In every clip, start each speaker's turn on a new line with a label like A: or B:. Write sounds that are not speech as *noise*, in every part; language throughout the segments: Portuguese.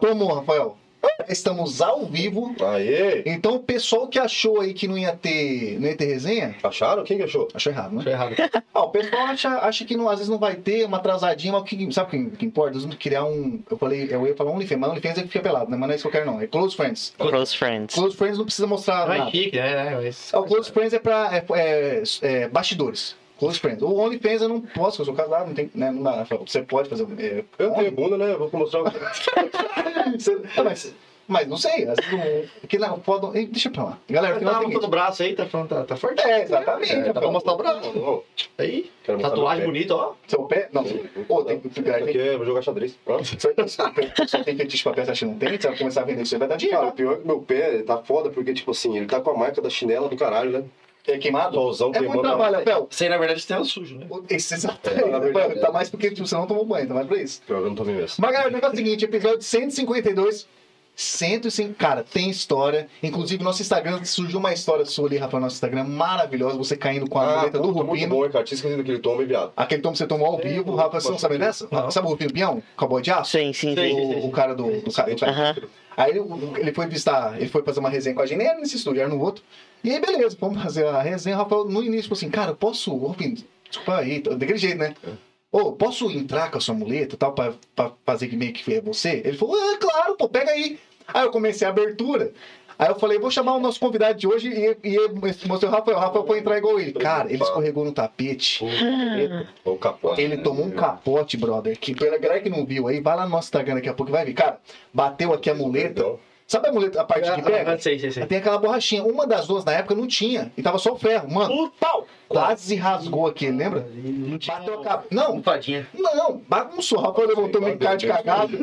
A: Como, Rafael? Estamos ao vivo.
B: Aê!
A: Então o pessoal que achou aí que não ia ter, não ia ter resenha,
B: Acharam? Quem que achou?
A: achou errado, né?
B: Achei
C: *laughs*
B: errado.
A: Ah, o pessoal acha, acha que não, às vezes não vai ter uma atrasadinha, mas o que, sabe o que, que importa? Nós vamos criar um. Eu falei, eu ia falar OnlyFans, mas OnlyFans é que fica pelado, né? Mas não é isso que eu quero, não. É Close Friends.
D: Close friends.
A: Close Friends não precisa mostrar
C: Não é
A: Tá nada.
C: chique, né? né? Mas...
A: Ah, O Close Friends é pra é, é, é, bastidores. Close Friends. O OnlyFans eu não posso, eu sou casado, não tem. Né, não dá, Rafael. você pode fazer. É,
B: Eu não tenho bunda, né? Vou *laughs* mostrar o
A: Você- Ah, mas, mas não sei, às vezes um- não- que não, pode, Ih, deixa pra lá. Galera,
C: Tá
A: tem uma
C: montando o braço aí, tá falando, tá, tá forte.
A: É, exatamente.
C: É,
B: tá
C: dá pra mostrar o braço.
B: Não,
C: Aí,
B: Quero mostrar
C: tatuagem
B: meu pé.
C: bonita, ó.
A: Seu pé? Não. Ô, tem que
B: isso aqui é, vou jogar xadrez. Pronto.
A: Só tem fetiche pra pé, você acha que não tem? Você vai começar a vender isso aí, vai dar
B: Cara,
A: dinheiro.
B: pior que meu pé tá foda, porque, tipo assim, ele tá com a marca da chinela do caralho, né?
A: É queimado?
B: Solzão
A: É muito
B: queimando.
A: trabalho, Abel.
C: Você, na verdade, você é um sujo, né?
A: Esse
B: na
A: exatamente.
B: verdade.
A: Tá mais porque tipo, você não tomou banho, tá mais pra isso.
B: Pior que eu não tomei mesmo.
A: Mas, galera, o negócio é o seguinte: episódio 152. 105, cara, tem história. Inclusive, nosso Instagram surgiu uma história sua ali, Rafael. Nosso Instagram maravilhosa. Você caindo
C: Ah,
A: com a muleta do
B: puta, Ah, então muito
A: Rubino.
B: bom, hein, cara. Tinha esquecido que ele toma, hein, viado.
A: Aquele tom que você tomou ao vivo, Rafa, você não sabe dessa? Sabe o Rubinho Pião? Cowboy de aço?
D: Sim, sim, sim.
A: O, o cara do, do cara. do cara.
D: Aham.
A: Aí ele, o- ele foi visitar, ele foi fazer uma resenha com a gente, nem era nesse estúdio, era no outro. E aí, beleza, vamos fazer a resenha. O Rafael, no início, falou assim: Cara, posso, Rubinho, desculpa aí, tá- daquele jeito, né? Ô, posso entrar com a sua muleta e tal, pra, pra fazer que meio que é você? Ele falou: É, claro, pô, pega aí. Aí eu comecei a abertura. Aí eu falei, vou chamar o nosso convidado de hoje e, e mostrei o Rafael. O Rafael foi entrar igual ele. Cara, ele escorregou no tapete.
B: Ou capote.
A: Ele
B: né?
A: tomou um capote, brother. Que pela galera que não viu aí, vai lá no nosso Instagram daqui a pouco, vai ver. Cara, bateu aqui a muleta.
B: Então,
A: Sabe a muleta, a parte que
C: Ah,
A: pega?
C: sei, sei, sei.
A: Tem aquela borrachinha. Uma das duas na época não tinha. E tava só o ferro. Mano,
C: O pau!
A: quase rasgou aqui, lembra?
C: Não tinha
A: Bateu a cabeça. Não,
C: fadinha.
A: não, bagunçou. O Rafael levantou meio cara de cagado.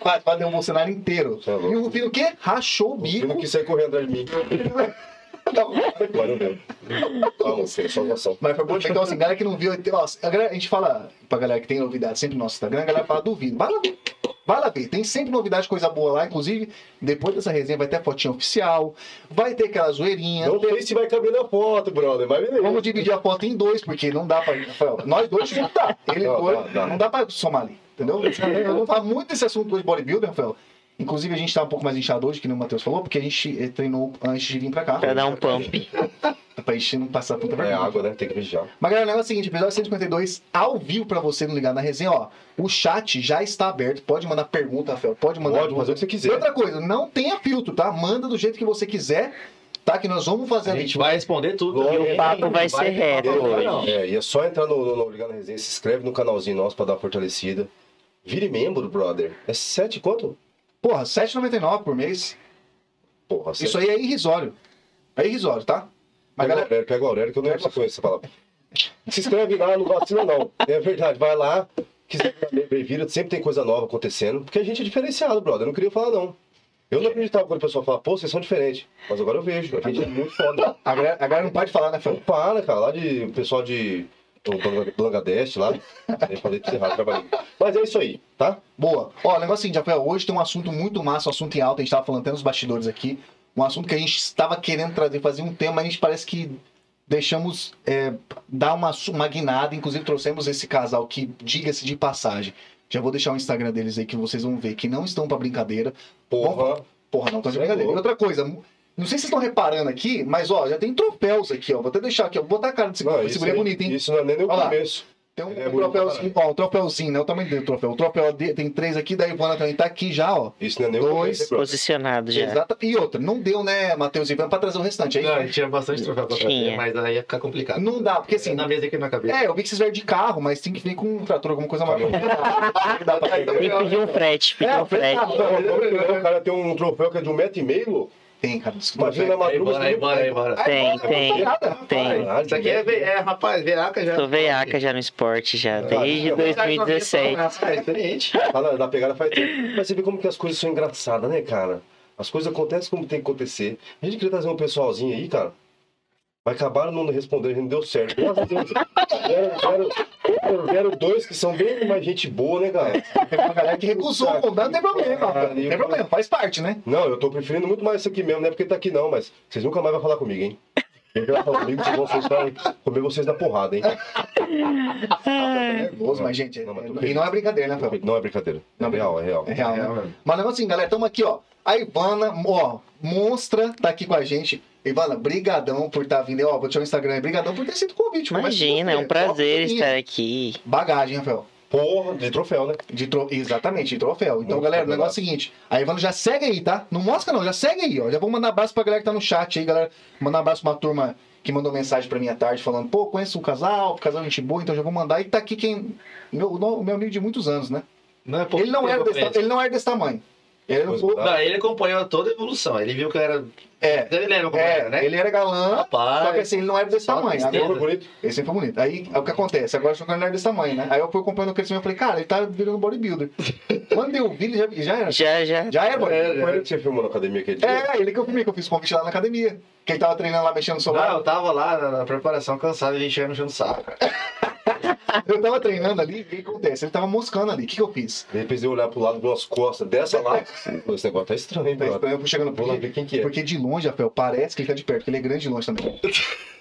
A: Quase bateu um bolsonário inteiro.
B: Você é louco.
A: E o Rufino o quê? Rachou o
B: Ele não
A: bico.
B: quis sair correndo atrás de mim. *laughs* Agora eu lembro. Vamos, filho, né? só noção.
A: Mas foi bom, então assim, galera que não viu, ó, a, galera- a gente fala pra galera que tem novidade sempre no nosso Instagram, a galera fala do vídeo. Vai lá ver. Vai lá ver, tem sempre novidade, coisa boa lá, inclusive, depois dessa resenha vai ter a fotinha oficial, vai ter aquela zoeirinha.
B: Não sei se vai caber na foto, brother, mas beleza.
A: Vamos dividir a foto em dois, porque não dá pra. Rafael, nós dois juntar. Ele
B: Não,
A: dois,
B: dá, dá.
A: não dá pra somar ali, entendeu? Eu vou falar muito desse assunto hoje, bodybuilder, Rafael. Inclusive, a gente tá um pouco mais inchado hoje, que nem o Matheus falou, porque a gente eh, treinou antes de vir pra cá.
D: Pra dar um pump.
A: Pra gente não passar puta
B: É
A: vergonha.
B: água, né? Tem que vigiar.
A: Mas galera, o negócio é o seguinte, episódio 152, ao vivo pra você não ligar na resenha, ó. O chat já está aberto, pode mandar pergunta, Rafael, pode mandar.
B: Pode fazer o que você
A: E
B: quiser.
A: outra coisa, não tenha filtro, tá? Manda do jeito que você quiser, tá? Que nós vamos fazer
C: A gente vai responder tudo.
B: Lógico.
C: aqui.
B: O
D: papo vai ser
C: ter
D: reto
C: papo, não vai
D: hoje.
C: não.
B: É, e é só entrar no, no, no Ligado na Resenha, se inscreve no canalzinho nosso pra dar uma fortalecida. Vire membro, brother. É sete quanto?
A: Porra, 7,99 por mês.
B: Porra, sete.
A: Isso aí é irrisório. É irrisório, tá? Mas
B: Pega o
A: galera,
B: horário, pega o horário que eu não lembro se conheço essa palavra. Se inscreve lá, não vacila não. É verdade, vai lá. Quiser também, vira, sempre tem coisa nova acontecendo. Porque a gente é diferenciado, brother. Eu não queria falar, não. Eu não acreditava quando o pessoal fala, pô, vocês são diferentes. Mas agora eu vejo. A gente é muito foda.
A: a galera, a galera não para de falar, né,
B: Não
A: Rafael?
B: para, cara. Lá de o pessoal de do Bangla- Bangladesh, lá. Eu falei tudo errado, trabalhei. Mas é isso aí, tá?
A: Boa. Ó, o negócio é o seguinte, Rafael, hoje tem um assunto muito massa, um assunto em alta, a gente tava falando até nos bastidores aqui. Um assunto que a gente estava querendo trazer, fazer um tema, mas a gente parece que deixamos é, dar uma, su- uma guinada. Inclusive, trouxemos esse casal que, diga-se de passagem, já vou deixar o Instagram deles aí que vocês vão ver que não estão pra brincadeira.
B: Porra.
A: Porra, não estão de
B: Você é
A: brincadeira. E
B: louco.
A: outra coisa, mu- não sei se vocês estão reparando aqui, mas ó, já tem troféus aqui, ó. Vou até deixar aqui, ó. Vou botar a cara desse
B: Não,
A: esse
B: isso,
A: guri é
B: aí-
A: bonito, hein?
B: isso não é nem no
A: Olha lá.
B: começo.
A: Tem um,
B: Ele é
A: um
B: bonito pra
A: troféuzinho, ó, o troféuzinho, né? O tamanho dele do troféu. O troféu é de- tem três aqui, da Ivana também tá aqui já, ó.
B: Isso não é nem
A: Dois.
B: no começo, hein, brother.
D: Posicionado já.
A: Exata. E outra, não deu, né, Matheus e Ivana, pra trazer o restante aí?
C: Não, a gente tinha bastante troféu pra trazer,
D: Tinha.
C: mas aí ia ficar complicado.
A: Não dá, porque assim.
C: Na mesa aqui na cabeça.
A: É, eu vi que vocês vieram de carro, mas tem que vir com um trator, alguma coisa mais. Dá pra
D: Tem que pedir um frete, pedir um frete.
B: Não, mas como que não? o cara tem um troféu que é de um metro e meio, louco.
A: Tem, cara. desculpa,
B: Imagina
A: velho.
B: na
C: Aí,
B: madruga.
C: bora, aí,
B: você-
C: bora, aí, bora.
D: Tem,
A: Ai,
D: tem,
A: não tá nada.
D: tem.
B: Caralho,
C: Isso aqui é, ve- é rapaz, veraca já.
D: Sou veiaca já no esporte, já. Desde
B: Ah,
D: 2017.
C: Ah, experiente.
B: Tá na, na pegada faz tempo. Mas você vê como que as coisas são engraçadas, né, cara? As coisas acontecem como tem que acontecer. A gente queria trazer um pessoalzinho aí, cara. Mas acabaram não respondendo, a gente não deu certo. Graças a Deus. Vieram, vieram- vieram dois que são bem mais gente boa, né, cara?
A: Tem uma galera que recusou o convidado, não tem problema, Rafael. Não tem problema, faz parte, né?
B: Não, eu tô preferindo muito mais isso aqui mesmo, não é porque tá aqui não, mas vocês nunca mais vão falar comigo, hein? *laughs* Vou gravar um livro que vocês pra comer vocês na porrada, hein?
A: Nervoso, mas, gente,
B: Não, mas tô
A: e
B: feliz.
A: Tá não é brincadeira, né, Fel?
B: Não é brincadeira. É real, é real.
A: É real, né? Mas o negócio assim, galera, estamos aqui, ó. A Ivana, ó, monstra, tá aqui com a gente. Ivana, brigadão por estar vindo. Ó, vou te dar o Instagram aí. Brigadão por ter sido convite. mas
D: Imagina, é um
A: tudo bem,
D: prazer
A: top,
D: estar aqui.
A: Bagagem, Rafael.
B: É. Porra, de troféu, né?
A: De tro... Exatamente, de troféu. Então,
B: Muito
A: galera, o
B: obrigado.
A: negócio é o seguinte. A Ivana já segue aí, tá? Não mostra não, já segue aí, ó. Já vou mandar abraço pra galera que tá no chat aí, galera. Mandar abraço pra uma turma que mandou mensagem pra mim à tarde falando, pô, conheço o casal, o casal é gente boa, então já vou mandar. E tá aqui quem... Meu, no- meu amigo de muitos anos, né?
C: Não, é pouco
A: Ele não,
C: tempo
A: era
C: eu
A: desse,
C: conheço.
A: ele não era desse tamanho. Ele era um
B: Pois
A: pouco...
B: não.
C: Não, ele acompanhou toda a evolução. Ele viu que eu era.
A: É,
C: Ele lembra como
A: É,
C: era, né?
A: ele era galã,
C: Rapaz.
A: só que assim, ele não era desse
C: só
A: tamanho.
C: tristeza.
A: Agora,
B: Porra, bonito.
A: ele sempre foi bonito. Aí, é o que acontece? Agora jogando ele era desse tamanho, né? Aí eu fui acompanhando o crescimento e falei, cara, ele tá virando bodybuilder.
C: *laughs*
A: Quando eu vi, ele já, já era.
D: Já, já.
A: Já era
B: Foi ele
A: bodybuilder.
B: é que você filmou na academia aquele dia?
A: É, ele que eu filmei, que eu fiz convite lá na academia. Quem tava treinando lá, mexendo no
C: Não,
A: celular.
C: eu tava lá na, na preparação cansado e ele chegando no saco.
A: Eu tava treinando ali, e o que acontece? Ele tava moscando ali. O que, que eu fiz?
B: De repente eu olhar pro lado, umas costas
A: *laughs*
B: dessa lá. Esse negócio tá estranho, hein,
A: Tá
B: brother?
A: estranho, eu fui chegando
B: Vou lá ver quem que é.
A: Porque de longe, Rafael, parece que ele tá de perto, porque ele é grande de longe também.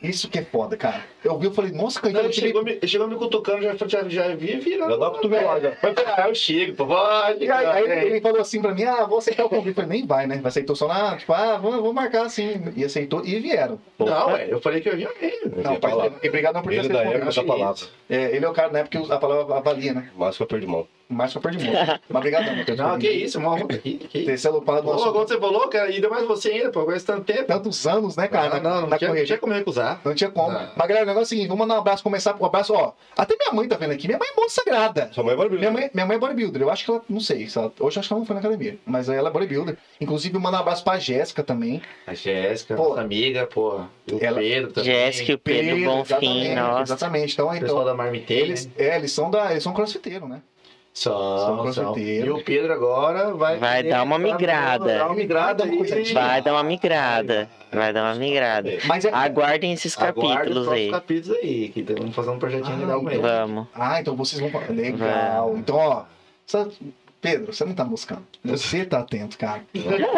A: Isso que é foda, cara. Eu vi, eu falei, nossa, cara,
C: Não,
A: então eu
C: ele,
A: tirei
C: chegou, me- ele chegou me cutucando, já, já, já vi
B: Já
C: virando.
B: dá uma cotovelada.
C: Mas pera, eu chego, pô. Pode,
A: E aí, aí
C: cara,
A: ele- ele falou assim pra mim, ah, vou aceitar o convite. Eu falei, nem vai, né? Aceitou só na, tipo, ah, vou, vou marcar assim. E aceitou e vieram.
C: Não, ué, eu falei que eu né? vinha mesmo.
B: Eu
A: Não,
B: ia falar.
A: parceiro, e obrigado não por ter
B: Ele é da
A: aceitado o
B: época tá
A: convite.
B: da palavra.
A: É, ele é o cara, né? Porque a palavra avalia, né?
B: Mas que eu perdi mão.
A: Mais que eu perdi muito. Mas obrigado, Matheus.
C: Não, que isso, mó que,
A: *laughs*
C: que
A: Esse é o pau do
C: Pô,
A: nosso-
C: quando você falou, cara, ainda mais você ainda, pô, conhece tanto tempo.
A: Tantos anos, né, cara?
C: não, não, não,
A: na
C: tinha, não
A: correria.
C: tinha como recusar.
A: Não tinha como.
C: Não.
A: Mas, galera, o negócio é o seguinte: vamos mandar um abraço, começar com um abraço. Ó, até minha mãe tá vendo aqui. Minha mãe é muito sagrada.
B: Sua mãe é barbeira.
A: Minha mãe, minha mãe é bodybuilder. Eu acho que ela, não sei. se ela- hoje eu acho que ela não foi na academia. Mas ela é bodybuilder. Inclusive, manda um abraço pra Jéssica também.
C: A Jéssica,
A: Pô.
C: nossa amiga, pô. E o
A: Ela-
C: Pedro também.
D: Jéssica e o Pedro Bonfim,
A: exatamente,
D: nossa.
A: Exatamente. Então,
C: O
A: então
C: pessoal da Marmiteira.
A: eles, é, eles são da, eles são crossfiteiro, né?
C: São,
A: São
C: são.
A: crossfiteiros.
C: E o Pedro agora vai.
D: Vai dar uma migrada.
C: Vai dar uma migrada aí.
D: Vai dar uma migrada. Vai dar uma migrada.
A: Mas é
D: Aguardem esses
C: Aguarde os
D: capítulos
C: próximos
D: aí.
C: capítulos aí, que vamos fazer um projetinho
A: Ah,
C: legal com ele.
D: Vamos.
A: Ah, então vocês vão falar. Legal. Então, ó, só- Pedro, você não tá buscando. Você tá atento, cara.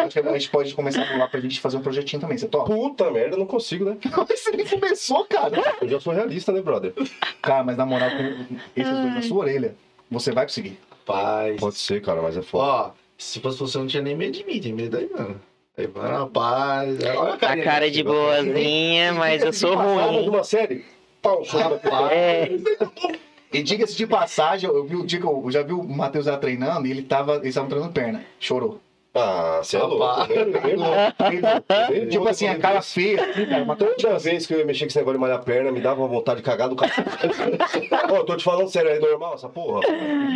A: Acho que a gente pode começar por lá pra gente fazer um projetinho também. Você
B: *laughs*
A: topa?
B: Puta merda, eu não consigo, né?
A: Você nem começou, cara.
B: Eu já sou realista, né, brother?
A: Cara, mas na moral, com esses dois na sua orelha, você vai conseguir.
C: Paz.
B: Pode ser, cara, mas é foda.
C: Ó, se fosse você, eu não tinha nem medo de mim, tinha medo da Ivana. A Ivana, rapaz. Olha a
D: A
C: carinha
D: cara
C: dela,
D: de
C: chegou.
D: boazinha, mas eu sou
B: Fala de
D: ruim.
B: uma série? Pau, sou uma-
D: É,
A: E diga-se de passagem, eu vi o dia que eu eu já vi o Matheus lá treinando e ele tava, eles estavam treinando perna. Chorou.
B: Ah, você é
C: Rapaz.
B: louco. né? Eu não-
D: *laughs*
A: Ele, tipo assim, a cara feia, assim, cara,
B: *laughs*
A: mas
B: Toda vez que eu ia mexer com esse negócio de malhar a perna, me dava uma vontade de cagar do
D: *laughs*
B: cacete. Ó, eu tô te falando sério, é normal essa porra?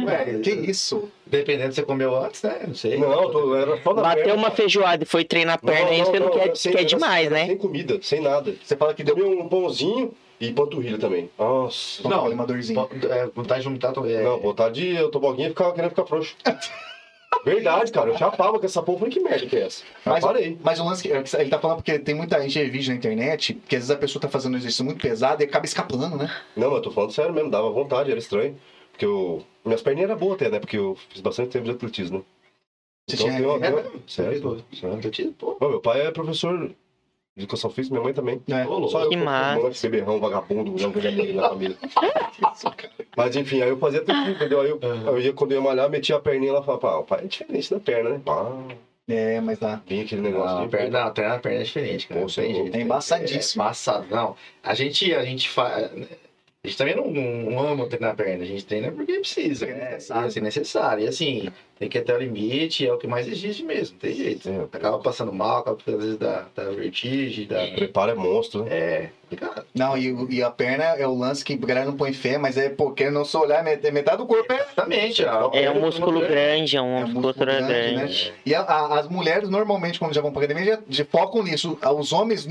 A: Ué, é, que isso?
C: Dependendo se você comeu antes, né? Não sei.
B: Não, eu tô, era só na
D: bateu
B: perna.
D: uma feijoada e foi treinar a perna, aí você não quer,
B: era sem-
D: quer
B: era
D: demais,
B: sem-
D: né?
B: Sem comida, sem nada.
A: Você fala que deu
B: Comi um pãozinho e panturrilha também. Nossa.
A: Não, uma dorzinha.
C: po- é, vontade de vomitar. tô- É,
B: Não, vontade de eu tô boguinha e ficava querendo ficar
D: *laughs*
B: frouxo. Verdade, cara. Eu chapava com essa porra. Falei, que merda que é essa? Mas
A: Mas,
B: parei.
A: mas o lance que que ele tá falando porque tem muita gente que vídeo na internet, que às vezes a pessoa tá fazendo um exercício muito pesado e acaba escapando, né?
B: Não, eu tô falando sério mesmo. Dava vontade, era estranho. Porque eu... Minhas perninhas eram boas até, né? Porque eu fiz bastante tempo de atletismo, né?
A: Você
B: Então,
A: tinha-
B: tem uma-
C: É,
B: tem uma- Sério, pô, sério.
C: Eu te- um pô,
B: Ô, meu pai é professor de educação física, minha mãe também.
A: É.
C: ô, louco.
B: Só eu
D: Que
B: sou
D: massa.
B: um monte de beberrão, vagabundo, não que eu já tenho na família. Mas enfim, aí eu fazia tudo, entendeu? Aí eu, eu ia, quando eu ia malhar, metia a perninha lá e falava, pá, o pai é diferente da perna, né? Pá,
A: É, mas tá.
B: vinha aquele negócio
C: Não,
B: de
C: a perna, não, treinar a perna é diferente, cara.
B: Pô,
C: Não
B: você é
C: tem
B: louco.
C: jeito.
A: É embaçadíssimo.
C: É embaçado, não. A gente, a gente faz. A gente também não, não ama treinar a perna, a gente treina porque precisa,
A: É
C: né?
A: necessário.
C: É, se necessário. E assim, tem que ir até o limite, é o que mais exige mesmo, não tem jeito. né?
B: É.
C: Acaba passando mal, acaba às vezes da, da vertigem, da.
B: Preparo é monstro, né?
C: É, complicado.
A: Não, e, o- e a perna é o lance que a galera não põe fé, mas é porque não só olhar, met- metade do corpo é.
C: Exatamente, ó.
D: É um músculo grande, é
A: É
D: uma
A: um músculo
D: musculatura
A: grande,
D: grande.
A: né? E a- a- as mulheres, normalmente, quando já vão pra academia, já, já focam nisso. Ah, Os homens,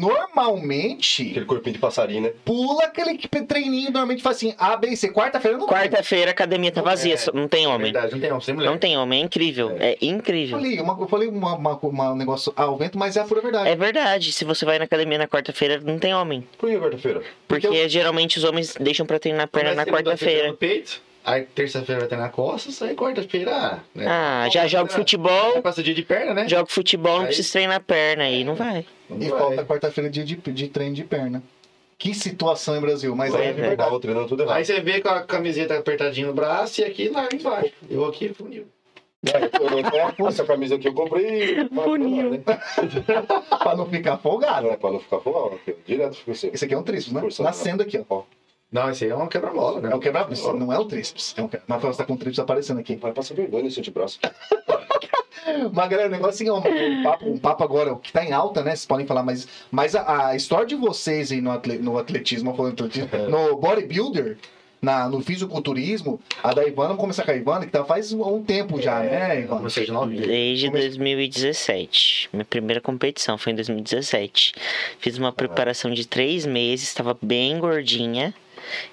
A: normalmente,
B: Aquele corpinho de passarinho, né?
A: pula aquele que- treininho, normalmente faz assim, A, B e C. Quarta-feira não vai.
D: Quarta-feira a academia tá vazia,
C: É.
D: só- não tem homem.
C: Verdade, não tem um homem, sem mulher.
D: Não tem homem, é incrível. É
A: Eu
D: incrível.
A: falei, uma, eu falei uma, uma- uma- um negócio ao vento, mas é a pura verdade.
D: É verdade, se você vai na academia na quarta-feira, não tem homem.
B: Por que quarta-feira?
D: Porque geralmente os homens deixam pra treinar a perna
C: Mas
D: na
C: né? segunda-feira
D: quarta-feira.
C: no peito, Aí terça-feira vai treinar costas, aí quarta-feira. Né?
D: Ah, já jogo futebol,
C: Passa dia de perna, né?
D: jogo futebol, não
C: Aí-
D: precisa treinar perna aí, não vai.
A: E
C: Vai.
A: falta quarta-feira dia de, de treino de perna. Que situação em Brasil, mas
B: Mas
A: aí é
B: aí eu
A: verdade.
B: tava treinando tudo
C: Aí
B: errado.
C: você vê com a camiseta apertadinha no braço e aqui lá embaixo. Eu aqui funil.
B: É, Essa camisa aqui eu
D: *laughs*
B: comprei.
D: Bonito.
B: Né?
A: pra não ficar folgado.
B: Pra não ficar com aula, direto fico assim.
A: Esse aqui é um tríceps, né?
B: Forçado.
A: Nascendo aqui, ó.
C: Não, esse aí é um quebra-mola, né?
A: É um quebra-bíceps, não é o tríceps. É um quebra... Rafael, você tá com o tríceps aparecendo aqui.
B: Vai passar vergonha nesse antebraço.
A: Mas, galera, o negócio é um, um papo, um papo agora, o que tá em alta, né? Vocês podem falar, mas, mas a, a história de vocês aí no, atle- no atletismo, falando de atletismo, no bodybuilder, na, no fisiculturismo, a da Ivana, vamos começar com a Ivana, que tá faz um tempo já, né, Ivana?
C: Ou seja, não
D: Desde
A: Come-
D: 2017. Minha primeira competição foi em 2017. Fiz uma preparação de três meses, estava bem gordinha.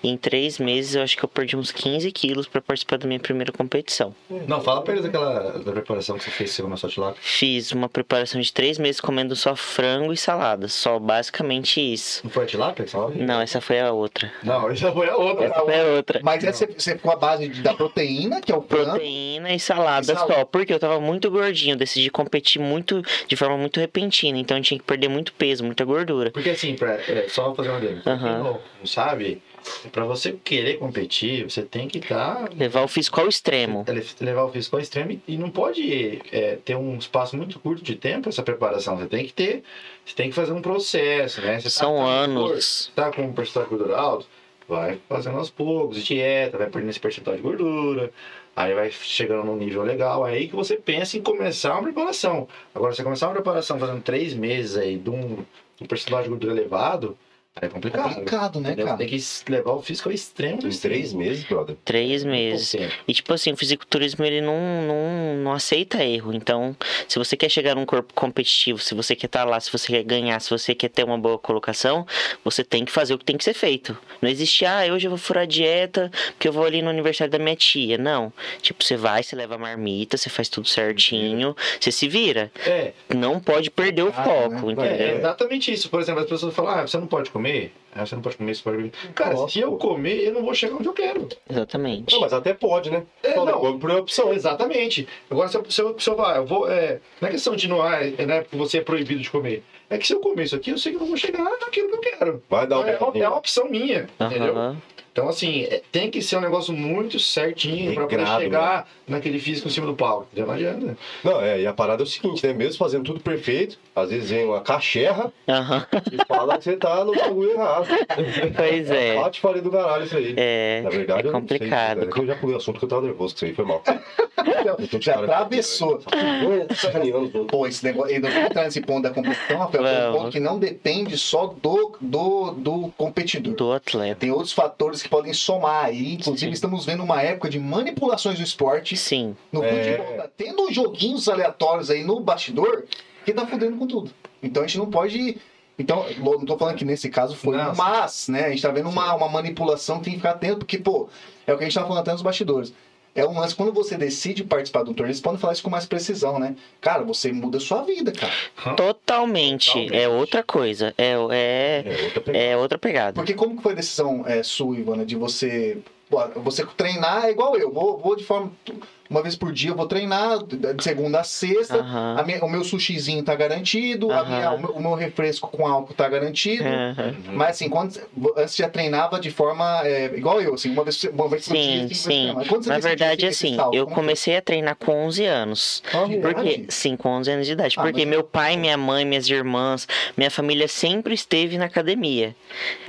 D: Em três meses, eu acho que eu perdi uns 15 quilos para participar da minha primeira competição.
C: Não, fala pra eles daquela da preparação que você fez, você começou a te lá.
D: Fiz uma preparação de três meses comendo só frango e salada. Só basicamente isso.
C: Não foi a tilápia que você falou?
D: Não, essa foi a outra.
C: Não, Uhum. essa foi a outra.
D: Essa foi a outra.
A: Mas essa você, você ficou à base de- da proteína, que é o frango.
D: Proteína e salada
A: E salada.
D: só, porque eu tava muito gordinho, eu decidi competir muito de forma muito repentina, então eu tinha que perder muito peso, muita gordura.
C: Porque assim, pra, é, só fazer uma dele. Pra Quem
D: Aham.
C: não, não sabe, pra você querer competir, você tem que estar.
D: Levar o físico ao extremo.
C: Levar o físico ao extremo e- e não pode é, ter um espaço muito curto de tempo essa preparação. Você tem que ter, você tem que fazer um processo, né? Você tá-
D: São
C: tá com dor,
D: anos.
C: tá com um percentual de gordura alto, vai fazendo aos poucos, dieta, vai perdendo esse percentual de gordura, aí vai chegando num nível legal, aí que você pensa em começar uma preparação. Agora, você começar uma preparação fazendo três meses aí de um, um percentual de gordura elevado, aí é complicado.
A: Complicado, né,
C: entendeu? Você
A: cara?
C: tem que levar o físico ao extremo do
B: Em três meses, brother.
C: Tá
D: Três meses.
C: meses.
D: E tipo assim, o fisiculturismo ele não, não, não aceita erro. Então, se você quer chegar num corpo competitivo, se você quer estar lá, se você quer ganhar, se você quer ter uma boa colocação, você tem que fazer o que tem que ser feito. Não existe, ah, hoje eu vou furar a dieta porque eu vou ali no aniversário da minha tia. Não. Tipo, você vai, você leva a marmita, você faz tudo certinho, você se vira.
C: É,
D: Não pode perder o
A: Ah,
D: foco,
A: né?
C: é, é
D: entendeu?
C: exatamente isso. Por exemplo, as pessoas falam, ah, você não pode comer, ah, você não pode comer, você pode comer. Cara,
B: Nossa,
C: se eu
B: pô.
C: comer, eu não vou chegar onde eu quero.
D: Exatamente.
B: Não, mas até pode, né?
C: É,
B: Só
C: não.
B: não come por opção.
C: Exatamente. Agora, se eu, se eu, se eu, vai, eu vou. É, não é questão de não, é, não é porque você é proibido de comer. É que se eu comer isso aqui, eu sei que eu não vou chegar naquilo que eu quero.
B: Vai dar um
C: é, uma, é uma
B: pecadinho.
C: opção minha, entendeu?
D: Aham.
C: Então, assim, é- tem que ser um negócio muito certinho pra poder
B: Regrado, né?
C: chegar naquele físico em cima do palco. entendeu? Não adianta.
B: Não, é, e a parada é o seguinte, né? Mesmo fazendo tudo perfeito, às vezes vem uma cacherra
D: Aham. *laughs*
B: e fala que você tá no bagulho errado.
D: Pois é.
B: Lá te falei do caralho isso aí.
D: É,
B: Na verdade,
D: é
B: eu não sei,
D: complicado.
B: cara, é que eu já pulei o assunto que eu tava nervoso com isso aí, foi mal. Eu tô de
A: Já
B: cara-
A: atravessou.
B: É, Sacaneando os outros.
A: Pô, esse negócio. Ainda vou entrar nesse ponto da competição, Rafael. É um
D: Vamos.
A: ponto que não depende só do, do, do competidor.
D: do atleta.
A: Tem outros fatores que podem somar aí. Inclusive,
D: Sim.
A: estamos vendo uma época de manipulações no esporte.
D: Sim.
A: No
B: É.
A: futebol, tá tendo joguinhos aleatórios aí no bastidor que tá fudendo com tudo. Então a gente não pode. Então, lo- não tô falando que nesse caso foi,
C: Não, sim.
A: mas, né, a gente tá vendo uma, uma manipulação que tem que ficar atento, porque, pô, é o que a gente tava falando até nos bastidores. É um lance, quando você decide participar de um torneio, eles podem falar isso com mais precisão, né? Cara, você muda a sua vida, cara.
D: Totalmente.
C: Totalmente.
D: É outra coisa. É, é,
B: É, outra pegada.
D: é outra pegada.
A: Porque como que foi a decisão é, sua, Ivana, de você. pô, Você treinar é igual eu, vou, vou de forma. Uma vez por dia eu vou treinar, de segunda a sexta,
D: Aham.
A: A minha- o meu sushizinho tá garantido, a
D: Aham. É.
A: minha- o, meu, o meu refresco com álcool tá garantido.
D: Aham.
A: Mas assim, quando, antes já treinava de forma é, igual eu, assim, uma vez, uma vez por dia.
D: Sim,
A: assim,
D: sim.
A: mas quando você
D: Na
A: decidiu
D: verdade,
A: seguir esse
D: assim,
A: salto,
D: eu
A: como que- é?
D: comecei a treinar com 11 anos.
A: Ah,
D: Porque,
A: verdade?
D: sim, com 11 anos de idade.
A: Ah,
D: Porque
A: mas-
D: meu pai, minha mãe, minhas irmãs, minha família sempre esteve na academia.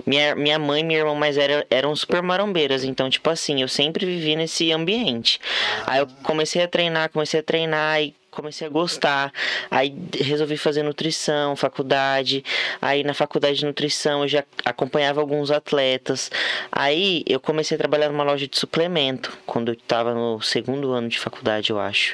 D: Minha, minha mãe e meu irmão mais era, eram super marombeiras. Então, tipo assim, eu sempre vivi nesse ambiente. Aí eu comecei a treinar, comecei a treinar e comecei a gostar. Aí d- resolvi fazer nutrição, faculdade. Aí na faculdade de nutrição eu já acompanhava alguns atletas. Aí eu comecei a trabalhar numa loja de suplemento, quando eu estava no segundo ano de faculdade, eu acho.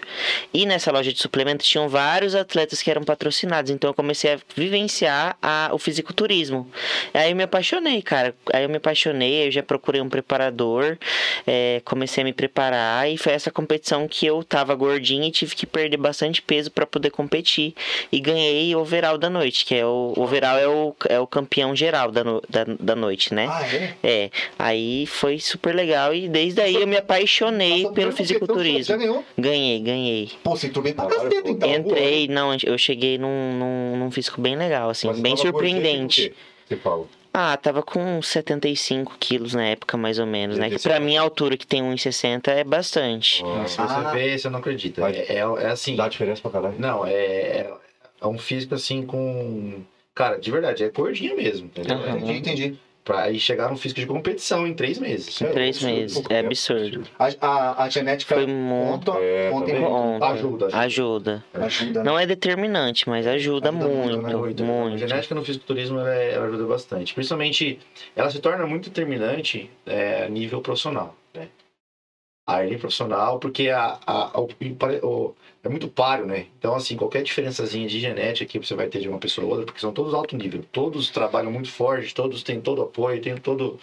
D: E nessa loja de suplemento tinham vários atletas que eram patrocinados, então eu comecei a vivenciar a- o fisiculturismo. Aí eu me apaixonei, cara. Aí eu me apaixonei, aí eu já procurei um preparador, é, comecei a me preparar e foi essa competição que eu tava gordinha e tive que perder bastante bastante peso para poder competir. E ganhei o overall da noite, que é o, o overall é o, é o campeão geral da, no- da, da noite, né?
A: Ah, é?
D: É, aí foi super legal e desde aí eu me apaixonei
A: Nossa,
D: pelo
A: primeira competição, você Já
D: fisiculturismo.
A: ganhou?
D: Ganhei, ganhei.
A: Pô, você turbei pra
B: Agora
A: caceta,
B: eu-
A: então.
D: Entrei, não, eu cheguei num, num, num físico bem legal, assim,
B: Mas você
D: bem
B: tava gordinho,
D: surpreendente.
B: tipo o quê? Você fala.
D: Ah, tava com 75 quilos na época, mais ou menos, né? Que
B: 75.
D: pra minha altura, que tem 1,60, é bastante.
B: Ah,
C: Se você
A: Ah.
C: vê, você não acredita.
B: Vai.
C: É, é, é
D: Tipo
C: assim.
B: Dá diferença pra caralho.
C: Não, é, é um físico assim com. Cara, de verdade, é gordinho mesmo, entendeu?
D: Aham.
C: É,
A: Entendi, entendi.
C: pra aí chegar num físico de competição em três meses.
B: É,
D: Três
B: absurdo,
D: meses,
B: pô,
D: é absurdo.
A: A, a, a genética
D: Foi muito
A: ontem,
B: É,
A: ontem
B: também.
D: Ontem.
C: Ajuda, ajuda.
D: Ajuda.
A: ajuda. né?
D: Não é determinante, mas ajuda,
A: Ajuda muito,
D: muito,
A: né?
D: muito.
C: A genética no fisiculturismo ela, é- ela ajuda bastante. Principalmente, ela se torna muito determinante é, a nível profissional. Né? A nível profissional, porque a, a- o- o- é muito páreo, né? Então, assim, qualquer diferençazinha de genética que você vai ter de uma pessoa ou outra, porque são todos alto nível, todos trabalham muito forte, todos têm todo apoio, têm todo.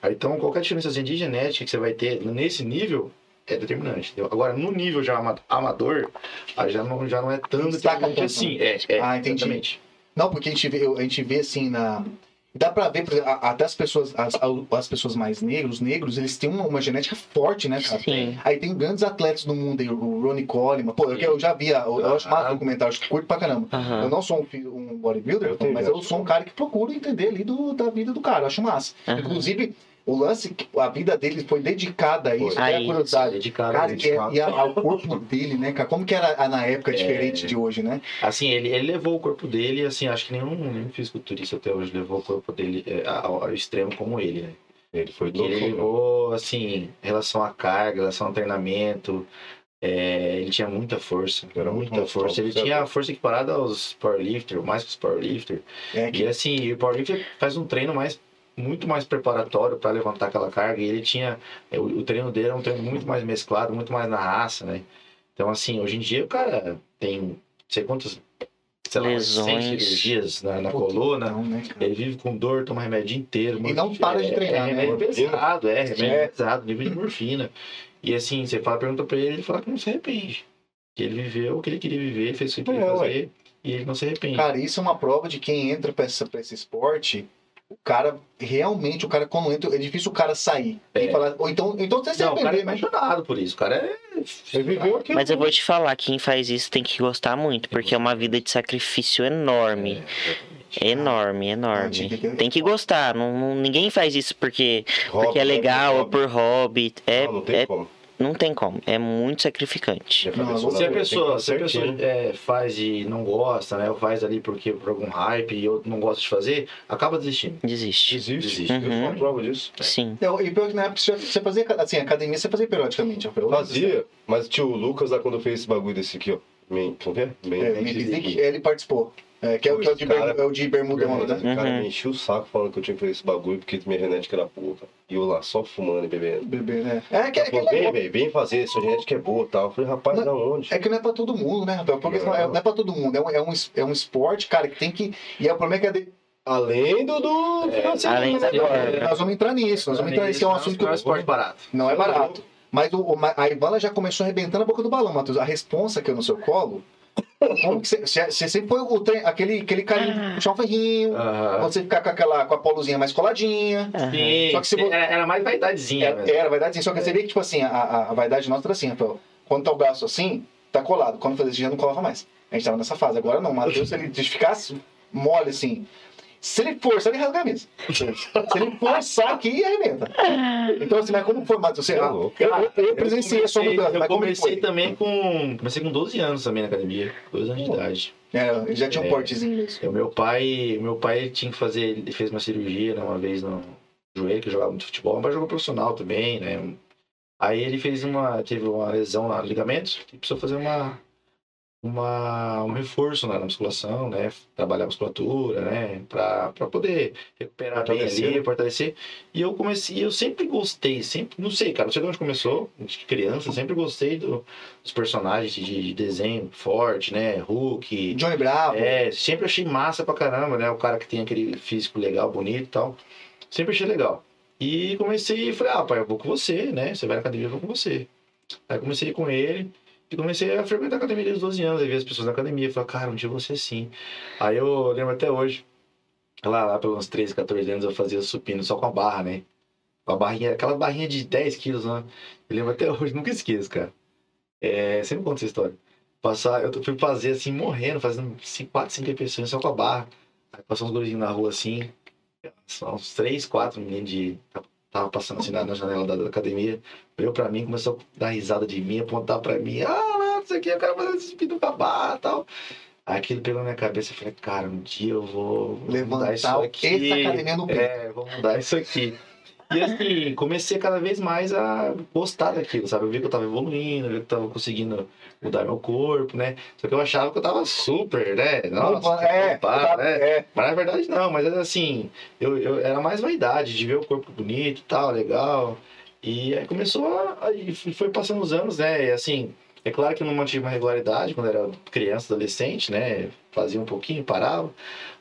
C: Aí, Então, qualquer diferençazinha de genética que você vai ter nesse nível é determinante. entendeu? Agora, no nível já ama- amador, aí já não, já não é tão
A: Destaca
C: determinante
A: tanto,
C: assim. É, é,
A: Ah, entendi.
C: exatamente.
A: Não, porque a gente vê, a gente vê assim na. Dá pra ver, por exemplo, a- até as pessoas, as, as pessoas mais negras, os negros, eles têm uma, uma genética forte, né, cara?
D: Sim.
A: Aí tem grandes atletas no mundo aí, o Ronnie Coleman. Pô, eu, eu já vi, a- eu, eu acho massa o documentário, acho que curto pra caramba.
D: Aham.
A: Eu não sou um, fi- um bodybuilder,
B: Eu tenho
A: mas
B: medo.
A: eu sou um cara que procura entender ali do, da vida do cara, eu acho massa.
D: Aham.
A: Inclusive, o lance, que a vida dele foi dedicada a isso,
D: Foi.
A: até
D: Aí,
A: a curiosidade.
C: Dedicado
A: Cara,
C: mesmo.
A: e, é- e a- ao corpo dele, né, cara? Como que era a- na época diferente de hoje, né?
C: Assim, ele, ele levou o corpo dele, assim, acho que nenhum, nenhum fisiculturista até hoje levou o corpo dele é, ao, ao extremo como ele, né?
B: Ele foi
C: Porque
B: louco.
C: ele
B: meu.
C: levou, assim, em relação à carga, em relação ao treinamento, é, ele tinha muita força,
B: Era muito
C: muita
B: monstrão,
C: força. Ele
B: certo?
C: tinha a força equiparada aos powerlifter, mais que os powerlifter.
A: É, que
C: E assim, o powerlifter faz um treino mais muito mais preparatório para levantar aquela carga e ele tinha é, o, o treino dele era um treino muito mais mesclado, muito mais na raça, né? Então assim, hoje em dia o cara tem não sei quantas sei lá, umas 100
D: Lesões.
C: cirurgias na, na
A: Pô,
C: coluna,
A: não, né, cara?
C: ele vive com dor, toma remédio inteiro, mano.
A: não para de
C: É-
A: treinar,
C: é,
A: né?
C: remédio
B: Morfina.
C: pesado, é remédio
A: É.
C: pesado,
A: *laughs*
C: nível de morfina. E assim, você fala, pergunta para ele, ele fala que não se arrepende. Que ele viveu o que ele queria viver, fez o que ele queria
B: É, ué.
C: fazer e ele não se arrepende.
A: Cara, isso é uma prova de quem entra pra essa- pra esse, esporte. O cara, realmente, o cara quando entra, é difícil o cara sair. Tem
C: É.
A: que falar, ou então, então você se
C: Não, o cara é
A: arrepender, né?
C: apaixonado por isso. O cara é.
B: Ele viveu aquilo.
D: Mas eu vou te falar, quem faz isso tem que gostar muito, porque é uma vida de sacrifício enorme.
C: É,
D: Enorme, enorme.
A: Gente,
D: Tem que gostar. Não, não- ninguém faz isso porque, porque é legal ou por hobby. É,
B: né? Não, Ah, não
D: não,
B: tem
D: é,
B: como.
D: não tem como. É muito sacrificante.
A: Não,
C: Se a pessoa, se a pessoa é, faz e não gosta, né? Ou faz ali porque por algum hype e eu não gosto de fazer, acaba desistindo.
D: Desiste.
B: Existe,
C: Existe.
D: Uhum.
B: eu sou uma prova disso.
D: Sim.
A: Então, e pior que na época você, você fazia, assim, academia você fazia periodicamente. é um Eu
B: Fazia, mas tio Lucas lá quando fez esse bagulho desse aqui, ó. Men, como que é? Men-
A: É, me dizem que ele participou. É, que é, o- que é o de,
B: Cara,
A: bermu- é o de Bermudão,
B: Bermuda.
A: né?
B: O cara
D: Uhum.
B: me encheu o saco falando que eu tinha que fazer esse bagulho porque minha genética era boa, cara. E eu lá só fumando e bebendo.
A: Bebê, né? É que, é,
B: Ele
A: que
B: falou, vem,
A: não é,
B: velho, vem fazer, sua genética é boa e tal. Eu falei, rapaz,
A: Não-
B: da onde?
A: é que não é pra todo mundo, né, Rafael? Porque não, é, não é pra todo mundo. É um, é, um, es- é um esporte, cara, que tem que. E é o problema é que é de-
B: Além do do financeiro,
D: além da
B: né,
D: guarda.
A: nós vamos entrar nisso. Nós vamos entrar nisso, que é um assunto que
C: é um esporte barato.
A: Não é barato. Mas o, o, Ma- a Ivana já começou arrebentando a boca do balão, Matheus. A responsa que eu no seu colo. Como que você sempre foi o tre- aquele, aquele carinho de puxar um ferrinho,
C: Aham.
A: você ficar com aquela com a poluzinha mais coladinha.
D: Aham.
C: Sim,
A: Só que se vo-
C: era, era mais vaidadezinha.
A: Era,
C: né?
A: É, era verdade, sim. Só que você vê que, tipo assim, a, a, a vaidade nossa era assim, Rafael. Quando tá o braço assim, tá colado. Quando fazia esse dia, não colava mais. A gente tava nessa fase. Agora não, o Matheus, se ele de ficar mole assim. Se ele forçar, ele rasga a mesa. Se ele forçar aqui, arrebenta. Então, assim, mas como foi, Matheus? Você,
B: Tá
A: ah,
B: louco.
A: eu, eu, eu presenciei a sua
C: Comecei-
A: mudança,
C: Eu
A: mas como é que
C: comecei
A: foi?
C: também com. Comecei com 12 anos também na academia. 12 anos de
B: Pô.
C: idade.
A: É, ele já tinha um
C: É.
A: portezinho mesmo.
C: O meu pai, o meu pai ele tinha que fazer, ele fez uma cirurgia né, uma vez no joelho, que jogava muito futebol, mas jogou profissional também, né? Aí ele fez uma, teve uma lesão lá no ligamento e precisou fazer uma, uma um reforço né, na musculação, né? Trabalhar a musculatura, né? Pra, pra poder recuperar bem
B: Fortalecer,
C: ali,
B: né?
C: fortalecer. E eu comecei, eu sempre gostei, sempre, não sei, cara, não sei de onde começou, de criança, sempre gostei do- dos personagens de, de desenho forte, né? Hulk,
A: Johnny Bravo.
C: é, sempre achei massa pra caramba, né? O cara que tem aquele físico legal, bonito e tal. Sempre achei legal. E comecei, falei, ah, pai, eu vou com você, né? Você vai na academia, eu vou com você. Aí comecei com ele. E comecei a frequentar a academia desde os 12 anos. Aí vi as pessoas na academia e falava, cara, um dia eu vou ser sim. Aí eu lembro até hoje, lá, lá pelos 13, 14 anos, eu fazia supino só com a barra, né? Com a barrinha, aquela barrinha de 10 quilos, né? Eu lembro até hoje, nunca esqueço, cara. É, sempre conto essa história. Passar, eu fui fazer assim, morrendo, fazendo 5, 4, 5 repetições só com a barra. Aí passou uns gordinhos na rua assim, só uns 3, 4 meninos de. Tava passando assim na, na janela da, da academia, olhou pra mim, começou a dar risada de mim, apontar pra mim, ah, lá, não sei o que, eu quero fazer esse espírito pra barra e tal. Aí aquilo pegou na minha cabeça e falei, cara, um dia eu vou vou mudar tá isso
A: Levantar o que
C: aqui.
A: essa academia no peito.
C: É, vou mudar isso aqui. E assim, comecei cada vez mais a gostar daquilo, sabe? Eu vi que eu tava evoluindo, eu vi que eu tava conseguindo mudar meu corpo, né? Só que eu achava que eu tava super, né? Nossa,
A: é,
C: que bombado,
A: tá-
C: né?
A: é.
C: Mas na verdade não, mas era assim, eu, eu- era mais vaidade de ver o corpo bonito e tal, legal. E aí começou a. aí f- foi passando os anos, né? E assim, é claro que eu não mantive uma regularidade quando era criança, adolescente, né? Fazia um pouquinho, parava.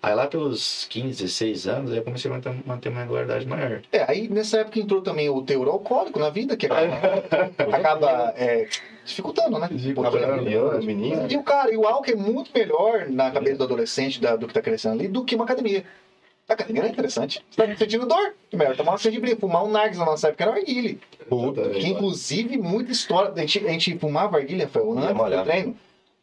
C: Aí lá pelos 15, 16 anos, aí eu comecei a manter, manter uma regularidade maior.
A: É, aí nessa época entrou também o teor alcoólico na vida, que *laughs* acaba, acaba, é, dificultando, né? Um pouquinho.
B: Cabelo menino, menino.
A: E o cara, e o álcool é muito melhor na cabeça do adolescente, da- do que tá crescendo ali, do que uma academia. A academia era interessante. Você tá sentindo dor? Melhor tomar uma cerveja, fumar um nargues na nossa época era um arguile.
B: Puta.
A: Que inclusive muita história. A gente, a gente fumava arguile, Rafael,
B: Ia
A: antes
B: malhar.
A: do treino.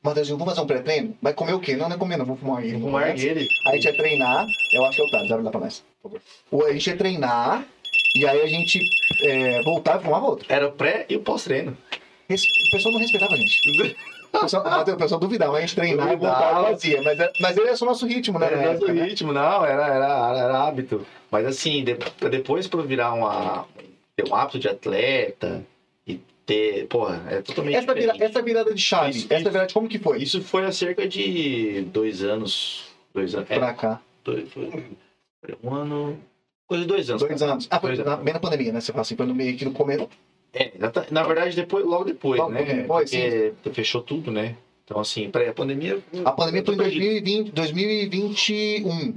A: Matheusinho, vamos fazer um pré-treino? Vai comer o quê? Não, não é comer, não. Vou fumar um arguile.
C: Um ele.
A: Aí a gente ia treinar. Eu acho que é o Thales, abre lá pra nós. por favor. Ou a gente ia treinar, e aí a gente é, voltava e fumava outro.
C: Era o pré e o pós-treino.
A: Res- O pessoal não respeitava a gente. O pessoal, Matheus, o pessoal duvidava, a gente treinava e voltava e fazia. Mas, é- mas ele é só o nosso ritmo, né?
C: Era
A: na
C: nosso
A: época, né?
C: ritmo, não, era, era, era, era hábito. Mas assim, de- depois pra eu virar uma, ter um hábito de atleta e ter. Porra, é totalmente.
A: Essa, vira-
C: diferente.
A: essa virada de chave,
C: Isso,
A: essa
C: isso.
A: virada de como que foi?
C: Isso foi há cerca de dois anos. Dois anos. É,
A: Pra cá.
C: dois, foi- foi um ano. Coisa de dois anos.
A: Dois anos. Ah, foi
C: Dois
A: na,
C: anos.
A: bem na pandemia, né? Você fala assim, foi no meio que no começo.
C: É, já tá- na verdade, depois, logo depois,
A: Logo
C: né?
A: depois,
C: Porque fechou tudo, né? Então, assim, pré, a pandemia.
A: A pandemia foi em
C: eu tô perdido.
A: 2020, 2021.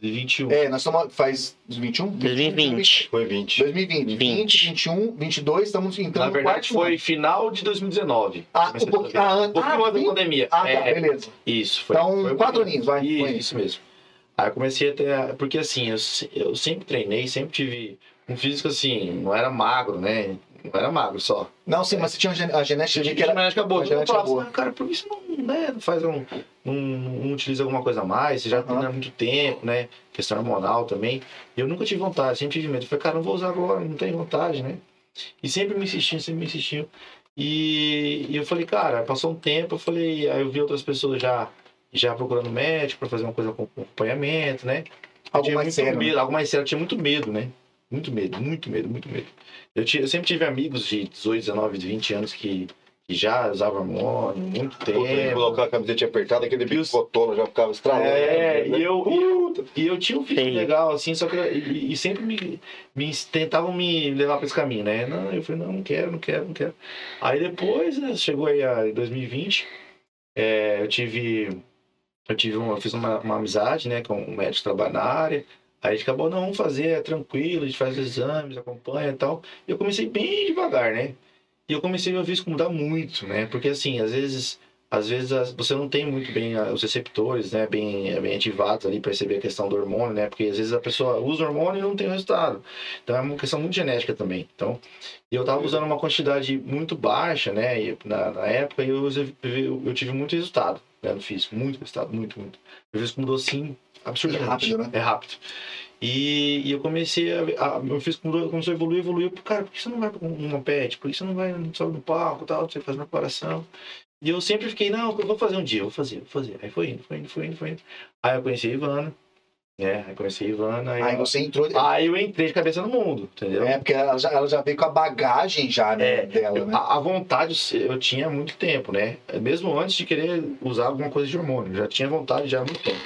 C: 2021.
A: É, nós estamos. Faz 21?
D: 2020.
B: Foi 20.
A: 2020.
D: 20.
A: 20, 21, 22, estamos entrando
C: Na
A: no
C: verdade,
A: quarto
C: foi final de 2019.
A: então, Ah,
C: Comecei
A: um pouquinho- ah, an-
C: um pouquinho
A: ah,
C: antes
A: sim.
C: da pandemia.
A: Ah, tá,
C: É,
A: beleza.
C: isso. Foi,
A: Então,
C: foi
A: quatro aninhos, vai.
C: Isso,
A: Foi.
C: isso mesmo. Aí eu comecei a ter. Porque assim, eu, se- eu sempre treinei, sempre tive um físico assim, não era magro, né? Não era magro só.
A: Não, sim, mas você tinha a gen- a genética de né?
C: Tinha
A: que
C: que
A: era.
C: uma genética boa.
A: uma
C: Então eu
A: genética
C: falava assim,
A: boa.
C: "Ah, cara, por que você não, né, não faz um, um. não utiliza alguma coisa a mais? Você já
A: Aham.
C: treina há muito tempo, né? Questão hormonal também. E eu nunca tive vontade, sempre tive medo. Eu falei, cara, não vou usar agora, não tenho vontade, né? E sempre me insistiam, sempre me insistiam. E, e eu falei, cara, passou um tempo, eu falei, aí eu vi outras pessoas já, já procurando médico para fazer uma coisa com acompanhamento, né? Eu
A: Algo
C: tinha
A: mais
C: muito
A: sério, né?
C: Medo, algo mais sério, eu tinha muito medo, né? Muito medo, muito medo, muito medo. Eu, ti- eu sempre tive amigos de 18, 19, 20 anos que, que já usavam hormônio, muito
B: Puta, ele
C: tempo.
B: colocar a camisetinha apertada, aquele bico
C: Isso.
B: botona já ficava estralando.
C: É,
B: né?
C: e eu, e eu, e eu tinha um filho
D: Feio.
C: legal, assim, só que eu- e, e sempre me, me ens- tentavam me levar pra esse caminho, né? Não, eu falei, não, não quero, não quero, não quero. Aí depois, né, chegou aí a 2020, é, eu tive. Eu tive um, eu fiz uma, uma amizade, né, com um médico que trabalha na área. Aí a gente acabou, não, vamos fazer, é tranquilo, a gente faz os exames, acompanha e tal. E eu comecei bem devagar, né? E eu comecei meu físico mudar muito, né? Porque assim, às vezes, às vezes as- você não tem muito bem ah, os receptores, né? Bem, bem ativados ali para receber a questão do hormônio, né? Porque às vezes a pessoa usa o hormônio e não tem o resultado. Então é uma questão muito genética também. Então, e eu tava usando uma quantidade muito baixa, né? E na, na época e eu, usei- eu, eu tive muito resultado, né? No físico, muito resultado, muito, muito. Meu físico mudou assim absurdamente.
A: É rápido, né?
C: É rápido. E, e eu comecei a, a. Meu físico mudou, começou a evoluir, evoluir. Cara, por que você não vai pra um- uma pet? Por que você não vai não sobe no palco tal? Você faz uma preparação. E eu sempre fiquei, não, eu vou fazer um dia, eu vou fazer, eu vou fazer. Aí foi indo, foi indo, foi indo, foi indo. Aí eu conheci a Ivana, né? Aí conheci a Ivana. Aí,
A: Aí
C: eu,
A: você entrou.
C: aí eu entrei de cabeça no mundo, Ah, entendeu?
A: É, porque ela já, ela já veio com a bagagem já, né,
C: É,
A: dela, né?
C: A, a vontade eu tinha há muito tempo, né? Mesmo antes de querer usar alguma coisa de hormônio, já tinha vontade já há muito tempo.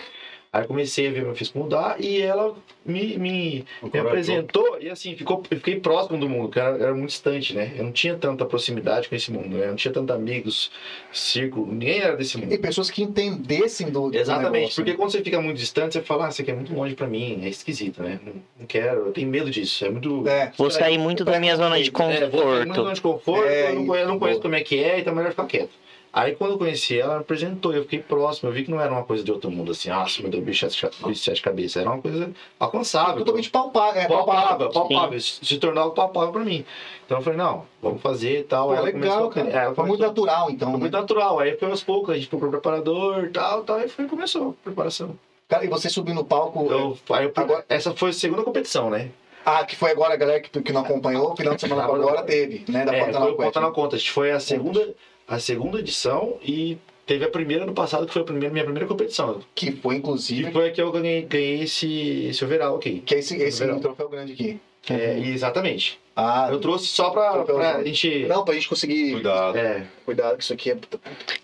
C: Aí eu comecei a ver meu físico mudar e ela me, me, me
B: Encorajou.
C: apresentou e assim, ficou, eu fiquei próximo do mundo, que era, era muito distante, né? Eu não tinha tanta proximidade com esse mundo, né? Eu não tinha tantos amigos, círculo, ninguém era desse mundo.
A: E pessoas que entendessem do, do
C: Exatamente,
A: negócio,
C: porque
A: né?
C: quando você fica muito distante, você fala, ah, isso aqui é muito longe pra mim, é esquisito, né? Não, não quero, eu tenho medo disso, é muito...
A: É,
D: Vou sair muito da minha zona
C: É,
D: de
C: vou sair muito da
D: conforto.
C: zona de conforto,
A: É,
C: eu não conheço, eu não conheço como é que é, então é melhor ficar quieto. Aí quando eu conheci ela, ela me apresentou, eu fiquei próximo, eu vi que não era uma coisa de outro mundo, assim, ah, meu Deus, bicho, de sete- bicho de sete cabeças, era uma coisa alcançável. então,
A: totalmente palpável. É, palpável.
C: palpável, palpável, se se tornava palpável pra mim. Então eu falei, não, vamos fazer e tal.
A: Pô,
C: Aí ela
A: legal,
C: começou a-
A: cara.
C: é, ela
A: Foi muito
C: começou-
A: natural, então.
C: foi
A: né?
C: muito natural, aí foi aos poucos, a gente procurou preparador, tal, tal, e foi, começou a preparação.
A: Cara, e você subir no palco.
C: Eu, aí eu-
A: Agora-
C: essa foi a segunda competição, né?
A: Ah, que foi agora a galera que, que não acompanhou, final de semana pra agora teve, né? Da
C: é,
A: Pantanal
C: foi o
A: Quest.
C: Pantanal Contest. Foi a segunda, a segunda edição e teve a primeira ano passado, que foi a primeira, minha primeira competição.
A: Que foi,
C: E
A: inclusive,
C: foi a que eu ganhei, ganhei esse, esse overall aqui.
A: que é esse, esse
C: Verão.
A: troféu grande aqui.
C: É, exatamente.
A: Ah,
C: Eu trouxe só pra,
A: Troféu
C: pra
A: João.
C: gente...
A: não, pra gente conseguir.
B: Cuidado.
C: É,
A: Cuidado, que isso aqui é.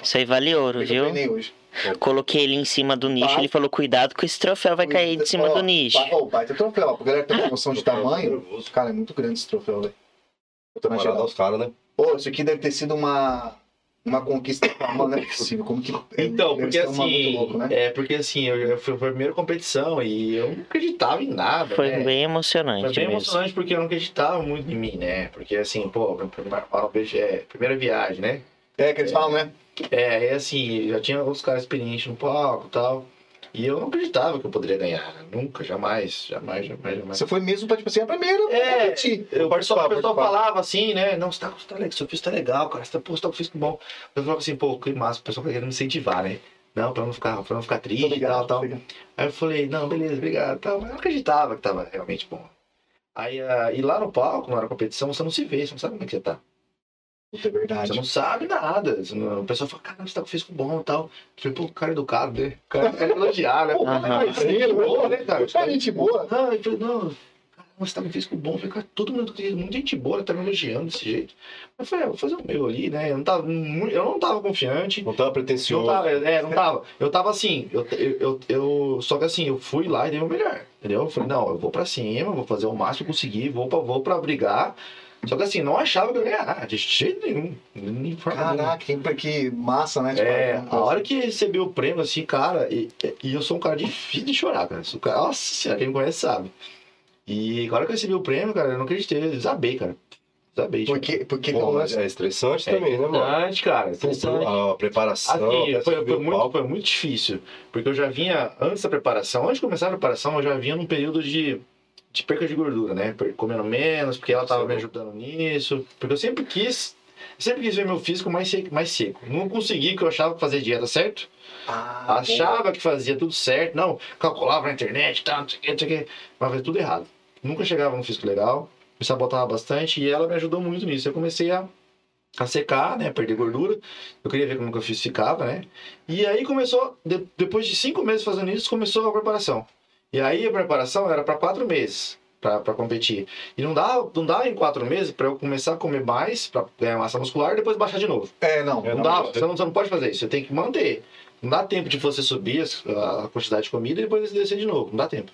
D: Isso aí vale ouro,
A: Eu
D: viu?
A: treinei hoje.
D: Coloquei ele em cima do nicho,
A: Vai.
D: ele falou, cuidado que esse troféu vai cair de cima
A: Ó,
D: do nicho.
A: ba- Ó, baita troféu, ó, pra galera ter uma noção de tamanho. Cara, é muito grande esse troféu, velho. Tô na
B: Camarada
A: geral.
B: aos caras, né?
A: Pô, isso aqui deve ter sido uma. Uma conquista mano, não é possível. Como que.
C: *laughs* então,
A: deve
C: porque
A: ser uma
C: assim,
A: muito louco, né?
C: é porque assim, eu, eu fui a primeira competição e eu não acreditava em nada,
D: Foi
C: né?
D: bem emocionante
C: Foi bem
D: mesmo.
C: emocionante porque eu não acreditava muito em mim, né? Porque assim, pô, meu primeiro- é, primeira viagem, né?
A: É, que eles falam, né?
C: É, é assim, já tinha os caras experientes no palco e tal. E eu não acreditava que eu poderia ganhar. né? Nunca, jamais, jamais, jamais, jamais.
A: Você foi mesmo pra, tipo assim, a primeira.
C: É,
A: pra competir.
C: Eu
B: participava,
C: participava, o pessoal
B: participava.
C: falava assim, né? Não, você tá, você tá, legal, seu físico tá legal, cara. Você tá, pô, você tá com o físico bom. Eu falava assim, pô, que massa, o pessoal querendo me incentivar, né? Não, pra eu não ficar, pra eu não ficar
A: Tô
C: triste e
A: ligado,
C: tal,
A: tô
C: tal.
A: ligado.
C: Aí eu falei, não, beleza, obrigado. Tal. Mas eu não acreditava que tava realmente bom. Aí, ah, e lá no palco, na hora da competição, você não se vê, você não sabe como é que você tá.
A: Puta, é
C: Você
A: verdade.
C: não sabe nada. Você não- O pessoal fala, caramba, você tá com o físico bom e tal. Tipo, o cara educado, né? O cara quer elogiar, né? Pô, *laughs*
D: Aham.
C: mas você é boa, né, cara?
A: Tá gente boa.
C: Não, eu falei, não, caramba, você tá com o físico bom. Eu falei, cara, todo mundo, todo mundo gente boa, né? tá me elogiando desse jeito. Eu falei, ah, vou fazer o meu ali, né? Eu não tava, mu- eu não tava confiante.
B: Não tá tava
C: Não
B: pretensioso.
C: tava, é, não tava. Eu tava assim, eu, eu, eu, eu- só que assim, eu fui lá e dei o melhor, entendeu? Eu falei, não, eu vou pra cima, vou fazer o máximo que eu conseguir, vou pra, vou pra brigar. Só que assim, não achava que eu ia ganhar, de jeito nenhum. Nem forma nenhuma.
A: Caraca, que, que massa, né? Tipo,
C: É, a hora que recebi o prêmio, assim, cara, e, e eu sou um cara difícil de chorar, cara. Sou um cara, nossa senhora, quem me conhece sabe. E a hora que eu recebi o prêmio, cara, eu não acreditei, eu desabei, cara. Desabei. tipo,
A: Porque, porque tem
B: Pô,
A: um
B: mas
A: lance.
B: é estressante também, né, mano?
C: Interessante, cara. Interessante.
B: A preparação.
C: tá, Assim,
B: até
C: foi,
B: subir
C: foi,
B: o
C: muito,
B: palco.
C: foi muito difícil, porque eu já vinha, antes da preparação, antes de começar a preparação, eu já vinha num período de, de perca de gordura, né? Per- Comendo menos, porque ela tava me ajudando nisso, porque eu sempre quis, sempre quis ver meu físico mais seco, mais seco. Não consegui, porque eu achava que fazer dieta certo,
A: Ah,
C: Achava que fazia tudo certo, não, calculava na internet, tá, não sei o que, não sei o que, mas fazia tudo errado. Nunca chegava no físico legal, me sabotava bastante e ela me ajudou muito nisso. Eu comecei a, a secar, né, perder gordura, eu queria ver como que eu fiz ficava, né. E aí começou, de- depois de cinco meses fazendo isso, começou a preparação. E aí a preparação era para quatro meses. pra pra competir. E não dá, não dá em quatro meses pra eu começar a comer mais, pra ganhar massa muscular e depois baixar de novo.
A: bom. É, não.
B: É,
C: Não dá, você não, você não pode fazer isso, você tem que manter. Não dá tempo de você subir as- a quantidade de comida e depois descer de novo, não dá tempo.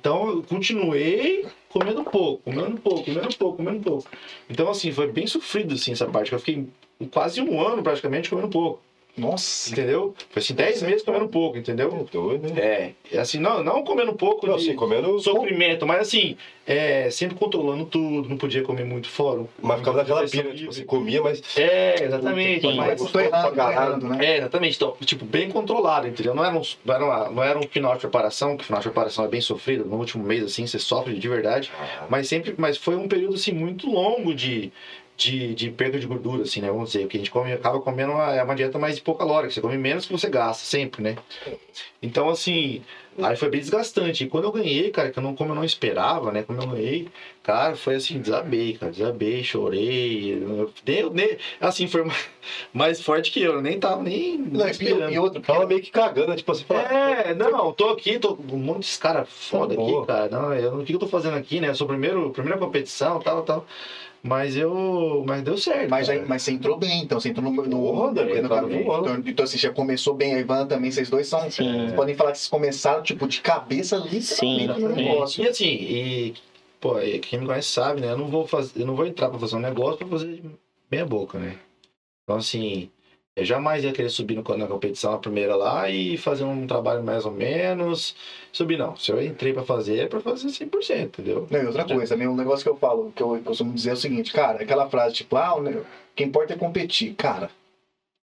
C: Então eu continuei comendo pouco, comendo pouco, comendo pouco, comendo pouco. Então assim, foi bem sofrido assim essa parte, que eu fiquei quase um ano praticamente comendo pouco,
A: Nossa.
C: entendeu? Foi assim, 10 meses comendo pouco, entendeu?
B: É doido, né?
C: É, e, assim, não, não comendo pouco
B: Não,
C: de
B: assim, comendo...
C: sofrimento, mas assim, é, sempre controlando tudo, não podia comer muito fora.
B: Mas ficava naquela
C: refeição
B: pira, tipo,
C: livre.
B: você comia, mas...
C: É, exatamente.
D: Sim.
C: mas-
A: Mas eu tô errado, tô errado, né?
C: É, exatamente. Então, tipo, bem controlado, entendeu? Não era, um, não, era uma- não era um final de preparação, que o final de preparação é bem sofrido, no último mês, assim, você sofre de verdade. Mas sempre, mas foi um período, assim, muito longo de, de, de perda de gordura, assim, né? Vamos dizer, o que a gente come, acaba comendo uma, é uma dieta mais hipocalórica, você come menos que você gasta, sempre, né? Então, assim, aí foi bem desgastante. E quando eu ganhei, cara, que eu não, como eu não esperava, né? Como eu ganhei, cara, foi assim, desabei, cara, desabei, chorei. Eu, nem- nem- assim, foi *laughs* mais- mais forte que eu, eu nem tava nem, nem
A: Não,
C: esperando.
A: e, e outro,
B: Tava meio que cagando, né? Tipo assim, fala...
C: É, não, tô aqui, tô com um monte de cara foda
B: Tá
C: aqui,
B: boa.
C: cara. Não, eu, o que eu tô fazendo aqui, né? Eu sou o primeiro, primeira competição, tal, tal. Mas eu. Mas deu certo.
A: Mas, aí,
C: cara.
A: mas você entrou bem, então. Você entrou no, no,
B: Porra, deve ter
A: no
B: entrado
A: caminho.
B: voando.
A: Então, então, assim, já começou bem. A Ivana também, vocês dois são...
D: Sim.
A: Vocês podem falar que vocês começaram, tipo, de cabeça
D: Sim,
A: literalmente no
D: exatamente.
A: negócio.
C: E assim, e. Pô, e quem me conhece sabe, né? Eu não vou fazer. Eu não vou entrar pra fazer um negócio pra fazer meia boca, né? Então assim. Eu jamais ia querer subir no- na competição na primeira lá e fazer um trabalho mais ou menos. Subir não. Se eu entrei pra fazer, é pra fazer 100%, entendeu?
A: Não, e outra coisa, né? Um negócio que eu falo, que eu costumo dizer é o seguinte, cara, aquela frase, tipo, ah, o ne- o que importa é competir. Cara,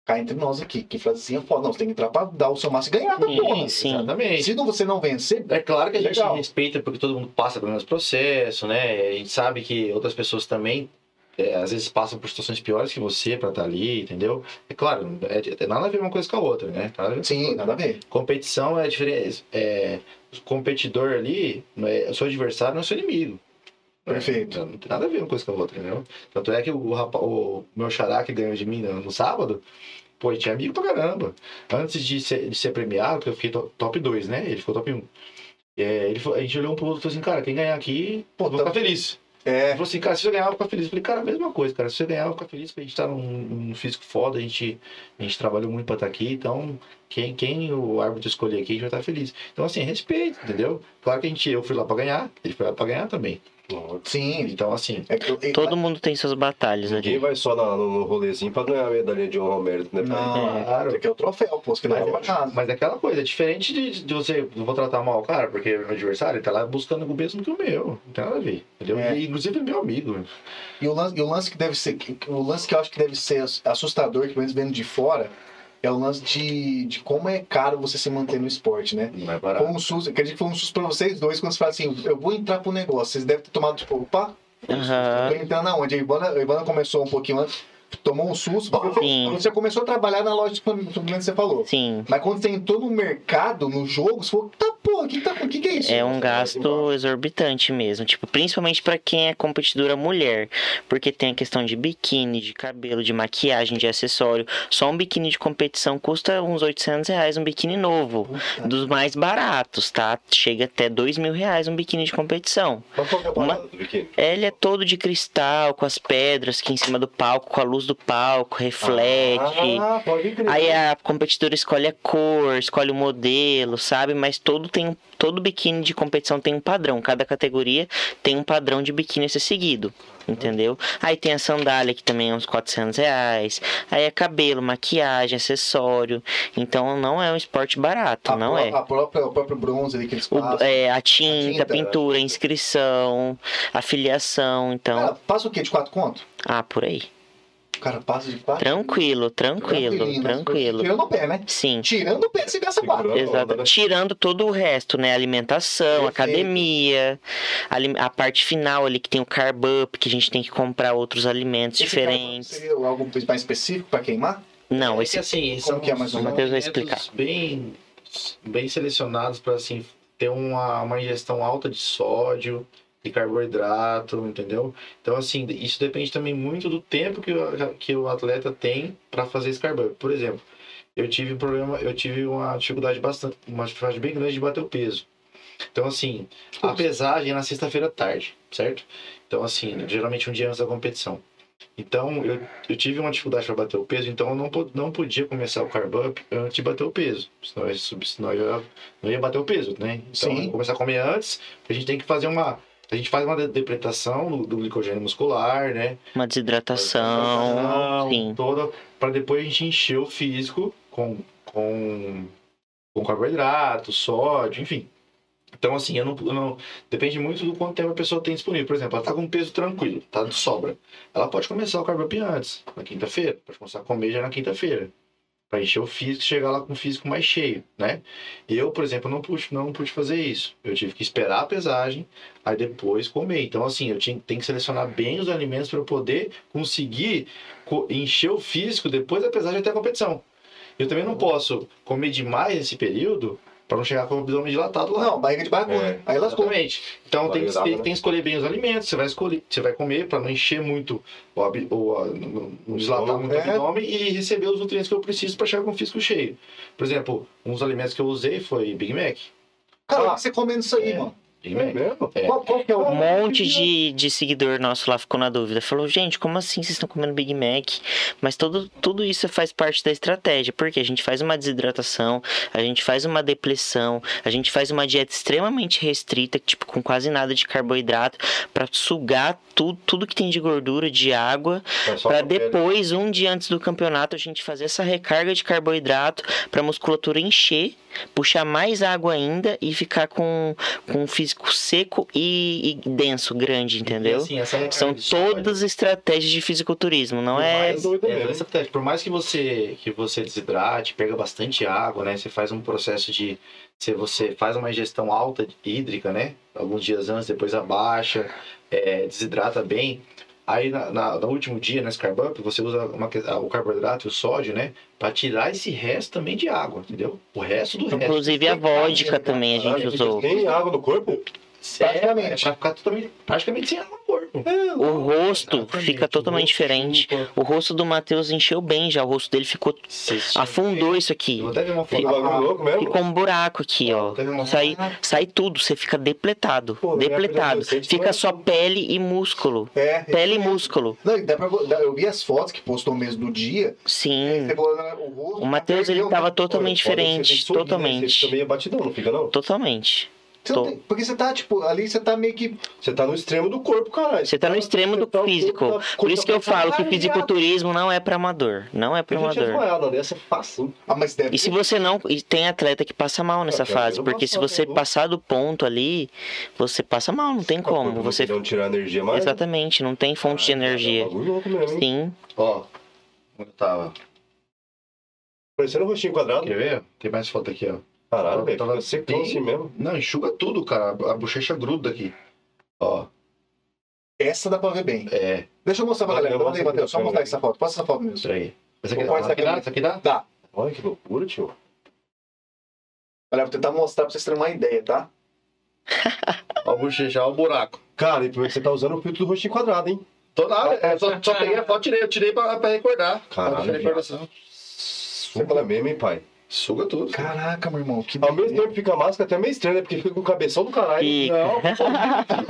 A: cá entre nós aqui, que frasezinha foda. Não, você tem que entrar pra dar o seu máximo e ganhar da
D: Sim,
A: porra.
D: sim.
C: Exatamente.
A: Se não, você não vencer,
C: É claro que a gente
A: Legal.
C: respeita porque todo mundo passa pelo mesmo processo, né? A gente sabe que outras pessoas também é, às vezes passam por situações piores que você pra estar ali, entendeu? É claro, é, é nada a ver uma coisa com a outra, né? Nada a ver com a
A: sim,
C: outra.
A: nada a ver.
C: Competição é diferente. É, o competidor ali, não é, o seu adversário não é o seu inimigo.
A: Perfeito.
C: É, não tem nada a ver uma coisa com a outra, entendeu? Tanto é que o, rapa- o meu xará que ganhou de mim no, no sábado, pô, ele tinha amigo pra caramba. Antes de ser, de ser premiado, que eu fiquei to- top 2, né? Ele ficou top 1. É, ele, falou- a gente olhou um pro outro e falou assim, cara, quem ganhar aqui,
A: Pô,
C: eu vou
A: tá-
C: ficar feliz. Ele
A: É,
C: falou assim, cara, se você ganhar, eu vou ficar feliz. Eu falei, cara, a mesma coisa, cara. Se você ganhar, eu vou ficar feliz, porque a gente tá num, num físico foda, a gente, a gente trabalhou muito pra estar aqui, então quem, quem o árbitro escolher aqui, a gente vai estar feliz. Então, assim, respeito, entendeu? Claro que a gente, eu fui lá pra ganhar, ele foi lá pra ganhar também.
A: sim.
C: Então, assim,
A: É que eu- é-
D: Todo mundo tem suas batalhas
B: Ninguém
D: ali.
B: vai só na- no, no rolezinho pra ganhar a medalha de honra ao mérito, né? pai?
A: Não,
D: É.
A: claro. Isso aqui é o troféu, pô. Você que vai
B: Mas-
A: pra casa.
C: Mas é aquela coisa, é diferente de, de você, não vou tratar mal o cara, porque é meu adversário, ele tá lá buscando o mesmo que o meu. Não tem nada a ver. Entendeu?
A: É.
C: E, inclusive é meu amigo.
A: E o lance, e o lance que deve ser. que- que- O lance que eu acho que deve ser ass- assustador, que pelo menos vendo de fora, é o lance de, de como é caro você se manter no esporte, né?
C: Não
A: Foi
C: é barato.
A: um susto, acredito que foi um susto pra vocês dois quando você fala assim, eu vou entrar pro negócio. Vocês devem ter tomado, tipo, opa,
D: Aham.
A: tô entrando aonde? A Ivana, a Ivana começou um pouquinho antes, tomou um susto. porque
D: Sim.
A: Você começou a trabalhar na loja de suplemento que você falou.
D: Sim.
A: Mas quando você entrou no mercado, no jogo, você falou, tá porra, o que, tá, o que, que é isso?
D: É um gasto exorbitante mesmo, tipo, principalmente pra quem é competidora mulher, porque tem a questão de biquíni, de cabelo, de maquiagem, de acessório. Só um biquíni de competição custa uns 800 reais um biquíni novo,
A: Puta.
D: dos mais baratos, tá? Chega até 2 mil reais um biquíni de competição.
B: Mas qual que é a parada do biquíni?
D: Ele é todo de cristal, com as pedras que em cima do palco, com a luz do palco, reflete.
B: Ah, pode crer.
D: Aí é a competidora escolhe a cor, escolhe o modelo, sabe? Mas todo tem todo biquíni de competição tem um padrão. Cada categoria tem um padrão de biquíni a ser seguido, entendeu? Aí tem a sandália que também é uns 400 reais. Aí é cabelo, maquiagem, acessório. Então não é um esporte barato,
A: A,
D: não
A: pró-
D: é.
A: a própria, o próprio bronze ali que eles
D: O-
A: passam.
D: é, a tinta,
A: tinta,
D: a pintura, a inscrição, a filiação, então.
A: Cara, passa o quê? De quatro conto?
D: Ah, por aí.
A: O cara passa de quatro.
D: Tranquilo, tranquilo,
A: Tranquilinho, né?
D: tranquilo.
A: Tirando o pé, né?
D: Sim.
A: Tirando o pé, você gasta quatro.
B: Segurando.
D: Exato.
B: né?
D: Tirando todo o resto, né? Alimentação,
A: Perfeito.
D: academia, ali- a parte final ali que tem o carb up, que a gente tem que comprar outros alimentos
A: Esse cara
D: diferentes.
A: Seria algo mais específico pra queimar?
D: Não,
C: é
D: esse
C: que, assim,
A: Como
C: são
A: que é mais ou
C: são
A: menos?
D: O Matheus vai
C: alimentos Bem, bem selecionados pra assim, ter uma, uma ingestão alta de sódio, de carboidrato, entendeu? Então, assim, isso depende também muito do tempo que o, que o atleta tem pra fazer esse carboidrato. Por exemplo, eu tive um problema, eu tive uma dificuldade bastante, uma dificuldade bem grande de bater o peso. Então, assim, a pesagem é na sexta-feira à tarde, certo? Então, assim, geralmente um dia antes da competição. Então, eu, eu tive uma dificuldade para bater o peso, então eu não, po- não podia começar o carb up antes de bater o peso. Senão eu, ia sub- senão eu ia- não ia bater o peso, né? Então,
A: Sim.
C: eu vou começar a comer antes, porque a gente tem que fazer uma. A gente faz uma de- depretação do, do glicogênio muscular, né?
D: é uma desidratação. Sim.
C: toda, para depois a gente encher o físico com, com, com carboidrato, sódio, enfim. Então, assim, eu não, eu não- Depende muito do quanto tempo a pessoa tem disponível. Por exemplo, ela tá com um peso tranquilo, tá de sobra. Ela pode começar o carb up antes, na quinta-feira. Pode começar a comer já na quinta-feira. Pra encher o físico e chegar lá com o físico mais cheio, né? Eu, por exemplo, não pude, não pude fazer isso. Eu tive que esperar a pesagem, aí depois comer. Então, assim, eu tinha, tenho que selecionar bem os alimentos para poder conseguir co- encher o físico depois da pesagem até a competição. Eu também não posso comer demais nesse período para não chegar com o abdômen dilatado lá.
A: Não, barriga de barracuda.
B: É.
A: Aí lascou.
C: Exatamente. Então tem que,
B: Variedade,
C: tem,
B: né?
C: tem que escolher bem os alimentos. Você vai escolher, você vai comer para não encher muito o, ab- o a- não- não- não dilatar muito o
A: É.
C: abdômen e receber os nutrientes que eu preciso para chegar com o físico cheio. Por exemplo, um dos alimentos que eu usei foi Big Mac.
A: Cara, o que você comendo isso aí,
C: É.
A: mano?
B: É
C: Pigmento.
B: mesmo?
C: É.
A: Qual, qual que é o.
D: Um monte de, de seguidor nosso lá ficou na dúvida. Falou, gente, como assim vocês estão comendo Big Mac? Mas todo, tudo isso faz parte da estratégia, porque a gente faz uma desidratação, a gente faz uma depressão, a gente faz uma dieta extremamente restrita, tipo, com quase nada de carboidrato, pra sugar tudo, tudo que tem de gordura, de água,
B: Mas é só
D: Pra
B: com pedra.
D: depois, um dia antes do campeonato, a gente fazer essa recarga de carboidrato pra musculatura encher, puxar mais água ainda e ficar com, com um físico seco e, e denso, grande, entendeu?
C: E, assim, essa recarga
D: São
C: de esteroide,
D: todas estratégias de fisiculturismo, não é?
C: mais-
B: doido
C: é,
B: mesmo.
C: essa técnica, por mais que você, que você desidrate, pega bastante água, né? Você faz um processo de. Se você faz uma ingestão alta de- hídrica, né? Alguns dias antes, depois abaixa, é, desidrata bem. Aí na, na- no último dia, na Scar Bump, você usa uma que- o carboidrato e o sódio, né? Pra tirar esse resto também de água, entendeu? O resto do resto.
D: Inclusive a vodka também a gente
B: Caralho,
D: usou.
B: Tem água no corpo?
A: Praticamente.
C: É, pra ficar totalmente, praticamente sem água no corpo.
D: O rosto
C: né? Exatamente,
D: fica
C: o
D: totalmente
C: rosto
D: diferente.
C: chupa.
D: O rosto do Matheus encheu bem já, o rosto dele ficou.
C: Vocês-
D: afundou isso aqui.
C: Eu vou até ver uma
B: Que
C: foto.
B: bagulho louco mesmo?
D: Ficou um buraco aqui, ó.
C: Teve uma-
D: Sai, sai tudo, você fica depletado.
B: Pô, minha
D: depletado.
B: época de adolescente
D: Fica
B: foi
D: só pele e músculo.
A: É.
D: Pele e músculo.
A: Não, e dá pra, vo- dá- eu vi as fotos que postou mesmo do dia.
D: Sim.
A: Você falou, né, o rosto.
D: Hum. O Matheus, ele
A: perdeu,
D: tava
A: né?
D: totalmente
B: Olha, você tem que
D: diferente.
B: subir, né? Você
D: totalmente.
B: também é batidão, não fica não?
D: Totalmente.
A: Você não tem- porque você tá, tipo, ali você tá meio que.
B: Você tá no extremo do corpo, caralho.
D: Você tá no extremo do
B: Você tá no
D: físico.
B: corpo da-
D: Por isso que eu falo que
B: Caralho,
D: o fisiculturismo não é pra amador. Não é pra
B: Eu já tinha
D: amador.
B: desmaiado, né? Essa fácil.
A: Ah, mas deve.
D: E se você não. E tem atleta que passa mal nessa
B: Ah, cara,
D: fase.
B: eu
D: Porque se
B: passo,
D: você
B: eu vou.
D: passar do ponto ali, você passa mal, não
B: Tá
D: tem como. Você.
B: Não tirar um energia mais.
D: Exatamente, não tem fonte de
B: Caralho, É um
D: energia.
B: bagulho louco mesmo, hein?
D: Sim.
C: Ó, onde eu tava.
B: Parecendo um rostinho quadrado.
C: Quer ver? Tem mais foto aqui, ó.
B: Caralho, velho.
C: Tava
B: Fica secão
C: bem-
B: assim mesmo.
C: Não, enxuga tudo, cara. A a bochecha gruda aqui. Ó,
A: Essa dá pra ver bem.
C: é.
A: Deixa eu mostrar pra
B: Olha,
A: galera.
B: eu
A: Manda aí,
B: mostro
A: Matheus. Só
B: pra
A: mostrar
B: câmera.
A: essa foto. Passa essa foto mesmo.
C: Isso aí. Essa aqui,
A: Vou pôr
C: essa
A: essa
C: aqui dá?
A: aqui.
C: Essa aqui dá?
A: Tá.
B: Olha que loucura, tio.
A: Olha, vou tentar mostrar pra vocês terem uma ideia, tá?
C: Ó a bochecha, ó o buraco.
B: Cara, e primeiro que você tá usando o filtro do rostinho quadrado, hein?
C: Tô nada, eu só, só peguei a foto e tirei. Eu tirei pra, pra recordar.
B: Caralho,
C: Pra recordação.
B: Suga mesmo, hein, pai?
C: Suga tudo.
A: Caraca, meu irmão. Que
B: Ao mesmo
A: beleza.
B: tempo fica a máscara até meio estranha, né? Porque fica com o cabeção do caralho.
D: Fica. *laughs*
B: Não,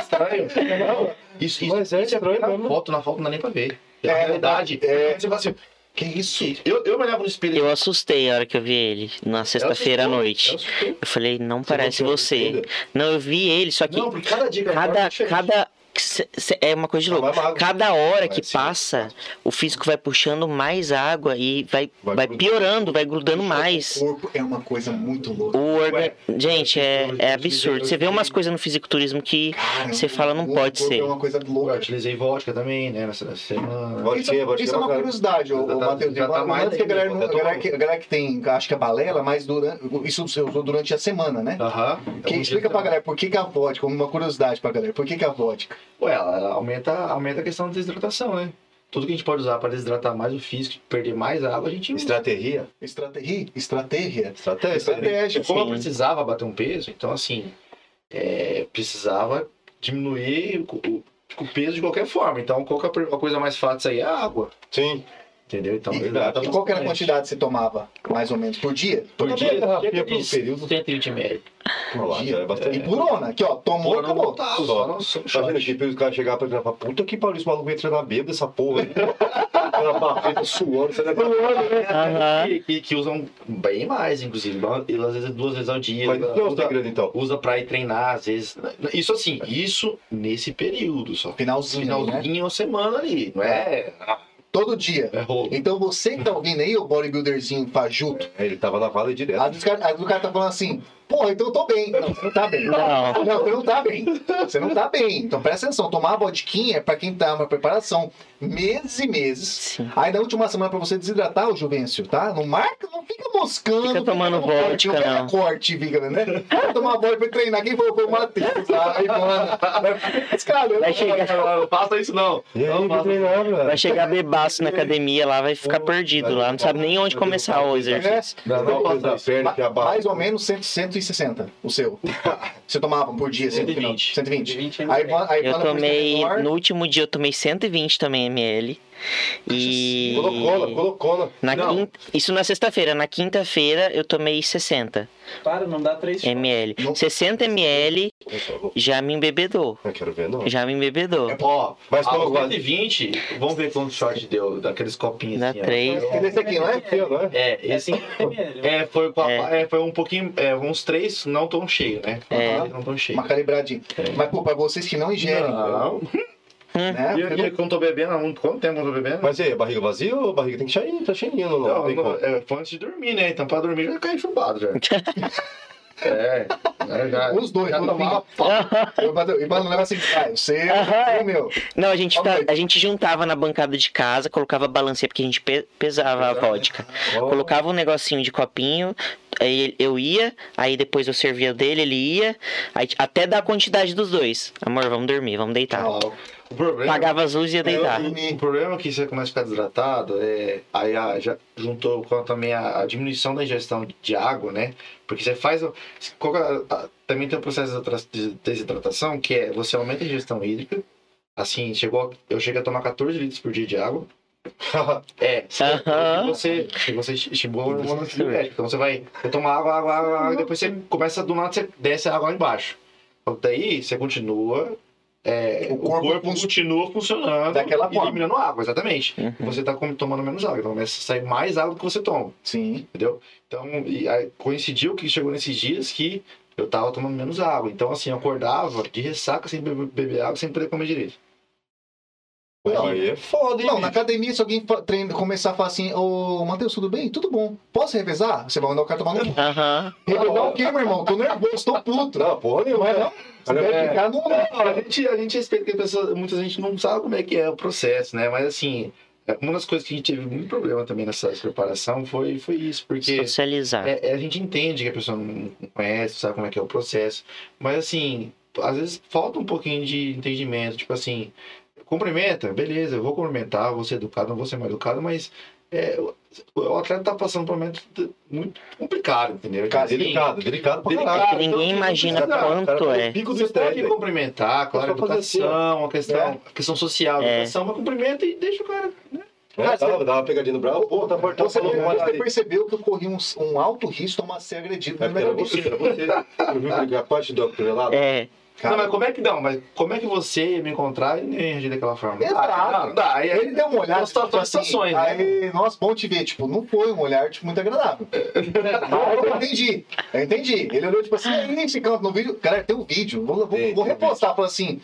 C: Estranho. Isso, isso.
B: mas é estranho
C: Na
B: mesmo.
C: foto, na foto não dá nem pra ver. É,
A: É,
C: a realidade.
A: é.
C: Você fala assim,
A: Que isso?
C: eu, eu me olhava no espelho.
D: Eu assustei a hora que eu vi ele, na sexta-feira à
C: assustou,
D: noite.
C: eu assustei.
D: Eu falei, não
B: Você
D: parece
B: não tinha
D: você.
B: ainda?
D: Não, eu vi ele, só que
C: Não, porque cada dia que eu acordo é
D: cada.
C: diferente.
D: cada se- se- é uma coisa de
B: Tá
D: louco.
B: mais magro.
D: Cada hora que
B: Parece-
D: passa, o físico vai puxando mais água e vai,
B: Vai
D: vai
B: grudando.
D: piorando, vai grudando mais.
A: O corpo é uma coisa muito
D: O
A: louca.
D: organ...
B: Ué,
D: Gente, é,
C: eu-
D: é
C: eu-
D: absurdo.
C: eu-
D: Você vê
C: eu-
D: umas coisas no fisiculturismo que
A: Cara,
D: você fala, não
A: o
D: pode
A: corpo
D: ser.
A: É uma coisa
C: Eu
A: louca.
C: utilizei vodka também, né? Nessa nessa semana.
B: Vodka,
A: Isso,
B: vodka
A: isso é uma
B: bacana.
A: curiosidade, ô,
C: Já tá-
A: ô, Matheus.
C: já tá
A: Mas
C: mais
A: que a, galera, não-
C: ainda, já
A: a
C: tô
A: galera
C: bom.
A: que, a galera que tem, acho que é balela, mas durante, isso você usou durante a semana, né?
C: Aham.
A: Que, explica
C: tá.
A: pra galera por que, que a vodka, uma curiosidade pra galera, por que, que a vodka?
C: Ué, ela ela aumenta, aumenta a questão da desidratação, né? Tudo que a gente pode usar pra desidratar mais o físico, perder mais água, a gente usa.
B: Estratégia?
A: Estratégia? Estratégia.
B: Estratégia.
A: Estratégia.
C: Como eu
D: Sim.
C: precisava bater um peso, então assim, é, precisava diminuir o, o- tipo, o peso de qualquer forma. Então, qual que é a pri- a coisa mais fácil aí? É a água,
B: Sim.
C: entendeu? Então,
A: E-
C: desidrata
A: E qual que era a
C: bastante.
A: quantidade que você tomava, mais ou menos, por dia?
C: Então, Por um
B: Cadê a
C: dia,
B: garrafinha
C: dia
B: pelo
C: de
B: período?
C: 120 ml.
B: Olha lá, já é bastante.
A: E por ona, aqui ó, tomou,
C: Pô, não
A: acabou.
C: tá,
B: Só.
C: só, não, só um
B: Tá vendo
C: shot.
B: aqui, os caras chegaram pra treinar pra puta que pariu, esse maluco veio treinar bêbado essa porra aí. *laughs* Era bafeta suando, você lembra?
D: Aham.
C: né? que, que- que usam bem mais, inclusive. E às vezes duas vezes ao dia.
B: Mas não é o
C: usa,
B: segredo então.
C: usa pra ir treinar, às vezes. Isso assim, isso nesse período só.
A: Finalzinho, né?
C: Finalzinho ou semana ali, não é? ah,
A: Todo dia.
C: É rolo.
A: Então você que tá ouvindo aí, o bodybuilderzinho fajuto,
B: É, Ele tava na vala direto.
A: às vezes o cara- às vezes o cara tá falando assim, porra, então eu tô bem. Não, você não tá bem.
D: Não.
A: Não, você não tá bem. Você não tá bem. Então presta atenção, tomar a vodquinha é pra quem tá uma preparação meses e meses.
D: Sim.
A: Aí na última semana pra você desidratar o Juvencio, tá? Não marca, não fica moscando.
D: Fica tomando
A: pegando corte,
D: vodka,
A: não. pega
D: não.
A: corte, fica, né? Vai tomar vodka pra treinar. Quem falou foi o Matheus, tá? Aí, mano. Mas, cara,
D: Vai chegar,
C: *laughs* Não faça isso não.
B: E aí, vou treinar, velho.
D: vai chegar bebaço na academia lá, vai ficar perdido lá, não sabe nem onde começar o
A: né?
D: exercício.
B: Dá
C: Não
B: o peso
C: faça
B: da
C: isso.
B: perna,
A: Ma-
B: que é a barra.
A: Mais ou menos 100, 160, o
B: *laughs*
A: seu. Você tomava por dia, assim, no final?
C: 120.
A: 120.
C: 120
A: Aí, quan- aí
D: Eu
A: quando a porção é
D: tomei,
A: menor,
D: no último dia eu tomei 120 também ml. E.
B: Colocona, colocona.
D: Na
C: Não.
D: quinta- isso na sexta-feira. Na quinta-feira eu tomei 60
E: Para, não dá três shots.
D: ml.
A: Não.
D: 60 ml
B: Eu
D: já me embebedou.
B: Não quero ver, não.
D: Já me embebedou.
C: Ó, um
B: Mas
C: Ah, mas
B: como
C: aos
B: guarda-
C: 120, vamos ver quantos shot deu daqueles copinhos
D: Dá
C: assim. ó.
D: Né, três.
A: E desse aqui, não é?
B: Eu, não é?
C: É,
E: assim
C: esse
E: ml.
C: é, foi, com a- é, foi um pouquinho, é, uns três não tão cheio, né?
D: É.
C: Não tão cheio.
A: Uma calibradinha. Mas, pô, pra vocês que não ingerem,
C: Não.
A: né?
C: E eu, e eu, quando tô bebendo, há muito- quanto tempo eu tô bebendo?
B: Mas e aí, barriga vazia ou barriga tem que cheirinho? Tá cheirinho, não, não.
C: Não,
B: tem
C: não,
B: como.
C: é, foi antes de dormir, né? Então pra dormir já cai chubado já. *laughs* é. né, já-
A: Os dois,
C: já
A: no
C: tomava
A: fim.
C: pau.
A: Eu, eu, eu mando um negócio assim, pai, você
D: *laughs* Aham.
A: é meu.
D: *laughs* Não, a gente,
A: Calma
D: fa-
A: aí.
D: a gente juntava na bancada de casa, colocava balancê, porque a gente pe- pesava a vodka.
B: Ó,
D: Colocava um negocinho de copinho, aí eu ia, aí depois eu servia o dele, ele ia, aí t- até dar a quantidade dos dois. Amor, vamos dormir, vamos deitar.
C: O problema,
D: Pagava as luzes e ia deitar.
C: o problema é que você começa a ficar desidratado, é, aí a- já juntou com também a, a diminuição da ingestão de água, né? Porque você faz. o- qual que é a- a- também tem o processo de tra- de desidratação, que é você aumenta a ingestão hídrica. Assim, chegou, a- eu cheguei a tomar 14 litros por dia de água. *laughs* É, se
D: Aham.
C: você, se você estimula o hormônio diurético. Então você vai, você toma água, água, água, água, e depois você começa do nada, você desce a água lá embaixo. Então, daí você continua. é,
A: O
C: o
A: corpo
C: corpo,
A: fun-
C: continua funcionando
A: Daquela
C: e
A: forma. Uhum.
C: eliminando água, exatamente.
D: Uhum.
C: E Você está tomando menos água, então começa a sair mais água do que você toma,
A: Sim.
C: entendeu? Então, e aí coincidiu que chegou nesses dias que eu tava tomando menos água. Então, assim, eu acordava de ressaca sem beber, beber água, sem poder comer direito.
B: Não, aí é foda, hein?
A: Não, na academia, se alguém fa- treina, começar a falar assim, ô, Matheus, tudo bem? Tudo bom. Posso revezar? Você vai mandar o cara tomar no
B: *laughs*
A: cu.
D: Aham.
A: Revezar o quê, meu irmão? Tô nervoso, tô puto.
B: Não, porra
A: Não
B: nenhuma.
A: é não? Você
B: Olha,
A: deve
B: é.
A: ficar no...
C: Não, a gente, a gente respeita que a pessoa, muita gente não sabe como é que é o processo, né? Mas assim, é, uma das coisas que a gente teve muito problema também nessa preparação foi, foi isso, porque
D: Socializar.
C: é- é, a gente entende que a pessoa não não conhece, sabe como é que é o processo, mas assim, às vezes falta um pouquinho de entendimento, tipo assim, cumprimenta, beleza, eu vou cumprimentar, vou ser educado, não vou ser mais educado, mas é, o, o atleta tá passando por um momento muito complicado, entendeu?
B: Cara,
C: Assim,
B: delicado, delicado pra
C: Delicado.
B: caralho.
D: Ninguém
C: então,
D: imagina
C: cara,
B: O cara
D: quanto
B: tá no
D: é.
B: Pico do
C: você pode
B: estresse, velho.
C: cumprimentar, claro,
B: É só fazer
A: assim,
C: educação, a questão,
B: É.
C: a questão social,
D: É.
C: educação, mas cumprimenta e deixa o cara.
B: É, dá uma- Dá uma pegadinha no bravo, pô, tá portando,
A: Você,
B: falou com
A: você
B: ali.
A: percebeu que eu corri um, um alto risco de tomar ser agredido
B: É
A: na
B: porque era
A: primeira
B: você,
A: vez.
B: era você. Eu vi brigar tá com a do Pelado.
D: É.
C: Não, mas como é que não? Mas como é que você ia me encontrar e nem reagir daquela forma? Não dá,
A: Exato.
C: Não, não dá. Aí,
A: Ele deu um uma olhada.
C: São situações, situações, né?
A: assim, Aí, nossa, bom te ver. Tipo, não foi um olhar tipo, muito agradável. Mas eu entendi. Eu entendi. Ele olhou, tipo assim, "Ih, esse canto no vídeo. Cara, tem um vídeo. Vou, vou,
B: Tem,
A: vou
B: tem
A: repostar. Falou assim,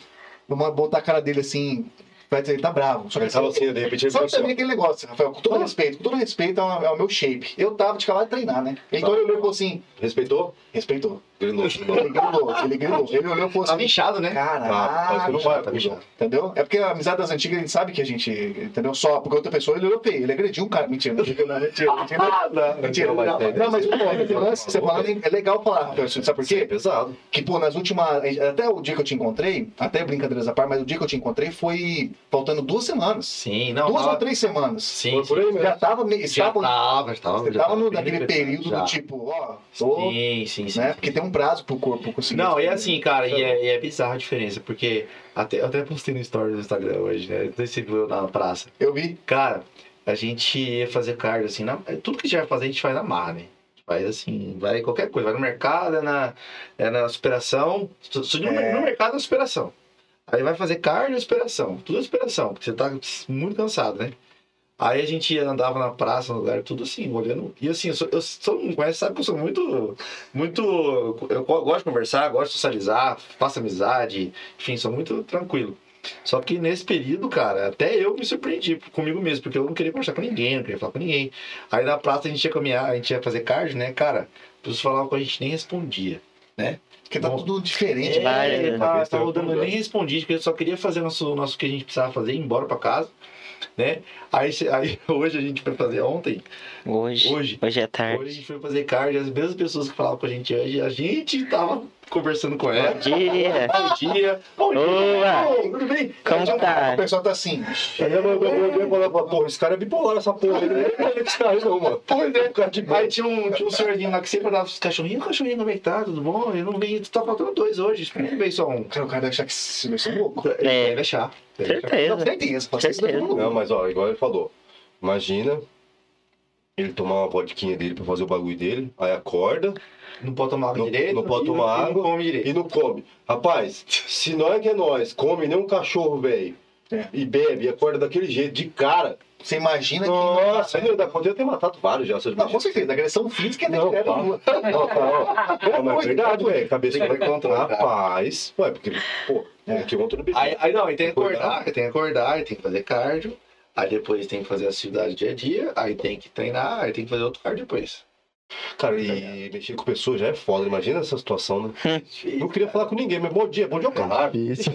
A: vou ma- botar a cara dele assim. Vai dizer, ele tá bravo. Só que
B: Ele
A: ele
B: tava assim, de repente ele
A: Sabe
B: assim, ó.
A: também aquele negócio, Rafael? Com todo respeito, com todo respeito é ao, ao meu shape. Eu tava de cavalo de treinar, né? Então ele olhou e falou assim:
B: Respeitou?
A: respeitou.
B: Grinou.
A: Ele grilou, ele grilou. Ele olhou e falou
C: Tava
A: assim:
C: inchado, né?
B: Ah,
A: Caraca,
B: mas não vai,
C: tá bichado.
A: entendeu? É porque a amizade das antigas, a gente sabe que a gente, entendeu? Só porque outra pessoa ele olhou feio, ele agrediu um cara. Mentira, não, mentira, mentira. mentira.
C: *laughs*
A: Mentira,
B: não vai
A: não,
B: ter.
A: não, mas pô, esse lance, você falando, é legal falar, Rafael, sabe por
B: É
A: quê?
B: pesado.
A: Que, pô, nas últimas. Até o dia que eu te encontrei, até brincadeiras à par, mas o dia que eu te encontrei foi faltando duas semanas.
C: Sim, não.
A: duas
C: tava-
A: ou três semanas.
C: Sim,
B: Foi por aí
A: Já
B: mesmo.
A: tava meio.
C: sim. Já
A: Estavam,
C: tava, já tava.
A: você
C: já
A: tava no,
C: bem
A: naquele
C: liberado,
A: período
C: já.
A: do tipo, ó, tô.
C: Sim, sim, sim.
A: né?
C: sim.
A: Porque tem um prazo pro corpo conseguir.
C: Não, e assim, cara, e é, e é bizarra a diferença, porque até, eu até postei no story do Instagram hoje, né? Não sei se você viu na praça.
A: Eu vi.
C: Cara, a gente ia fazer cardio assim, na- tudo que a gente vai fazer a gente faz na marra, né? A gente Faz assim, vai em qualquer coisa, vai no mercado, é na, é na superação, su- su- no,
A: É.
C: no mercado é na superação. Aí vai fazer cardio e superação, tudo é superação, porque você tá muito cansado, né? Aí a gente ia- andava na praça, no lugar, tudo assim, olhando. E assim, eu sou, eu sou, todo mundo conhece, sabe que eu sou muito. Muito. Eu go- gosto de conversar, gosto de socializar, faço amizade, enfim, sou muito tranquilo. Só que nesse período, cara, até eu me surpreendi comigo mesmo, porque eu não queria conversar com ninguém, não queria falar com ninguém. Aí na praça a gente ia caminhar, a gente ia fazer cardio, né? Cara, as pessoas falavam que a gente nem respondia.
A: Porque tá
C: Bom.
A: tudo diferente.
D: É. várias, né?
C: tá,
B: Talvez
C: tá
B: tenha
C: rodando, eu
B: algum
C: nem respondi, porque eu só queria fazer nosso, nosso que a gente precisava fazer, ir embora pra casa, né? Aí, cê- aí *laughs* hoje a gente foi fazer ontem,
D: Hoje.
C: Hoje.
D: Hoje é
C: hoje a
D: tarde.
C: gente foi fazer cardio, as mesmas pessoas que falavam com a gente hoje, a gente tava conversando com ela.
D: Bom dia.
C: Bom dia. Bom dia.
D: Boa.
C: Tudo bem?
B: É
D: Como
C: Tudo
A: O
D: tá?
A: um pessoal tá assim.
B: Aí eu vou falar pra porra, esse cara é bipolar essa porra. Ele não é com esse cara, não, mano.
C: Pois é.
B: O cara de
C: Aí
B: bike.
C: tinha um, tinha um senhorzinho lá que sempre dava os cachorrinhos, cachorrinho, como é que tá? Tudo bom? Eu não vi, tá faltando dois hoje. Experimenta bem só um.
A: Cara, o cara deve achar que esse meu é louco.
C: Ele
D: É.
C: Deve achar. Deve achar.
A: Não,
D: Certeza.
A: certeza. Pode ser
D: Certeza.
A: louco.
B: Não, mas ó, igual ele falou. Imagina ele tomar uma vodquinha dele pra fazer o bagulho dele, aí acorda
C: Não pode tomar água
B: Não-
C: direito.
B: não pode
C: e
B: tomar
C: e
B: água.
C: Não come
B: e
C: direito.
B: não come. Rapaz, se nós que é nós, come nem um cachorro, velho,
A: É.
B: e bebe, e acorda daquele jeito, de cara.
A: Você imagina que.
B: Nossa, meu, da conta eu ter matado vários já, seus
A: Não, com
B: bichos.
A: certeza. Agressão física é
B: Não,
A: direto
B: pá.
A: nua.
B: Não, tá, ó. Não, mas é verdade, velho. Cabeça
C: Tem que
B: vai
A: É
C: controlar.
B: Rapaz, ué, porque, pô, é que contra o bicho.
C: Aí, aí não, aí tem que
B: Acordar.
C: acordar, aí tem que acordar, aí tem que fazer cardio. Aí depois tem que fazer atividade dia a dia, aí tem que treinar, aí tem que fazer outro
B: *laughs*
C: cardio depois.
B: Cara, e mexer com pessoas já é foda. Imagina essa situação, né? Não queria falar com ninguém, mas bom dia, bom dia ao caralho.
C: Isso.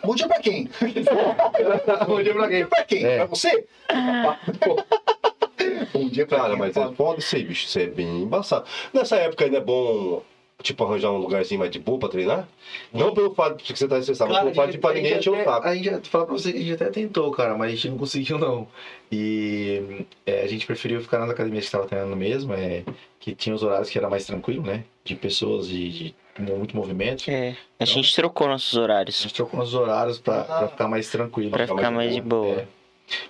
A: Bom dia pra quem?
C: Bom dia pra
A: Bom
C: quem?
A: dia pra quem?
B: É.
A: Pra
B: *laughs*
A: você? Bom dia pra
B: Cara,
A: quem?
B: mas é foda isso aí, bicho. Isso é bem embaçado. Nessa época ainda é bom, tipo, arranjar um lugarzinho mais de boa pra treinar? Não pelo fato de que você tá estressado, mas
C: Cara,
B: pelo fato de pra
C: a gente
B: ninguém encher
C: até-
B: o saco.
C: A gente já falar pra você que a gente até tentou, cara, mas a gente não conseguiu, não. E é, a gente preferiu ficar nas academias que tava treinando mesmo, é, que tinha os horários que era mais tranquilo, né? De pessoas e de muito movimento.
D: É. A gente trocou nossos
C: A
D: horários.
C: gente trocou os horários pra,
A: Ah.
C: pra ficar mais tranquilo.
D: Pra ficar mais de boa.
C: É.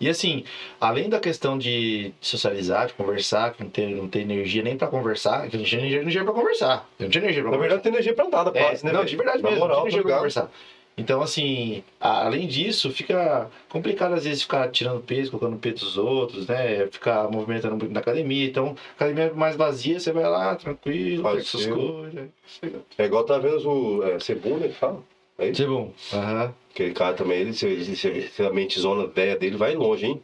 C: E assim, além da questão de socializar, de conversar, que não tem, não tem energia nem pra conversar, que não tinha energia, energia pra conversar. Eu não tinha energia pra
B: Na
C: conversar.
B: verdade, tem energia pra nada,
C: É,
B: quase, né?
C: não,
B: velho?
C: de verdade
B: Na
C: mesmo,
B: moral,
C: tinha
B: tá
C: jeito de
B: ligado?
C: conversar. Então, assim, a- além disso, fica complicado às vezes ficar tirando peso, colocando peso dos outros, né? Ficar movimentando muito na academia. Então, academia mais vazia, você vai lá, tranquilo,
B: Faz
C: pega suas
B: seu.
C: coisas. chega.
B: É igual tá vendo o é, Cebuna, ele fala. É isso?
C: Isso é bom. Aham.
B: Aquele cara também, ele, se, ele, se, se a mentezona velha dele vai longe, hein?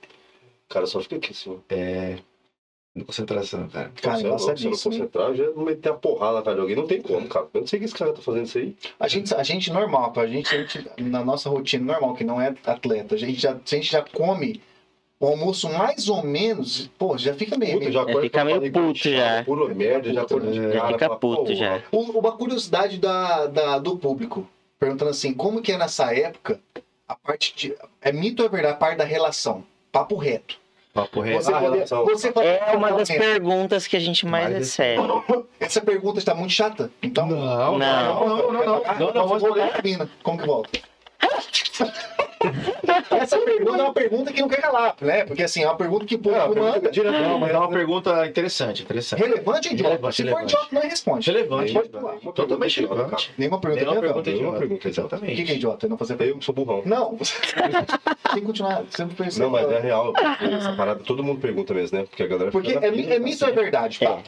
B: O cara só fica aqui, assim. ó.
C: Concentração, cara.
A: Cara,
B: Você é louco, se eu não
A: engraçadíssimo, hein?
B: concentrar, eu já não meter a porrada na cara de alguém. Não tem como, cara. Eu não sei o que esse cara tá fazendo isso aí.
A: A gente, a gente normal, a gente, a gente- na nossa rotina normal, que não é atleta, a gente já, a gente já come o almoço mais ou menos, pô, já fica meio.
B: Puta,
A: meio-
B: já acorda
D: fica
B: com a
D: meio
B: barriga
D: puto
B: inchada,
D: já.
B: Puro merda, já
A: Fica
B: acorda de
C: puto,
B: cara.
D: Fica
B: fala,
D: puto
B: "Pô,
D: já."
A: O- Uma curiosidade da, da- do público, perguntando assim, como que é nessa época a parte de. É mito ou é verdade a parte da relação? Papo reto.
C: Papo reto.
A: Você
B: a
A: poder-
B: relação.
A: você poder-
D: É uma das perguntas que a gente mais
C: Mais
D: recebe.
A: Essa pergunta está muito chata. Então.
C: Não, não, não,
D: Não.
C: não, não, não,
A: Ah,
C: não, não,
A: vamos
C: vamos
A: voltar pra mina. Como que volta? Essa pergunta é uma pergunta que não quer calar, né? Porque assim, é uma pergunta que o
B: Ah,
A: público
B: pergunta
A: manda.
B: direto,
C: Não, mas é
B: né?
C: uma pergunta interessante, interessante.
A: Relevante ou idiota?
C: Relevante,
A: Se for
C: relevante.
A: idiota, não responde.
C: Relevante,
A: Pode pular.
C: relevante. totalmente relevante.
A: Nenhuma pergunta
C: Nenhuma
A: é idiota.
C: pergunta é
B: Nenhuma
C: idiota,
B: pergunta é idiota.
A: O que que é
C: exatamente.
A: idiota? Não fazer pergunta.
B: Eu que sou burrão.
A: Não, você *laughs* tem que continuar. Você não percebeu.
B: Não, mas é real. Essa parada todo mundo pergunta mesmo, né? Porque a galera
A: Ah. Porque
B: fica na assim.
A: é, mi-
B: pira,
A: é mito ou é verdade, pá?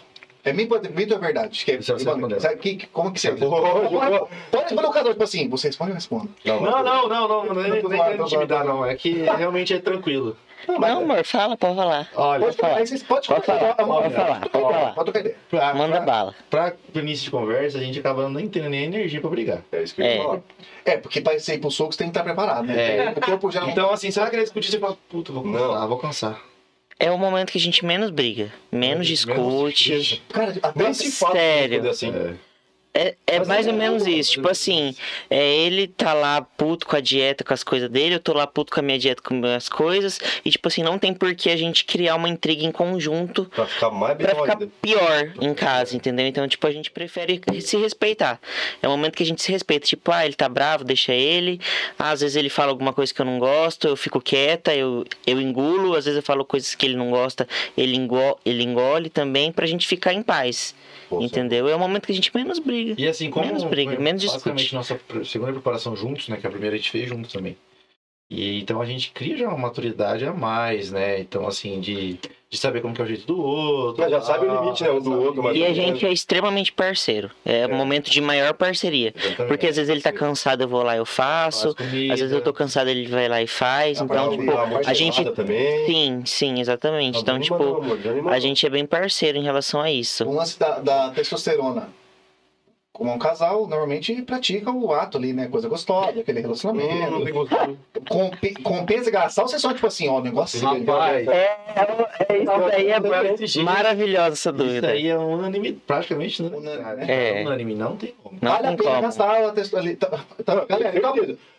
A: É mito mito ou é verdade? Que é,
C: Isso você
A: mano,
C: respondeu.
A: sabe que, que- como que você.
B: Jogou, jogou.
A: Pode responder o cara, tipo assim, você responde ou responde?
B: Não, mas-
C: Não, não, não, não, não, não, é-
A: Tô
C: não,
A: zoando,
C: é
A: tô
C: intimidar, não. É que realmente é tranquilo.
D: Não, amor, fala, pode falar.
C: Olha,
A: Pode falar, aí vocês podem
D: é- Pode falar,
A: Pode
D: pode falar, pode falar.
A: Pode tocar ideia.
C: pra,
D: Manda
C: pra,
D: bala.
C: pra início de conversa, a gente acaba não tendo nem energia pra brigar.
B: É isso que eu ia
D: É.
B: falar.
A: É, porque pra sair pro soco você tem que estar preparado, né?
C: É.
A: O corpo já não.
C: Então, assim, se ela querer discutir, você fala, puta, vou
B: Não.
C: cansar, vou cansar.
D: É o momento que a gente menos briga, menos discute.
C: tristeza.
A: Cara, até
B: Nem
A: se.
B: se fala
D: Sério.
B: de assim.
C: É.
D: É, é
B: Mas
D: mais
B: é
D: ou menos
B: boa,
D: isso. Tipo
B: mas-
D: assim, é, ele tá lá puto com a dieta, com as coisas dele, eu tô lá puto com a minha dieta, com minhas coisas. E, tipo assim, não tem por que a gente criar uma intriga em conjunto
B: Pra ficar mais bem
D: pra ficar
B: ainda.
D: pior em casa, entendeu? Então, tipo, a gente prefere se respeitar. É o momento que a gente se respeita. Tipo, ah, ele tá bravo, deixa ele. Ah, às vezes ele fala alguma coisa que eu não gosto, eu fico quieta, eu, eu engulo. Às vezes eu falo coisas que ele não gosta, ele, engo ele engole também, pra gente ficar em paz.
B: Pô,
D: entendeu? É o momento que a gente menos briga.
C: E assim, como
D: Menos briga, menos
C: basicamente
D: discute.
C: nossa pr- segunda preparação juntos, né? Que a primeira a gente fez juntos também. E então a gente cria já uma maturidade a mais, né? Então, assim, de, de saber como que é o jeito do outro.
B: Mas já
C: tal,
B: sabe o limite, né, um do
C: sabe o
B: outro, mas-
C: limite.
D: E a gente é extremamente parceiro. É o momento de maior parceria.
C: Exatamente.
D: Porque às vezes ele tá
B: Sim.
D: cansado, eu vou lá, eu
C: Faz
D: faço.
C: comida.
D: Às vezes eu tô cansado, ele vai lá e faz.
A: Ah,
D: Então,
A: pra-
D: tipo,
A: pra-
D: a gente.
B: tá Também.
D: Sim, sim, exatamente. Então,
B: Anônima
D: tipo,
B: não, amor, de anônima
D: A
B: não.
D: gente é bem parceiro em relação a isso.
A: O lance da, da testosterona. como é um casal, normalmente pratica o ato ali, né? Coisa gostosa, aquele
B: Hum, não
A: relacionamento.
B: tem gostoso.
A: Compe- compensa e gastar, ou você só, tipo assim, ó, o negócio.
C: Rapaz,
D: É, isso daí é maravilhosa essa
C: isso
D: dúvida.
C: aí é unanimidade, praticamente
A: Unânime,
C: unanimidade.
D: né? É.
C: Unânime, não tem como.
D: Não
A: vale a
D: tem
A: pena
D: como.
A: gastar a texto ali. Tá, tá, galera, tá,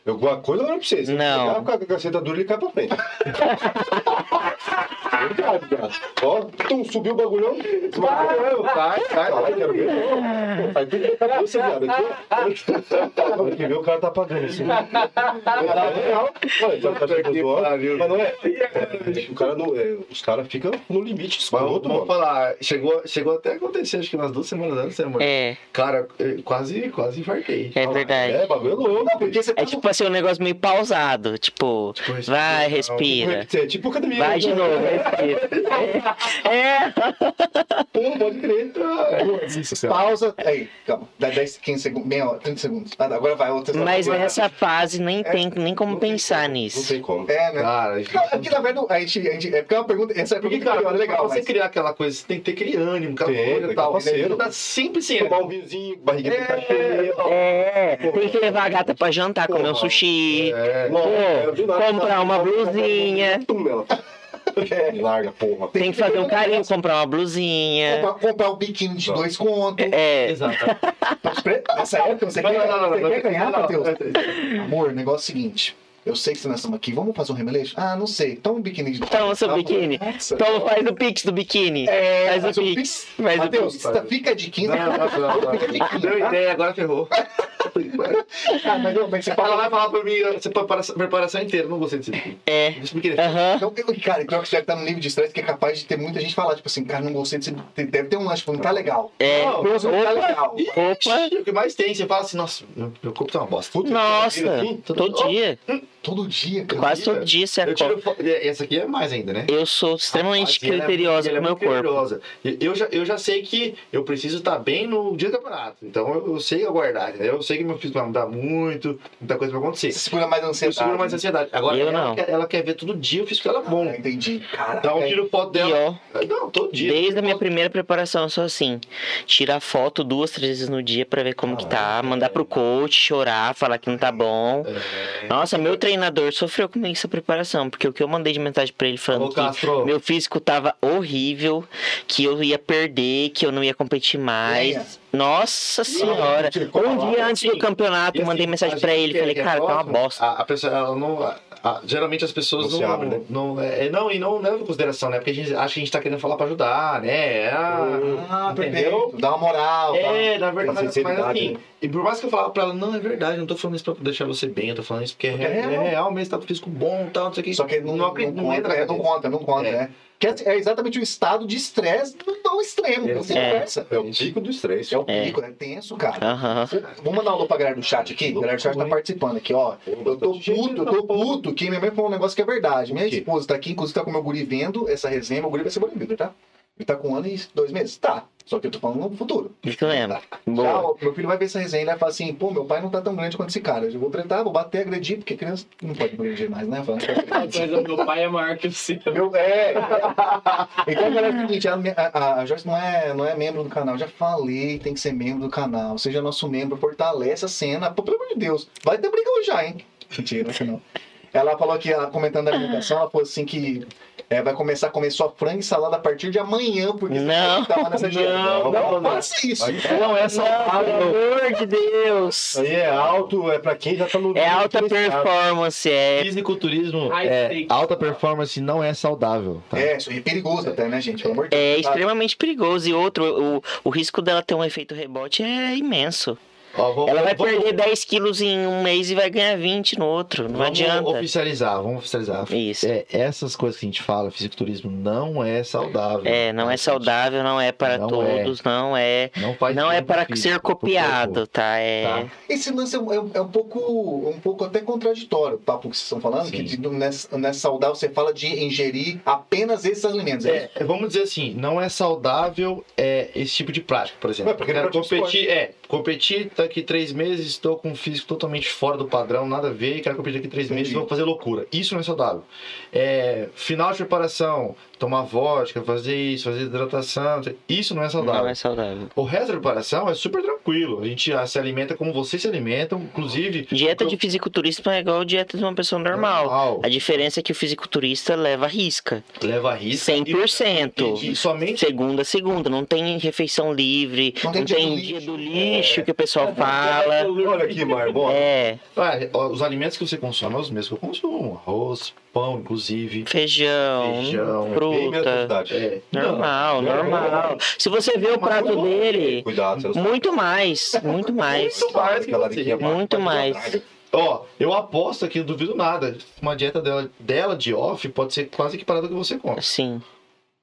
B: Eu, uma coisa eu não pra vocês.
D: Não.
B: Se ele ficar com a caceta dura, ele cai pra frente. Ele cai, cara. Ó, tum, subiu o bagulhão. Vai,
C: Sai, sai,
B: Caralho, quero ver. Pô, Aí tem que ficar esse viado aqui. Quando que vê, o cara tá pagando isso. Cara, é real. Olha, já tá chegando do
C: pariu.
B: Mas não é. O cara não, é, os caras ficam no limite.
C: Mas eu
B: escroto,
C: vou
B: mano.
C: falar, chegou, chegou até a acontecer, acho que umas duas semanas antes, né, amor?
D: É,
C: Cara, eu quase, quase infartei.
D: é verdade.
B: É, bagulho é louco.
A: não, porque você tá
D: É tipo assim, um negócio meio pausado. Tipo,
C: Tipo, respira,
D: vai,
C: não.
D: respira.
B: É tipo academia.
D: Vai de
B: né?
D: novo, respira. É,
B: Pô, pode crer.
A: pausa. Aí, Então, calma. Dá 10, 15 segundos, meia hora, 30 segundos. Ah, não, agora vai outra.
D: mas
A: agora-
D: nessa fase nem tem nem como
B: Não tem
D: pensar
B: como, Não
D: nisso.
B: tem como.
A: É, né?
C: Cara,
A: Não, aqui, na verdade, a gente, a gente- é porque é uma pergunta. Essa é uma
C: porque,
A: pergunta que
C: cara,
A: é legal,
C: pra você
A: mas.
C: criar aquela coisa, você tem que ter aquele ânimo, aquela
B: Tem,
C: coisa
B: tem
C: e
B: que
C: tal.
B: tá parceiro.
C: Você tá sempre assim,
B: Tomar um vinzinho, barriguinha de
C: É,
B: cachorro.
D: É, tem que levar a gata pra jantar, comer um sushi.
C: é,
B: Não,
D: Pô,
B: eu vi nada,
D: comprar
B: tá? *laughs*
D: uma blusinha.
B: Tum, ela. Larga, porra.
D: Tem que fazer um carinho, comprar uma
C: é.
D: blusinha.
A: Comprar, comprar o biquíni de dois contos.
D: É,
C: exato.
A: Nessa época, você
C: Não,
A: quer,
C: não, não,
A: você
C: não,
A: quer
C: não,
A: ganhar,
C: não,
A: Matheus? Amor, o negócio é o seguinte. Eu sei que nós estamos aqui. Vamos fazer um remeleixo? Ah, não sei. Toma um biquíni de
D: toma seu biquíni.
A: Nossa.
D: Toma, faz o pix do biquíni.
A: É,
C: É,
D: Faz o pix. Faz o
A: Matheus,
C: pix.
A: tá- fica de 15.
C: Não, não, não, não. Deu ideia, agora ferrou.
A: Ah, mas, não, mas você
C: Ela
A: fala
C: vai falar pra mim, você preparação, preparação inteira, não gostei disso. aqui.
D: É.
C: Isso me queria.
D: Aham.
A: Então, eu- cara, e pior que você deve estar num nível de estresse que é capaz de ter muita gente falar, tipo assim, cara, não gostei desse. te- Deve ter um lanche, não tá legal.
D: É.
C: Não, um
A: Meu, não tá legal.
D: Opa.
C: O que mais tem? Você fala assim, nossa, meu, meu corpo tá uma bosta.
D: Nossa.
C: assim,
D: Todo dia.
A: Todo dia, cara.
D: Quase todo dia você
C: Eu
D: acorda.
C: tiro fo- Essa aqui é mais ainda, né?
D: Eu sou É, extremamente
C: Rapaziada,
D: criteriosa
C: ela
D: com
C: é
D: o meu
C: muito
D: corpo.
C: criteriosa. E Eu já, eu já sei que eu preciso estar bem no dia do campeonato. Então eu, eu sei aguardar, entendeu? Eu sei que meu físico vai mudar muito, muita coisa vai acontecer.
A: Você segura mais a
C: Eu
A: ansiedade.
C: seguro mais a ansiedade. Agora,
D: Eu
C: ela,
D: não.
C: Quer, ela quer ver todo dia o físico dela
A: Ah,
C: bom.
A: entendi. Cara, é. Ah,
C: Dá um tiro foto
D: E
C: dela.
D: ó,
C: Não, todo dia.
D: desde a minha
C: Foto-
D: primeira preparação eu sou assim. Tirar foto duas, três vezes no dia pra ver como que tá. Mandar pro coach, chorar, falar que não
C: É.
D: tá bom. Nossa, meu treinador sofreu comigo essa preparação. Porque o que eu mandei de mensagem pra ele falando
C: Ô,
D: que
C: Castro.
D: meu físico tava horrível, que eu ia perder, que eu não ia competir mais. Nossa senhora. Um dia antes do campeonato,
C: E assim,
D: mandei mensagem
C: a
D: pra
C: gente
D: ele.
C: quer-
D: Falei,
C: quer
D: cara, tá uma
C: próximo,
D: bosta.
C: A, a pessoa, ela não. a- a- geralmente as pessoas
B: Não
C: não.
B: se abre, né?
C: não, é, não, e não leva em consideração, né? Porque a gente acha que a gente tá querendo falar pra ajudar, né? Ah,
A: Ah,
C: entendeu?
A: perfeito. Dá uma moral. tá?
C: É, na
B: Uma
C: verdade, mas
B: sinceridade,
C: assim,
B: né?
C: e por mais que eu falava pra ela, não, é verdade, não tô falando isso pra deixar você bem, eu tô falando isso porque é,
A: Porque é
C: real,
A: real.
C: é real mesmo, tá com físico bom e tal, não sei o que.
A: Só que não, não,
C: acre-
A: conta,
C: na
A: é, não
C: cabeça.
A: conta, não conta,
C: É.
A: né? Que é, é exatamente o estado de estresse do, do extremo, não tem
D: É.
A: conversa.
B: É o pico do estresse.
A: É o pico, é tenso, cara.
D: Aham.
A: Vamos mandar um alô pra galera do chat aqui? A galera do chat tá participando aqui, ó. Eu
B: tá
A: tô puto, eu tô puto que minha mãe falou um negócio que é verdade. Minha
B: O quê?
A: esposa tá aqui, inclusive tá com meu guri vendo essa resenha. Meu guri vai ser bodybuilder, tá? Ele tá com um ano e dois meses. Tá. Só que eu tô falando no futuro.
D: Isso mesmo.
A: Já,
D: Boa.
A: ó, meu filho vai ver essa resenha e ele vai falar assim: pô, meu pai não tá tão grande quanto esse cara. Eu vou tretar, vou bater, agredir, porque criança não pode agredir mais, né? Falando.
E: Mas o meu pai é maior que o seu.
A: Meu, é. *laughs* Então, galera, é o seguinte, a, minha- a, a Joyce não é, não é membro do canal. Já falei, tem que ser membro do canal. Seja nosso membro, fortalece a cena. Pô, pelo amor de Deus, vai ter briga hoje já, hein? Mentira, que não. Ela falou que, ela comentando a alimentação, ela falou assim que é, vai começar a comer só frango e salada a partir de amanhã, porque
D: Não,
A: você tava nessa dieta.
B: não,
A: não,
B: não.
A: faça isso.
B: Aí Não, é saudável.
D: *laughs* Pelo amor de Deus.
B: Isso aí é alto, é pra quem já tá no.
D: É alta performance, é.
C: Fisiculturismo,
E: High
C: é,
E: stakes.
C: alta performance não é saudável, tá?
A: É, isso aí é perigoso até, né, gente? Pelo amor de Deus.
D: É
A: sabe?
D: extremamente perigoso. E outro, o, o risco dela ter um efeito rebote é imenso.
C: Ó, vamos-
D: Ela vai
C: vamos-
D: perder 10 quilos em um mês e vai ganhar 20 no outro. Não
C: vamos
D: adianta.
C: oficializar, vamos oficializar.
D: Isso.
C: É, essas coisas que a gente fala, fisiculturismo não é saudável.
D: É, não é saudável, não é para
C: Não
D: todos, não é.
C: Não faz
D: Não é
C: bem
D: para
C: pro
D: ser
C: físico, pro corpo.
D: copiado, tá? É.
C: Tá.
A: Esse lance é, um- é um- é um pouco um pouco até contraditório, o papo que vocês estão falando, que
C: Sim.
A: de, nessa, nessa saudável você fala de ingerir apenas esses alimentos. É.
C: É, vamos dizer assim, não é saudável é, esse tipo de prática, por exemplo.
A: Ué, porque não
C: Cara,
A: é tipo
C: competir, é, competir, tá, daqui três meses estou com um físico totalmente fora do padrão, nada a ver, e quero competir daqui três meses,
A: Entendi.
C: vou fazer loucura. Isso não é saudável. É, final de preparação, tomar vodka, fazer isso, fazer hidratação, isso não é saudável.
D: Não é saudável.
C: O resto da preparação é super tranquilo. A gente ah, se alimenta como vocês se alimentam, inclusive.
D: Dieta
C: o
D: de fisiculturista é igual a dieta de uma pessoa normal.
C: normal,
D: A diferença é que o fisiculturista leva a risca.
C: leva a risco. e-
D: 100%.
C: E, e somente
D: Segunda a segunda. Não tem refeição livre.
A: Não tem
D: Não
A: dia
D: tem,
A: do
D: dia
A: lixo.
D: do lixo que o pessoal
E: é
D: fala.
B: Olha aqui, Marmota.
D: É.
C: ah, ó, os alimentos que você consome são os mesmos que eu consumo: arroz, pão, inclusive.
D: Feijão,
C: Feijão, é
B: Bem menos
D: fruta.
B: quantidade.
C: É,
D: Normal,
B: Não,
D: normal. Se você vê o prato dele,
B: Cuidado, você não sabe.
D: muito mais, muito mais.
C: Muito mais que
B: Aquela
C: você.
B: diquinha
D: Muito
B: mais.
D: mais.
C: Ó, eu aposto aqui, não duvido nada. Uma dieta dela, dela de off pode ser quase que parada do que você come. tá?
D: Sim.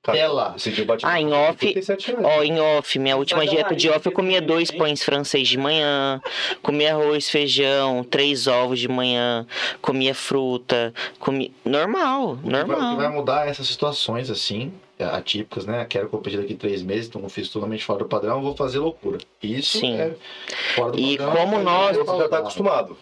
B: Cara,
C: Ela.
B: esse dia eu bati
D: Ah, em off-
B: 57 reais.
D: Ó, em off, minha última
E: Mas,
D: dieta
E: Damaris,
D: de off eu
E: você
D: comia
E: tem
D: dois
E: também?
D: pães francês de manhã, comia arroz, feijão, três ovos de manhã, comia fruta, comia. Normal,
C: O que vai- O que vai
D: normal.
C: mudar é essas situações assim, atípicas, né? Quero competir daqui três meses, então eu fiz totalmente fora do padrão, vou fazer loucura. Isso
D: Sim.
C: é fora do
D: E
C: padrão.
D: como
C: é
D: nós-
B: Você já tá acostumado.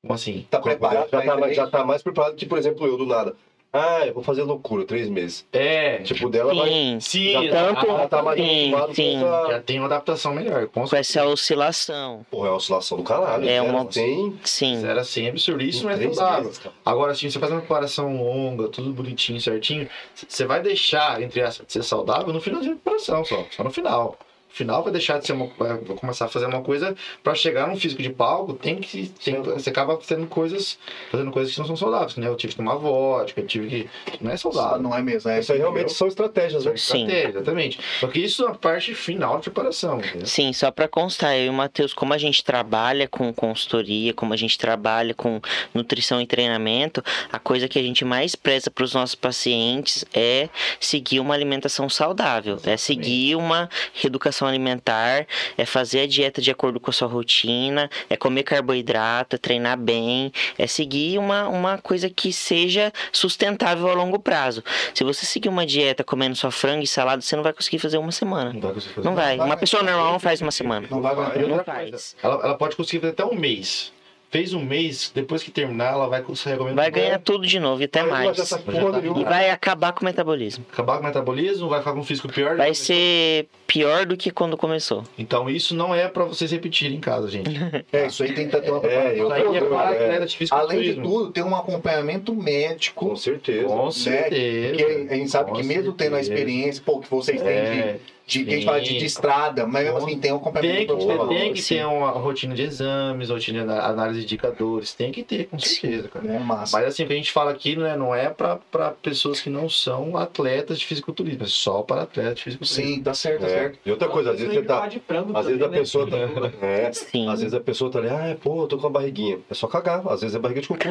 C: Como assim?
B: Tá
A: Preparado
B: preparado, já tá,
A: pra
B: mais- já
A: isso.
B: tá mais preparado que, por exemplo, eu do nada. Ah, eu vou fazer loucura, três meses.
C: É,
B: Tipo, dela vai.
D: Sim.
E: Sim,
B: Já
D: Tanto-
B: ela tá mais
D: Sim,
B: acostumada com
D: sim.
C: já
B: essa-
C: tem uma adaptação melhor. Com
D: Com essa oscilação.
B: Porra, é uma oscilação do caralho.
D: É
B: né?
D: uma-
B: Não Tem.
D: Sim.
C: Era assim, é absurdo. Isso
B: em
C: não é
B: três
C: saudável.
B: meses, cara.
C: Agora, assim, você faz uma preparação longa, tudo bonitinho, certinho, c- você vai deixar, entre aspas, de ser saudável no final da preparação só. Só no final. No final vai deixar de ser uma. Vai vai começar a fazer uma coisa pra chegar num físico de palco, tem que. Tem, que- você acaba fazendo coisas. Fazendo coisas que não são saudáveis, né? Eu tive que tomar vodka, eu tive que. Não é
A: Isso
C: saudável.
A: não é mesmo, é.
B: Isso aí realmente são estratégias, né?
D: Sim.
C: Estratégia, exatamente. Só que isso é a parte final de preparação, entendeu?
D: Sim, só para constar, eu e o Matheus, como a gente trabalha com consultoria, como a gente trabalha com nutrição e treinamento, a coisa que a gente mais preza para os nossos pacientes é seguir uma alimentação saudável, é seguir uma reeducação alimentar, é fazer a dieta de acordo com a sua rotina, é comer carboidrato, é treinar bem, é seguir uma, uma coisa que seja sustentável a longo prazo. Se você seguir uma dieta comendo só frango e salada, você não vai conseguir fazer uma semana.
C: Não vai conseguir fazer.
D: Não vai.
A: Vai.
D: Uma pessoa normal não faz uma semana.
A: Não vai
C: E
A: aguentar.
C: outra
D: Não
C: coisa,
D: faz.
C: Ela, ela pode conseguir fazer até um mês. Fez um mês, depois que terminar, ela vai conseguir
D: Vai ganhar tudo de novo e até
B: Aí ela
D: mais.
B: já tá com
C: Já tá-
B: nenhuma.
D: E vai acabar com o metabolismo.
C: acabar com o metabolismo, vai ficar com um físico pior.
D: Vai ser pior do que quando começou.
C: Então isso não é pra vocês repetirem em casa,
D: Uhum.
C: gente.
A: É, isso aí tem que ter uma
B: É, eu-
C: Isso aí é
B: eu-
C: para
B: é.
C: atleta de
A: Uhum. Além de
C: fisiculturismo.
A: tudo, tem um acompanhamento médico.
B: Com certeza.
C: com certeza.
A: Porque a gente sabe
C: Com
A: que mesmo tendo a
C: certeza.
A: experiência, pô, que vocês têm
C: É,
A: de, de, que a gente
C: sim.
A: fala de, de estrada, mas mesmo assim tem um
C: tem
A: acompanhamento
C: que, ter,
A: profissional.
C: tem que
D: Sim.
C: ter uma rotina de exames, rotina de ana- análise de indicadores, tem que ter, com certeza, cara.
A: É massa.
C: Mas assim, o que a gente fala aqui né, não é pra, pra pessoas que não são atletas de fisiculturismo, é só para atletas de fisiculturismo.
A: Sim, tá certo, tá
B: É.
A: certo.
B: E outra coisa, às vezes você tá. Às vezes a pessoa tá. É.
D: Sim.
B: Às vezes a pessoa tá ali, ah, pô, eu tô com uma barriguinha. É só cagar, às vezes é barriga de *laughs* cocô.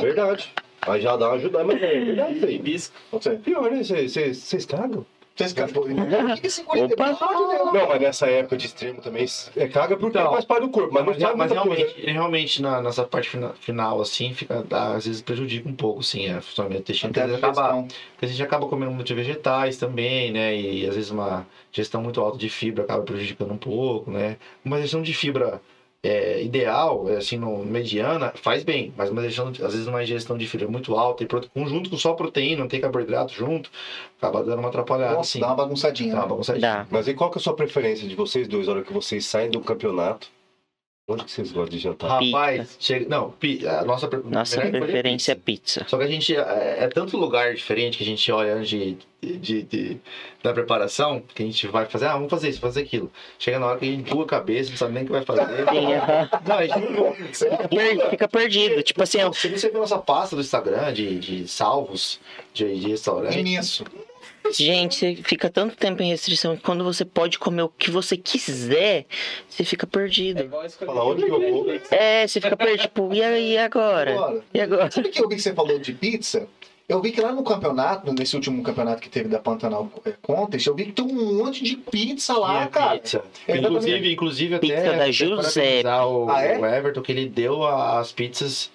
B: verdade. Aí já dá uma ajuda, mas é verdade isso aí.
E: Bisco.
A: Pode ser.
B: Pior, né? Vocês- Vocês vocês cagam?
A: Vocês querem.
B: *laughs*
A: Pô, O que esse guri tem?
D: Opa.
A: Pelo amor de Deus.
B: Não, mas nessa época de extremo também é caga porque
C: Então,
B: faz parte do corpo, mas não
C: Mas,
B: faz
C: mas
B: muita coisa.
C: realmente, realmente na, nessa parte fina- final, assim, fica, dá- às vezes prejudica um pouco, sim, é, o funcionamento do intestino.
A: Até
C: Às
A: a
C: vezes acaba-
A: digestão.
C: Porque a gente acaba comendo muito vegetais também, né? E às vezes uma gestão muito alta de fibra acaba prejudicando um pouco, né? Uma gestão de fibra é, ideal, é, assim, no, mediana, faz bem. Mas uma gestão, às vezes uma gestão de fibra muito alta, e prote- conjunto com só proteína, não tem carboidrato junto, acaba dando uma atrapalhada,
A: Nossa,
C: assim.
A: Então, dá uma bagunçadinha.
C: Dá uma
A: né?
C: bagunçadinha.
D: Dá.
B: Mas e qual que é a sua preferência de vocês dois, na hora que vocês saem do campeonato? Onde que vocês gostam de jantar?
C: Rapaz, chega... Não, pi- a nossa, pre-
D: Nossa
C: melhor coisa é
D: preferência é
C: pizza.
D: pizza.
C: Só que a gente é, é tanto lugar diferente que a gente olha antes de, de- de- da preparação, que a gente vai fazer, ah, vamos fazer isso, fazer aquilo. Chega na hora que a gente empurra a cabeça, não sabe nem o que vai fazer.
D: Sim,
C: *laughs*
D: é. aham.
C: Não, a gente não um,
D: Fica per- Fica perdido. Tipo assim, ó,
C: Se você vê nossa pasta do Instagram de, de salvos de, de restaurante,
A: Imenso.
D: gente, você fica tanto tempo em restrição que quando você pode comer o que você quiser, você fica
E: É
D: perdido.
E: igual escolher.
B: Fala, onde que eu vou?
D: É, você fica perdido. Tipo, e aí agora?
A: Bora.
D: E agora?
A: Sabe que eu vi que você falou de pizza? Eu vi que lá no campeonato, nesse último campeonato que teve da Pantanal eh, Contest, eu vi que tem um monte de pizza lá,
C: tinha
A: cara.
C: pizza.
A: É,
C: Inclusive, inclusive até
D: Pizza da
C: até
D: Giuseppe.
C: parabenizar o,
A: Ah, é?
C: o Everton, que ele deu a- as pizzas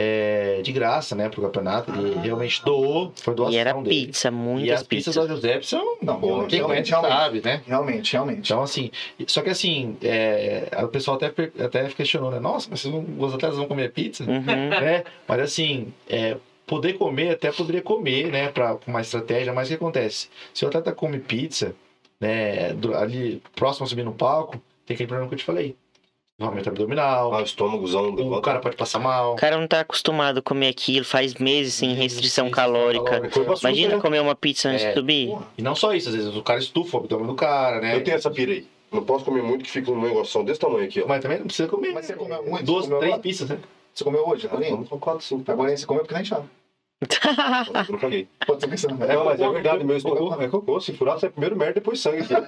C: é, de graça, né, pro campeonato. Ele realmente doou, foi doação
D: Ah. E era
C: dele.
D: pizza,
C: E
D: muitas
C: as pizzas
D: pizzas.
C: da Giuseppe são
A: Não,
C: boas,
A: realmente,
C: quem conhece
A: realmente.
C: sabe, né?
A: Realmente, realmente.
C: Então, assim, só que assim, é, o pessoal até, per- até questionou, né? Nossa, mas vocês vão, os atletas vão comer pizza?
D: Uhum.
C: né? Mas assim, é, poder comer, até poderia comer, né? Pra, com uma estratégia, mas o que acontece? Se o atleta come pizza, né? do- ali próximo a subir no palco, tem aquele problema que eu te falei. Aumento abdominal,
B: Ah, o estômagozão
C: o
B: levanta.
C: cara pode passar mal.
D: O cara não tá acostumado a comer aquilo, faz meses sem restrição calórica.
B: O corpo assusta,
D: Imagina
B: né?
D: comer uma pizza antes
C: É.
D: de subir.
A: Porra,
C: E não só isso, às vezes o cara estufa o abdômen do cara, né?
B: Eu tenho essa pira aí. Não posso comer muito que fica um negoção desse tamanho aqui, ó.
C: Mas também não precisa comer.
A: Mas você comeu muito?
C: Duas,
A: Comeu
C: três
A: agora?
C: pizzas, né?
A: Você comeu hoje, Agora
B: Vamos com 4, 5.
A: Agora você comeu porque nem chave.
B: Eu não caguei.
A: Pode ser pensando.
B: É, mas é verdade, meu estômago é cocô. Se furar, sai primeiro merda, depois sangue. filho.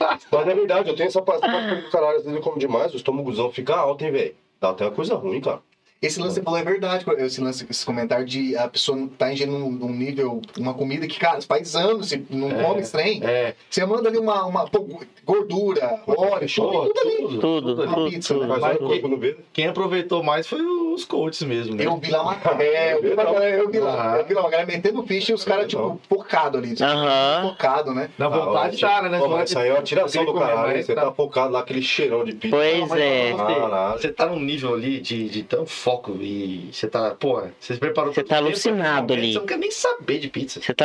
B: mas é verdade, eu tenho essa pasta do caralho. Às vezes eu como demais, o estômagozão fica alto, hein, velho. Dá até uma coisa ruim, cara.
A: Esse lance que você falou é verdade, esse lance, esse comentário de a pessoa tá ingerindo um, um nível, uma comida que, cara, faz anos, você não
C: É.
A: come esse trem.
C: É,
A: Você manda ali uma, uma pô, gordura, óleo, É tudo, tudo ali.
D: Tudo,
C: é
A: Uma
D: tudo,
A: pizza,
D: tudo.
A: né?
B: Mas
C: Mas
B: olha o corpo não vê. né?
C: quem aproveitou mais foi os coaches mesmo, né?
A: Eu vi lá uma é, eu vi uma galera, eu vi lá, eu vi lá uma galera metendo ficha e os caras, tipo, focado ali. Tipo,
D: Aham.
A: Focado, né?
C: Na vontade
B: Ah,
C: tá, né? Na
B: Pô, mas
C: vontade-
B: isso aí é uma tiração
C: Eu
B: do
C: queria comer,
B: caralho. hein?
C: mas
B: Você
C: tá-
B: tá focado lá, aquele cheirão de pizza.
D: Pois
C: mas
D: é.
C: não, você-
B: Caralho.
C: Você tá num nível ali de, de tão foco e você tá, porra, você se preparou
D: Você
C: tanto
D: tá
C: tempo,
D: alucinado ali.
C: Você não quer nem saber de pizza.
D: Você tá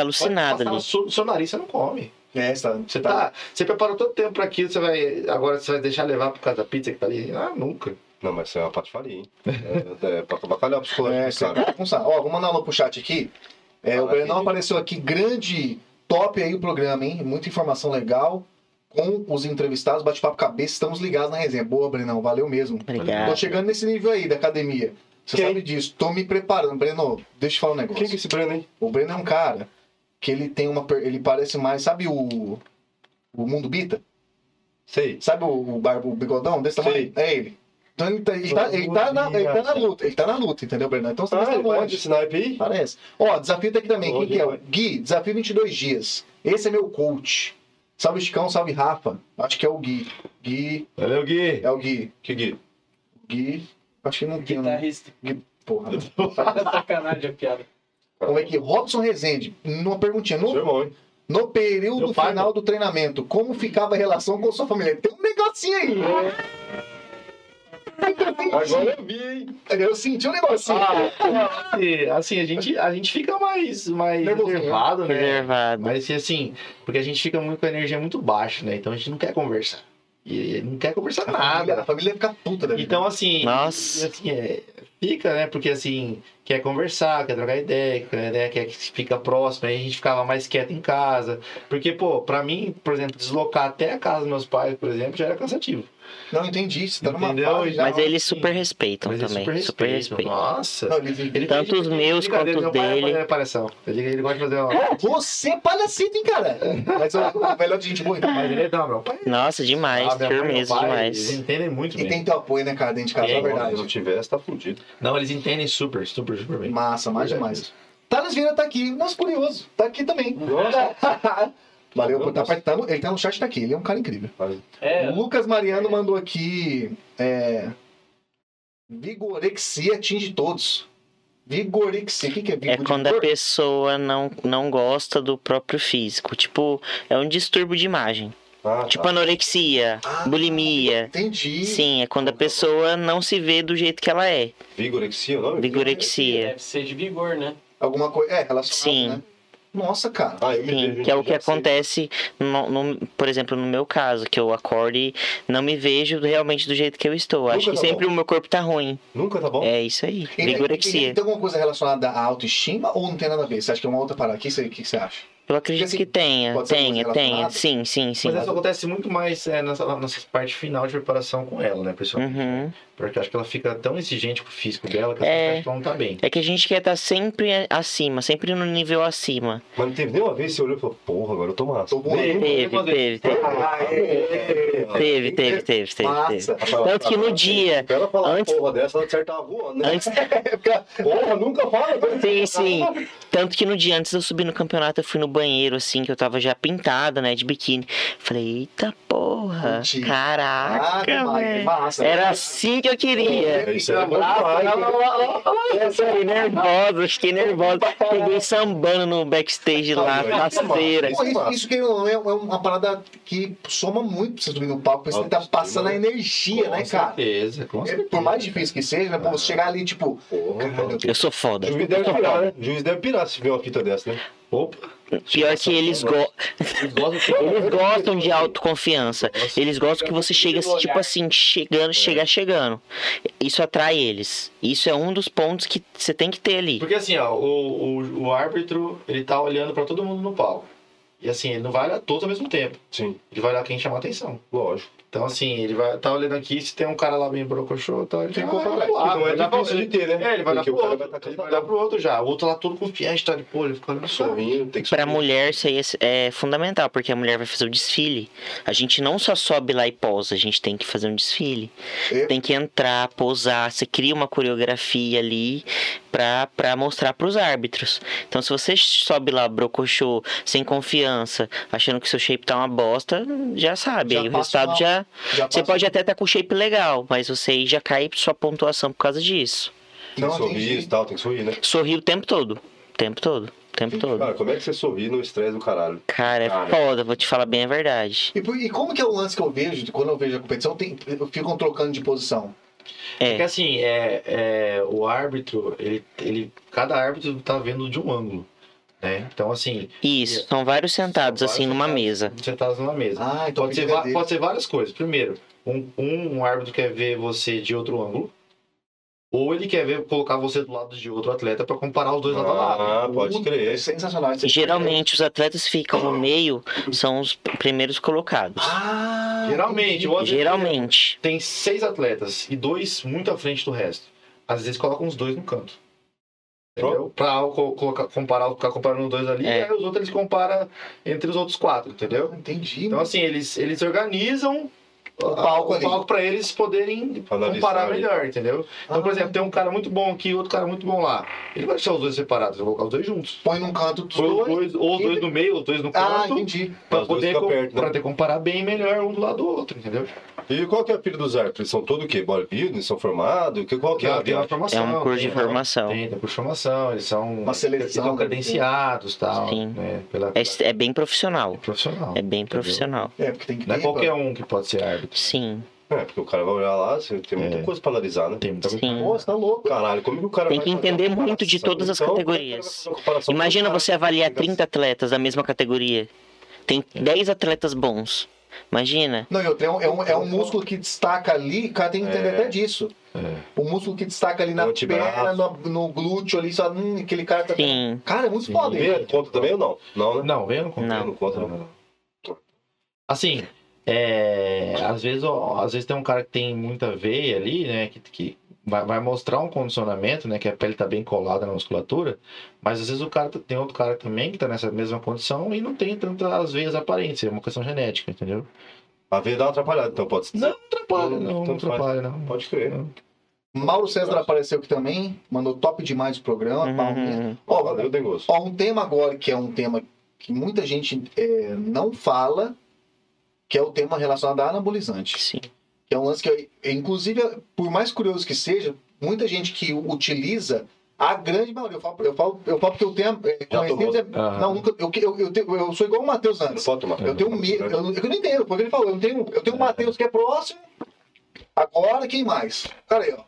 C: Pode
D: alucinado
C: passar
D: ali.
C: no seu, no seu nariz, você não come.
A: É, você tá-
C: Você tá, você preparou tanto tempo pra aquilo, você vai, agora você vai deixar levar por causa da pizza que tá ali? Ah, nunca.
B: Não, mas isso é uma patifaria, hein? É, é pra bacalhau
A: É,
B: psicológico,
A: você
B: cara.
A: tá funcionando. Ó, vou mandar uma pro chat aqui. É, o
B: Fala aí.
A: Brenão apareceu aqui, grande top aí o programa, hein? Muita informação legal com os entrevistados, bate-papo cabeça, estamos ligados na resenha. Boa, Brenão, valeu mesmo. Tô
D: Obrigado.
A: chegando nesse nível aí da academia. Você
B: Quem?
A: sabe disso. Tô me preparando. Breno, deixa eu te falar um negócio.
B: Quem que é esse Breno, hein?
A: O Breno é um cara que ele tem uma. per- Ele parece mais. Sabe o. O Mundo Bita?
B: Sei.
A: Sabe o, o barbo o bigodão desse tamanho?
B: Sei.
A: É ele. Então ele tá, ele, tá, ele tá na, ele tá na luta. Ele tá na luta, entendeu, Breno? Então você tá
B: Ah,
A: nesse
B: ele
A: tamanho.
B: pode esse naipe aí?
A: Parece. Ó, desafio tá aqui também.
B: Bom
A: Quem que é?
B: demais.
A: Gui, desafio 22 dias. Esse é meu coach. Salve, Chicão. Salve, Rafa. Acho que é o Gui. Gui.
B: Valeu, Gui.
A: É o Gui.
B: Que Gui?
A: Gui. Acho que não tem.
B: tá
A: né?
E: Guitarrista.
A: Porra.
E: Sacanagem a piada.
A: Como é que é? Robson Rezende, numa perguntinha,
B: Seu
A: no,
B: irmão, hein?
A: no período
C: Meu pai,
A: final do treinamento, como ficava a relação com sua família? Tem um negocinho aí.
B: Agora eu vi, hein?
A: Eu senti um negocinho.
C: Ah, é, assim, a gente, a gente fica mais, mais
A: Nervosinho, né?
C: reservado, né?
D: Reservado.
C: Mas assim, porque a gente fica muito com a energia muito baixa, né? Então a gente não quer conversar. E e não quer conversar
A: a, família, a
C: nada.
A: família fica puta da vida.
C: Então, assim,
D: Nossa.
C: e, assim, é, fica, né? Porque assim, quer conversar, quer trocar ideia, quer, trocar ideia, quer que se fica próximo, aí a gente ficava mais quieto em casa. Porque, pô, pra mim, por exemplo, deslocar até a casa dos meus pais, por exemplo, já era cansativo.
A: Não entendi. Você tá numa
C: Entendeu?
A: fase já.
D: Mas
C: não,
D: eles
C: assim,
D: super respeitam
C: Mas
D: também.
C: eles
D: Super respeitam.
C: Nossa.
A: Não, ele- ele-
D: Tanto os meus quanto os
C: Brincadeira, meu pai é
D: dele.
C: uma palhação. Ele, ele gosta de fazer uma.
A: Você é palhacito, hein, cara? Mas é o melhor de gente boa. então.
C: Mas é ele não, meu pai.
D: Nossa, demais.
C: Ah, minha mãe e meu
D: firmeza
C: pai,
D: demais.
C: Eles entendem muito
A: E
C: bem.
A: tem teu apoio, né, cara, dentro de casa,
C: Tem,
A: é
B: Se não
A: verdade.
B: tivesse, tá fudido.
C: Não, eles entendem super, super, super bem.
A: Massa, mais demais. Thales Vieira tá aqui. Nossa, curioso. Tá aqui também.
B: Nossa.
A: *laughs* Valeu por
B: Meu
A: estar
B: Deus.
A: participando. Ele tá no chat, tá aqui. Ele é um cara incrível.
E: É,
A: O Lucas Mariano mandou aqui. É, vigorexia atinge todos. Vigorexia. O que, que é
D: É
A: vigor?
D: quando a pessoa não, não gosta do próprio físico. Tipo, é um distúrbio de imagem.
B: Ah,
D: Tipo anorexia,
A: Ah,
D: bulimia.
A: Entendi.
D: Sim, é quando a pessoa não se vê do jeito que ela é.
B: tá. Vigorexia, o nome?
D: Vigorexia.
E: é, deve ser de vigor, né?
A: Alguma coisa. É, relacionado,
D: Sim.
A: né? Nossa, cara.
B: Ah, eu me
D: Sim,
B: vejo,
D: que é o
B: já
D: que
B: sei.
D: acontece, no, no- por exemplo, no meu caso, que eu acordo e não me vejo realmente do jeito que eu estou. Acho
B: Nunca
D: que
B: tá
D: sempre o meu corpo tá ruim.
B: Nunca tá bom?
D: É isso
A: E-
D: aí,
A: e- então, e
D: vigorexia.
A: Tem alguma coisa relacionada à autoestima ou não tem nada a ver? Você acha que é uma outra parada? O que você, o que você acha?
D: Eu
A: Porque,
D: acredito
A: assim,
D: que tenha,
A: pode ser uma
D: tenha,
A: coisa
D: tenha.
A: relacionada?
D: Sim, sim, sim.
C: Mas
A: é
C: isso acontece muito mais é, nessa, nessa parte final de preparação com ela, né, pessoal?
B: Hum.
D: Uhum.
C: Porque eu acho que ela fica tão exigente com o físico dela que ela
D: É.
C: acha que ela não tá bem.
D: É que a gente quer estar sempre acima, sempre no nível acima.
B: Mas não teve nenhuma vez que você olhou e falou, porra, agora eu tô massa.
A: Tô bom.
D: Teve, teve, teve.
C: Ah,
D: Teve, teve, teve, teve, teve.
A: Massa. tá
D: Tanto que no dia.
B: Se ela falar
D: antes-
B: porra dessa, ela acertava voando,
A: *laughs*
B: né?
D: Antes,
B: Porra, nunca fala.
D: sim, sim. Tanto que no dia antes de eu subir no campeonato, eu fui no banheiro, assim, que eu tava já pintada, né, de biquíni. Falei, eita porra,
A: Mentira.
D: caraca, velho.
A: Ah, massa.
D: Era assim que eu queria.
B: Isso é bom
D: Ah,
B: demais.
D: lá, lá, lá, lá, lá. Eu Fiquei nervosa, fiquei nervosa. Peguei sambando no backstage
A: Tá
D: lá,
B: Aí, aí,
D: faceira.
A: Pô, isso, isso que não é, é uma parada que soma muito pra você subir no palco, porque você tá
B: Autoestima.
A: passando a energia, né, cara?
C: certeza, com certeza.
A: Por mais difícil que seja, né, pô, você chegar ali, tipo,
B: Porra,
A: caralho,
D: Eu sou foda.
B: Juiz deve pirar, né? Juiz deve pirar se vê uma fita dessa, né?
C: Opa,
D: Pior que eles, go- *laughs* eles gostam de autoconfiança. Eles gostam que você chega assim, tipo assim, chegando, chegar chegando. Isso atrai eles. Isso é um dos pontos que você tem que ter ali.
C: Porque assim, ó, o, o, o árbitro, ele tá olhando pra todo mundo no palco. E assim, ele não vai olhar todos ao mesmo tempo.
B: Sim,
C: Ele vai olhar quem chamar atenção.
B: lógico.
C: Então assim, ele vai tá olhando aqui, se tem um cara lá meio brocochô, tá, ele
B: Ficou
C: vai
B: pra
C: olhar
B: trás.
C: pro lado,
B: Não é
C: vai olhar pro-
B: difícil de ter, né?
C: É, ele vai olhar
B: Porque
C: pro
B: o cara vai
C: outro,
B: estar
C: ele vai olhar
B: cansado.
C: pro outro já. O outro lá todo confiante, tá de pô, ele fica olhando só.
B: Sorrindo, tem que
D: Pra
B: sorrir.
D: mulher isso aí é é fundamental, porque a mulher vai fazer o desfile. A gente não só sobe lá e posa, a gente tem que fazer um desfile.
A: É.
D: Tem que entrar, posar, você cria uma coreografia ali pra, pra mostrar pros árbitros. Então se você sobe lá, brocochô, sem confiança, achando que seu shape tá uma bosta, já sabe.
A: Já
D: aí o
A: passa
D: resultado
A: mal.
D: já...
A: já
D: Você
A: passa-
D: pode até estar com com shape legal, mas você aí já cai sua pontuação por causa disso.
B: Tem que
A: Não,
B: sorrir
A: entendi.
B: e tal, tem que sorrir, né?
D: Sorri o tempo todo. O tempo todo. O tempo todo.
B: Cara, como é que você sorri no estresse do caralho?
D: Cara, é
B: Cara.
D: foda, vou te falar bem a verdade.
A: E, por- e como que é o lance que eu vejo, de quando eu vejo a competição, tem, ficam trocando de posição?
C: Porque
D: É,
C: assim, é, é, o árbitro, ele, ele, cada árbitro tá vendo de um ângulo. Né? Então, assim,
D: isso. São vários sentados,
C: São
D: assim,
C: vários
D: numa
C: sentados.
D: mesa.
C: você tá numa mesa.
A: Ah, então
C: Pode ser,
A: fica
C: va-
A: dele.
C: pode ser várias coisas. Primeiro, um, um, um árbitro quer ver você de outro ângulo, ou ele quer ver colocar você do lado de outro atleta pra comparar os dois lado a lado.
B: Ah, pode
A: É
B: crer.
A: sensacional. isso.
D: Geralmente, os atletas ficam no meio, são os primeiros colocados.
A: Ah,
C: Geralmente, ou às vezes
D: Geralmente.
C: tem seis atletas e dois muito à frente do resto. Às vezes colocam os dois no canto. Entendeu? Pra co- colocar, comparar, ficar comparando os dois ali,
D: É.
C: e aí os outros eles comparam entre os outros quatro, entendeu?
A: entendi.
C: Então, assim, eles, eles organizam
A: O palco
C: o
A: ali.
C: palco pra eles poderem
B: Analisar
C: comparar
B: ali.
C: melhor, entendeu? Então, por
A: Ah.
C: exemplo, tem um cara muito bom aqui e outro cara muito bom lá. Ele vai deixar os dois separados, vai colocar os dois juntos.
A: põe num canto dos
C: Ou os
A: dois.
C: dois, ou os dois no meio, ou os dois no
A: Ah,
C: canto,
A: entendi.
C: pra
B: Os dois
C: poder
B: ficam
C: co-
B: perto, né?
C: pra ter que comparar bem melhor um do lado do outro, entendeu?
B: E qual que é a pira dos árbitros? Eles são todos o quê? Bodybuilding? São formados? Que- Qual que é a
C: Tem
B: viagem?
D: É
C: formação.
D: um curso de
C: tem então, uma-
D: formação.
C: Tem, tem curso de formação, eles são,
A: Uma seleção,
C: eles são
A: né?
C: credenciados e tal.
D: Sim.
C: Né? Pela,
D: É, é bem profissional.
C: é profissional.
D: É bem profissional.
A: É, porque tem que
C: Não é
A: ter,
C: qualquer um que pode ser árbitro.
D: Sim.
B: É, porque o cara vai olhar lá, você tem muita
C: um- É.
B: coisa pra analisar, né?
C: Tem muita coisa.
A: pô.
D: Sim.
A: Pô, você tá louco.
B: Caralho, como que o cara
D: Tem
B: vai
D: que
B: fazer uma
D: entender muito de
B: comparação?
D: todas as
B: Então, como é que o cara vai
D: categorias.
B: fazer uma comparação com
D: Imagina
B: o cara?
D: você avaliar
B: Fica
D: 30 atletas da mesma categoria. Tem 10 atletas bons. Imagina.
A: Não, e outra, é um, é, um, é um músculo que destaca ali, o cara tem que entender
C: É.
A: até disso. O músculo que destaca ali na
B: No antebraço.
A: perna, no, no glúteo ali, só, hum, aquele cara tá...
D: Sim.
A: Cara, é muito foda.
B: Vê a conta também ou não? Não, né?
C: Não, eu não conto.
D: Não.
B: Não conta, não.
C: Assim, é, às, vezes, ó, às vezes tem um cara que tem muita veia ali, né? Que, que vai, vai mostrar um condicionamento, né? Que a pele tá bem colada na musculatura. Mas às vezes o cara tá- tem outro cara também que tá nessa mesma condição e não tem tantas veias aparentes. É uma questão genética, entendeu?
B: A veia dá uma atrapalhada, então pode ser.
C: Não atrapalha, não, não
B: Tanto faz.
C: atrapalha, não.
B: Pode crer.
A: Mauro César apareceu aqui também, mandou top demais o programa. palminha.
D: Uhum.
A: Ó,
B: Valeu, tem gosto.
A: Ó, um tema agora que é um tema que muita gente é, não fala, que é o tema relacionado a anabolizante.
D: Sim.
A: Que é um lance que, eu- inclusive, por mais curioso que seja, muita gente que utiliza, a grande maioria, eu falo, eu falo, eu falo porque eu tenho. é,
B: Já tomou.
A: conhecidos, é-
C: Aham.
A: Não, nunca. Eu, eu, eu, tenho- eu sou igual o Matheus antes.
B: Pode tomar.
A: Eu tenho
C: um
A: um medo. Eu, não- eu não entendo, porque ele falou, eu não tenho, eu tenho o Matheus que é próximo. Agora, quem mais? Cara aí, ó.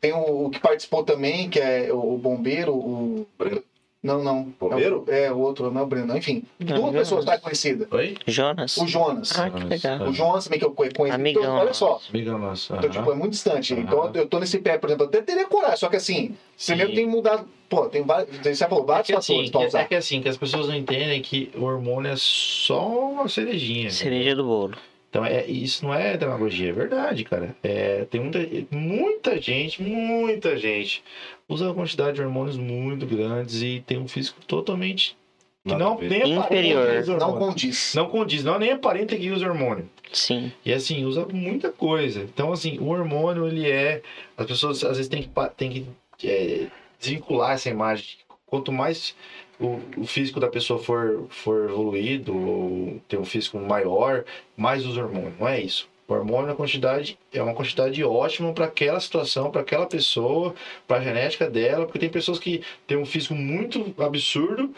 A: Tem o, o que participou também, que é o, o bombeiro, o.
B: Breno.
A: Não, não.
B: Bombeiro?
A: É, o- é, o outro, não é o Breno, não. enfim.
D: Não,
A: duas
D: Jonas.
A: pessoas tá conhecidas.
C: Oi?
D: Uhum. Jonas?
A: O Jonas.
D: Ah, que
C: É.
D: legal.
A: O Jonas também que eu conheço.
D: Amigão
A: Então, olha só.
C: Amiga nossa.
A: Então, tipo, é muito distante. Então,
C: Aham.
A: eu tô nesse pé, por exemplo, eu até teria coragem, só que assim, você mesmo tem mudado. Pô, tem vários. Você falou
C: É
A: vários
C: que,
A: fatores
C: assim,
A: pra
C: que, é
A: usar.
C: que assim, que as pessoas não entendem que o hormônio é só uma cerejinha.
D: Cereja do bolo.
C: Então, é, isso não é demagogia, é verdade, cara. É, tem muita, muita gente, muita gente, usa uma quantidade de hormônios muito grandes e tem um físico totalmente. Que
B: Nada
C: não
B: a ver.
C: nem é parente
D: Inferior.
C: que usa
A: Não
C: hormônio.
A: condiz.
C: Não condiz, não é nem é parente que usa hormônio.
D: Sim.
C: E assim, usa muita coisa. Então, assim, o hormônio, ele é. As pessoas às vezes têm que, pa- têm que é, desvincular essa imagem. Quanto mais o, o físico da pessoa for, for evoluído, ou ter um físico maior, mais os hormônios. Não é isso. O hormônio é uma quantidade, é uma quantidade ótima para aquela situação, para aquela pessoa, para a genética dela, porque tem pessoas que têm um físico muito absurdo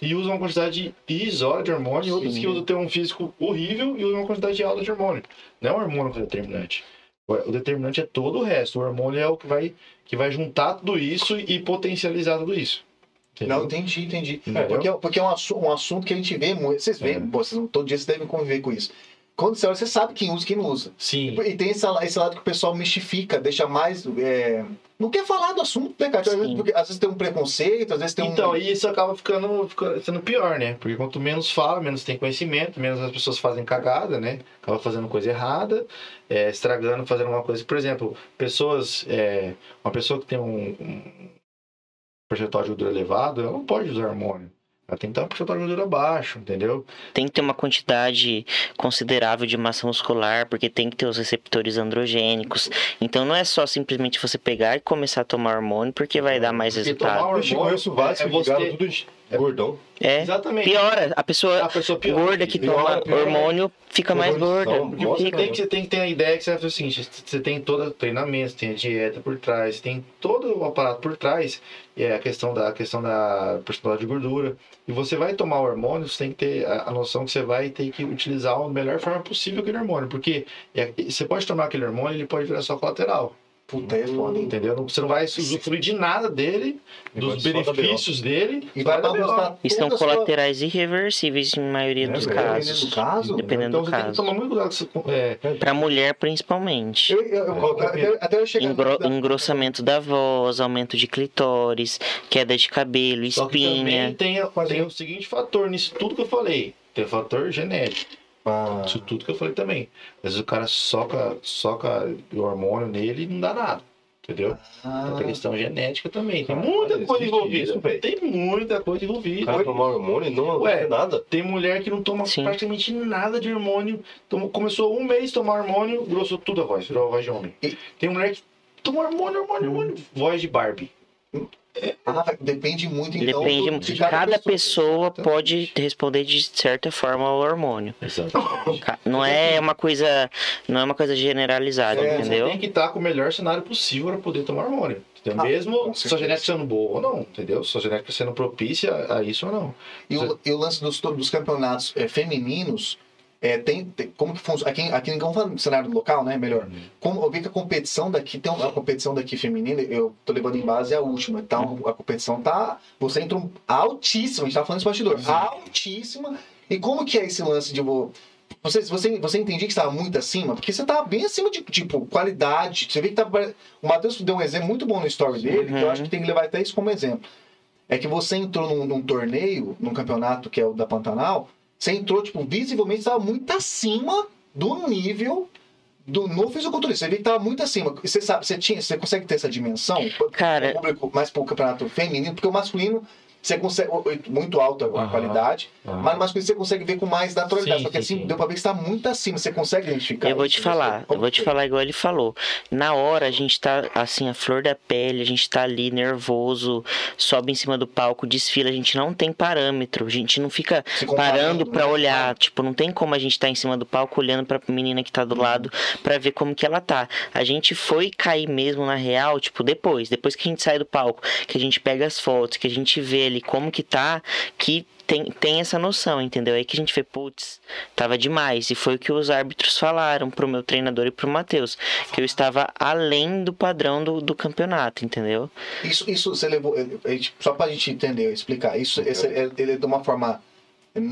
C: e usam uma quantidade irrisória de hormônio, e outras
A: Sim.
C: que usam ter um físico horrível e usam uma quantidade alta de hormônio. Não é o hormônio que é o determinante. O determinante é todo o resto. O hormônio é o que vai, que vai juntar tudo isso e potencializar tudo isso. Entendeu?
A: Não, entendi, entendi.
C: Entendeu?
A: Porque, é- porque é um, assu- um assunto que a gente vê muito. Vocês veem,
C: É.
A: pô, vocês, todo dia vocês devem conviver com isso. Quando você olha, você sabe quem usa e quem não usa.
C: Sim.
A: E tem esse, la- esse lado que o pessoal mistifica, deixa mais. é, não quer falar do assunto, né, cara? Às vezes,
D: Sim.
A: porque às vezes tem um preconceito, às vezes tem um.
C: Então, e isso acaba ficando, ficando- sendo pior, né? Porque quanto menos fala, menos tem conhecimento, menos as pessoas fazem cagada, né? Acaba fazendo coisa errada, é, estragando, fazendo alguma coisa. Por exemplo, pessoas. é, uma pessoa que tem um, um percentual de gordura elevado, ela não pode usar hormônio. Ela tem que ter um percentual de gordura baixo, entendeu?
D: Tem que ter uma quantidade considerável de massa muscular, porque tem que ter os receptores androgênicos. Então não é só simplesmente você pegar e começar a tomar hormônio, porque vai dar mais
C: Porque
D: resultado.
C: tomar
B: Eu
C: hormônio
B: conheço vários
C: é
B: que ficaram
C: você.
B: tudo gordão.
D: É.
C: Exatamente.
D: Piora, a pessoa
C: A é pessoa piora.
D: gorda que
B: Piora,
D: toma
B: piora.
D: hormônio fica
C: é
D: mais
B: Evolução,
D: gorda.
C: Porque
B: Nossa,
C: você,
B: cara.
C: tem que, você tem que ter a ideia que você vai fazer o seguinte, você tem todo o treinamento, você tem a dieta por trás, você tem todo o aparato por trás, e é a questão da a questão da porcentagem de gordura. E você vai tomar o hormônio, você tem que ter a, a noção que você vai ter que utilizar a melhor forma possível aquele hormônio, porque é- você pode tomar aquele hormônio, ele pode virar só colateral,
A: Puta, é foda, hein?
C: entendeu? Não- Você não vai usufruir de nada dele,
B: Negócio
C: dos
B: só da BO.
C: benefícios dele,
A: E vai
C: dar
A: pra
C: BO.
A: mostrar.
D: E são
A: toda a sua-
D: colaterais irreversíveis em maioria
B: É
D: dos
B: verdade.
A: Dependendo do
D: casos.
A: caso.
D: Dependendo
C: Então
D: do
C: você tem que
D: caso.
C: tomar muito cuidado com isso. É,
D: Pra mulher, principalmente.
A: Eu, eu- eu-
B: Qual que é o
A: até, até eu chegar.
D: Engro- engrossamento da voz, aumento de clitóris, queda de cabelo,
C: Só que também
D: espinha.
C: tem, a- tem o seguinte fator nisso tudo que eu falei. Tem o fator genético.
A: Ah,
C: Isso tudo que eu falei também. Às vezes o cara soca, soca o hormônio nele e não dá nada. Entendeu?
A: Ah.
C: Então tem questão genética também. Tem
B: Ah,
C: muita
B: existe
C: coisa envolvida.
B: isso, velho.
C: Tem muita coisa
B: O
C: envolvida.
B: cara tomar hormônio e não
C: Ué.
B: é nada.
C: Tem mulher que não toma
D: Sim.
C: praticamente nada de hormônio. Tomou- começou um mês a tomar hormônio, grossou tudo a voz, virou a voz de homem.
A: E-
C: Tem mulher que toma hormônio, hormônio, hormônio. Voz de Barbie.
A: ah, vai- depende muito, então.
D: Depende.
A: do-
D: muito. cada pessoa
A: então.
D: pode responder de certa forma ao hormônio.
C: *laughs* Exato.
A: Então,
D: Ca- Não é uma coisa, não é uma coisa generalizada,
A: assim É,
C: Você
D: entendeu?
C: tem que estar com o melhor cenário possível para poder tomar hormônio. Entendeu?
A: Ah, com
C: Mesmo sua
A: certeza.
C: genética sendo boa ou não, entendeu? Sua genética sendo propícia a isso ou não.
A: E o, e o lance dos, dos campeonatos é, femininos, é, tem, tem- como que funciona? Aqui, aqui em- vamos falar do cenário local, né? Melhor. Como, eu vi que a competição daqui, tem uma competição daqui feminina, eu tô levando em base a última. Então, a competição tá. Você entra um- altíssima, a gente tá falando desse bastidor. Altíssima. E como que é esse lance de. vo- Você, você, você entendia que estava muito acima? Porque você estava bem acima de, tipo, qualidade. Você vê que tá. pare- O Matheus deu um exemplo muito bom no story dele, que eu
D: Uhum.
A: acho que tem que levar até isso como exemplo. É que você entrou num, num torneio, num campeonato que é o da Pantanal, você entrou, tipo, visivelmente estava muito acima do nível do no fisiculturista. Você vê que estava muito acima. E Você sabe, você tinha, você consegue ter essa dimensão?
D: Cara,
A: Pro público mais pro campeonato feminino, porque o masculino você consegue o- o- muito alta a
C: Aham.
A: qualidade, mas no masculino você consegue ver com mais naturalidade.
C: Sim,
A: só que
C: sim,
A: assim,
C: sim.
A: deu pra ver que está muito acima. Você consegue identificar?
D: eu vou te
A: isso? é né?
D: falar, eu
A: Como
D: vou te
A: que-
D: falar igual ele falou. Na hora a gente tá assim, a flor da pele, a gente tá ali nervoso, sobe em cima do palco, desfila, a gente não tem parâmetro, a gente não fica
A: se comparando,
D: parando pra
A: né?
D: olhar, tipo, não tem como a gente tá em cima do palco olhando pra menina que tá do lado pra ver como que ela tá. A gente foi cair mesmo na real, tipo, depois, depois que a gente sai do palco, que a gente pega as fotos, que a gente vê ali como que tá, que tem, tem essa noção, entendeu? Aí que a gente vê, putz, tava demais. E foi o que os árbitros falaram pro meu treinador e pro Matheus, que eu estava além do padrão do, do campeonato, entendeu?
A: Isso, isso você levou. eh, eh, tipo, Só pra gente entender, explicar. Isso esse, é- ele é de uma forma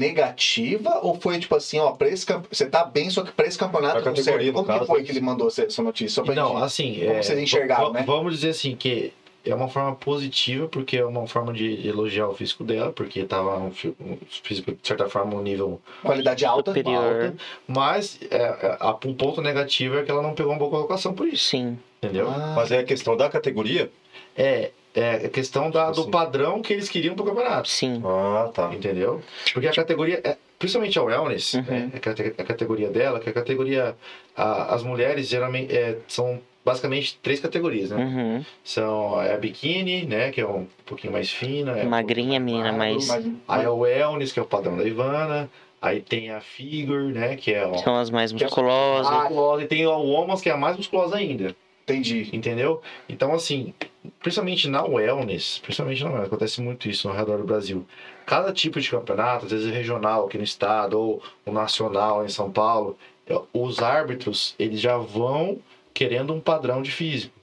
A: negativa ou foi tipo assim, ó, pra esse camp... você tá bem, só que pra esse campeonato
B: Pra
A: não serve?
B: categoria, no
A: Como que
B: caso,
A: foi
B: né? Então,
A: que ele mandou essa essa notícia? Só pra
C: Não,
A: gente...
C: assim.
A: como vocês enxergaram,
C: va-
A: né?
C: Vamos dizer assim, que é uma forma positiva, porque é uma forma de elogiar o físico dela, porque tava um, fi- um físico, de certa forma, um nível
A: Qualidade alta.
D: Superior.
C: alto. Mas é, é, a- um ponto negativo é que ela não pegou uma boa colocação por isso,
D: Sim.
C: entendeu?
A: Ah,
B: Mas é a questão da categoria.
C: É, é a questão
A: Tipo
C: da- do
B: Assim.
C: padrão que eles queriam pro campeonato.
D: Sim.
B: Ah, tá.
C: Entendeu? Porque a categoria, é- principalmente a é wellness,
D: Uhum.
C: né, a, cate- a categoria dela, que a categoria. a- as mulheres geralmente é, são basicamente três categorias, né?
D: Uhum.
C: São é a biquíni, né? Que é um pouquinho mais fina. é um
D: Magrinha,
C: pouco
D: menina,
C: magro.
D: mas
A: Mas-
C: Aí é o wellness, que é o padrão da Ivana. Aí tem a figure, né? Que é o...
D: são as mais
C: Que é-
D: musculosas.
C: Ah, musculosa. E tem a Woman's, que é a mais musculosa ainda.
A: Entendi.
C: Entendeu? Então, assim, principalmente na wellness, principalmente na wellness, acontece muito isso ao redor do Brasil. Cada tipo de campeonato, às vezes regional aqui no estado, ou o nacional em São Paulo, eu- os árbitros, eles já vão querendo um padrão de físico.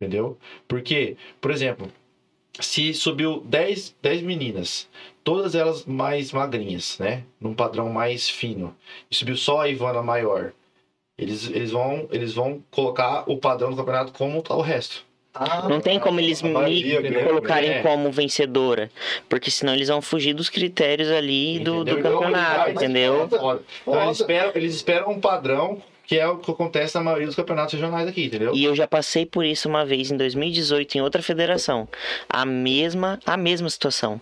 C: Entendeu? Porque, por exemplo, se subiu 10, 10 meninas, todas elas mais magrinhas, né? Num padrão mais fino, e subiu só a Ivana maior. Eles, eles, vão, eles vão colocar o padrão do campeonato como tá o resto.
A: Ah,
D: Não tem como eles
B: a
D: me
B: maioria, né?
D: colocarem
C: É.
D: como vencedora, porque senão eles vão fugir dos critérios ali do, do
C: Entendeu? Então,
D: campeonato,
C: eles-
D: entendeu?
C: Foda. Então, eles, esperam, eles esperam um padrão que é o que acontece na maioria dos campeonatos regionais aqui, entendeu?
D: E eu já passei por isso uma vez em 2018 em outra federação. A mesma, a mesma situação.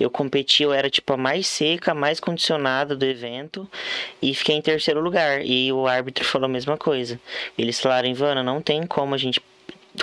D: Eu competi, eu era tipo a mais seca, a mais condicionada do evento e fiquei em terceiro lugar. E o árbitro falou a mesma coisa. Eles falaram, Ivana, não tem como a gente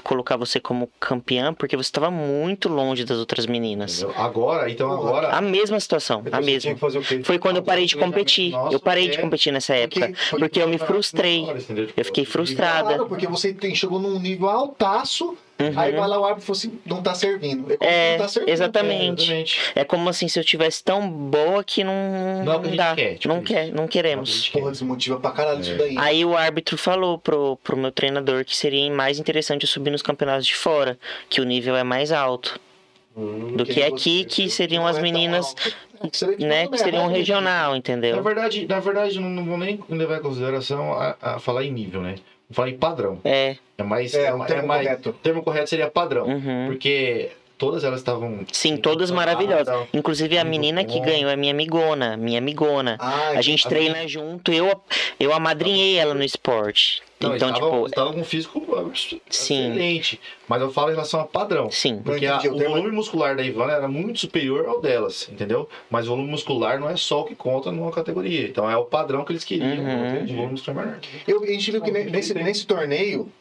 D: colocar você como campeã porque você estava muito longe das outras meninas.
C: Entendeu? Agora, então agora.
D: A mesma situação, a
B: Depois você tinha
D: mesma.
B: que fazer o quê?
D: Foi quando eu parei de competir.
C: Nossa,
D: Eu parei de
C: é.
D: competir nessa
A: porque
D: época.
A: foi-
D: Porque eu me frustrei.
C: entendeu? Tipo,
D: Eu fiquei frustrado.
A: Claro, porque você tem- chegou num nível altaço,
D: Uhum.
A: aí vai lá o árbitro e falou assim, não tá servindo. como
D: É,
A: não tá servindo.
D: exatamente. É como assim, se eu tivesse tão boa que não,
C: Não é o
D: não,
C: que a gente
D: dá.
C: quer, tipo
D: não
C: isso.
D: quer, não queremos.
A: tipo, Porra, desmotiva pra caralho isso daí.
D: Aí o árbitro falou pro, pro meu treinador que seria mais interessante eu subir nos campeonatos de fora, que o nível é mais alto.
B: Hum,
D: Do que é
A: Porque
D: aqui,
A: você-
D: que seriam
A: não
D: as
A: é tão
D: meninas,
A: alto. Seria tipo
D: né,
A: uma
D: que seriam
A: merda, né?
D: regional,
C: Na
D: entendeu?
C: verdade, na verdade, não, não vou nem levar em consideração a, a falar em nível, né? Vou falar em padrão.
D: É,
C: É mais.
A: É, o termo
C: mais-
A: correto.
C: O termo correto seria padrão.
D: uhum.
C: Porque todas elas estavam.
D: Sim, todas maravilhosas. Inclusive a menina que ganhou é minha amigona, minha amigona.
A: Ah,
D: A gente treina junto, eu, eu amadrinhei ela no esporte.
C: Não,
D: Então,
C: estava,
D: tipo,
C: estava com um físico abs-
D: Sim.
C: excelente. Mas eu falo em relação a padrão.
D: sim.
C: Porque
A: Não
C: a-
A: entendi,
C: o
A: o termo-
C: volume muscular da Ivana era muito superior ao delas, entendeu? Mas o volume muscular não é só o que conta numa categoria. Então é o padrão que eles queriam.
D: Uhum.
C: entende? O volume muscular é maior.
A: Eu, a gente viu que ne- nesse, nesse torneio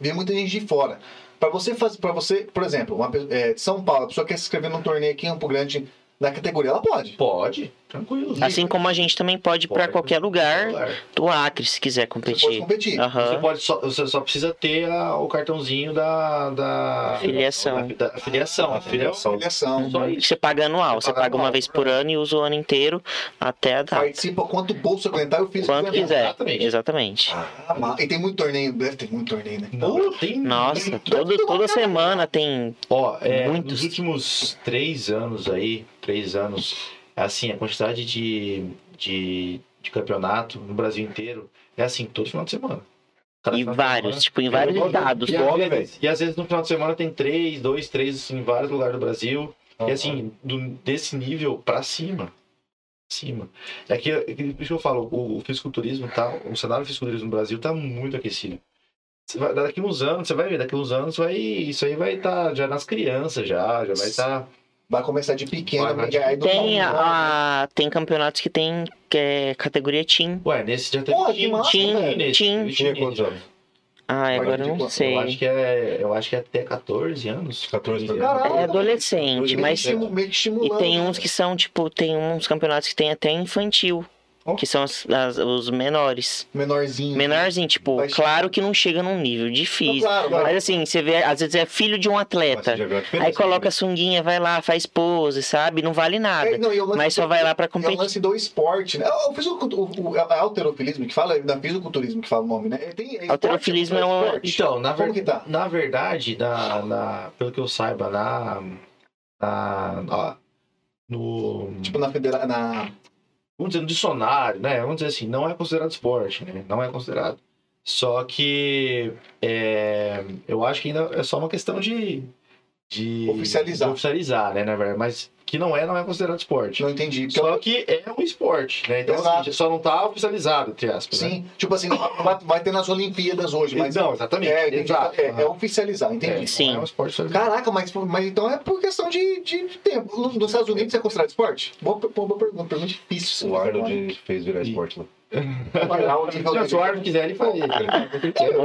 A: veio muita gente de fora. Pra você fazer, para você, por exemplo, uma, pe- é, de São Paulo, a pessoa quer se inscrever num torneio aqui em Campo Grande da categoria, ela pode.
C: Pode, tranquilo.
D: Assim como a gente também pode ir pra
C: Pode.
D: qualquer lugar
C: Muscular.
D: do Acre, se quiser
A: Você pode
D: competir.
A: competir.
C: Você
D: Aham.
C: pode só, você só precisa ter a- o cartãozinho da, da
D: Filiação.
C: Da, da filiação,
D: Uhum.
B: Ah,
C: entendeu?
B: filiação.
A: Filiação.
C: Só isso.
D: Você paga anual, você
A: paga
D: paga uma
A: anual,
D: vez por ano e usa o ano inteiro até a data.
A: Participa quanto bolso aguentar, eu fiz
D: Tá.
A: um
D: Quanto quiser.
C: Exatamente.
D: Exatamente.
A: Ah, ma- e tem muito torneio, deve ter muito torneio, né?
C: Não, tem
D: Nossa, todo, toda semana tem.
C: Ó, é,
D: Muitos.
C: nos últimos três anos aí, três anos, assim, a quantidade de, de, de campeonato no Brasil inteiro é assim, todo final de semana. Cada
D: E
C: final de
D: vários, tipo, em vários
B: Eu vou-
D: estados.
C: E às,
B: Foda,
C: vezes, e às vezes no final de semana tem três, dois, três assim, em vários lugares do Brasil. E assim, do- desse nível pra cima. Cima. É que, é que- por isso que eu falo, o, o fisiculturismo tá. O cenário do fisiculturismo no Brasil tá muito aquecido. Você vai- daqui uns anos, você vai ver, daqui uns anos vai. Isso aí vai estar já nas crianças, já, já vai tá estar.
A: Vai começar de pequeno,
C: Vai, vai.
A: já é do
D: Tem,
A: Paulo, né?
D: a, tem campeonatos que tem que é, categoria Team.
C: Ué, nesse já teve
A: Pô, que
C: teen-
A: massa,
C: teen
A: velho.
C: nesse,
D: Teen.
C: teve
B: Tinha
C: teen
B: quantos anos?
D: Ah,
A: Olha,
D: agora eu
A: tipo,
D: não
A: eu
C: Eu acho
D: sei.
C: que é. Eu acho que é até 14 anos.
B: 14
C: 15
B: anos.
A: Caralho,
D: É adolescente,
A: meio,
D: mas.
A: que estimu- meio que
D: E
A: estimulando.
D: tem uns que são, tipo, tem uns campeonatos que tem até infantil.
A: Ó. Uhum.
D: Que são as- as- os menores.
A: Menorzinho.
D: Menorzinho, tipo,
A: Mas-
D: claro que não chega num nível
A: Não,
D: difícil.
A: Então, claro, claro.
D: Mas assim, você vê, às vezes é filho de um
B: Mas você
D: atleta.
B: já viu a diferença,
D: Aí coloca
B: né?
D: a sunguinha, vai lá, faz pose, sabe? Não vale
A: É,
D: nada.
A: não, e o lance
D: Mas
A: do-
D: só vai lá pra
A: É o
D: competir.
A: lance do esporte, né? Eu fiz o, o, o é alterofilismo que fala, não, fisiculturismo que fala o nome, né? É, Tem, é esporte,
D: Alterofilismo é um-
A: esporte.
C: Então, na,
A: Como
C: ver-
A: que tá?
C: na verdade, na, na- pelo que eu saiba, na. na ó, no.
A: Tipo na federa... na
C: Vamos dizer, no dicionário, né? Vamos dizer assim, não é considerado esporte, né? Não é considerado. Só que. é, eu acho que ainda é só uma questão de. de
A: Oficializar.
C: de oficializar, né? Na verdade, mas que não é, não é considerado esporte.
A: não entendi. porque
C: Só que é um esporte, né? Então,
A: Exato.
C: assim, só não tá oficializado, entre aspas. né?
A: Sim, tipo assim, não vai, vai ter nas Olimpíadas hoje, mas
C: Não, exatamente.
A: é, entendi,
C: Exato.
A: é, é oficializar, entendi.
D: Sim.
C: Não é um esporte oficializado.
A: Caraca, mas, mas então é por questão de, de tempo.
D: assim,
A: No- Nos Estados Unidos é considerado esporte? Boa, boa, boa pergunta, pergunta difícil.
C: *laughs*
B: O Arnold fez virar esporte, né?
A: Vai lá o nível
C: Se o
A: dele.
C: árbitro quiser, ele faz.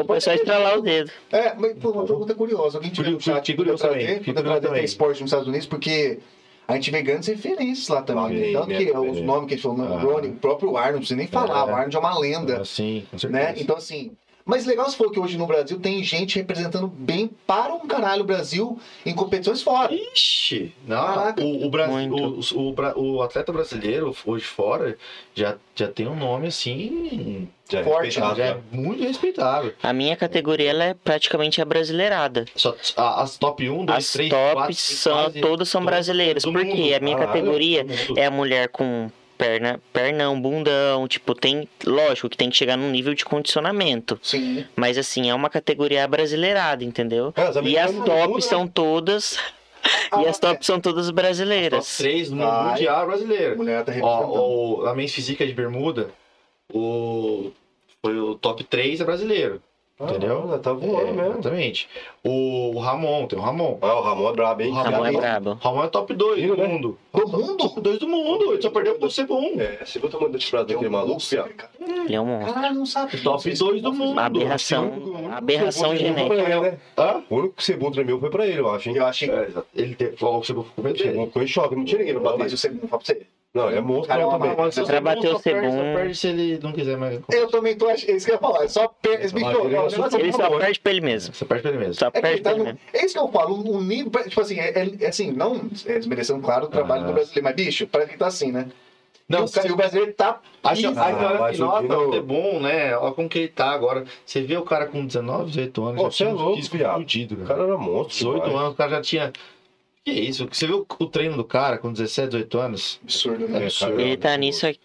D: Ou é só estralar o dedo.
A: É, mas pô, uma pergunta curiosa. Alguém tiver no
C: Curioso,
A: chat,
C: fiquei curioso
A: pra trazer,
C: Uhum. também, fiquei
A: pra
C: curioso
A: trazer
C: também.
A: esporte nos Estados Unidos, porque a gente vê grandes referências lá também.
C: Lá
A: né?
C: vem,
A: Tanto
C: né,
A: que
C: também,
A: os
C: né?
A: nomes que a gente falou, o
C: Ah.
A: Ronnie, o próprio Arnold, não precisa nem falar,
C: É.
A: o Arnold é uma lenda.
C: Sim, com certeza.
A: né? Então, assim. Mas legal se for que hoje no Brasil tem gente representando bem para um caralho o Brasil em competições fora.
C: Ixi, não,
A: Caraca.
C: o, o, Brasil,
D: Muito.
C: o, o, Bra- o atleta brasileiro hoje fora já, já tem um nome assim.
B: Já é
A: Forte,
C: Já
B: respeitado,
C: é
B: né?
C: muito respeitável.
D: A minha categoria ela é praticamente abrasileirada.
C: Só, a- as top 1, 2,
D: As
C: 3,
D: tops
C: 4,
D: são, todas são brasileiras. Porque a minha categoria é a mulher com perna, pernão, bundão. Tipo, tem. Lógico que tem que chegar num nível de condicionamento.
A: Sim.
D: Mas assim, é uma categoria brasileirada, entendeu?
B: É, as
D: E as
B: americanas não mudam,
D: tops
B: né?
D: são todas. E as tops são todas
C: Top
D: brasileiras.
C: 3 no
A: Vai.
C: Mundial
A: A
C: brasileiro.
A: mulher tá representando.
C: Ó, o, a Men's Física de Bermuda, o, foi o top 3 é brasileiro.
B: Ah,
C: Entendeu?
B: ela Tá voando
C: É,
B: mesmo.
C: Exatamente. O, o Ramon, tem o Ramon.
B: Ah, o Ramon é brabo, hein?
C: O
D: Ramon é
C: Ramon.
D: brabo.
C: Ramon é top 2
B: Viu,
C: do
B: né?
C: mundo.
A: Do mundo?
C: Top 2 do mundo, ele só perdeu pro C1.
B: É, se botar o mandante pra
A: um
B: daquele
D: um
B: maluco, fiado.
D: Ele é um monstro.
A: Caralho, não sabe.
C: Top dois do mundo.
D: Uma
C: O único- o
D: aberração.
C: único
D: Aberração
B: O único que
D: genética.
B: foi pra ele, né?
C: Hã?
B: O único que você tremeu foi pra ele, eu acho, hein?
A: Eu achei.
C: É, exato. Ele teve, falou que chegou com medo dele.
B: Chegou, ficou em choque, não tinha ninguém pra
A: Mas eu
B: bater.
A: sei, não falo pra você.
B: Não, ele é monstro
D: um
A: Cara, é uma
B: também.
A: mala.
C: Só
D: Pra bater
C: só
D: o
C: perde-
D: segundo.
C: Só perde se ele não quiser mais.
B: É.
A: Eu também tô achando. Isso que eu ia falar. é Só per... Esse bicho,
B: Mas ele
A: ó,
B: é
A: o negócio é
D: Ele
A: bom,
D: só
A: mano.
D: perde pra ele mesmo.
C: Você perde pra ele mesmo.
D: Só
A: É que
D: perde
A: ele tá
D: pra ele
A: no...
D: mesmo.
A: É isso que eu falo, o nível. Tipo assim, é, é- é assim, não é, desmerecendo, claro, o trabalho
C: Aham.
A: do brasileiro, mas bicho, parece que tá assim, né? e
C: Não,
A: o, cara-
C: se-
A: e o brasileiro tá.
C: Aí você- aí
A: Ih,
C: você olha
B: Ah, mas
C: que
B: o
C: nota,
B: Dino-
C: é bom, né? Olha como que ele tá agora. Você vê o cara com 19, 18 anos.
B: Pô,
C: já
B: você
C: tinha
B: é
C: uns
B: louco,
C: discos né?
B: viado.
C: fudidos,
B: O
C: cara.
B: cara era monstro.
C: 18
B: demais.
C: anos, o cara já tinha. Que isso? Você viu o treino do cara com 17, 18 anos?
A: absurdo,
B: É,
A: né?
B: cara,
D: Ele
B: era
D: tá
B: monstro.
D: nisso aqui.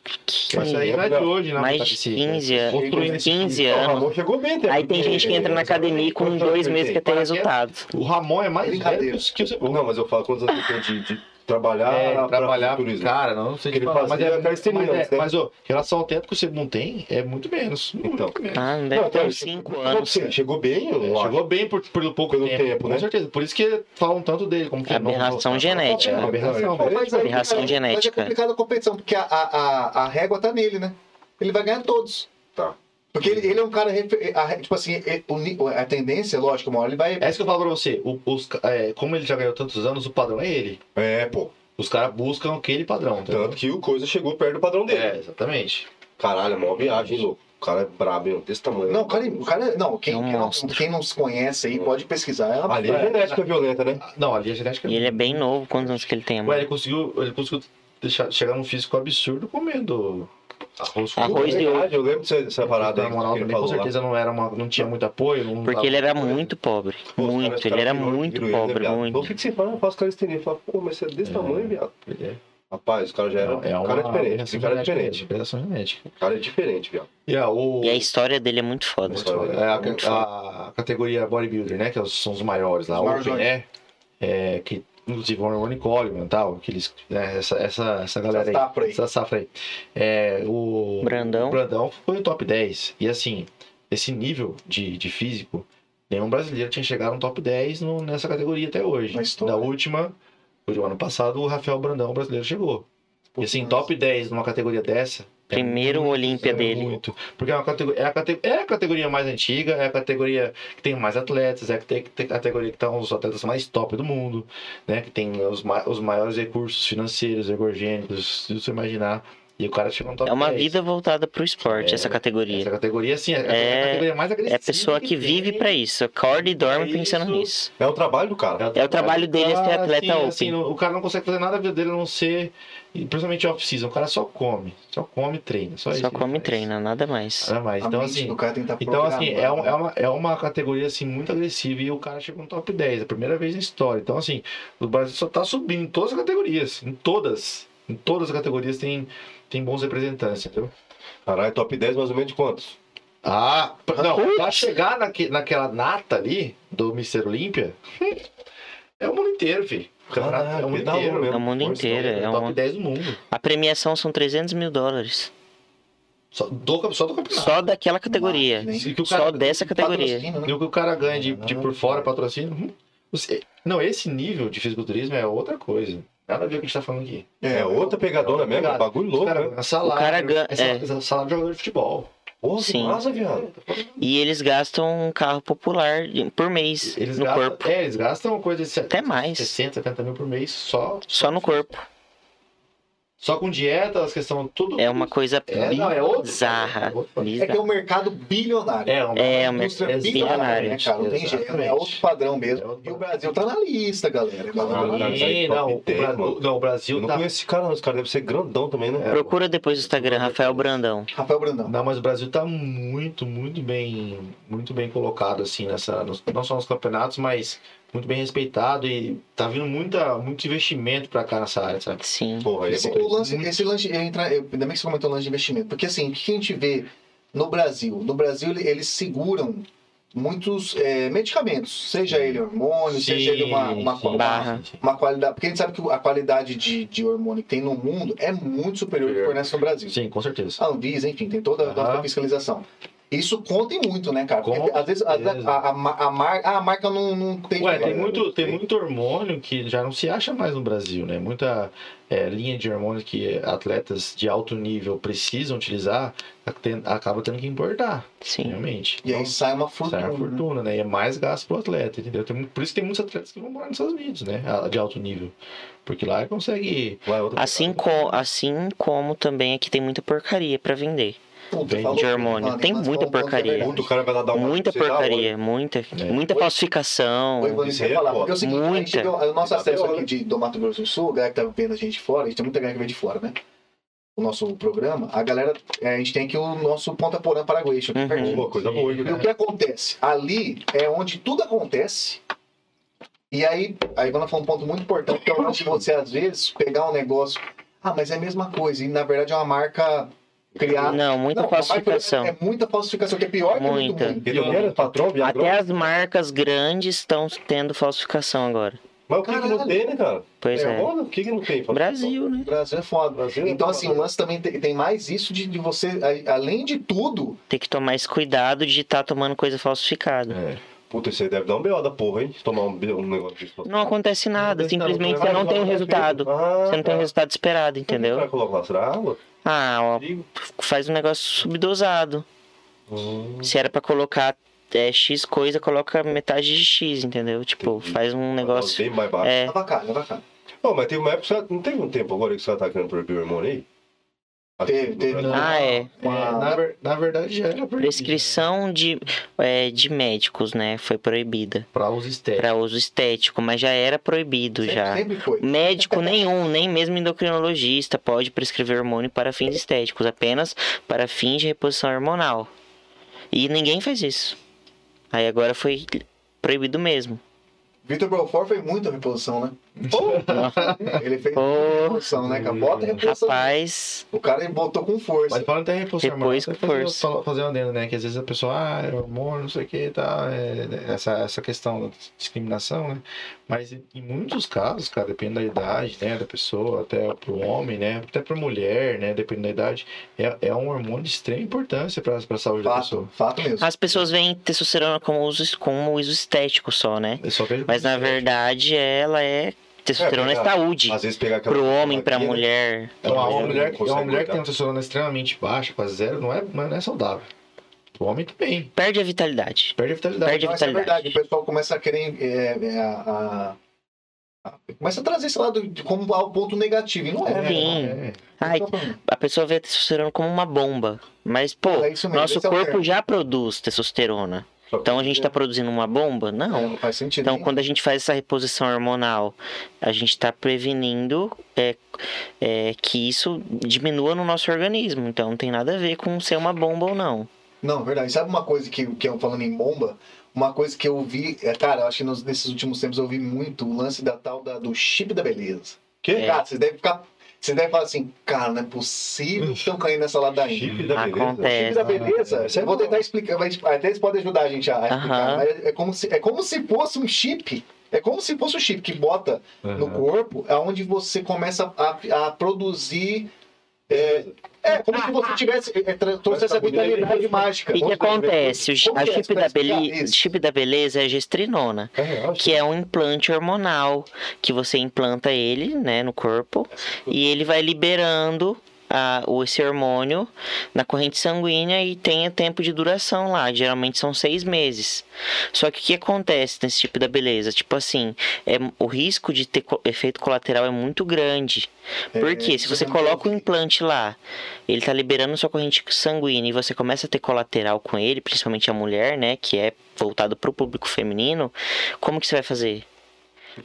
C: Mas aí não é de hoje, né?
D: Mais
C: Tá
D: de
C: esse-
D: 15 anos.
C: construindo esse-
D: 15
B: Não, O
D: anos.
B: Ramon chegou bem, até
D: Aí tem
B: porque- é
D: gente que entra na academia e com
B: Quantos anos
D: dois
B: ele
D: meses tá-
B: tem?
D: quer ter resultado.
C: O Ramon é mais
A: Brincadeira.
C: velho que você.
B: Não, mas eu falo quantos anos ele tem de, de trabalhar,
C: É,
B: pra
C: trabalhar
B: futurismo.
C: cara, não sei
B: Ele
C: te falar,
B: fazia
C: mas é,
B: calistenia,
C: mas, é,
B: né?
C: mas, ô, relação ao tempo que o segundo tem é muito menos.
B: Então.
C: Muito menos.
D: Ah, não
B: Não,
D: deve ter
B: então,
D: uns 5
B: não,
D: anos.
B: sim, Chegou bem, né? eu acho.
C: Chegou bem por, pelo pouco
B: Pelo
C: tempo,
B: tempo,
C: com
B: né?
C: certeza. Por isso que falam tanto dele como é fenômeno.
D: Aberração genética.
C: É, aberração.
A: Pô, mas aí,
D: Aberração
A: cara, Mas é
D: genética.
A: complicada a competição, porque a, a, a, a régua tá nele, né? Ele vai ganhar todos.
B: Tá.
A: Porque ele, ele é um cara. refer- a- tipo assim, ele- o ni- a tendência, lógico, uma hora ele vai.
C: É isso que eu falo pra você. O- os ca- é, como ele já ganhou tantos anos, o padrão é ele.
B: É, pô.
C: Os caras buscam aquele padrão. entendeu?
B: Tanto que o Coisa chegou perto do padrão dele.
C: É, exatamente.
B: Caralho, é mó viagem, hein, louco. O cara é brabo, hein? Desse tamanho.
A: Não, o cara. O cara não, quem,
D: É um
A: quem não,
D: monstro.
A: quem não se conhece aí pode pesquisar. É uma-
B: Ali é genética violenta, né?
C: Ah, Não, ali a genética.
D: E ele é bem novo. Quantos anos que ele tem?
C: Ué,
D: mano?
C: ele conseguiu, ele conseguiu deixar, chegar num físico absurdo comendo arroz com
D: Arroz
B: é
D: de ouro.
B: verdade, Eu lembro dessa- dessa parada aí
C: Na moral,
B: que ele
C: também, com
B: falou lá.
C: certeza não, era uma, não tinha muito apoio. Não
D: Porque
C: tava-
D: ele era muito pobre.
B: Pô, os caras- os
D: Muito. Ele
B: caras
D: era
B: virou-
D: muito
B: virou ele, né,
D: pobre.
B: viado? Pô, O
D: Muito.
B: que, que você fala? Eu faço calistenia. Eu falo, pô, mas você é desse
C: É.
B: tamanho, viado.
C: Ele é-
B: Rapaz, o cara já era...
C: é
B: o
C: uma
B: cara é diferente. O cara é diferente.
C: Aberração genética.
B: O cara é diferente, viado.
C: Yeah, ah, o...
D: E a história dele é muito foda.
C: É a, a- a categoria bodybuilder, né? Que são os maiores lá,
A: Os maiores
C: Open, né? É, que inclusive o Ronnie Coleman e tal, aqueles, né, essa, essa, essa galera aí.
A: Essa safra aí.
C: Essa safra aí. É, o
D: Brandão.
C: o Brandão foi o top 10. E assim, esse nível de, de físico, nenhum brasileiro tinha chegado no top 10 no- nessa categoria até hoje.
A: Na história.
C: Na última, do ano passado, o Rafael Brandão, o brasileiro, chegou. E assim, top 10 numa categoria dessa. é
D: Primeiro Olímpia
C: é
D: dele.
C: Muito. Porque é, uma categoria, é, a categ- é a categoria mais antiga, é a categoria que tem mais atletas, é a cate- a categoria que estão os atletas mais top do mundo, né? Que tem os, ma- os maiores recursos financeiros, ergogênicos, se você imaginar. E o cara chega no top
D: É uma
C: 10.
D: vida voltada pro esporte,
C: É,
D: essa categoria.
C: Essa categoria, assim, é,
D: É-
C: a categoria mais
D: É
C: agressiva.
D: a pessoa que vive
C: tem.
D: pra isso. Acorda e dorme
C: É
D: pensando
C: isso.
D: nisso.
B: É o trabalho do cara.
D: É o trabalho dele é ser atleta
C: assim,
D: open.
C: assim, o cara não consegue fazer nada da vida dele a não ser, e principalmente off-season. O cara só come, só come e treina. Só, isso
D: Só
C: que ele
D: come e
C: faz.
D: treina, nada mais.
C: Nada mais.
A: a
C: Então,
A: mente
C: assim,
A: do cara tem que tá
C: Então, assim, é, um-
A: programada.
C: é uma, é uma categoria, assim, muito agressiva e o cara chegou no top 10, a primeira vez na história. Então, assim, o Brasil só tá subindo em todas as categorias, em todas. Em todas as categorias tem, tem bons representantes, entendeu?
B: Caralho, top 10 mais ou menos de quantos?
C: Ah, pra- não, pra chegar naque, naquela nata ali do Mr. Olímpia, *laughs* é o mundo inteiro, filho. O campeonato é o mundo
B: pedalou
C: inteiro.
B: mesmo.
D: É o mundo
B: Força,
D: inteiro,
B: né?
C: É
D: é
C: o
D: um-
C: top 10 do mundo.
D: A premiação são 300 mil dólares.
C: Só do, só do campeonato.
D: Só daquela categoria.
A: Nossa,
C: E que o
D: Só dessa categoria.
A: Patrocínio, né?
C: E o que o cara ganha de, de por fora, patrocínio. hum, você- não, esse nível de fisiculturismo é outra coisa. Nada a ver com o que a gente tá falando aqui.
B: É outra pegadona
C: É outra
B: mesmo,
C: pegada.
B: bagulho louco, né?
C: Ganha salário.
D: O cara ganha-
C: é
D: é.
C: sal- é salário de jogador de futebol.
B: Porra, que
D: Sim.
B: massa, viado.
D: E eles gastam um carro popular por mês
C: Eles
D: no
C: gastam,
D: corpo.
C: É, eles gastam coisa de 70,
D: Até mais.
C: 60, 70 mil por mês só.
D: Só no corpo.
C: Só com dieta, as questões tudo.
D: É uma coisa
C: É, não, é outro.
D: bizarra.
C: É outro.
A: É que é
D: bizarra.
A: um mercado bilionário.
C: É, uma-
D: É,
A: A
D: uma
A: indústria
C: Exatamente.
A: bilionária, né, cara? Não tem jeito, né? é outro padrão
C: É
A: mesmo.
C: outro É
A: E o
C: padrão.
A: Brasil tá na lista, galera.
B: Não,
A: Galera,
B: não,
A: né?
C: Ih, não, o
B: Top
C: Bra-
B: dez, mano.
C: não, o Brasil
B: Eu não
C: tá.
B: conheço esse cara, não. Esse cara deve ser grandão também, né?
D: Procura depois no Instagram, Rafael Brandão.
A: Rafael Brandão.
C: Não, mas o Brasil tá muito, muito bem, muito bem colocado assim nessa, nos- não só nos campeonatos, mas muito bem respeitado e tá vindo muita, muito investimento pra cá nessa área, sabe?
D: Sim.
B: Porra, ele é
A: Esse,
B: bom.
A: o lance, esse lance entra, eu- ainda bem que você comentou o lance de investimento, porque assim, o que a gente vê no Brasil? No Brasil, ele- eles seguram muitos eh, medicamentos, seja ele hormônio, seja ele uma, uma, assim,
C: Sim, sim,
A: uma,
D: barra.
C: sim.
A: uma qualidade. Porque a gente sabe que a qualidade de, de hormônio que tem no mundo é muito superior ao que fornece no Brasil.
C: Sim, com certeza.
A: A Anvisa, enfim, tem toda, toda
C: Aham.
A: a fiscalização. Isso conta e muito, né, cara? Porque
C: Com
A: às vezes a,
C: certeza.
A: a- a mar- a mar- ah, a marca não, não tem.
C: Ué, tem
A: É,
C: muito, tem muito hormônio que já não se acha mais no Brasil, né? Muita é, linha de hormônios que atletas de alto nível precisam utilizar, tem- acaba tendo que importar,
D: Sim.
C: realmente.
A: E aí sai uma fortuna.
C: Sai uma
A: né?
C: fortuna, né? E é mais gasto pro atleta, entendeu? Tem, mu- por isso que tem muitos atletas que vão morar nos Estados Unidos, né? A- De alto nível. Porque lá ele consegue.
B: Ué, outra-
D: Assim, co assim como também aqui tem muita porcaria pra vender.
A: Puta,
C: Vende
A: falou-
D: de hormônio.
A: Mano,
D: Tem
A: nós falamos
D: muita
A: tanto que é
D: porcaria.
A: verdade.
B: Puta, o cara vai lá dar uma...
D: Muita
B: sei lá,
D: porcaria, muita, muita
A: Oi?
D: falsificação.
A: Oi, Ivan,
B: Isso
A: isso eu
B: aí
A: ia
B: é
A: falar.
B: foda.
A: Porque é o seguinte, a gente
D: Muita.
A: vê o nosso
B: Tá
A: acesso
B: vendo?
A: aqui de, do Mato Grosso do Sul, a galera que tá vendo a gente fora, a gente tem muita galera que vem de fora, né? O nosso programa, a galera, é, a gente tem aqui o nosso Ponta Porã Paraguai, aqui
D: Uhum.
A: pertinho.
B: Pô, coisa boa, hein,
A: E o
B: cara?
A: que acontece? Ali é onde tudo acontece. E aí, a Ivana falou um ponto muito importante, que é o lance de você, às vezes, pegar um negócio. Ah, mas é a mesma coisa. E na verdade é uma marca criada.
D: Não, muita
A: Não, a marca-
D: falsificação.
A: É muita falsificação, que é pior que
D: Muita.
A: muito ruim.
B: Ele era patrão, Viagrão?
D: Até as marcas grandes estão tendo falsificação agora.
B: Mas o que que não
A: Caralho.
B: tem, né, cara?
D: Pois é.
B: Olha, o que que não tem? Fala-
D: Brasil, né?
A: O Brasil é foda.
B: Brasil é
A: Então,
B: foda.
A: assim, o lance também tem, tem mais isso de, de você, a- além de tudo,
D: Tem que tomar esse cuidado de estar tomando coisa falsificada.
B: É. Puta, isso aí deve dar um B.O. da porra, hein? Tomar um, B.O. um negócio disso.
D: Não acontece nada, simplesmente
B: Vai
D: você não
B: lá,
D: tem o
B: vai
D: resultado.
B: feito. Ah,
D: Você não tem o
B: tá.
D: resultado esperado,
B: Vai
D: entendeu?
B: colocar lá, será água?
D: Ah, ó, faz um negócio subdosado.
B: Hum,
D: Se era pra colocar é, X coisa, coloca metade de X, entendeu? Tipo,
B: Entendi.
D: faz um negócio.
B: Ah, Bem mais baixo.
D: É,
A: avacalha, avacalha.
B: Ô, mas teve uma época, que você- não teve um tempo agora que os caras tá querendo proibir o hormônio aí? Aqui
A: Teve,
B: no
A: teve.
B: Brasil.
D: ah, é.
C: É, na, ver- na verdade, já é era proibido,
D: Prescrição de, é, de médicos, né? Foi proibida.
C: né? Pra uso estético.
D: Pra uso estético, mas já era proibido
A: Sempre,
D: já.
A: sempre foi.
D: Médico nenhum, nem mesmo endocrinologista, pode prescrever hormônio para fins estéticos, apenas para fins de reposição hormonal. E ninguém faz isso. Aí agora foi proibido mesmo.
A: Vitor Belfort fez muita reposição, né? Ele fez muita
D: Ô,
A: reposição, né? cara? Bota a reposição.
D: rapaz,
A: O cara botou com força.
C: Mas falando até repulsão
D: Depois
C: hormonal,
D: que
C: até fazer,
D: força.
C: fala- fazer uma adendo, né? Que às vezes a pessoa, ah, é hormônio, não sei o que e tal, é, essa, essa questão da discriminação, né? Mas em em muitos casos, cara, depende da idade, né? Da pessoa, até pro homem, né? Até pra mulher, né? Depende da idade. É, é um hormônio de extrema importância pra, pra saúde da
A: fato,
C: pessoa.
A: fato mesmo.
D: as pessoas veem testosterona como uso, como um uso estético só, né?
C: Eu só vejo
D: Mas na verdade ela é. Testosterona é,
B: É, porque,
D: saúde.
B: Às vezes pegar aquela...
D: Pro homem, pra
B: aqui, né?
D: mulher.
C: Então,
B: Ela
C: uma
B: não
C: mulher, que- uma
B: consegue
C: mulher que tem
B: cuidar.
C: uma testosterona extremamente baixa, quase zero, não é, não é saudável. O homem também.
D: Perde a vitalidade.
C: Perde a vitalidade.
D: Perde a
A: Não, isso é
D: Ah, vitalidade.
A: verdade. O pessoal começa a querer. é, é, a- a- a- começa a trazer esse lado de- como ao ponto negativo. E não é. né?
D: Sim.
C: É.
D: Ai, a pessoa vê a testosterona como uma bomba. Mas, pô,
A: É isso mesmo,
D: nosso
A: esse é o
D: corpo
A: termo.
D: já produz testosterona.
B: Só que-
D: Então a gente tá produzindo uma bomba?
A: É,
D: Não.
A: não faz sentido.
D: Então,
A: nenhum.
D: quando a gente faz essa reposição hormonal, a gente tá prevenindo é, é, que isso diminua no nosso organismo. Então, não tem nada a ver com ser uma bomba ou não.
A: Não, verdade. Sabe uma coisa que, que eu falando em bomba? Uma coisa que eu vi, é, cara, eu acho que nos- nesses últimos tempos eu vi muito o lance da tal da, do chip da beleza.
B: Que?
D: É.
A: Cara, vocês devem ficar. Vocês devem falar assim, cara, não é possível que estão caindo nessa ladainha.
B: Chip da beleza?
A: Chip da
D: Acontece.
A: beleza?
B: Isso é
A: eu vou
B: bom.
A: tentar explicar, vai- até eles podem ajudar a gente a a explicar.
D: Aham.
A: mas é, como se, é como se fosse um chip. É como se fosse um chip que bota no corpo, aonde você começa a, a produzir. É, É, como se você tivesse, é, tra- trouxe essa vitalidade mágica.
D: E o que acontece? O chi-
A: Como
D: a
A: que é?
D: chip da,
A: Explica
D: bele...
A: isso.
D: chip da beleza é a gestrinona,
B: É real,
D: que é um implante hormonal que você implanta ele, né, no corpo e ele vai liberando a, o- esse hormônio na corrente sanguínea e tem tempo de duração lá, geralmente são seis meses. Só que o que acontece nesse tipo da beleza? Tipo assim, é, o risco de ter co- efeito colateral é muito grande.
A: É,
D: Porque se
A: isso
D: você
A: eu também
D: coloca o
A: ouvi.
D: implante lá, ele tá liberando sua corrente sanguínea e você começa a ter colateral com ele, principalmente a mulher, né, que é voltado pro público feminino, como que você vai fazer?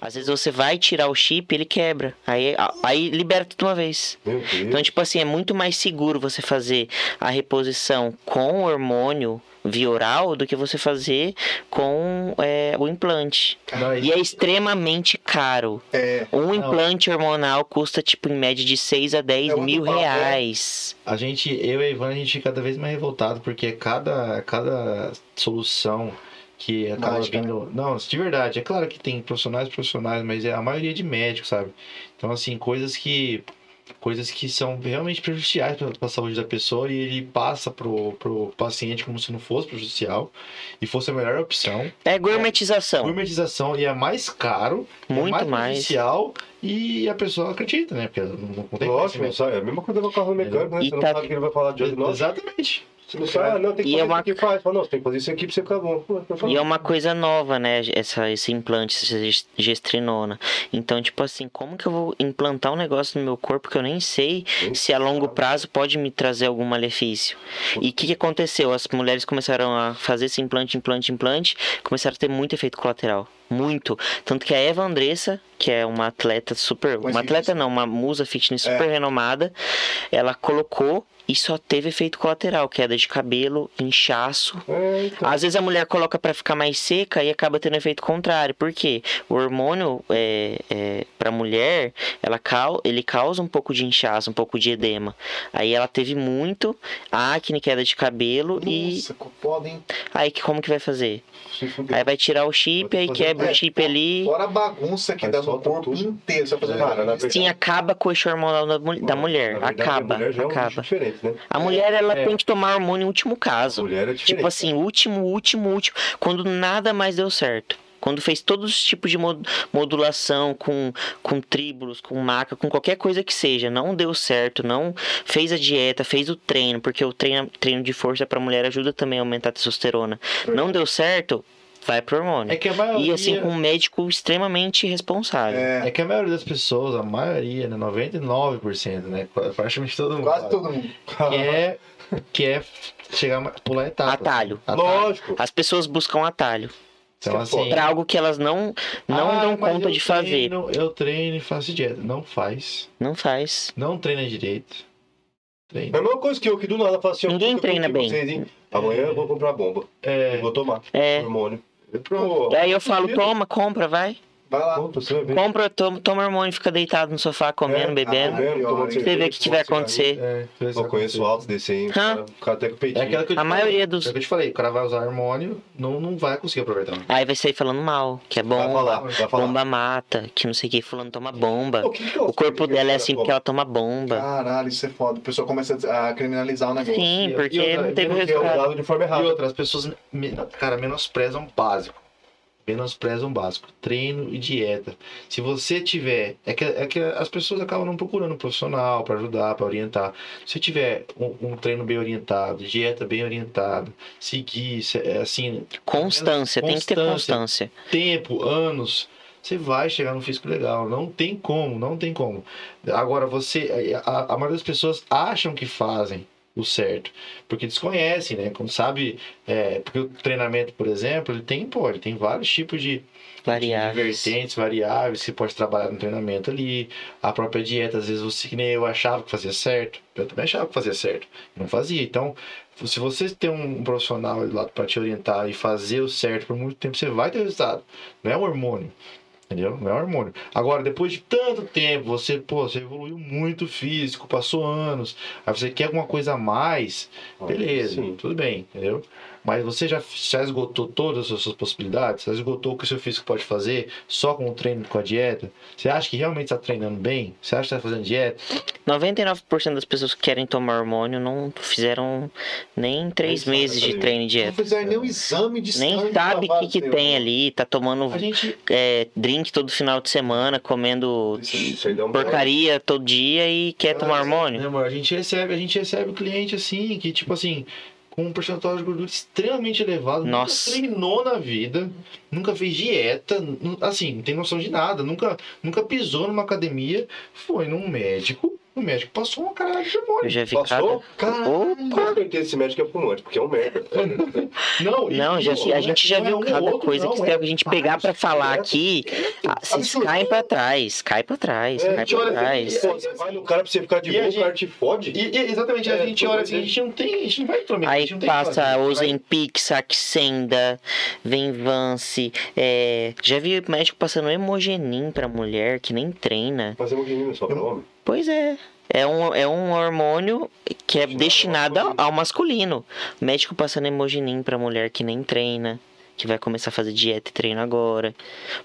D: Às vezes você vai tirar o chip, ele quebra. Aí, a- aí libera tudo de uma vez.
B: Meu Deus.
D: Então, tipo assim, é muito mais seguro você fazer a reposição com hormônio via oral do que você fazer com é, o implante. E é extremamente caro.
A: É,
D: Um implante hormonal custa, tipo, em média de 6 a 10
A: É outro
D: mil
A: papo, é.
D: reais.
C: A gente, eu e a Ivan, a gente fica cada vez mais revoltado, porque cada, cada solução que acaba
A: Mágica,
C: vindo. Não, de verdade, é claro que tem profissionais profissionais, mas é a maioria de médicos, sabe? Então, assim, coisas que. Coisas que são realmente prejudiciais para a saúde da pessoa e ele passa pro, pro paciente como se não fosse prejudicial e fosse a melhor opção.
D: É gourmetização.
C: Gourmetização e é mais caro, é
D: Muito
C: mais,
D: mais.
C: prejudicial e a pessoa acredita, né? Porque ela não, não
D: Então,
C: tem
B: Lógico,
C: conhecimento.
B: não sabe. É a mesma coisa com o carro mecânico, né?
D: E
B: Você não
D: tá-
B: sabe que ele vai falar de nós.
C: Exatamente.
B: Você não sabe, ah, não, tem que
D: E
B: fazer
D: é
B: isso
D: uma-
B: aqui, faz. Fala, não, você tem que fazer isso aqui pra você ficar bom. Pô, então eu falo,
D: E é uma coisa nova, né? Essa, esse implante, essa ges- gestrinona. Então, tipo assim, como que eu vou implantar um negócio no meu corpo que eu nem sei se a longo prazo pode me trazer algum malefício? E o que, que aconteceu? As mulheres começaram a fazer esse implante, implante, implante, começaram a ter muito efeito colateral. Muito. Tanto que a Eva Andressa, que é uma atleta super.
A: Pois
D: Uma
A: sim,
D: atleta não, uma musa fitness
A: É.
D: super renomada, ela colocou e só teve efeito colateral, queda de cabelo, inchaço.
B: É, então.
D: Às vezes a mulher coloca pra ficar mais seca e acaba tendo efeito contrário. Por quê? O hormônio é, é, para mulher, ela cau- ele causa um pouco de inchaço, um pouco de edema. Aí ela teve muito acne, queda de cabelo e
A: Nossa, co- podem.
D: aí que- como que vai fazer?
B: Se fuder.
D: Aí vai tirar o chip,
B: Vai
D: aí
B: fazer-
D: quebra
A: é,
D: o chip ali.
A: Fora a bagunça que
B: Aí
A: dá no
B: solta
A: corpo
B: tudo.
A: inteiro. Você vai fazer
B: Cara, na
A: isso.
D: Sim, acaba com o eixo hormonal da, mul- da mulher.
B: Na verdade, a
D: acaba,
B: mulher já é um bicho
D: acaba.
B: diferente, né?
D: A mulher, ela
C: É.
D: tem que tomar hormônio em último
B: A
D: caso.
B: mulher é diferente.
D: Tipo assim, último, último, último. Quando nada mais deu certo. Quando fez todos os tipos de mo- modulação com, com tríbulos, com maca, com qualquer coisa que seja, não deu certo, não fez a dieta, fez o treino, porque o treino, treino de força pra mulher ajuda também a aumentar a testosterona. Não deu certo, vai pro hormônio.
C: É que a
D: E
C: maioria,
D: assim, com um médico extremamente responsável.
A: É,
C: é que a maioria das pessoas, a maioria, né, 99%, né, qua- praticamente todo mundo,
A: quase
C: fala,
A: todo mundo.
C: quer, quer chegar, ma- pular etapas.
D: Atalho.
C: Atalho.
B: Lógico.
D: As pessoas buscam atalho
C: Então, assim,
D: pra algo que elas não, não
C: ah,
D: dão
C: mas
D: conta
C: eu
D: de fazer.
C: treino, Eu treino e faço dieta. Não faz.
D: Não faz.
C: Não treina direito.
B: É
C: Treina.
B: a mesma coisa que eu, que do nada falo assim... ó,
D: Ninguém
B: eu
D: treina
B: confio em
D: bem.
B: vocês, hein? Amanhã eu vou comprar bomba.
C: É,
B: Eu vou tomar
D: É.
B: hormônio.
C: pronto.
D: E aí eu falo, toma, compra, vai.
A: Vai lá.
B: Compra, você vai ver.
D: Compra, toma, toma hormônio, fica deitado no sofá, comendo,
B: É,
D: bebendo.
A: ah,
B: Comendo, tomando
A: Você
D: você vê o
B: cerveja,
D: que, que vai
B: fumando
D: acontecer.
C: É,
B: cigarro. Eu conheço altos desse aí, hein? O
D: Hã?
B: cara- o cara até com o
C: É
B: peitinho.
C: aquela que eu
D: A
C: te
D: maioria
C: falei,
D: dos-
C: é o que eu te falei, o cara vai usar hormônio, não, não vai conseguir aproveitar.
D: Aí vai sair falando mal, que é
B: Vai
D: bom,
B: falar, vai falar.
D: bomba mata, que não sei o que, fulano toma bomba.
B: Pô, que que eu
D: O corpo
B: sei que
D: dela é
B: cara
D: assim
B: toma?
D: porque ela toma bomba.
A: Caralho, isso é foda. A pessoa começa a criminalizar o negócio.
D: Sim,
C: e
D: porque
C: outra,
D: não teve
C: e
B: Porque é
D: resultado.
B: usado de forma
C: E
B: errada.
C: outra, as pessoas, me- cara, menosprezam o básico. Menosprezam o básico. Treino e dieta. Se você tiver. É que, é que as pessoas acabam não procurando um profissional para ajudar, para orientar. Se tiver um, um treino bem orientado, dieta bem orientada, seguir, se- é, assim,
D: Constância, tem que ter
C: Constância.
D: constância.
C: tempo, anos, você vai chegar no físico legal. Não tem como, não tem como. Agora, você. A, a maioria das pessoas acham que fazem o certo. Porque desconhecem, né? Como sabe. é, porque o treinamento, por exemplo, ele tem, pô, ele tem vários tipos de,
D: Variáveis.
C: de vertentes, variáveis, você pode trabalhar no treinamento ali, a própria dieta, às vezes você que nem eu achava que fazia certo, eu também achava que fazia certo, não fazia. Então, se você tem um profissional ali do lado para te orientar e fazer o certo por muito tempo, você vai ter resultado. Não é um hormônio. Entendeu? Não é um hormônio. Agora, depois de tanto tempo, você, pô, você evoluiu muito físico, passou anos, aí você quer alguma coisa a mais, beleza,
B: Sim.
C: tudo bem, entendeu? Mas você já, já esgotou todas as suas possibilidades? Já esgotou o que o seu físico pode fazer só com o treino, com a dieta? Você acha que realmente está treinando bem? Você acha que está fazendo dieta?
D: 99% das pessoas que querem tomar hormônio não fizeram nem três
B: sabe
D: meses de
B: fazer.
D: treino e
A: Não
D: dieta.
A: fizeram nem o exame de sangue
D: Nem sabe o
A: pra um
D: que, que
A: bater.
D: tem ali, tá tomando
C: A gente.
D: é, drink todo final de semana, comendo
B: Isso aí dá uma-
D: porcaria todo dia e quer
C: Ah,
D: tomar hormônio.
C: Né, amor? A gente recebe, a gente recebe cliente assim, que tipo assim, com um percentual de gordura extremamente elevado,
D: Nossa.
C: nunca treinou na vida, nunca fez dieta, nu- assim, não tem noção de nada, nunca, nunca pisou numa academia, foi num médico, o médico passou uma caralho de
D: Eu
C: hormônio.
D: já vi cada.
B: Passou?
A: Caralho.
B: Com certeza esse médico é pulmante, porque é um merda.
C: Não, e-
D: Não, já, a gente já
C: não é
D: viu
C: um
D: cada
C: outro,
D: coisa
C: não,
D: que
C: é
D: se a gente pegar pra falar
B: é-
D: aqui, ah, vocês
A: Absurdo.
D: caem pra trás, cai pra trás,
B: É,
D: cai
B: te
D: pra
B: olha,
D: trás.
B: Pô, você vai no cara pra você ficar de
C: E
B: boa,
C: a
B: o cara te fode.
C: E, e- exatamente,
B: É,
C: a gente
B: tudo
C: olha
B: bem.
C: assim, a gente não tem, a gente não vai intrometer, a
D: Aí
C: gente não tem o que
D: passa
C: fazer, vai-
D: Ozempic, Saxenda, Venvance, é... já vi médico passando hemogenin pra mulher que nem treina.
B: Fazer um menino só pra homem.
D: Pois é, é um, é um hormônio que é destinado ao- ao masculino. Médico passando hemogenin pra mulher que nem treina. Que vai começar a fazer dieta e treino agora.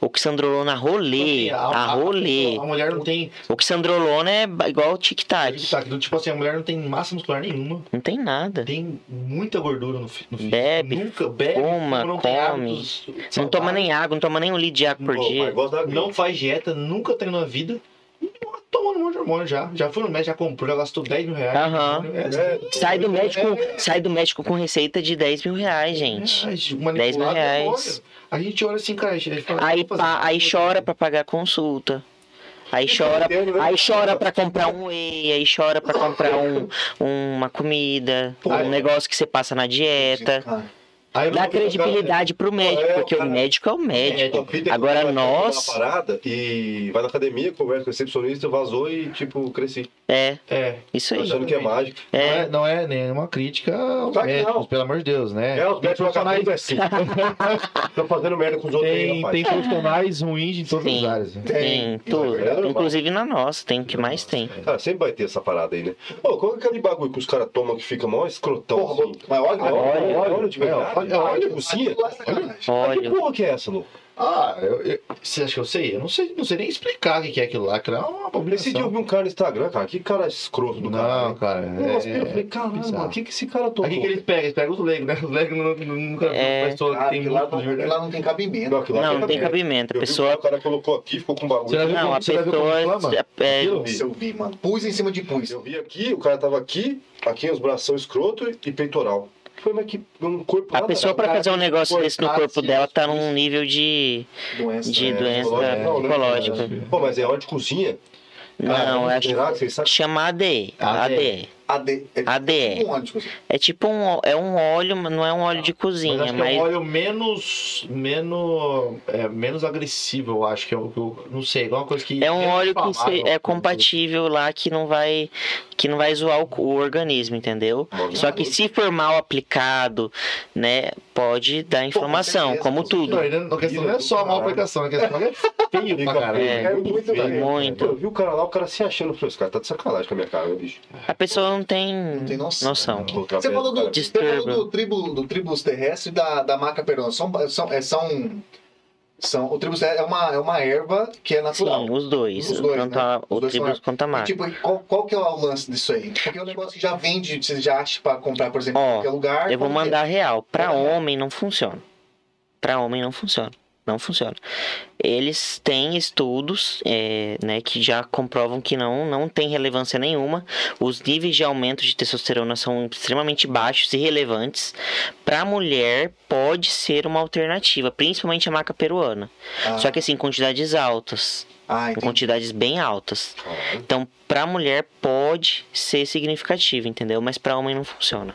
D: Oxandrolona rolê.
C: Assim,
D: A rolê.
C: A mulher não tem.
D: Oxandrolona é ba- igual o tic-tac.
C: Tá, que, tipo assim, a mulher não tem massa muscular nenhuma.
D: Não tem nada.
C: tem muita gordura no, fi- no fígado.
D: Bebe,
C: Nunca bebe.
D: fuma,
C: não
D: come.
C: tem hábitos
D: Não toma
C: saudáveis,
D: nem água, não toma nem um litro de água por
B: Pô,
D: dia.
B: mas gosta da
C: Não faz dieta, nunca treinou na vida. e Tomando um monte de hormônio já. Já foi no médico, já comprou, já gastou 10 mil reais.
D: Aham.
C: É,
D: Sai do médico, sai do médico com receita de 10 mil reais, gente.
C: Reais, um
D: 10 mil
C: manipulado
D: reais.
C: hormônio. A gente olha assim, cara. a gente fala,
D: Aí,
C: "Vou fazer
D: pá, aí
C: isso".
D: chora pra pagar a consulta. Aí
C: é,
D: chora, aí chora pra comprar um whey, aí chora pra comprar um, uma comida, um negócio que você passa na dieta.
A: Cara,
C: Aí
D: Dá credibilidade pro médico, porque o médico é o médico. Agora nós,
B: Uma parada e vai na academia, conversa com o recepcionista, vazou e, tipo, cresci.
D: é,
C: É,
D: isso aí.
B: Achando que é mágico.
C: não
D: É.
C: é, não é nenhuma crítica aos
B: Claro que
C: médicos,
B: não.
C: pelo amor de Deus, né?
B: É, os médicos
C: profissionais-
B: vagabundos é
C: *laughs*
B: assim. Estão fazendo merda com os outros aí,
C: Tem,
B: rapaz.
C: tem profissionais ruins em todas
D: Sim.
C: as áreas. né?
D: Tem tudo.
B: É normal.
D: Inclusive na nossa, tem o que mais tem.
B: Cara, Ah, sempre vai ter essa parada aí, né? Pô, qual é aquele bagulho que os caras tomam que fica mó escrotão
A: porra,
B: assim?
A: mas olha,
B: Olha,
A: olha.
B: olha, olha, de verdade.
C: Olha, olha,
B: Olha, bucinha.
A: aquilo lá é sacanagem.
B: Mas Que
D: Olha,
B: porra que é essa, louco?
C: Ah, eu, eu- você acha que eu sei? Eu não sei, não sei nem explicar o que que é aquilo lá. Aquilo lá é uma
B: Esse dia eu
C: publicidade.
B: vi um cara no Instagram, cara. Que cara escroto do cara.
C: Não, cara.
B: Eu aspiro, eu
C: É...
B: falei, caralho,
C: bizarro.
B: mano, o que, que esse cara tomou?
C: Aqui que eles pegam, eles pegam os legos, né? Os legos nu- nu- nunca
D: É.
C: é... pessoa que
A: Cara,
C: tem
A: aquilo lá,
C: músculo de
A: aquilo
C: verdade.
A: lá não tem cabimento.
B: aquilo lá
D: não, não tem
B: merda.
D: cabimento. A
B: Eu vi
D: pessoa
B: O cara colocou aqui, ficou com um bagulho.
C: Você já viu
D: Não,
C: como-
D: a
C: você já viu como
D: pessoa.
C: inflama?
D: é,
C: Aquilo?
A: Nossa, eu vi, mano. Pus em cima de pus.
B: Eu vi aqui, o cara tava aqui, aqui os bração escroto e peitoral. Foi, mas que um corpo
D: a
B: nada,
D: pessoa, pra
B: nada.
D: fazer um negócio desse no corpo
C: cortar,
D: dela, tá
C: assim,
D: num nível de,
A: Doença.
D: de
A: né?
D: doença
B: psicológica, não, né?
D: psicológica.
B: Pô, mas é hora de cozinha?
D: É, Não, acho
B: Será que vocês
D: que
B: sabem?
D: chama ADE. ADE.
C: ADE.
A: AD. É,
D: ADE.
A: um ônibus.
D: Ah, É tipo um, ó- é um óleo, mas não é um óleo de
C: Mas
D: cozinha,
C: acho que é um
D: mas
C: óleo menos, menos, é, menos agressivo, eu acho que eu, eu não sei, é uma coisa que
D: é um
C: menos
D: óleo que
C: inflamável.
D: se-
A: assim.
D: é compatível lá que não vai que não vai zoar o, o organismo, entendeu? Só que se for mal aplicado, né, pode dar inflamação,
A: certeza,
D: como
A: com
D: tudo.
C: Não, ele não- a questão não é só a mal aplicação, a questão é feio pra caralho.
D: É,
B: muito feio.
D: muito.
B: Eu vi o cara lá, o cara se achando. Eu Falei, esse cara tá de sacanagem com a minha cara, bicho.
D: A pessoa não tem, não
A: tem
D: tem
A: noção.
D: noção.
A: Você falou do, você
D: Disturba.
A: falou do tribo, do tribus terrestre e da, da maca peruana. São, são, é, são, são, o tribus terrestre é uma, é uma erva que é natural.
D: Sim, os dois.
A: Os dois,
D: tanto
A: né?
D: a-
A: Os
D: o
A: dois são
D: tribus quanto a
A: E,
D: marca.
A: tipo, e qual, qual que é o lance disso aí? Porque é um negócio que já vende, você já acha pra comprar, por exemplo, em
D: Ó,
A: qualquer lugar.
D: Eu vou
A: como que é?
D: mandar real. Pra
A: Manda real.
D: homem não funciona. Pra homem não funciona. Não funciona. Eles têm estudos é, né, que já comprovam que não, não tem relevância nenhuma. Os níveis de aumento de testosterona são extremamente baixos e relevantes. Pra mulher, pode ser uma alternativa, principalmente a maca peruana.
A: Ah,
D: Só que assim, em quantidades altas.
A: ah,
D: Em
A: entendi.
D: quantidades bem altas. Então, pra mulher pode ser significativo, entendeu? Mas pra homem não funciona.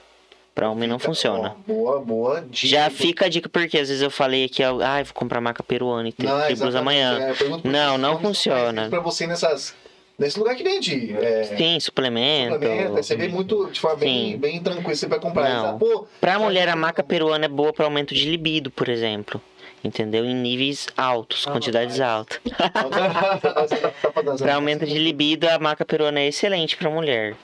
D: Pra homem não
A: Então,
D: funciona.
A: ó, boa, boa dica.
D: Já fica a dica, porque às vezes eu falei aqui, ó, ah, eu vou comprar maca peruana e ter
A: Não,
D: tribos
A: exatamente,
D: amanhã.
A: é, pergunta pra
D: Não,
A: vocês,
D: não
A: como isso
D: funciona.
A: aparece Pra você nessas, nesse lugar que vende. É,
D: Sim, suplemento.
A: suplemento, aí você vê muito de forma bem,
D: Então, hum, Sim.
A: bem tranquila, você vai comprar.
D: Não.
A: eles, ah,
D: *laughs*
A: pô,
D: Pra mulher, a maca peruana é boa pra aumento de libido, por exemplo. Entendeu? Em níveis
A: Ah,
D: altos, quantidades altas.
A: tá,
D: Pra aumento de libido, a maca peruana é excelente pra mulher.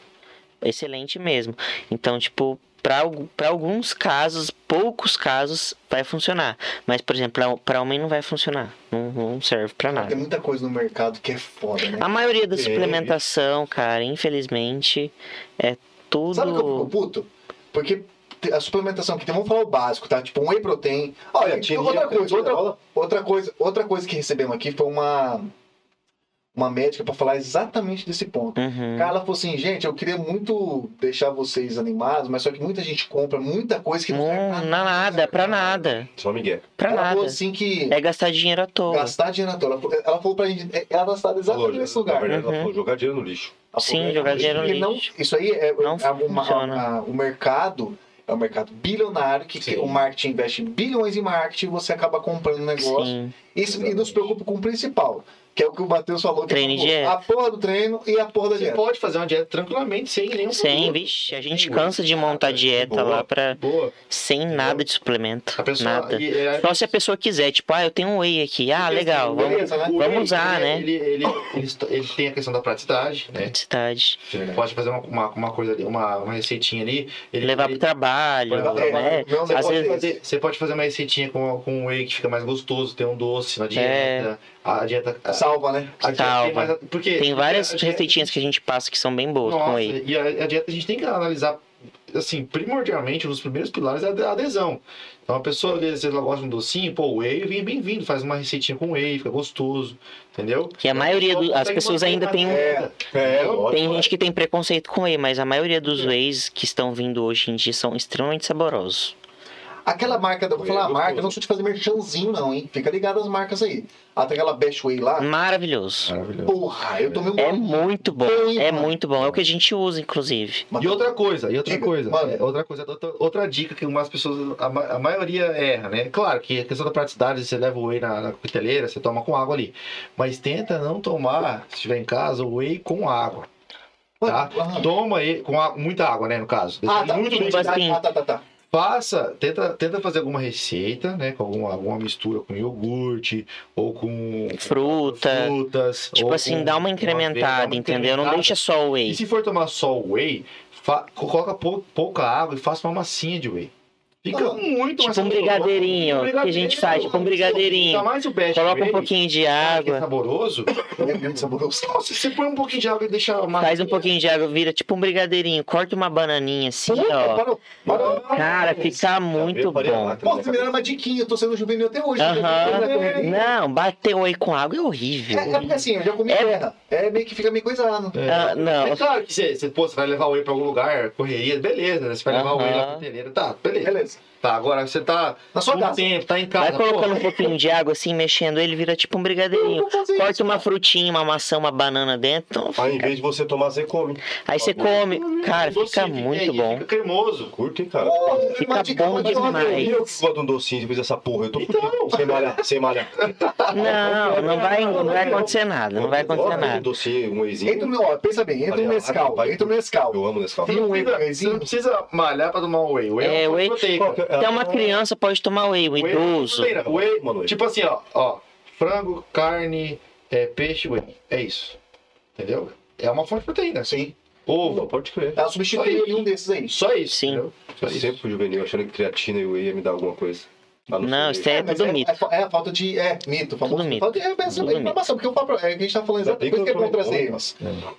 D: Excelente mesmo. Então, tipo, Para alguns casos, poucos casos, vai funcionar. Mas, por exemplo, para homem não vai funcionar. Não, não serve para
A: Tem
D: nada.
A: muita coisa no mercado que é foda, né?
D: A maioria da
B: É,
D: suplementação, cara, infelizmente, é tudo.
A: Sabe o que eu fico puto? Porque te- a suplementação aqui, tem- vamos falar o básico, tá? Tipo, um whey protein. Olha,
B: tinha
A: outra coisa, outra,
B: aula.
A: outra coisa, outra coisa que recebemos aqui foi uma uma médica pra falar exatamente desse ponto.
D: Uhum.
A: Cara, ela falou assim, gente, eu queria muito deixar vocês animados, mas só que muita gente compra muita coisa que não serve
D: Não, não é nada, pra nada.
B: Só Miguel.
D: Pra
A: Ela
D: nada.
A: falou assim que
D: É gastar dinheiro à toa.
A: gastar dinheiro à toa. Ela, falou- ela falou pra gente, é- ela está exatamente
B: Falou, tá
A: nesse
B: Na
A: lugar.
B: verdade, ela
D: Uhum.
B: falou, jogar dinheiro no lixo.
A: Ela
D: Sim,
A: falou,
D: jogar dinheiro no
A: porque não-
D: lixo.
A: Isso aí é,
D: Não
A: é uma-
D: funciona.
A: a- o mercado é um mercado bilionário que,
B: Sim.
A: que o marketing investe bilhões em marketing e você acaba comprando um negócio.
D: Sim.
A: E, se- e não se preocupa com o principal, que é o que o Matheus falou. Que
D: Treino e
A: é, pô,
D: dieta.
A: A porra do treino e a porra da
C: Você
A: dieta.
C: pode fazer uma dieta tranquilamente, sem nenhum
D: Sem,
C: um produto.
D: vixe, a gente
C: Sem
D: cansa de montar
C: nada,
D: dieta
B: boa.
D: lá pra.
C: Boa.
D: Sem nada de suplemento.
C: A pessoa. é,
D: Nada.
C: e- e-
D: Só se a pessoa quiser, tipo, ah, eu tenho um whey aqui. Ah, legal,
A: whey,
D: vamos
A: vamos-
C: O
D: vamos
C: whey,
D: usar, né?
C: É, Ele, ele, ele, ele est- ele tem a questão da praticidade, né?
D: cidade.
C: Você pode fazer uma, uma, uma coisa ali, uma, uma receitinha ali. Ele,
D: Levar pro
C: ele,
D: trabalho,
C: Levar pro
D: né?
A: trabalho. Não,
C: você,
D: Às
C: pode
D: vezes-
C: fazer, você pode fazer uma receitinha com, com whey que fica mais gostoso, tem um doce na
D: É.
C: dieta. A dieta. A,
A: Salva, né?
C: a dieta
D: Salva.
C: tem mais, porque
D: Tem
C: a
D: várias
C: dieta-
D: receitinhas que a gente passa que são bem boas com
C: Nossa,
D: whey.
C: e a, a dieta a gente tem que analisar, assim, primordialmente, um dos primeiros pilares é a de- a adesão. Então, a pessoa, às vezes, ela gosta de um docinho, pô, whey, vem bem-vindo, faz uma receitinha com whey, fica gostoso, entendeu? Então,
D: Que a maioria
C: pessoa
D: do- as
C: consegue
D: pessoas
C: manter
D: ainda
C: na
D: tem um-
C: dieta.
B: É, lógico.
D: Tem gente que tem preconceito com whey, mas a maioria dos wheys que estão vindo hoje em dia são extremamente saborosos.
A: Aquela marca, vou falar a
B: Gostoso.
A: marca, não sou de fazer merchanzinho, não, hein? Fica ligado às marcas aí. Até aquela Best Way lá.
D: Maravilhoso.
B: Maravilhoso.
A: Porra, eu tomei um.
D: É muito bom,
A: Bom,
D: é
A: mano.
D: muito bom. É o que a gente usa, inclusive.
A: Mas-
C: E outra coisa, e outra
A: Diga,
C: coisa,
A: mano.
C: é, outra coisa, outra, outra dica que umas pessoas, a, ma- a maioria erra, né? Claro que a questão da praticidade, você leva o whey na, na coqueteleira, você toma com água ali. Mas tenta não tomar, se estiver em casa, o whey com água. Tá?
A: Ah,
C: Toma ele com a- muita água, né? No caso.
A: Ah, tá.
C: Muito bem.
D: Tipo assim.
A: Ah, tá, tá, tá.
C: Faça, tenta, tenta fazer alguma receita, né? Com alguma, alguma mistura com iogurte ou com
D: Fruta.
C: frutas.
D: Tipo
C: ou
D: assim,
C: com
D: dá uma
C: aveia,
D: incrementada,
C: dá uma
D: entendeu? Não
C: incrementada.
D: deixa só o
C: E
D: whey.
C: se for tomar só o whey, fa- coloca pou- pouca água e faça uma massinha de whey. Fica
A: Ah,
C: muito
D: Tipo
C: mais
D: um
C: saboroso.
D: brigadeirinho, que a gente faz, tipo um brigadeirinho.
C: Ainda mais o best
D: Coloca um
C: whey,
D: pouquinho de
C: Que é
D: água,
C: saboroso.
A: É muito saboroso.
C: Nossa, você põe um pouquinho de água e deixa uma
D: faz um pouquinho de água, vira tipo um brigadeirinho, corta uma bananinha assim,
A: Puta,
D: ó.
A: parou, parou.
D: Cara, fica muito bom.
B: né,
A: Pô, você me deram uma diquinha, eu tô sendo juvenil até hoje.
D: Aham.
A: É,
D: Não, bateu aí com água é horrível.
A: é porque assim, eu já comi
D: É.
A: terra. É meio que fica meio coisado.
C: É.
D: Ah,
C: É
D: não,
C: claro que você, você, pô, você vai levar o whey pra algum lugar, correria, beleza, né? Você vai levar o whey lá
D: Aham.
C: pro terreiro, tá, beleza.
A: Beleza.
C: Tá, agora você tá
A: Na sua
C: um
A: casa.
C: tempo, tá em casa.
D: vai colocando
C: pô,
D: um pouquinho de água assim, mexendo ele, vira tipo um
A: Eu
D: brigadeirinho.
A: vou fazer isso.
D: Corta uma frutinha, uma maçã, uma banana dentro. então,
B: Aí, em vez de você tomar, você come.
D: Aí você come. Cara,
C: docinho,
D: fica muito
C: aí,
D: bom.
C: Fica cremoso.
B: Curto, hein, cara?
A: Porra,
D: Fica
A: uma dica,
D: bom
A: uma dica, uma
D: demais.
A: dica.
B: Eu que gosto de um docinho depois dessa porra. Eu tô
A: Então,
B: fudido. Sem malhar, sem malhar.
D: Não, não vai, não vai acontecer nada. Não vai acontecer
B: Agora, Um
D: nada.
B: docinho, um
A: Entra
B: oizinho.
A: no, ó, pensa bem, entra no
B: Olha,
A: Nescau,
B: rapaz,
A: entra no Nescau.
B: Eu amo Nescau.
A: Tem
C: Você não
A: um whey
C: precisa- Você não
A: proteínzinho?
C: precisa malhar pra tomar o whey. O
D: É,
C: é uma
D: whey-
C: proteica.
B: Qual que é?
D: Até uma criança pode tomar whey, o
C: O whey é uma
D: idoso.
C: proteína. O whey-
B: Mano, whey.
C: tipo assim, ó, ó, frango, carne, é, peixe, whey. É isso. Entendeu? É uma fonte de proteína.
A: Sim.
C: Ovo,
B: Pô, pode crer.
A: Ela substituiu em um desses aí.
C: só isso.
D: Sim.
C: entendeu? Só
A: É
B: Eu
C: isso.
B: sempre fui juvenil, achando que creatina e whey ia me dar alguma coisa. Ah,
D: Não,
B: sei.
D: isso é
A: mas
D: tudo mito.
A: é, fa- é a falta de. É, mito. Famoso,
D: Tudo mito.
A: Falta de, é, é,
D: Tudo
A: é informação, porque o papo, é, que a gente tá falando
B: Ainda bem
A: exatamente coisa que é
B: eu né?
A: bom
B: tomei
A: trazer.
B: bom.
A: mas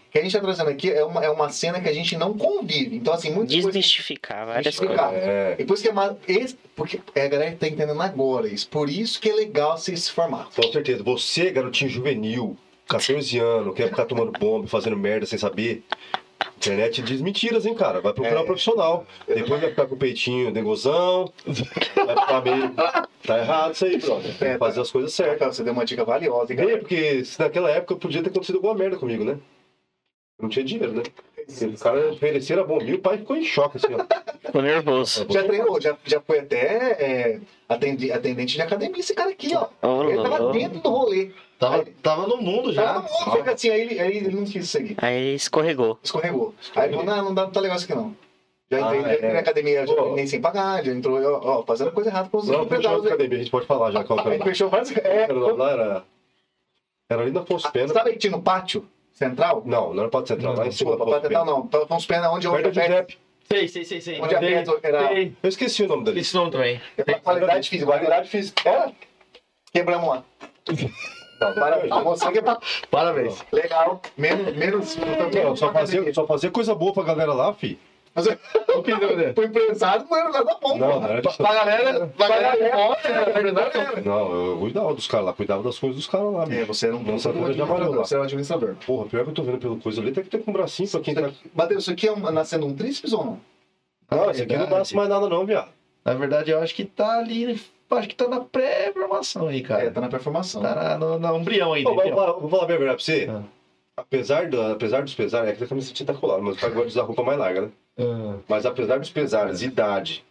A: O que a gente tá trazendo aqui é uma, é uma cena que a gente não convive. Então, assim, muitas coisas.
D: Desmistificar várias
A: Desmistificar.
D: coisas.
A: Cara,
B: É.
A: E por isso que é mais. esse- Porque é, a galera tá entendendo agora isso. Por isso que é legal se se formar.
B: Com certeza. Você, garotinho juvenil, 14 anos, quer ficar tomando bomba, fazendo merda sem saber. Internet diz mentiras, hein, cara? Vai procurar
A: É.
B: um profissional. Depois vai ficar com o peitinho dengozão. Vai ficar meio. Tá errado isso aí, brother. Tem
A: É,
B: que fazer as coisas certas.
A: Cara, você deu uma dica valiosa, hein,
B: É,
A: galera?
B: porque se naquela época podia ter acontecido alguma merda comigo, né? Eu não tinha dinheiro, né? O cara ofereceram a bom mil, o pai ficou em
A: *laughs*
B: choque, assim, ó.
D: Ficou nervoso.
A: Já treinou, já, já foi até é, atendi- atendente de academia esse cara aqui, ó.
D: Ô,
A: Ele tava
D: louco.
A: dentro do rolê.
C: Tava, tava no mundo já.
A: Já, só que assim, aí ele, aí ele não quis seguir.
D: Aí ele escorregou.
A: Escorregou. Aí ele falou, não, não, dá, não tá legal isso aqui não. Já
B: Ah,
A: entrei, já entrei
B: é.
A: na academia, já
B: Pô.
A: nem sem pagar, já entrou, ó, ó, fazendo coisa errada com os
B: Não, fechou a
A: empregados.
B: academia, a gente pode falar já qual que era o
A: Aí
B: nome.
A: fechou várias...
B: Qual
A: É,
B: que era o nome lá? Era, era ali na Afonso Pena.
A: sabe que tinha no pátio central?
B: Não, não era Pátio Central, lá em cima da
A: Desculpa,
B: Afonso
A: pátio
B: Pena.
A: central não, Pátio Pena onde eu...
B: Perto do Jep.
C: Sei, sei, sei, sei.
A: Onde a pedra era
C: Sei.
B: Eu esqueci o nome dele.
C: Esse nome também.
A: qualidade física. Qualidade física. É, Era? Quebramos lá. Parabéns. A moção que tá
C: Parabéns.
A: legal. Menos. menos
B: Não, só fazer, só fazer coisa boa pra galera lá, fi.
A: Mas eu-
C: O que deu, né?
A: Pro empresário não era nada bom,
B: Não,
A: porra.
B: não era
A: Pra-
B: de-
A: pra galera, pra galera de fora, era verdade.
B: Não, eu cuidava dos caras lá, cuidava das coisas dos caras lá,
A: É,
B: meu.
A: você era um
B: Nossa, eu já valeu lá.
A: Você era um administrador.
B: Porra, pior que eu tô vendo pelo coisa ali, tem que ter com um bracinho pra quem tá.
A: Matheus, isso aqui é um- nascendo um tríceps ou não?
B: Não, esse aqui não nasce mais nada, não, viado.
C: Na verdade, eu acho que tá ali. Acho que tá na pré-formação aí, cara.
A: É, tá na performação.
C: Tá na, no, na umbrião ainda.
B: Ô, mas eu
C: entendeu?
B: vou, falar- vou falar bem a verdade pra você.
C: Ah.
B: Apesar, da, apesar dos pesares, é que a camisa tinha tá colada, mas o pai gosta de usar roupa mais larga, né?
C: Ah,
B: Mas apesar dos pesares, idade,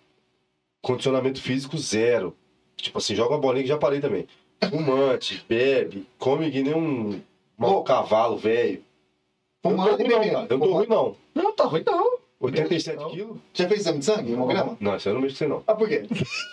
B: condicionamento físico zero. Tipo assim, joga uma bolinha que já parei também. Fumante, bebe, come que nem um mau
A: Ô.
B: cavalo, velho. Eu não tô
A: Fumando e
B: ruim, não.
A: bebendo.
B: Eu não tô ruim, não.
C: Não, tá ruim não.
B: 87
C: Não.
B: quilos?
A: Já fez exame de sangue? Hemograma?
B: Não, isso aí eu não mexo com você, não.
A: Ah, por *laughs* quê?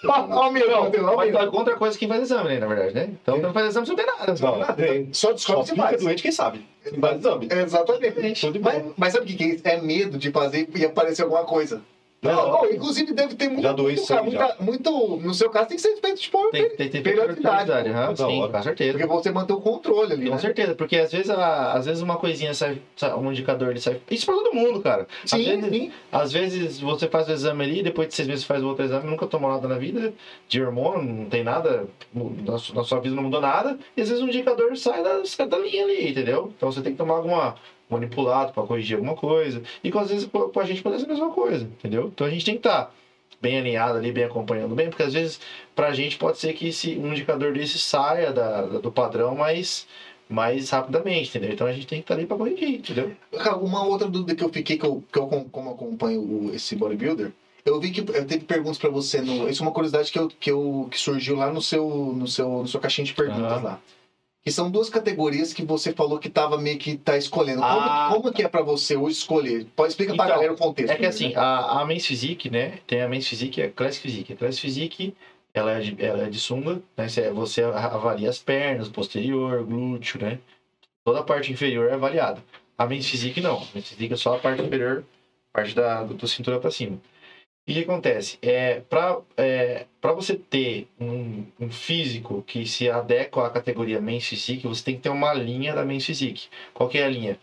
A: Olha o mirão, tem lá o
C: Mas tá
A: mirão.
C: contra coisa quem faz exame, né, na verdade, né? Então, quem não faz exame, você não tem nada.
B: Não, não tem.
A: Só
B: Só
A: descobre se
B: fica
A: faz.
B: doente quem sabe. Não faz exame.
A: Exatamente.
B: Tudo de bom.
A: Mas, mas sabe o que, que é isso? É medo de fazer e aparecer alguma coisa.
C: É.
B: Não,
A: Oh, inclusive, deve ter muito.
B: Já doei
A: muito,
B: sangue,
A: muita- muito- No seu caso, tem que ser feito de forma.
C: Tem, tem, tem
A: Periodicidade,
C: periodicidade, aham,
B: pô, da
C: sim,
B: hora.
C: com certeza.
A: Porque você manter o controle ali.
C: Com
A: Né?
C: certeza, porque às vezes, a- às vezes uma coisinha sai, sai- um indicador ele sai. Isso pra todo mundo, cara. às,
A: Sim,
C: vezes,
A: sim.
C: às vezes você faz o exame ali, depois de seis meses você faz o outro exame, nunca tomou nada na vida, de hormônio, não tem nada, mu- na, su- na sua vida não mudou nada, e às vezes um indicador sai da, sai da linha ali, entendeu? Então você tem que tomar alguma manipulado pra corrigir alguma coisa. E com, às vezes com com a gente pode ser a mesma coisa, entendeu? Então a gente tem que estar bem alinhado ali, bem acompanhando bem, porque às vezes pra gente pode ser que esse, um indicador desse saia da, da- do padrão, mas mais rapidamente, entendeu? Então a gente tem que estar ali pra corrigir, entendeu?
A: Cara, uma outra dúvida que eu fiquei, que eu, que eu com- como acompanho o- esse bodybuilder, eu vi que eu teve perguntas pra você. No, isso é uma curiosidade que, eu, que, eu, que surgiu lá no seu, no seu, no seu caixinha de perguntas
C: Aham.
A: lá. Que são duas categorias que você falou que tava meio que tá escolhendo. Como,
C: Ah,
A: como que é pra você hoje escolher? Pode explica pra
C: Então,
A: galera o contexto.
C: É que
A: né?
C: assim, a, a Men's Physique, né? Tem a Men's Physique e a Classic Physique. A Classic Physique, ela é de, ela é de sunga, né? Você, você avalia as pernas, posterior, glúteo, né? Toda a parte inferior é avaliada. A Men's Physique não. A Men's Physique é só a parte inferior, parte da, do, do cintura pra cima. E o que acontece? É, pra, é, pra você ter um, um físico que se adequa à categoria Men's Physique, você tem que ter uma linha da Men's Physique. Qual que é a linha?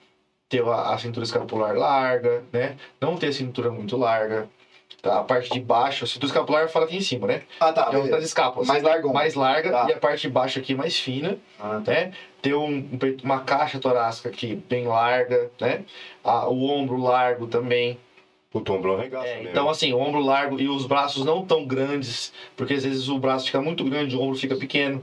C: Ter a, a cintura escapular larga, né? não ter cintura muito larga. Tá? A parte de baixo, a cintura escapular fala aqui em cima, né?
A: Ah, tá.
C: é uma
A: beleza.
C: das escapas.
A: Mais largão.
C: mais larga
A: Tá.
C: e a parte de baixo aqui mais fina,
A: Ah,
C: né? Ter um, um peito- uma caixa torácica aqui bem larga, né? Ah, o ombro largo também.
B: Puta, o ombrão arregaça,
C: É,
B: né?
C: então, assim, o ombro largo e os braços não tão grandes, porque às vezes o braço fica muito grande, o ombro fica pequeno.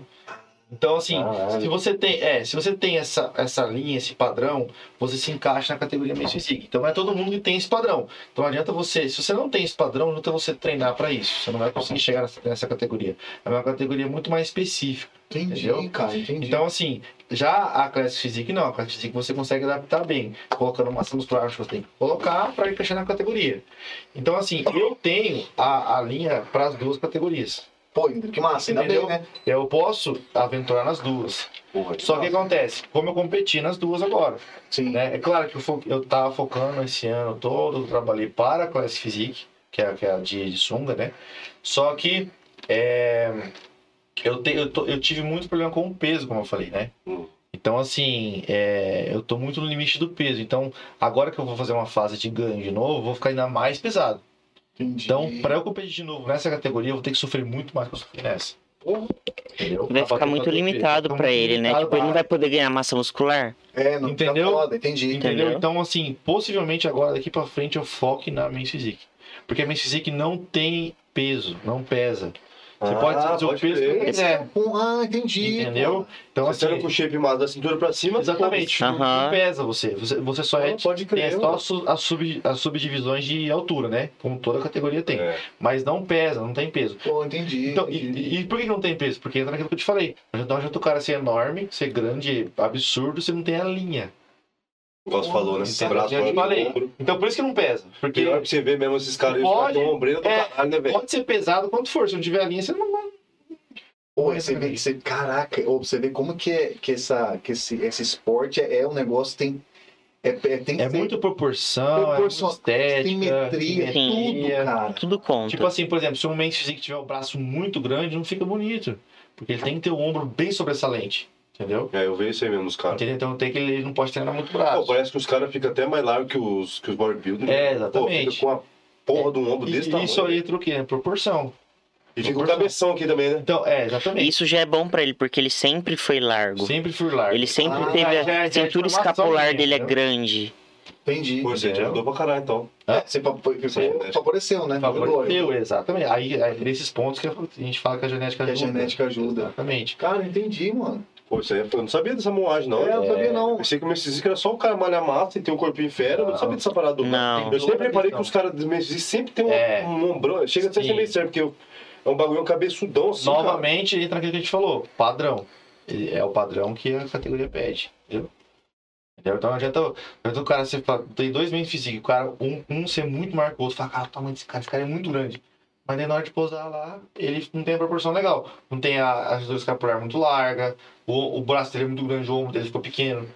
C: Então, assim,
B: Caralho.
C: se você tem, é, se você tem essa, essa linha, esse padrão, você se encaixa na categoria Men's Physique. Então, não é todo mundo que tem esse padrão. Então, não adianta você, se você não tem esse padrão, não adianta você treinar para isso. Você não vai conseguir chegar nessa, nessa categoria. É uma categoria muito mais específica.
A: Entendi,
C: Entendeu?
A: cara, entendi.
C: Então, assim, já a classe física não. A classe física você consegue adaptar bem, colocando massa muscular que você tem que colocar para encaixar na categoria. Então, assim, eu tenho a, a linha para as duas categorias.
A: Pô, Indra, que massa, ainda
C: Entendeu?
A: bem, né?
C: Eu posso aventurar nas duas.
B: Porra,
C: Só que o que acontece? Como eu competi nas duas agora,
A: Sim.
C: né? É claro que eu, fo eu tava focando esse ano todo, eu trabalhei para a classe physique, que é, que é a de, de sunga, né? Só que é, eu, te, eu, tô- eu tive muito problema com o peso, como eu falei, né?
B: Hum.
C: Então, assim, é, eu tô muito no limite do peso. Então, agora que eu vou fazer uma fase de ganho de novo, eu vou ficar ainda mais pesado.
A: Entendi.
C: Então, para eu competir de novo nessa categoria, eu vou ter que sofrer muito mais que eu sofri nessa. Entendeu?
D: Vai
C: Pra
D: ficar
C: bater
D: muito
C: todo o peso.
D: limitado
C: Fica
D: pra
C: muito
D: ele, né?
C: limitado
D: Tipo, ele não
C: pra-
D: vai poder ganhar massa muscular.
A: é, não fica
C: entendeu?
A: foda, entendi.
C: Entendeu?
D: Entendeu?
C: Então, assim, possivelmente agora, daqui pra frente, eu foque na Men's Physique. Porque a Men's Physique não tem peso, não pesa. Você
B: Ah,
C: pode trazer o
B: pode
C: peso que
B: crer.
C: você quiser,
A: Pô, Ah, entendi.
C: entendeu?
B: Você
C: Então,
B: tá
C: assim,
B: tira com o shape mais da cintura pra cima.
C: exatamente, não-
D: Aham.
C: não pesa você. Você, você só é...
B: Não, pode
C: Tem
B: crer.
C: só as, su- as sub, as subdivisões de altura, né? Como toda categoria tem.
B: É.
C: Mas não pesa, não tem peso.
A: Pô, entendi.
C: Então,
A: entendi.
C: e, e por que que não tem peso? Porque entra naquilo que eu te falei. Não adianta o cara ser enorme, ser grande, absurdo, você não tem a linha.
B: Igual você falou, né?
C: Isso é
B: braço,
C: verdade, eu falei.
B: ombro.
C: Então, por isso que não pesa. Porque...
B: Pior pra você ver mesmo esses caras, eles
C: Pode.
B: ficam com ombreira do
C: É.
B: caralho, né, velho?
C: Pode ser pesado quanto for, se não tiver a linha, você não vai.
A: Pô, você vê, você, caraca, ô, você vê como que, é, que, essa, que esse, esse esporte é, é um negócio que tem. É, é- tem que
C: É
A: ser
C: muito proporção,
A: Proporção,
C: é muito estética,
A: simetria,
D: Sim.
A: tudo, cara.
D: Tudo conta.
C: Tipo assim, por exemplo, se um man physique tiver o braço muito grande, não fica bonito. Porque ele tem que ter o ombro bem sobressalente. Entendeu?
B: É, eu vejo isso aí mesmo, os caras.
C: Entendeu? Então tem que ele não pode treinar muito
B: Pô,
C: braço.
B: parece que os caras ficam até mais largos que os, que os bodybuilders. né?
C: É,
B: Pô,
C: exatamente. É,
B: fica com a porra de um ombro
C: E-
B: desse
C: e
B: tamanho.
C: isso aí entra o quê? É Proporção.
B: E fica o cabeção aqui também, né?
C: Então, é, exatamente.
D: Isso já é bom pra ele, porque ele sempre foi largo.
C: Sempre fui largo.
D: Ele sempre
A: Ah,
D: teve.
C: já- já
D: A
C: é
D: cintura
C: formação
D: escapular
C: minha,
D: dele é
C: entendeu?
D: grande.
A: Entendi.
B: Pô, você já
C: Entendeu?
B: andou pra caralho, então.
A: É, você fa- foi- foi- favoreceu, né? Glória.
C: Favoreceu, exatamente. Aí, aí, nesses pontos que a gente fala que a genética
A: Que a
C: ajuda.
A: genética ajuda.
C: Exatamente.
A: Cara, entendi, mano.
B: Pô, isso aí, é eu não sabia dessa moagem, não.
A: é, eu não sabia não.
B: Pensei que o Messi Zico era só o cara malha massa e tem um corpinho fera, eu não sabia dessa parada. do-
D: Não.
B: Eu sempre
C: Outra
B: reparei
C: questão.
B: que os caras do Messi Zico sempre tem um,
C: É.
B: um ombrão, chega até a ser
C: Sim.
B: meio sério, porque eu- é um bagulho, é um cabeçudão assim, cara.
C: Novamente, entra aquilo que a gente falou, padrão. Ele- É o padrão que a categoria pede, entendeu? Entendeu? Então não adianta, não adianta o cara ser, fa- tem dois meios físicos, o cara, um, um ser muito maior que o outro, fala, cara, o tamanho desse cara, esse cara é muito grande. Mas daí na hora de posar lá, ele não tem a proporção legal. Não tem a, as duas capilares muito larga, o, o braço dele é muito grande, o ombro dele ficou pequeno.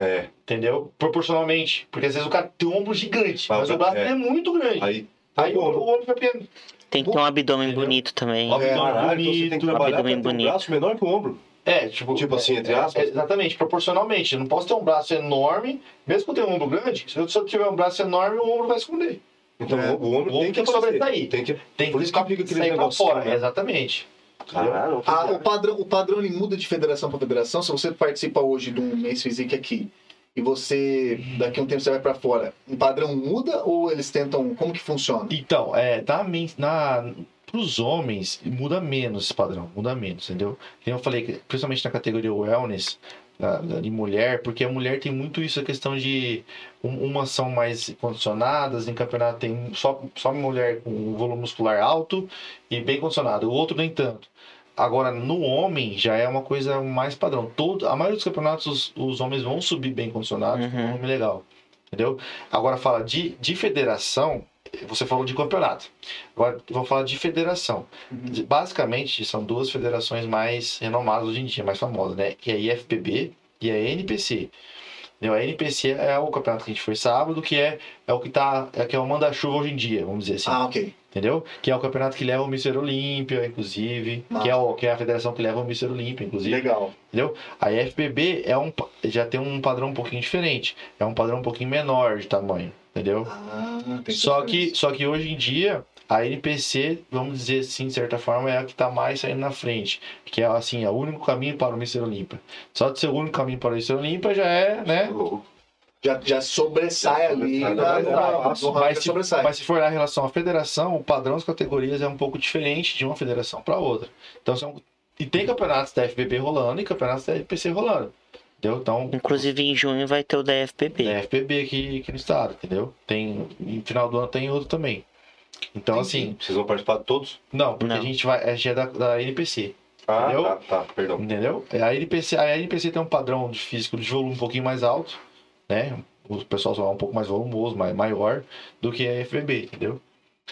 B: É.
C: Entendeu? Proporcionalmente. Porque às vezes o cara tem um ombro gigante,
B: Mas
C: mas,
B: o-
C: o braço
B: é.
C: dele é muito grande. Aí,
B: Aí, tá aí
C: o,
B: o
C: o
B: ombro.
C: ombro fica pequeno.
D: Tem que ter um abdômen bonito também.
C: Ó, abdômen
B: Caralho, então você tem que
C: bonito,
B: trabalhar pra
D: abdômen
B: ter um
D: bonito.
B: braço menor que o ombro.
C: É, tipo.
B: Tipo assim, entre aspas.
C: é, exatamente, proporcionalmente. Eu não posso ter um braço enorme, mesmo que eu tenha um ombro grande, se eu se eu tiver um braço enorme, o ombro vai esconder.
B: Então
A: É.
B: o ombro,
C: O ombro
B: tem que
C: tem que
B: aparecer.
C: sobressair.
B: Tem que...
C: Tem
B: Por isso que fica aquele
C: sair pra
B: negócio,
C: fora.
B: né?
C: Exatamente.
B: Caralho,
A: Ah,
C: é.
A: o padrão, o padrão ele muda de federação para federação. Se você participa hoje de um mês físico aqui e você daqui a um tempo você vai para fora, o padrão muda ou eles tentam? Como que funciona?
C: Então, é, da, men- na, pros homens, muda menos esse padrão, muda menos, entendeu? Que nem Eu falei, que, principalmente na categoria wellness, na- na- de mulher, porque a mulher tem muito isso, a questão de um- umas são mais condicionadas, em campeonato tem um, só, só mulher com um volume muscular alto e bem condicionado, o outro nem tanto. Agora, no homem, já é uma coisa mais padrão. Todo, a maioria dos campeonatos, os, os homens vão subir bem condicionados, com um
D: Uhum.
C: volume legal. Entendeu? Agora, fala de, de federação, você falou de campeonato. Agora vou falar de federação.
A: Uhum.
C: Basicamente, são duas federações mais renomadas hoje em dia, mais famosas, né? Que é a IFPB e a NPC. Entendeu? A NPC é o campeonato que a gente foi sábado, que é, é o que tá. É, que é o manda-chuva hoje em dia, vamos dizer assim.
A: Ah, ok.
C: Entendeu? Que é o campeonato que leva o Mister Olímpia, inclusive.
A: Nossa.
C: Que é, o, que é a federação que leva o Mister Olímpia, inclusive.
A: Legal.
C: A IFPB é um, pa- já tem um padrão um pouquinho diferente. É um padrão um pouquinho menor de tamanho, entendeu?
A: Ah, tem
C: Só
A: diferença.
C: que, só que hoje em dia, a NPC, vamos dizer assim, de certa forma, é a que está mais saindo na frente. Que é assim, é o único caminho para o Mr. Olimpa. Só de ser o único caminho para o Mr. Olimpa já é, né?
A: já, já sobressai
B: Já
A: ali.
B: sobressai,
A: da-
B: já
A: da-
B: vai,
A: do
C: mas,
A: ranking, já
C: se,
A: Ah, sobressai.
C: mas se for na relação à federação, o padrão das categorias é um pouco diferente de uma federação para outra. Então são. E tem campeonatos da FBB rolando e campeonatos da NPC rolando. Entendeu? Então,
D: Inclusive em junho vai ter o da FPP.
C: da FPB aqui, aqui no estado, entendeu? Tem. No final do ano tem outro também. Então, assim,
B: Vocês vão participar de todos?
C: Não, porque
D: Não.
C: a gente vai. A gente é da, da NPC,
B: Ah,
C: Entendeu?
B: tá, tá, perdão.
C: entendeu? É, A NPC, a NPC tem um padrão de físico de volume um pouquinho mais alto, né? O pessoal só é um pouco mais volumoso, mais, maior do que a FBB, entendeu?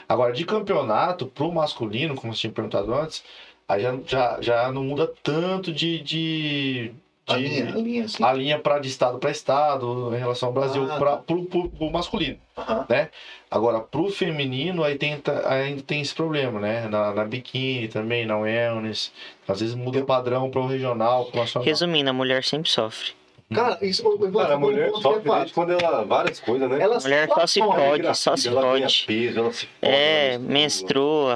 C: Agora, de campeonato pro masculino, como você tinha perguntado antes, aí já, já, já não muda tanto de. de,
A: A
C: de-
A: linha, a linha, assim.
C: a linha pra, de estado para estado, em relação ao Brasil,
A: Ah,
C: pra,
A: tá.
C: pro, pro- pro masculino.
A: Aham.
C: Agora, pro feminino, aí tem, ta- ainda tem esse problema, né? Na, na biquíni também, na wellness. Às vezes muda o padrão pro regional, pro nacional.
D: Resumindo, a mulher sempre sofre.
A: Cara, isso eu vou
B: Cara, a
A: falar um
B: mulher
A: ponto que é
B: sofre desde
A: fato.
B: quando ela... Várias coisas, né?
A: Ela
D: A mulher só se
A: sofre.
D: fode, só se
B: Ela ganha
D: fode.
B: peso, ela se fode,
D: É,
B: ela
D: menstrua,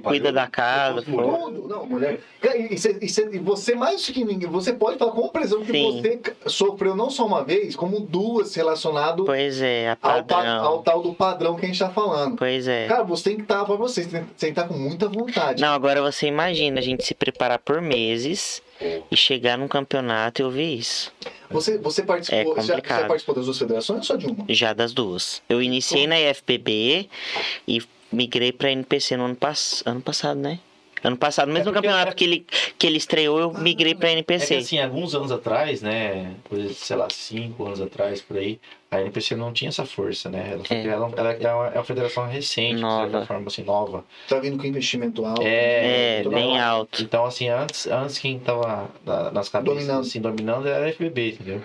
B: Pariu.
D: cuida da casa.
B: Mulher.
A: Tudo, não, mulher. Cara, E, e cê- e cê- e você, mais que ninguém, você pode falar com precisão que
D: Sim.
A: você c- sofreu não só uma vez, como duas relacionado
D: Pois é, a
A: ao, pa-
D: padrão.
A: ao tal do padrão que a gente tá falando.
D: Pois é.
A: Cara, você tem que estar, pra você, você tem que estar com muita vontade.
D: Não, agora você imagina a gente se preparar por meses e chegar num campeonato e ouvir isso.
A: Você, você participou,
D: É
A: já, já
D: complicado.
A: participou das duas federações ou só de uma?
D: Já das duas. Eu iniciei na IFPB e migrei pra NPC no ano, pass... ano passado, né? Ano passado, mesmo
C: É porque-
D: campeonato que, ele, que ele estreou, eu migrei pra
C: É que
D: NPC.
C: assim, alguns anos atrás, né? coisa de, Sei lá, cinco anos atrás, por aí, a NPC não tinha essa força, né? Ela,
D: É.
C: ela, ela é, uma, é uma federação recente, de
D: Nova.
C: certa forma, assim, nova.
A: Tá vindo com investimento alto.
C: É,
D: É, bem alto.
C: Então, assim, antes, antes quem tava na- nas cabeças,
A: Dominando.
C: assim, dominando era a FBB, entendeu?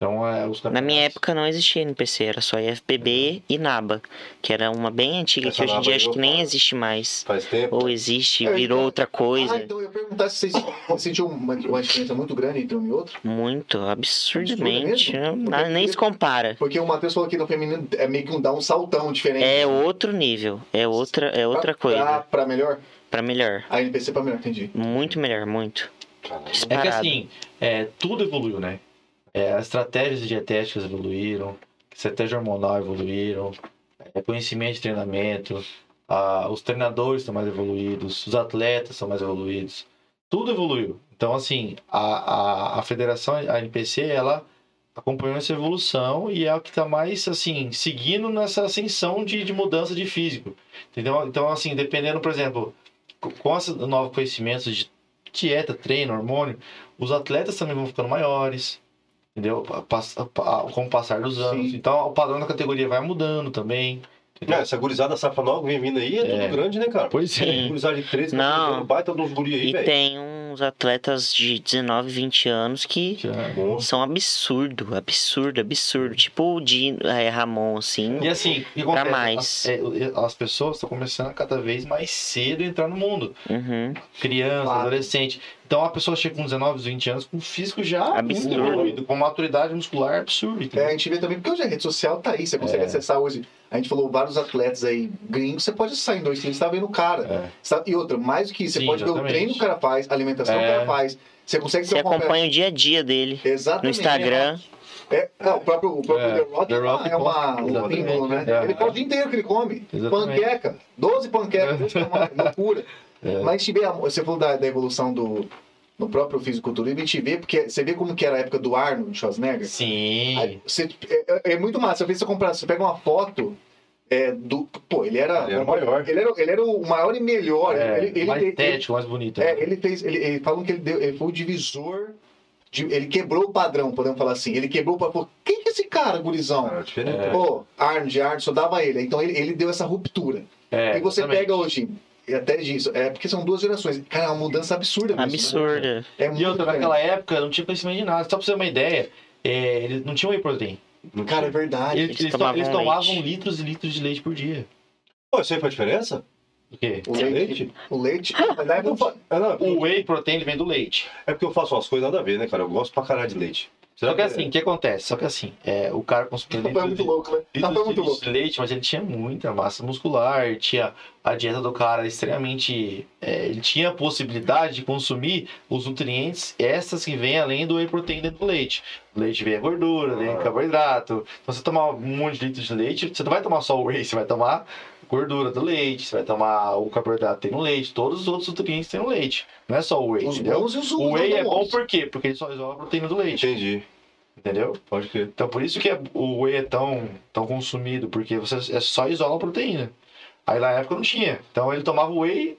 C: Então, é, os
D: Na minha
C: campeonatos-
D: época não existia NPC, era só IFPB e NABA, que era uma bem antiga,
B: Essa
D: que hoje em
B: NABA
D: dia
B: aí
D: acho
B: eu
D: que nem
B: falo.
D: existe mais.
B: Faz tempo.
D: Ou existe,
A: É,
D: virou
A: então-
D: outra coisa.
A: Ah, então eu ia perguntar se vocês sentiam uma, uma diferença muito grande entre um e outro.
D: Muito, absurdamente.
A: Absurdo mesmo?
D: não- nem se compara.
A: Porque o Matheus falou que no feminino é meio que um, dá um saltão diferente.
D: É outro nível, é outra, é outra
A: Pra- Pra,
D: coisa.
A: pra melhor?
D: Pra melhor.
A: A NPC pra melhor, entendi.
D: Muito melhor, muito.
B: Caralho.
C: É que
D: Disparado.
C: assim, é, tudo evoluiu, né? É, as estratégias dietéticas evoluíram, estratégia hormonal evoluíram, é, conhecimento de treinamento, ah, os treinadores estão mais evoluídos, os atletas são mais evoluídos, tudo evoluiu. Então, assim, a, a, a federação, a NPC, ela acompanhou essa evolução e é a que está mais, assim, seguindo nessa ascensão de, de mudança de físico. Entendeu? Então, assim, dependendo, por exemplo, co- com esses novos conhecimentos de dieta, treino, hormônio, os atletas também vão ficando maiores, entendeu? Pa- passa- pa- Com o passar dos anos.
A: Sim.
C: Então, o padrão da categoria vai mudando também.
B: Não, essa gurizada safa nova que vem vindo aí é,
C: É.
B: tudo grande, né, cara?
C: Pois
D: é. Sim.
B: Gurizada de 13,
D: Não.
B: não. baita dos guri aí,
D: E
B: velho.
D: tem uns atletas de 19, 20 anos que
B: Bom.
D: são absurdo, absurdo, absurdo. Tipo o Dino, é, Ramon, assim.
C: E assim, o que acontece?
D: Pra mais.
C: As, é, as pessoas estão começando a cada vez mais cedo a entrar no mundo.
D: Uhum.
C: Criança,
A: Claro.
C: adolescente. Então a pessoa chega com 19, 20 anos com um físico já
D: Absurdo.
C: muito evoluído, com maturidade muscular absurda.
A: É, a
C: entendeu?
A: gente vê também, porque hoje a rede social tá aí, você consegue
C: É.
A: acessar hoje. A gente falou vários atletas aí gringos, você pode sair em dois treinos, você tá vendo o cara.
C: É.
A: Você tá- E outra, mais do que isso, você
C: Sim,
A: pode ver o
C: exatamente.
A: treino que o cara faz, a alimentação que o
C: É.
A: cara faz. Você consegue
D: Você
A: ter uma
D: acompanha o dia a dia dele no
A: Exatamente.
D: Instagram.
A: É, ah, o próprio, o próprio
C: É,
A: The Rock,
C: The Rock
A: é uma,
C: come,
A: um
C: exatamente.
A: vínculo, né?
C: É.
A: ele come o dia inteiro que ele come.
C: Exatamente. É.
A: Panqueca, 12 panquecas, é uma loucura. Mas a gente vê, a- você falou da, da evolução do, do próprio fisiculturismo, a gente vê, porque você vê como que era a época do Arnold Schwarzenegger.
C: Sim.
A: É. Aí, você- é, é- é muito massa, eu você comprar, você pega uma foto é, do... Pô, ele era...
B: Ele era o maior.
A: Ele era, ele era o maior e melhor.
C: É,
A: ele, ele,
C: mais
A: ele-
C: estético, mais bonito. né?
A: é, ele fez. Ele, ele falam que ele, deu, ele foi o divisor. de- ele quebrou o padrão, podemos falar assim. Ele quebrou o padrão. Quem que é esse cara, gurizão?
B: Cara, diferente.
C: É.
A: Pô, Arnold, Arnold, só dava ele. Então ele, ele deu essa ruptura.
C: É,
A: e você
C: exatamente.
A: pega hoje, e até disso, é porque são duas gerações. Cara, é uma mudança absurda. mesmo, né?
D: Absurda.
A: É
C: E
A: muito
C: outra,
A: grande.
C: naquela época não tinha conhecimento de nada. Só pra você ter uma ideia, é, eles não tinham whey protein.
A: Cara, é verdade.
C: Eles,
D: eles
C: eles to-
D: tomavam
C: eles tomavam
D: leite.
C: litros e litros de leite por dia.
B: Pô, isso aí faz diferença?
C: O quê?
A: O leite. O leite. Mas na época eu fa-
B: É, não, é, porque,
C: O whey protein ele vem do leite.
B: é porque eu faço umas coisas nada a ver, né, cara? Eu gosto pra caralho de leite.
C: Só que assim, o que acontece? Só que assim, é, o cara consumiu
A: Papai *laughs* é muito louco, né?
C: litros
A: Papai é
C: de-
A: muito louco.
C: de leite, mas ele tinha muita massa muscular, tinha a dieta do cara extremamente. é, ele tinha a possibilidade de consumir os nutrientes essas que vêm além do whey protein dentro do leite. O leite vem a gordura, vem
B: Ah.
C: carboidrato. Então você tomar um monte de litros de leite, você não vai tomar só o whey, você vai tomar gordura do leite, você vai tomar o carboidrato que tem no leite, todos os outros nutrientes tem no leite. Não é só o whey,
A: Os
C: entendeu?
A: bons e os
C: O whey
A: não
C: é bom
A: bons.
C: por quê? Porque ele só resolve a proteína do leite,
B: Entendi.
C: entendeu?
B: Pode crer.
C: Então por isso que é- o whey é tão, tão consumido, porque você é só isola a proteína. Aí na época não tinha. Então ele tomava whey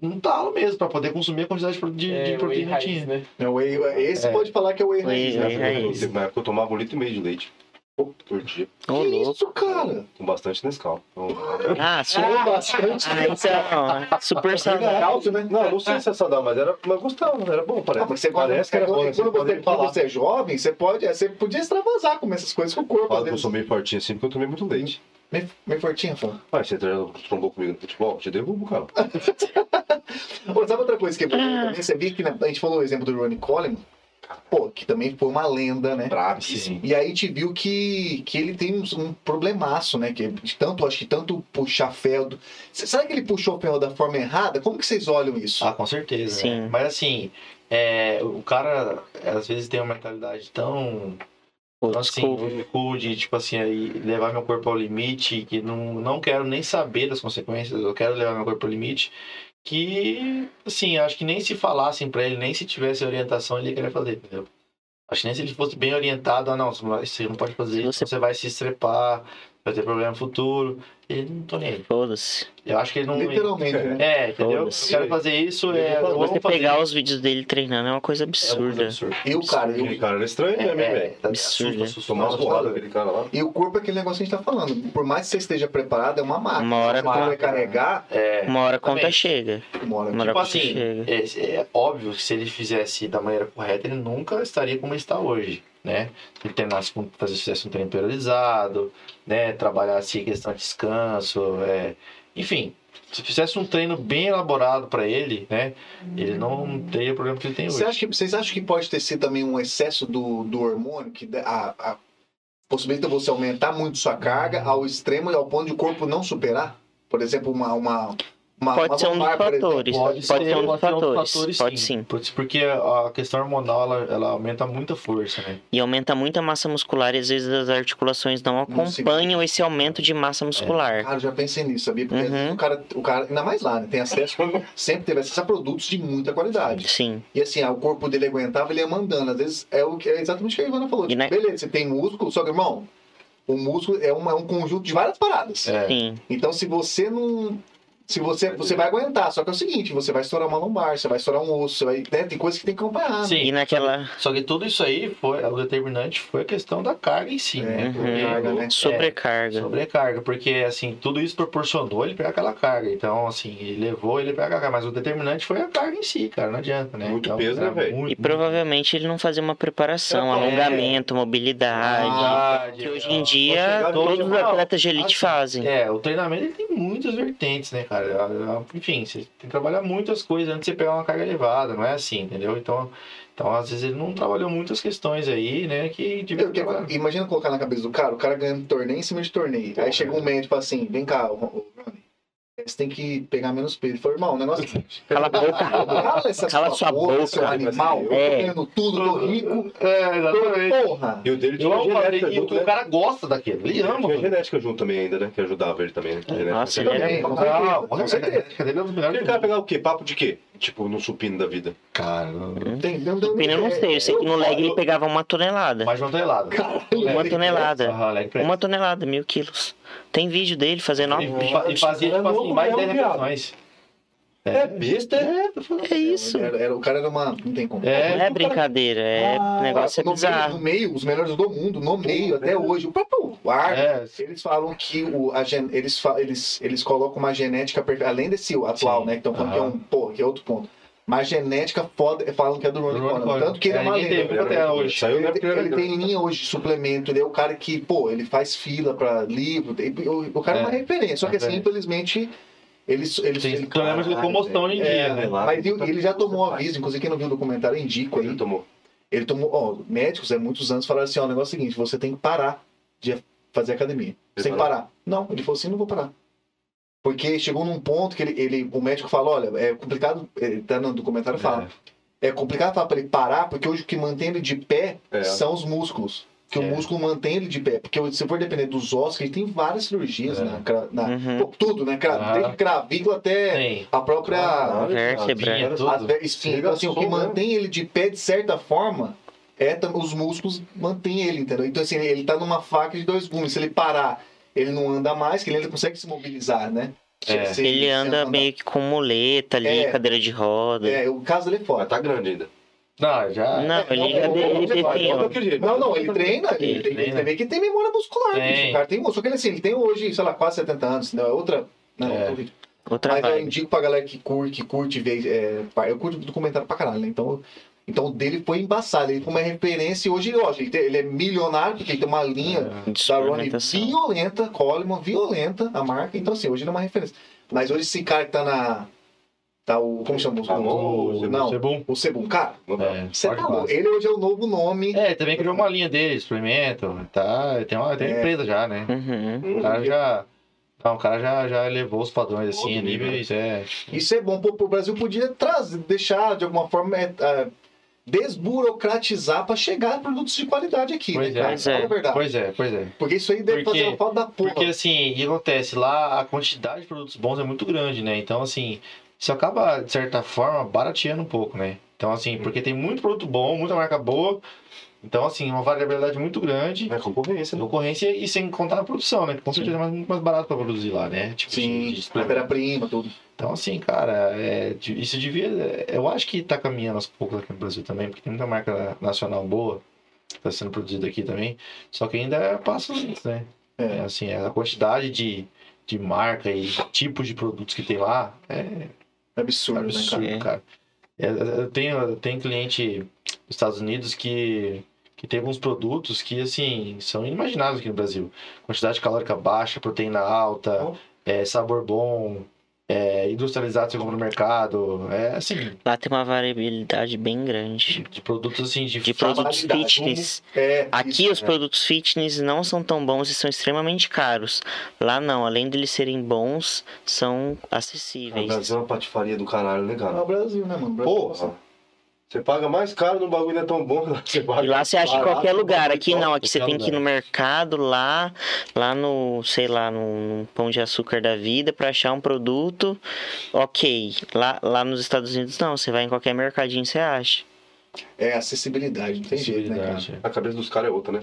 C: num talo mesmo, pra poder consumir a quantidade de, pro- de- de
E: É, o whey
C: proteína que
E: raiz,
C: tinha.
E: né?
A: É, o whey- Esse
C: É.
A: pode falar que é o whey.
D: Whey,
A: raiz, né?
D: whey raiz.
B: Teve uma época que eu tomava um litro e meio de leite. Por dia.
D: Ô,
A: Que
D: louco.
A: isso, cara?
B: Com bastante Nescau. Então,
D: Ah, su-
A: Tirou bastante.
D: ah, então, super saudável.
A: Cálcio, né?
B: não, não sei se é saudável, mas era. Mas eu gostava, era bom, parece.
A: Ah, mas você gosta
B: parece que era bom. né?
A: quando,
B: Pode
A: você, quando
B: falar.
A: você é jovem, você pode, você podia extravasar com essas coisas com o corpo.
B: Fala
A: Às
B: que eu
A: vezes.
B: sou meio fortinho assim, porque eu tomei muito leite.
A: Meio, meio fortinha, fã.
B: Mas você já trombou comigo no futebol? Te derrubo, cara.
A: Ô, sabe outra coisa que eu também? Você viu que na- a gente falou o exemplo do Ronnie Coleman, pô, que também foi uma lenda, né?
B: Bravíssimo.
A: E aí a gente viu que, que ele tem um, um problemaço, né? Que de tanto, acho que tanto puxar ferro. do- C- Será que ele puxou ferro da forma errada? Como que vocês olham isso?
C: Ah, com certeza.
D: Sim.
C: né? Mas assim, é, o cara às vezes tem uma mentalidade tão
D: Old
C: tão, assim,
D: school.
C: old school de tipo assim, aí levar meu corpo ao limite, que não, não quero nem saber das consequências, eu quero levar meu corpo ao limite. Que, assim, acho que nem se falassem pra ele, nem se tivesse orientação, ele ia querer fazer, entendeu? Acho que nem se ele fosse bem orientado, ah, não, você não vai- você não pode fazer isso,
D: Você-
C: você vai se estrepar, vai ter problema no futuro. Ele não tô nem aí.
D: Foda-se.
C: Eu acho que ele não.
A: Literalmente, né?
C: É, entendeu? Eu
D: Foda-se.
C: quero fazer isso,
B: Eu
C: é.
B: vou
C: eu
D: Você
C: vou fazer
D: pegar
C: isso.
D: os vídeos dele treinando é uma coisa
C: É uma coisa
D: absurda.
C: absurda.
A: Eu, cara, eu,
B: Aquele cara era estranho, né,
C: É,
B: velho?
C: tá-
D: Absurdo,
C: assusta,
D: né?
C: assusta.
B: Tomar uma porrada daquele cara lá.
A: E o corpo é aquele negócio que a gente tá falando. Por mais que você esteja preparado, é uma máquina.
D: Uma hora
A: você é,
C: é máquina,
A: carregar,
C: É.
D: Uma hora a conta
C: Exatamente.
D: chega.
A: uma hora.
D: Uma hora a
C: Tipo
D: conta
C: assim,
D: chega.
C: é, é óbvio que se ele fizesse da maneira correta, ele nunca estaria como ele está hoje. né? Que terminasse com fazer sucesso no treino periodizado, né? Trabalhasse em questão de descanso, é... enfim. Se fizesse um treino bem elaborado para ele, né? Ele não teria o problema que ele tem hoje.
A: Você acha que, vocês acham que pode ter sido também um excesso do, do hormônio que dá- a, a possibilita você aumentar muito sua carga ao extremo e ao ponto de o corpo não superar? Por exemplo, uma. uma, uma
D: Pode
A: uma
D: ser um dos
A: lombar, por exemplo.
D: fatores. Pode, ser um dos fatores. Pode sim.
C: Putz, Porque a a questão hormonal, ela, ela aumenta muita força, né?
D: E aumenta muito a massa muscular e às vezes as articulações não
A: Não se-
D: acompanham esse aumento de massa muscular.
A: Cara, eu já pensei nisso, sabia? Porque
D: Uhum.
A: o, cara, o cara, ainda mais lá, né? Tem
D: *laughs*
A: acesso, sempre teve acesso a produtos de muita qualidade.
D: Sim.
A: E assim, ah, o corpo dele aguentava, ele ia mandando. Às vezes é, o que, é exatamente o que a Ivana falou.
D: E né? na-
A: Beleza, você tem músculo, só que, irmão, o músculo é, uma- é um conjunto de várias paradas.
C: É.
D: Sim.
A: Então, se você não. Se você, você vai aguentar, só que é o seguinte, você vai estourar uma lombar, você vai estourar um osso, você vai, né, tem coisas que tem que acompanhar.
C: Sim.
D: E naquela
C: Só que tudo isso aí, foi, o determinante foi a questão da carga em si,
A: É,
C: né?
D: uhum.
A: carga, né?
B: Uhum.
D: sobrecarga.
C: Sobrecarga, porque assim, tudo isso proporcionou ele pegar aquela carga. Então, assim, ele levou ele pegar aquela carga. Mas o determinante foi a carga em si, cara. Não adianta, né?
B: Muito
C: Então,
B: peso, né,
C: era
B: velho?
C: muito-
D: E provavelmente ele não fazia uma preparação,
C: É.
D: alongamento, mobilidade.
C: Ah,
D: que hoje
C: é.
D: em dia
A: chegar no
D: todos os
C: nível-
D: atletas de elite
C: Assim,
D: fazem.
C: É, o treinamento ele tem muitas vertentes, né, cara? Ah, ah, Enfim, você tem que trabalhar muitas coisas antes de você pegar uma carga elevada, não é assim, entendeu? Então, então às vezes ele não trabalhou muitas questões aí, né, que devia
A: Eu- eu-
C: trabalhar.
A: tipo, imagina colocar na cabeça do cara, o cara ganhando torneio em cima de torneio.
D: Uhum.
A: Aí chega um médico e fala assim, vem cá, ô, ô, Rony, você tem que pegar menos peso. Ele falou, irmão, o negócio é o
D: *laughs*
A: seguinte,
D: Cala
A: *laughs*
D: a boca.
A: Cala essa
D: Cala
A: sua,
D: sua
A: boca,
D: boca,
A: seu animal.
D: é.
A: Eu tô ganhando tudo, tô rico.
D: *laughs*
C: É, exatamente.
A: Porra!
B: E o dele
C: Eu
B: tinha
C: amo fazer
B: genética
C: e
B: junto,
C: o
B: né?
C: cara gosta daquilo, ele ama.
B: Tinha
C: mano.
B: genética junto também ainda, né? Que ajudava ele também, né? Genética.
D: Nossa,
B: Ele
D: ele era
A: Também,
C: Não,
A: com
C: não,
A: certeza,
C: com
A: com certeza.
C: certeza. Ele é um dos melhores
B: Ele
C: do
B: cara
C: mundo.
B: pegar o quê? Papo de quê? Tipo, no supino da vida.
C: Cara, não-
A: Tem, não, não,
D: Supino eu não
A: é-
D: sei, eu sei que no leg ele pegava uma tonelada.
C: mais uma tonelada.
A: Caralho,
D: Uma
A: ele-
D: tonelada.
C: Aham, Leg Press.
D: é. Uma tonelada, mil quilos. Tem vídeo dele fazendo. ó.
C: E, fa- e fazia, tipo
B: Nossa,
C: assim, mais
B: é
C: 10
B: um viado.
C: repetições.
B: É besta, é? tô falando.
D: É isso.
A: Era, era- o cara era uma. Não tem como.
D: Não
C: É,
D: é brincadeira, é
A: então, Ah,
D: negócio é
A: no meio,
D: bizarro.
A: no meio, os melhores do mundo, no meio, até hoje. O próprio ar.
C: é.
A: Eles falam que o, a gen- eles, fa- eles, eles colocam uma genética perfeita, além desse atual,
C: Sim.
A: né? Que estão falando que é
C: Aham.
A: um, porra, que é outro ponto. Mas genética foda, falam que é do Ronnie
C: Ronnie
A: Coleman.
C: Coleman.
A: Tanto que ele é,
C: É,
A: uma
C: ninguém
A: lenda.
C: teve. Até hoje.
B: Saiu
A: Ele,
B: na primeira
A: ele tem linha hoje de suplemento, ele é o cara que, pô, ele faz fila pra livro, tem- o, o cara é, uma
C: É,
A: referência, só que assim,
C: referência.
A: infelizmente, ele... ele,
C: Tem
A: ele
C: problemas
B: Ah,
C: de locomoção
B: é,
C: hoje em dia, né?
A: mas ele, ele já tomou um aviso, inclusive quem não viu o documentário, eu indico aí.
B: Ele tá tomou.
A: Ele tomou, ó, médicos há muitos anos falaram assim, ó, o negócio é o seguinte, você tem que parar de fazer academia. Você tem que parar. Não, ele falou assim, não vou parar. Porque chegou num ponto que ele, ele o médico fala, olha, é complicado, ele tá no documentário fala, é, complicado falar pra ele parar, porque hoje o que mantém ele de pé
B: É.
A: são os músculos. Que
C: É.
A: o músculo mantém ele de pé. Porque se for depender dos ossos, que ele tem várias cirurgias
C: É.
A: na, cra- na-
D: Uhum.
A: pô, tudo, né? Cra,
C: Ah.
A: Desde cravícula até
C: Tem.
A: a própria
D: Vértebra.
C: Tinha
A: a
C: tudo.
A: ve- espinha. Então, assim, o que
B: Ligação, né?
A: mantém ele de pé de certa forma é tam- os músculos mantêm ele, entendeu? Então, assim, ele tá numa faca de dois gumes. Se ele parar, ele não anda mais, que ele ainda consegue se mobilizar, né?
C: É.
A: Se- se-
D: Ele
A: se
D: anda
A: andar.
D: meio que com muleta ali,
A: É.
D: cadeira de roda.
A: É, o caso dele é
B: Mas
A: fora.
B: tá grande ainda.
C: Não, já.
D: Não,
A: não,
D: ele, é
A: não,
D: ele, ele
A: não,
D: desenha, ó.
A: Não, não, ele treina, ele,
C: Ele
A: tem,
C: treina.
A: Você vê que tem memória muscular,
C: Tem.
A: bicho. O cara tem músculo. Só que ele, assim, ele tem hoje, sei lá, quase 70 anos, não, é outra... Não,
C: É.
A: outra-
D: Outra
A: Mas eu
D: vibe.
A: indico pra galera que curte, que curte ver. é, pá, eu curto documentário pra caralho, né? Então, então o dele foi embaçado. Ele foi uma referência e hoje, ó, ele, tem- ele é milionário, porque ele tem uma
C: É,
A: linha
D: De
A: um da Ronnie
D: suplementação.
A: violenta, Coleman, violenta, a marca. Então, assim, hoje ele é uma referência. Mas hoje esse cara que tá na. Tá o. Como chama?
B: Ramon,
A: O,
B: o
A: não,
C: Sebum.
A: o Sebum. Cara,
C: É,
A: você tá
C: forte
A: louco.
C: massa.
A: Ele hoje é o novo nome.
C: É, também criou uma linha dele, experimento. Tá, tem uma, tem uma
A: É.
C: empresa já, né?
D: Uhum.
C: O cara já. Não, o cara já, já elevou os padrões assim,
B: Outro nível.
C: níveis, é.
A: Isso é bom. Pô, o Brasil podia trazer, deixar de alguma forma. é, é, desburocratizar pra chegar a produtos de qualidade aqui.
C: Pois é.
A: né, cara?
D: Pois é.
A: Fala a verdade.
C: Pois é, pois é.
A: Porque isso aí deve
C: Porque-
A: fazer uma falta da porra.
C: Porque assim, o que acontece? Lá a quantidade de produtos bons é muito grande, né? Então, assim, isso acaba, de certa forma, barateando um pouco, né? Então, assim, porque tem muito produto bom, muita marca boa. Então, assim, uma variabilidade muito grande.
B: É concorrência, não.
C: Concorrência e sem contar a produção, né? Com certeza é mais- muito mais barato pra produzir lá, né? Tipo,
A: Sim,
C: de- de-
A: matéria-prima, tudo.
C: Então, assim, cara, é, de- isso devia. é, Eu acho que tá caminhando aos poucos aqui no Brasil também, porque tem muita marca nacional boa que tá sendo produzida aqui também. Só que ainda é passo lento, né?
A: É.
C: É, assim, a quantidade de, de marca e tipos de produtos que tem lá é
A: Absurdo, né, cara?
C: absurdo, cara. É, Eu tenho, eu tenho cliente dos Estados Unidos que, que que tem alguns produtos que, assim, são inimagináveis aqui no Brasil. Quantidade calórica baixa, proteína alta,
A: Bom.
C: é, sabor bom, é, industrializado que você compra no mercado. É, assim,
D: Lá tem uma variabilidade bem grande
C: de produtos, assim, de,
D: de
C: fácil
D: produtos
C: qualidade.
D: fitness.
A: É,
D: Aqui
A: né? isso,
D: os
A: né?
D: produtos fitness não são tão bons e são extremamente caros. Lá não, além deles serem bons, são
B: O
D: acessíveis.
B: Brasil é uma patifaria do caralho, né,
A: É
B: cara?
A: o Brasil, né, mano? O Brasil
B: Porra! Você paga mais caro num bagulho não é tão bom *laughs* que lá você paga.
D: E lá você acha em
B: barato,
D: qualquer lugar. Aqui não, aqui você
B: qualquer
D: tem que ir no
B: lugar.
D: mercado, lá, lá no, sei lá, no, no pão de açúcar da vida pra achar um produto. Ok. Lá, lá nos Estados Unidos não, você vai em qualquer mercadinho você acha.
A: É acessibilidade, não tem jeito, né, cara?
C: Acessibilidade,
B: A cabeça dos caras é outra, né?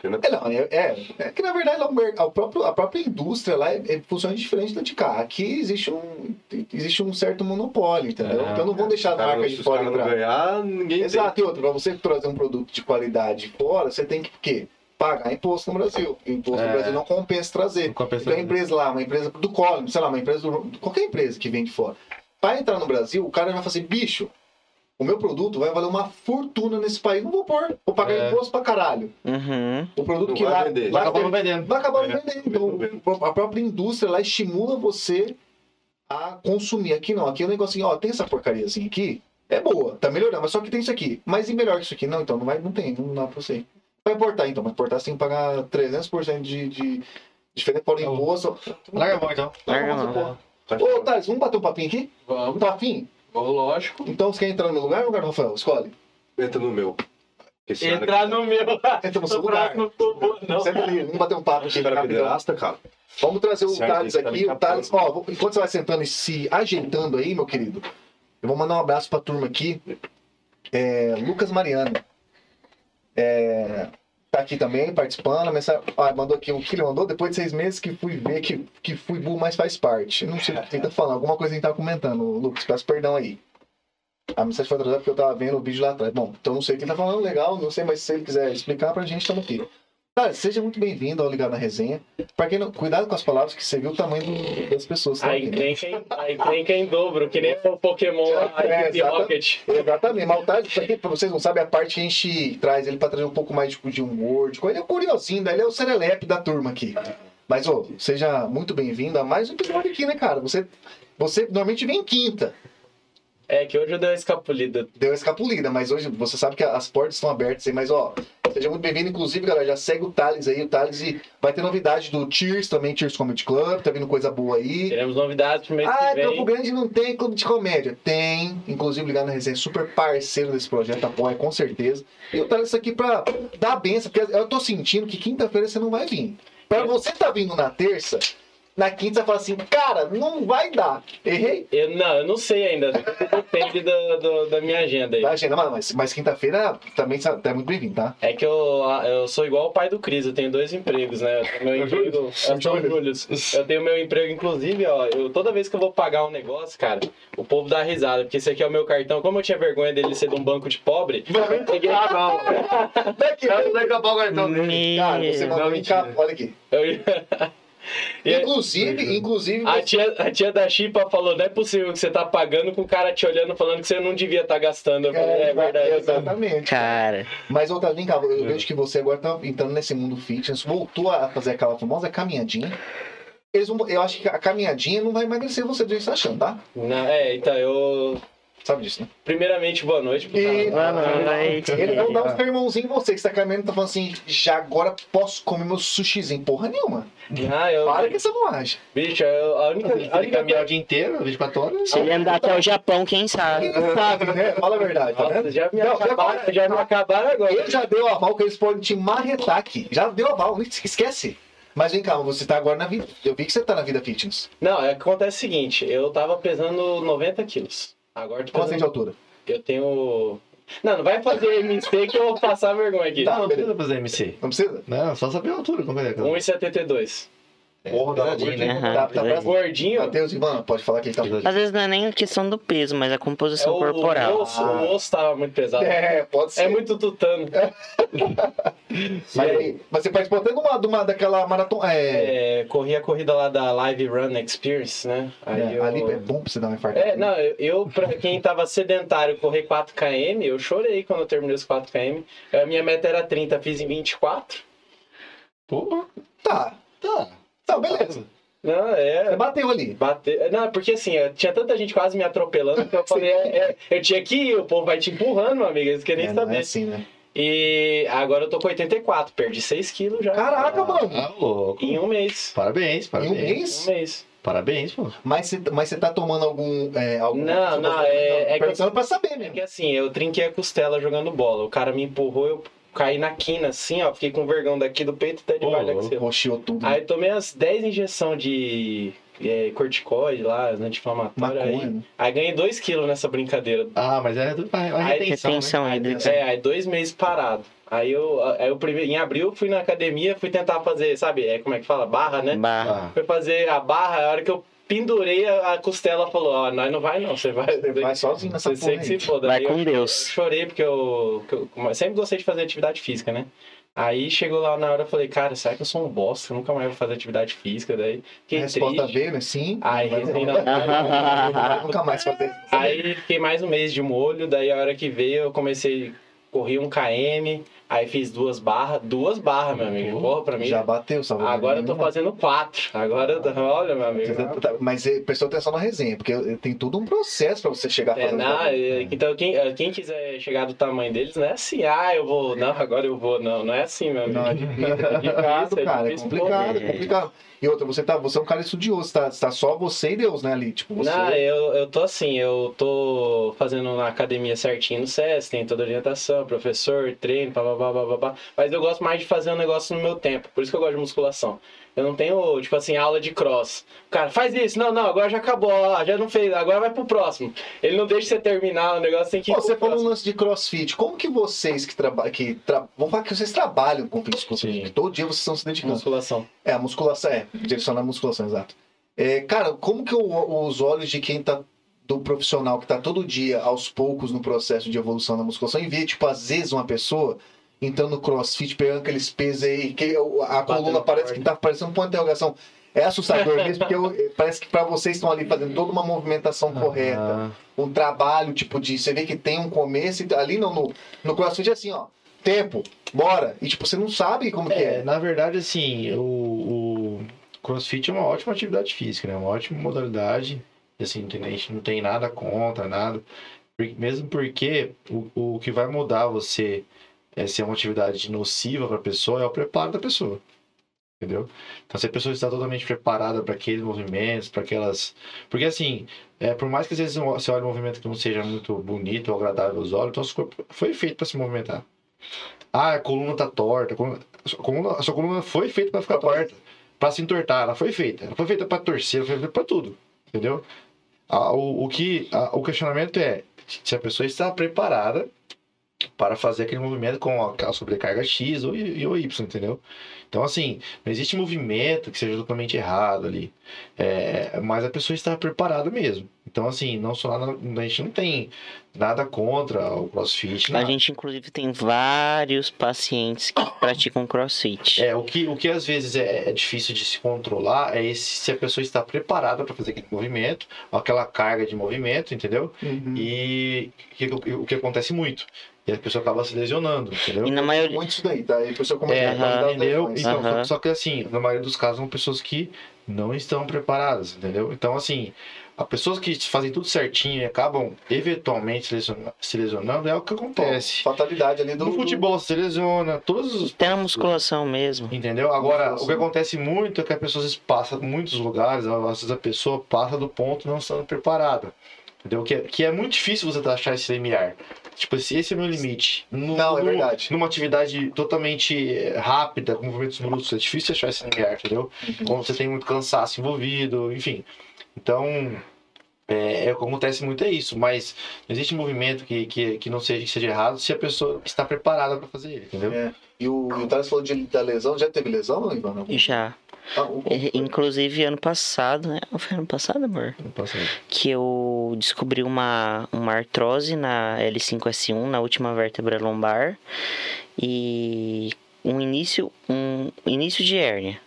B: Porque não é-
A: É, não, é, é- é que na verdade lá o mer- o próprio- a própria indústria lá é, é- funciona diferente da de cá. Aqui existe um, existe um certo monopólio, entendeu?
C: É,
A: então não vão deixar as
B: Se o cara não-
A: marcas
B: se
A: de
B: os
A: fora
B: caras
A: entrar.
B: não ganhar, ninguém
A: Exato, e outra, pra você trazer um produto de qualidade fora, você tem que o quê? Pagar imposto no Brasil. E o Imposto
C: É.
A: no Brasil não compensa trazer.
C: Com a pessoa-
A: Então, a empresa lá, uma empresa do Colin, sei lá, uma empresa do. qualquer empresa que vem de fora. Para entrar no Brasil, o cara vai falar assim, bicho, o meu produto vai valer uma fortuna nesse país, não vou pôr. Vou pagar
C: É.
A: imposto pra caralho.
D: Uhum.
A: O produto
B: Não
A: que
B: vai
A: lá.
B: vender.
A: lá
C: Acabou
A: teve-
C: vendendo.
A: vai acabar
B: É,
A: vendendo. Então, a própria indústria lá estimula você a consumir. Aqui não, aqui é um negocinho, ó, tem essa porcariazinha aqui, é boa, tá melhorando, mas só que tem isso aqui. Mas e melhor que isso aqui? Não, então, não, vai, não tem, não dá pra você. Vai importar, então, mas importar você tem que pagar 300% de, de diferença para o
C: Tá bom.
A: imposto.
C: Larga a
A: *laughs*
C: mão, então.
D: Larga
A: Nossa,
D: lá.
A: porra.
B: Vai
A: Ô,
B: ficar-
A: Thales, vamos bater um papinho aqui?
E: Vamos,
A: Tá afim?
E: vou, lógico.
A: Então, você quer entrar no meu lugar ou no lugar do Rafael? Escolhe.
B: Entra no meu. Esse
E: Entrar no *laughs* meu.
A: Entra no seu lugar.
E: Não Ah, tô bom, não.
A: Senta ali, vamos bater um papo aqui,
B: Esse cara é
A: rapidão.
B: pederasta, cara.
A: Vamos trazer o
B: Certo,
A: Thales
B: ele tá
A: aqui.
B: me
A: O Thales, ó, vou- enquanto você vai sentando e se ajeitando aí, meu querido, eu vou mandar um abraço pra turma aqui. É, Lucas Mariano. É, tá aqui também, participando. Mensagem, ó, mandou aqui o que ele mandou. Depois de seis meses que fui ver que, que fui burro, mas faz parte. Eu Não sei o que ele tá falando. Alguma coisa a gente tá comentando, Lucas. Peço perdão aí. A mensagem foi atrasada porque eu tava vendo o vídeo lá atrás. Bom, então não sei o que ele tá falando legal, não sei, mas se ele quiser explicar pra gente, estamos aqui. Cara, seja muito bem-vindo ao Ligado na Resenha. Pra quem não... Cuidado com as palavras, que você viu o tamanho do- das pessoas. que
E: A
A: estão aqui, né?
E: encrenca, em- a encrenca é em dobro, que nem o Pokémon lá,
A: É,
E: Epic
A: exata-
E: Rocket.
A: Exatamente. Maldade, pra, quem, pra vocês não sabem, a parte que a gente traz ele pra trazer um pouco mais de, de humor, de coisa. Ele é o curiosinho, né? ele é o serelepe da turma aqui. Mas, ô, seja muito bem-vindo a mais um episódio aqui, né, cara? Você, você normalmente vem quinta.
E: É, que hoje eu dei uma escapulida.
A: Deu uma escapulida, mas hoje você sabe que as portas estão abertas aí. Mas, ó, seja muito bem-vindo. Inclusive, galera, já segue o Thales aí. O Thales e vai ter novidade do Tears também, Tears Comedy Club. Tá vindo coisa boa aí.
E: Teremos novidades pro mês
A: Ah,
B: é,
E: que vem.
A: Campo Grande não tem clube de comédia. Tem. Inclusive, ligado na resenha, é super parceiro desse projeto, apoia com certeza. E eu trago isso aqui pra dar a benção, porque eu tô sentindo que quinta-feira você não vai vir. Pra você tá vindo na terça, na quinta você fala assim, cara, não vai dar. Errei?
E: Eu, não, eu não sei ainda. Depende da, do- da minha agenda aí.
A: Tá, gente? Mas, mas quinta-feira também tá tá muito bem-vindo, tá?
E: É que eu, eu sou igual o pai do Cris, eu tenho dois empregos, né? Eu tenho meu emprego. Eu sou o Július. Eu tenho meu emprego, inclusive, ó. Eu, toda vez que eu vou pagar um negócio, cara, o povo dá risada, porque esse aqui é o meu cartão. Como eu tinha vergonha dele ser de um banco de pobre, eu peguei.
C: Ah, não.
A: Daqui,
C: Não, vai acabar o
D: então.
B: Então,
C: cartão dele.
D: Hum.
A: Cara, você
D: Me-
A: mandou
C: Não,
A: em
C: mentira.
A: capa, olha aqui.
E: eu- É, né? E é Ah,
A: Inclusive, inclusive.
E: a tia, a tia da Chipa falou: não é possível que você tá pagando com o cara te olhando, falando que você não devia estar gastando. Eu falei, é, verdade. É.
A: Exatamente.
D: Cara,
A: Mas, outra, vem cá, eu vejo que você agora tá entrando nesse mundo fitness, voltou a fazer aquela famosa caminhadinha. Eles vão, eu acho que a caminhadinha não vai emagrecer você do jeito que você tá achando, tá?
E: Não, é, então eu.
A: Sabe disso, né?
E: Primeiramente, boa noite. pro
A: E-
E: cara.
D: boa noite.
A: Ele não dá
E: *laughs*
A: um sermãozinho em você que você tá caminhando e tá falando assim, já agora posso comer meu sushizinho. Porra nenhuma.
E: Ah, eu.
A: Para que essa moagem.
E: Bicho, eu, a única.
C: Ele
E: A única
C: caminhar o dia inteiro, 24 horas.
D: se ele andar até o Japão, quem sabe?
A: Quem sabe, né? Fala a verdade, tá
E: Nossa,
A: vendo?
E: já me
A: Não,
E: acabaram,
A: agora-
E: já me acabaram agora.
A: Ele já deu aval que eles podem te marretar aqui. Já deu aval, esquece. Mas vem cá, você tá agora na vida. Eu vi que você tá na vida fitness.
E: Não, é que acontece o seguinte, eu tava pesando 90 quilos. Agora eu tô
A: Quanto você tem assim de
E: pesando,
A: altura?
E: eu tenho... Não, não vai fazer MC que eu vou passar vergonha aqui.
A: Tá.
C: Não, não precisa fazer MC.
A: Não precisa?
C: Não, só saber a altura, como é que é?
E: 1,72.
C: Porra, dá uma
B: Pesadinho,
C: gordinha.
A: né?
D: Aham,
A: Tá- tá
D: pesadinho.
E: É Gordinho,
A: Matheus, Ivan, pode falar que ele tá.
D: Às vezes não é nem questão do peso, mas a
E: é
D: composição
E: o, é o
D: corporal.
E: osso, o osso tava muito pesado. É,
A: *laughs* É, pode ser.
E: muito tutano.
A: Mas, aí, mas você participou até de uma, de uma- daquela maratona. É,
E: É, corri a corrida lá da Live Run Experience, né? Aí
A: é,
E: eu-
A: ali é bom pra você dar uma infartada.
E: É, não, eu, eu, pra quem tava sedentário correr 4km, eu chorei quando eu terminei os 4km. A minha meta era 30, fiz em 24.
A: Tá, tá. Tá, beleza.
E: Não, é.
A: Você bateu ali.
E: Bater. Não, porque assim, eu- tinha tanta gente quase me atropelando
A: *laughs*
E: que eu falei, é, é, eu tinha que ir, o povo vai te empurrando, meu amigo, eles querem
A: É, não
E: saber.
A: é assim, né?
E: E agora eu tô com 84, perdi 6 quilos já.
A: Caraca, mano.
C: Ah, louco.
E: Em um mês.
C: Parabéns,
A: Em um
C: parabéns.
E: Um
A: mês?
E: mês.
C: Parabéns, pô.
A: Mas você, mas você tá tomando algum. É, algum
E: Não, não, é- é que-
A: Perguntando pra saber
E: Porque
A: mesmo.
E: assim, eu trinquei a costela jogando bola. O cara me empurrou, eu caí na quina assim, ó. Fiquei com vergão daqui do peito até debaixo
C: Ô,
E: da
C: louco.
E: axila.
A: Roxeou tudo. né?
E: Aí eu tomei as 10 injeções de é, corticoide lá, anti-inflamatória. Aí,
A: maconha. né?
E: aí ganhei 2 quilos nessa brincadeira.
C: Ah, mas é do- a a
E: Aí,
C: retenção. né?
D: Retenção
E: Aí,
D: hídrica.
E: é, aí dois meses parado. Aí eu, aí eu primeiro, em abril fui na academia, fui tentar fazer, sabe, é, como é que fala? Barra,
A: Hum.
E: né?
D: Barra.
C: Ah,
E: Fui fazer a barra, a hora que eu pendurei, a, a costela falou, ó, nós não vai não, você vai.
A: Você vai sozinho nessa
E: Você
A: porra
E: sei que se
A: aí.
E: foda.
D: Vai
E: Aí
D: com
E: eu,
D: Deus.
E: Eu chorei porque eu, que eu- como eu sempre gostei de fazer atividade física, né? Aí chegou lá na hora eu falei, cara, será que eu sou um bosta? Eu nunca mais vou fazer atividade física. Daí
A: A
E: fiquei
A: resposta
E: triste.
A: veio, né? Sim.
E: Aí
A: Mas
E: rezei
A: não. *laughs*
E: na-
A: Nunca mais fazer.
E: Aí fiquei mais um mês de molho, daí a hora que veio eu comecei, corri um KM, aí fiz duas barras, duas barras, meu amigo. Porra, pra mim.
A: Já bateu, salvador.
E: Agora eu tô fazendo quatro. Agora, eu tô- olha, meu amigo.
A: né? Tá, Mas eh, prestou atenção na resenha, porque tem todo um processo pra você chegar a
E: É,
A: fazer.
E: não, é, então quem, é, quem quiser chegar do tamanho deles, não é assim, ah, eu vou, não, agora eu vou, não, não é assim, meu amigo.
A: Não, é difícil, é complicado,
E: *laughs* É
A: cara. É
E: difícil,
A: complicado, é
D: pô.
A: complicado. E outra, você, tá, você é um cara estudioso, tá, tá só você e Deus, né, ali? Tipo, você.
E: Não, é eu, eu tô assim, eu tô fazendo na academia certinho no SES, tem toda orientação, professor, treino, babá, babá, mas eu gosto mais de fazer um negócio no meu tempo, por isso que eu gosto de musculação. Eu não tenho, tipo assim, aula de cross. O cara, faz isso, não, não, agora já acabou, ó, já não fez, agora vai pro próximo. Ele não deixa você terminar, o negócio tem que ir
A: Pô,
E: pro
A: você falou
E: próximo.
A: um lance de crossfit. Como que vocês que trabalham. Que tra... Vamos falar que vocês trabalham com fitness, com
E: Sim.
A: fitness, que todo dia vocês estão se dedicando.
E: musculação.
A: É, a musculação, é, direcionar a musculação, exato. É, cara, como que o- os olhos de quem tá do profissional que tá todo dia aos poucos no processo de evolução da musculação e vê, tipo, às vezes uma pessoa entrando no crossfit, pegando aqueles pesos aí, que o- a
E: Batendo
A: coluna parece
E: forte.
A: que tá parecendo um ponto de interrogação. É assustador mesmo, porque eu- eh, parece que pra vocês estão ali fazendo toda uma movimentação correta um trabalho, tipo, de. Você vê que tem um começo, e ali não, no, no crossfit é assim, ó. Tempo, bora. E tipo, você não sabe como que
C: É,
A: é.
C: na verdade, assim, o, o CrossFit é uma ótima atividade física, né? Uma ótima modalidade. E, Assim, não tem- a gente não tem nada contra, nada. Por- Mesmo porque o, o que vai mudar você é, se é uma atividade nociva para a pessoa é o preparo da pessoa. Entendeu? Então, se a pessoa está totalmente preparada para aqueles movimentos, para aquelas. Porque, assim, é, por mais que às vezes você olhe um movimento que não seja muito bonito ou agradável aos olhos, então nosso corpo foi feito para se movimentar. Ah, a coluna tá torta. a coluna- a sua coluna, a sua coluna foi feita pra ficar torta. Pra se entortar, ela foi feita. Ela foi feita pra torcer, ela foi feita pra tudo. Entendeu? Ah, o, o que, ah, o questionamento é se a pessoa está preparada para fazer aquele movimento com a a sobrecarga X ou, Y- ou Y, entendeu? Então, assim, não existe movimento que seja totalmente errado ali. É, mas a pessoa está preparada mesmo. Então, assim, não só nada, a gente não tem nada contra o crossfit.
D: A
A: Ah.
C: nada.
D: gente, inclusive, tem vários pacientes que praticam crossfit.
C: É, o que, o que às vezes é, é difícil de se controlar é esse, se a pessoa está preparada para fazer aquele movimento, aquela carga de movimento, entendeu?
A: Hum.
C: E que- o que, o que acontece muito. E a pessoa acaba se lesionando,
D: E
C: entendeu?
D: na maioria.
A: Muito isso daí, tá? E por isso eu comentei.
C: É,
D: ah,
A: por causa das
C: entendeu?
A: lesões. tá?
C: Então, só,
D: Aham.
C: só que assim, na maioria dos casos são pessoas que não estão preparadas, entendeu? Então, assim, as pessoas que fazem tudo certinho e acabam eventualmente se lesiona- se lesionando é o que acontece.
A: Fatalidade ali do.
C: No futebol se lesiona, todos os
D: Até na musculação mesmo.
C: Entendeu? Agora,
A: Nossa.
C: o que acontece muito é que a pessoa às vezes passa em muitos lugares, às vezes a pessoa passa do ponto não estando preparada. Entendeu? Que é, que é muito difícil você achar esse limiar. Tipo, esse, esse é o meu limite. No-
A: Não, é
C: no-
A: verdade.
C: Numa atividade totalmente eh, rápida, com movimentos brutos, é difícil achar esse limiar, entendeu? Quando você tem muito cansaço envolvido, enfim. Então, É, é o que acontece muito é isso, mas não existe movimento que, que, que não seja, que seja errado se a pessoa está preparada para fazer ele, entendeu?
A: É. E o, e o Thales falou de, da lesão. Já teve lesão, Ivan?
D: Já.
A: Ah, o-
D: É, Inclusive, ano passado, né? Foi ano passado, amor?
C: Não passa nada.
D: Que eu descobri uma, uma artrose na L5S1, na última vértebra lombar. E um início, um início de hérnia.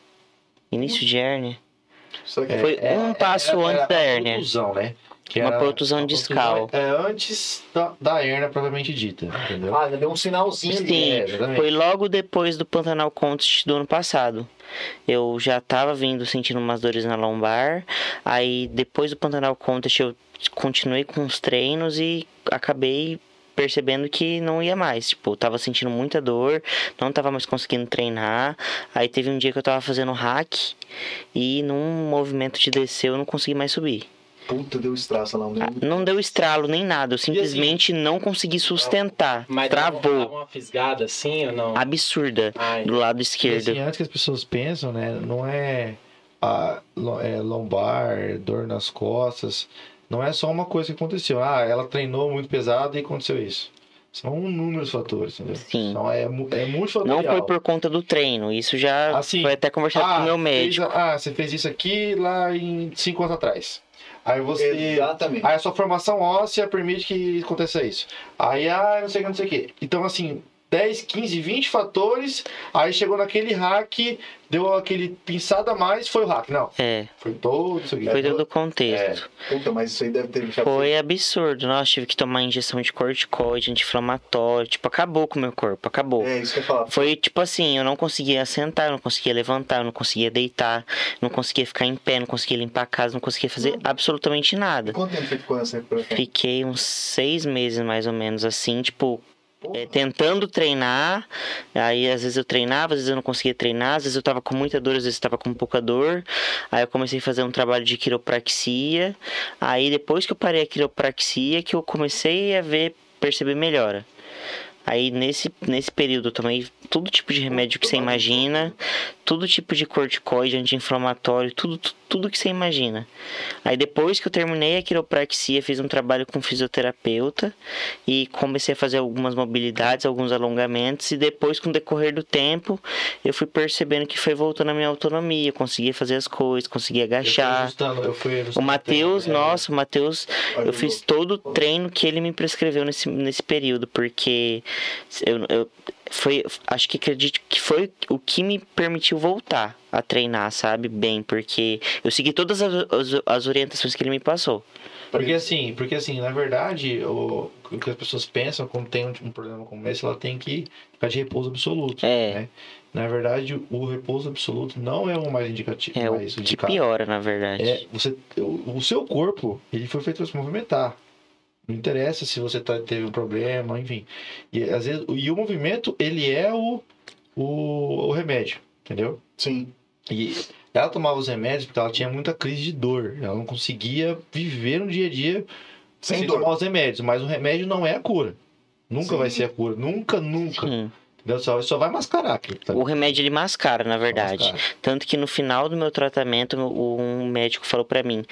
D: Início de hérnia.
A: Será que é,
D: Foi um passo
C: É, era- era
D: antes da
C: uma
D: hérnia.
C: protusão, né? Que
D: Uma
C: era-
D: protusão
C: uma
D: discal.
C: protusão, É, antes da, da hérnia propriamente dita, entendeu?
A: Ah, já deu um sinalzinho ali.
D: Sim,
C: é, exatamente.
D: foi logo depois do Pantanal Contest do ano passado. Eu já tava vindo sentindo umas dores na lombar. Aí depois do Pantanal Contest eu continuei com os treinos e acabei percebendo que não ia mais. Tipo, eu tava sentindo muita dor, não tava mais conseguindo treinar. Aí teve um dia que eu tava fazendo hack e num movimento de descer eu não consegui mais subir. Ah,
A: Puta, deu estraça lá.
D: Não deu estralo nem nada, eu simplesmente não consegui sustentar.
E: Mas dava
D: Travou.
E: uma fisgada assim ou não?
D: Absurda.
E: Ai,
D: Do lado
C: E,
D: esquerdo.
C: assim, antes que as pessoas pensam, né? Não é, a, lo- é lombar, dor nas costas. Não é só uma coisa que aconteceu. Ah, ela treinou muito pesado e aconteceu isso. São inúmeros fatores, entendeu?
D: Sim.
C: Então é, mu- é muito
D: Não
C: fatorial.
D: foi por conta do treino. Isso já
C: Assim,
D: foi até conversado com o meu médico.
C: Fez, ah, você fez isso aqui lá em cinco anos atrás. Aí você.
A: Exatamente.
D: Ah,
C: Aí a sua formação óssea permite que aconteça isso. Aí, ah, não sei o que, não sei o que. Então, assim, 10, 15, 20 fatores. Aí chegou naquele hack, deu aquele pinçada a mais, foi o hack. Não,
D: É,
C: foi todo, não sei o que.
D: foi todo o contexto.
A: Puta, mas isso aí deve ter deixado.
D: Foi absurdo. Nossa, tive que tomar injeção de corticoide, anti-inflamatório. Tipo, acabou com o meu corpo, acabou.
A: É isso que eu ia falar.
D: Foi tipo assim, eu não conseguia sentar, eu não conseguia levantar, eu não conseguia deitar, não conseguia ficar em pé, não conseguia limpar a casa, não conseguia fazer absolutamente nada.
A: Quanto tempo você ficou nessa recuperação?
D: Fiquei uns seis meses mais ou menos assim, tipo,
A: Porra.
D: é, tentando treinar. Aí às vezes eu treinava, às vezes eu não conseguia treinar, às vezes eu tava com muita dor, às vezes eu tava com pouca dor. Aí eu comecei a fazer um trabalho de quiropraxia. Aí depois que eu parei a quiropraxia, que eu comecei a ver, perceber melhora. Aí nesse, nesse período eu tomei todo tipo de remédio que você imagina, todo tipo de corticoide, anti-inflamatório, tudo, tu- tudo que você imagina. Aí depois que eu terminei a quiropraxia, fiz um trabalho com fisioterapeuta e comecei a fazer algumas mobilidades, alguns alongamentos e depois com o decorrer do tempo eu fui percebendo que foi voltando a minha autonomia, eu conseguia fazer as coisas, conseguia agachar.
C: Eu fui ajustando.
D: O Matheus,
C: É,
D: nossa, o Matheus,
A: Ajudou.
D: eu fiz todo o treino que ele me prescreveu nesse, nesse período, porque eu, eu foi, acho que acredito que foi o que me permitiu voltar a treinar, sabe? Bem, porque eu segui todas as, as- as orientações que ele me passou.
C: Porque assim, porque assim, na verdade, o, o que as pessoas pensam quando tem um, um problema como esse, ela tem que ficar de repouso absoluto. né?
D: É,
C: Na verdade, o repouso absoluto não é o mais indicativo.
D: é, o
C: mais
D: que
C: indicado.
D: piora, na verdade.
C: É, você, o, o seu corpo, ele foi feito para se movimentar. Não interessa se você tá, teve um problema, enfim. E, às vezes, e o movimento, ele é o, o, o remédio, entendeu?
A: Sim.
C: E ela tomava os remédios porque ela tinha muita crise de dor. Ela não conseguia viver no dia a dia
A: Sem dor.
C: tomar os remédios. Mas o remédio não é a cura. Nunca
A: Sim.
C: vai ser a cura. Nunca, nunca.
D: Sim.
C: Entendeu? Só, só vai mascarar aquilo. Tá?
D: O remédio ele mascara, na verdade.
C: Mascara.
D: Tanto que no final do meu tratamento, o- um médico falou pra mim: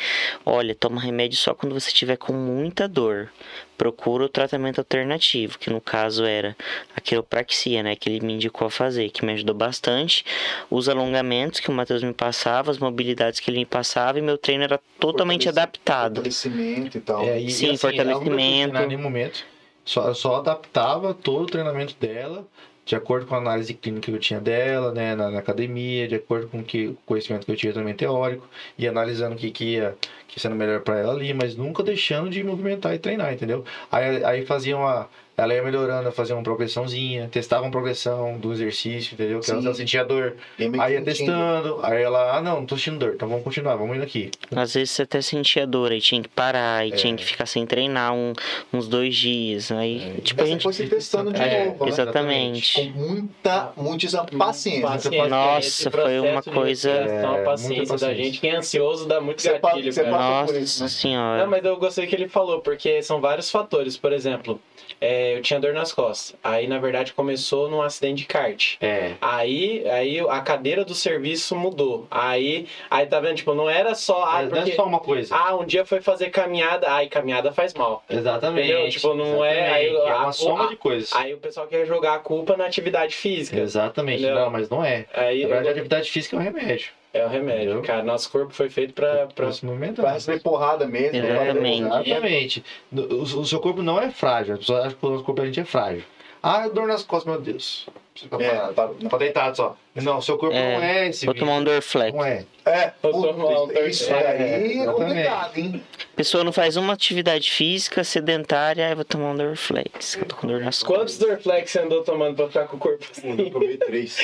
D: Olha, toma remédio só quando você tiver com muita dor. Procura o tratamento alternativo, que no caso era a quiropraxia, né? Que ele me indicou a fazer, que me ajudou bastante. Os alongamentos que o Matheus me passava, as mobilidades que ele me passava, e meu treino era totalmente
A: Fortalecido.
D: adaptado.
A: Fortalecimento e tal.
C: É, e,
D: Sim,
C: e, assim, ela não teve que
D: fortalecimento.
C: treinar Em nenhum momento. Só, só adaptava todo o treinamento dela, de acordo com a análise clínica que eu tinha dela, né, na, na academia, de acordo com que, o conhecimento que eu tinha também teórico, e analisando o que, que ia que sendo melhor para ela ali, mas nunca deixando de movimentar e treinar, entendeu? Aí, aí fazia uma. Ela ia melhorando, fazia uma progressãozinha, testava uma progressão do exercício, entendeu? Que ela,
A: Sim.
C: ela sentia dor.
A: E meio que
C: Aí ia
A: sentindo.
C: testando, aí ela, ah não, não tô sentindo dor, então vamos continuar, vamos indo aqui.
D: Às vezes você até sentia dor, aí tinha que parar, aí tinha que ficar sem treinar um- uns dois dias. Aí, tipo, a
A: Essa
D: gente
A: foi se testando de
C: É,
A: novo. né?
D: Exatamente.
A: com muita, muitíssima paciência.
E: Paciência,
D: Nossa,
E: esse
D: foi
E: processo
D: uma
E: de
D: coisa-
E: respiração, a
C: É, muita
E: paciência da
C: paciência.
E: gente, quem é ansioso dá muito
A: Você pa-
E: gatilho,
A: você
E: cara.
A: passa por isso,
D: Nossa
A: né?
C: Ah,
D: senhora.
C: é.
E: Não, mas eu gostei que ele falou, porque são vários fatores. Por exemplo, é, eu tinha dor nas costas. Aí, na verdade, começou num acidente de kart.
C: É.
E: Aí, aí a cadeira do serviço mudou. Aí, aí tá vendo, tipo, não era só. Ah,
C: Mas Não é
E: porque,
C: só uma coisa.
E: ah um dia foi fazer caminhada. Ai, caminhada faz mal.
C: Exatamente.
E: Entendeu? Tipo, não é- aí
C: Exatamente.
E: a-
C: é uma
E: a-
C: soma de coisas.
E: Aí o pessoal quer jogar a culpa na atividade física.
C: Exatamente.
E: Entendeu?
C: Não, mas não é.
E: Aí
C: Na verdade, a atividade física é um remédio.
E: é o remédio,
C: Entendeu?
E: cara. Nosso corpo foi feito É, pra. pra... né?
C: Pra se movimentar.
A: Vai receber porrada mesmo. vai dar
D: Exatamente.
A: risada.
C: Exatamente. No- O, o seu corpo não é frágil. As pessoas acham que o nosso corpo a gente é frágil. Ah, dor nas costas, meu Deus. Você fica
A: É,
C: parado.
A: parou.
C: Fica deitado só. Não, seu corpo
D: É,
C: não é esse.
D: Vou
C: bicho.
D: tomar um Dorflex.
C: Não é.
A: É,
E: Eu tô mal,
A: puta,
E: tá-
A: isso
E: é,
A: daí é
C: exatamente.
A: complicado, hein?
D: Pessoa não faz uma atividade física, sedentária, aí vou tomar um Dorflex, que eu tô com dor nas costas.
E: Quantos Dorflex você andou tomando pra ficar com o corpo assim?
F: Tomei três.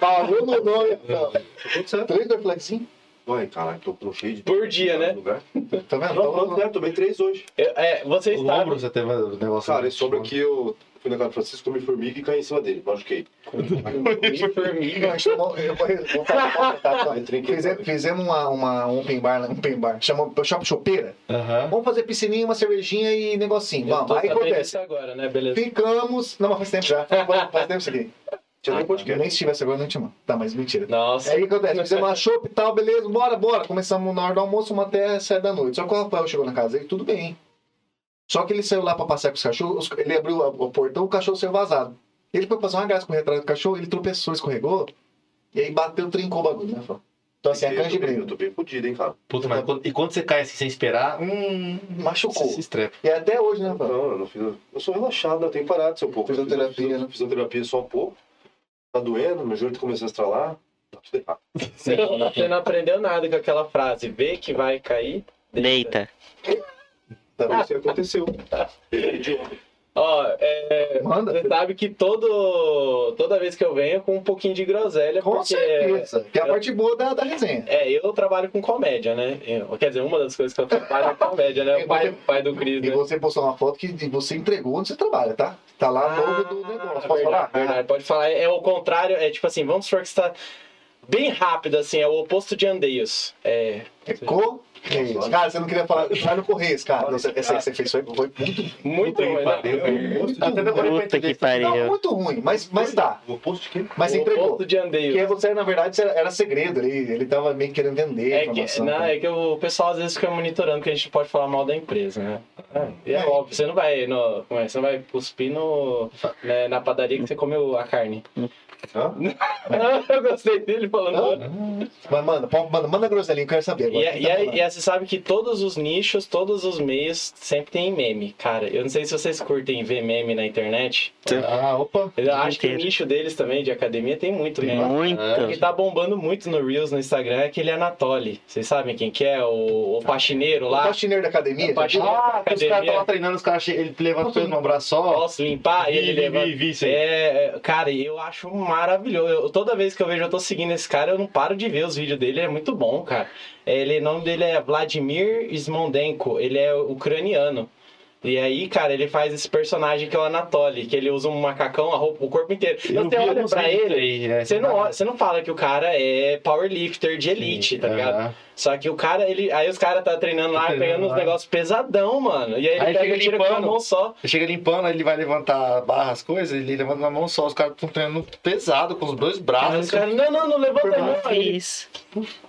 A: Falou no nome. então.
F: Aconteceu.
A: Três reflexinhos.
F: Ué, caralho, tô com cheio de.
E: Por dia, né?
F: Lugar.
A: Tá vendo?
B: Então,
F: Não, não,
A: Falou.
B: né,
F: não, tomei três hoje.
E: Eu- é, você
C: O
E: está.
C: ombro, você teve um negócio.
B: é
F: Cara, esse ombro aqui eu fui na casa do Francisco, comi formiga e caí em cima dele. Machuquei.
A: Não, a gente tomou- eu vou- eu vou falar pra contar, tá?
F: Eu trinquei.
A: Fizemos, fizemos uma, uma open bar, lá, um open bar, chamou chama chopeira.
C: Aham.
A: Vamos fazer piscininha, uma cervejinha e negocinho. Vamos, aí acontece.
E: isso agora, né? Beleza.
A: Ficamos. Não, mas faz tempo já. Faz faz tempo isso aqui.
E: Ah,
F: Tinha nem
A: Eu
E: tá.
F: podcast.
A: nem se tivesse agora, eu não te mando. Tá, mas mentira.
E: Nossa.
A: Aí o que acontece? Fizemos uma chopp e tal, beleza, bora, bora. Começamos na hora do almoço, uma até sete da noite. Só que o Rafael chegou na casa dele, tudo bem. Só que ele saiu lá pra passear com os cachorros, os- ele abriu a- o portão, o cachorro saiu vazado. Ele foi passar uma graça com o retrato do cachorro, ele tropeçou, escorregou, e aí bateu, trincou o bagulho, né, Rafael? Então assim, é
F: Eu tô bem-
A: canjibril.
F: Eu tô bem fodido, hein, cara.
C: Puta, mas quando- e quando você cai assim sem esperar, hum, você
A: Machucou.
C: se estrepa.
A: E até hoje, né, Rafael?
F: Não, eu não fiz. Eu sou relaxado, eu tenho parado seu pouco.
A: Fisioterapia,
F: Fiz-
A: né?
F: Fisioterapia só um pouco. Tá doendo, meu joelho tá começando a estralar. Tá tudo errado.
E: Você não, você não aprendeu nada com aquela frase. Vê que vai cair.
D: Deita.
F: Tá isso aconteceu. Errei de ombro.
E: Ó, é,
A: Manda.
E: você sabe que todo, toda vez que eu venho é com um pouquinho de groselha,
A: Com
E: porque.
A: certeza. Que é a parte boa da, da resenha.
E: É, eu trabalho com comédia, né? Eu- quer dizer, uma das coisas que eu trabalho é comédia, né? O pai, o pai do Cris,
A: E
E: né?
A: você postou uma foto que de- você entregou onde você trabalha, tá? Tá lá logo do negócio. Posso
E: verdade,
A: falar?
E: Ah, é verdade, pode falar. É o contrário, é tipo assim, vamos supor que você tá bem rápido, assim, é o oposto de andeios. É,
A: É Correios. Cara, você não queria falar. Vai no Correios, cara. Nossa, essa aí que você fez foi, foi muito,
E: muito
C: Puta que
E: ruim,
C: pariu,
E: né?
C: velho.
A: muito
C: Até
A: ruim.
C: demorei pra
D: Puta que
C: entender.
E: É,
A: Não,
D: pariu.
A: muito ruim, mas, mas dá.
F: O oposto de quê?
A: Mas você
E: o
A: entregou.
E: oposto de andeio.
A: Porque você, na verdade, você era, era segredo ali. Ele tava meio querendo vender a
E: É que,
A: informação. né?
E: não,
A: cara.
E: é que o pessoal às vezes fica monitorando que a gente pode falar mal da empresa, né? É, e é óbvio, você não vai, no, como é, você não vai cuspir no, né, na padaria que você comeu a carne.
F: Hã?
E: *laughs* Eu gostei dele falando.
A: Mas manda, pô, manda, manda groselinho, eu quero saber.
E: E, é-
A: agora.
E: e, e, você sabe que todos os nichos, todos os meios sempre tem meme, cara. Eu não sei se vocês curtem ver meme na internet.
C: Ah, opa.
E: Eu acho que o
D: Inteiro.
E: nicho deles também, de academia, tem muito meme. O que
D: Muito.
E: tá bombando muito no Reels no Instagram é aquele Anatoly. Vocês sabem quem que é? O, o faxineiro
A: o
E: lá. É,
A: faxineiro da academia.
E: O faxineiro da
C: Ah, os caras
E: academia.
C: estão lá treinando, os caras che- ele levanta o peso num braço só.
E: Posso limpar? E
C: Vi,
E: ele
C: vi,
E: levanta.
C: vi, vi isso aí.
E: É, é, cara, eu acho maravilhoso. Eu- toda vez que eu vejo, eu tô seguindo esse cara, eu não paro de ver os vídeos dele, é muito bom, cara. Ele, o nome dele é Vladimir Smondenko, ele é ucraniano. E aí, cara, ele faz esse personagem que é o Anatoly, que ele usa um macacão, a roupa, o corpo inteiro.
C: Eu
E: Então, você
C: vi
E: olha
C: alguns
E: pra
C: vídeos
E: ele,
C: aí, é,
E: você não, olha- você não fala que o cara é powerlifter de elite, tá ligado?
C: Aham.
E: Só que o cara, ele. Aí os caras tá treinando lá,
C: Treinando
E: pegando uns
C: lá.
E: negócios pesadão, mano. E aí ele
C: Aí
E: pega
C: fica
E: e tira com uma
C: limpando.
E: mão só.
C: Ele Chega limpando, aí ele vai levantar a barra, as coisas, ele levanta na mão só, os caras estão treinando pesado com os dois
E: Aí
C: braços.
E: os caras, não, não, não levanta
D: Não
E: não. Aí
D: fiz.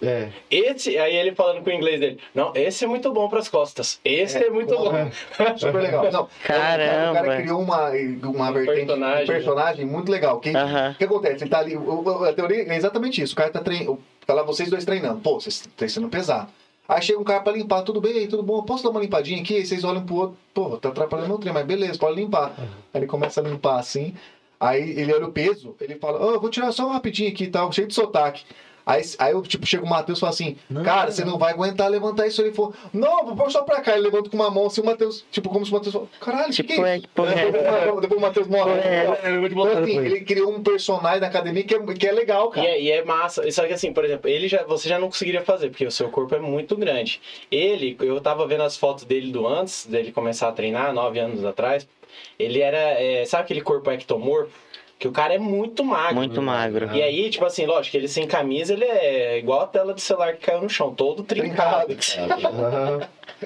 C: É.
E: Esse, aí ele falando com o inglês dele, não, esse é muito bom pras costas, esse é, muito bom.
A: Super legal. Não, é
D: Caramba.
A: O um cara criou uma, uma vertente,
E: personagem.
A: um personagem muito legal. Que,
D: Aham.
A: o que acontece? Ele tá ali, o- o- a teoria é exatamente isso. O cara tá treinando, tá lá vocês dois treinando. Pô, vocês estão sendo pesado. Aí chega um cara pra limpar, tudo bem, tudo bom, posso dar uma limpadinha aqui? Aí vocês olham pro outro, pô, tá atrapalhando meu treino, mas beleza, pode limpar. Aí ele começa a limpar assim, aí ele olha o peso, ele fala, ó, eu vou tirar só um rapidinho aqui e tal, tá? cheio de sotaque. Aí, aí eu, tipo, chega o Matheus e fala assim, cara, você não vai aguentar levantar isso. Ele falou, não, vou pôr só pra cá. Ele levanta com uma mão assim, o Matheus, tipo, como se o Matheus falou, caralho,
D: Tipo,
A: que que é
D: é,
A: isso?
D: que porra é
A: Depois, o Matheus- *laughs* depois o Matheus morre.
D: É,
A: Então, assim, ele criou um personagem na academia que é, que é legal,
E: E
A: cara.
E: é, e é massa. Só que assim, por exemplo, ele já, você já não conseguiria fazer, porque o seu corpo é muito grande. Ele, eu tava vendo as fotos dele do antes, dele começar a treinar, nove anos atrás. Ele era. é, sabe aquele corpo ectomorfo? Que o cara é muito magro.
D: muito magro.
E: E aí, tipo assim, lógico, ele sem camisa, ele é igual a tela do celular que caiu no chão, todo trincado.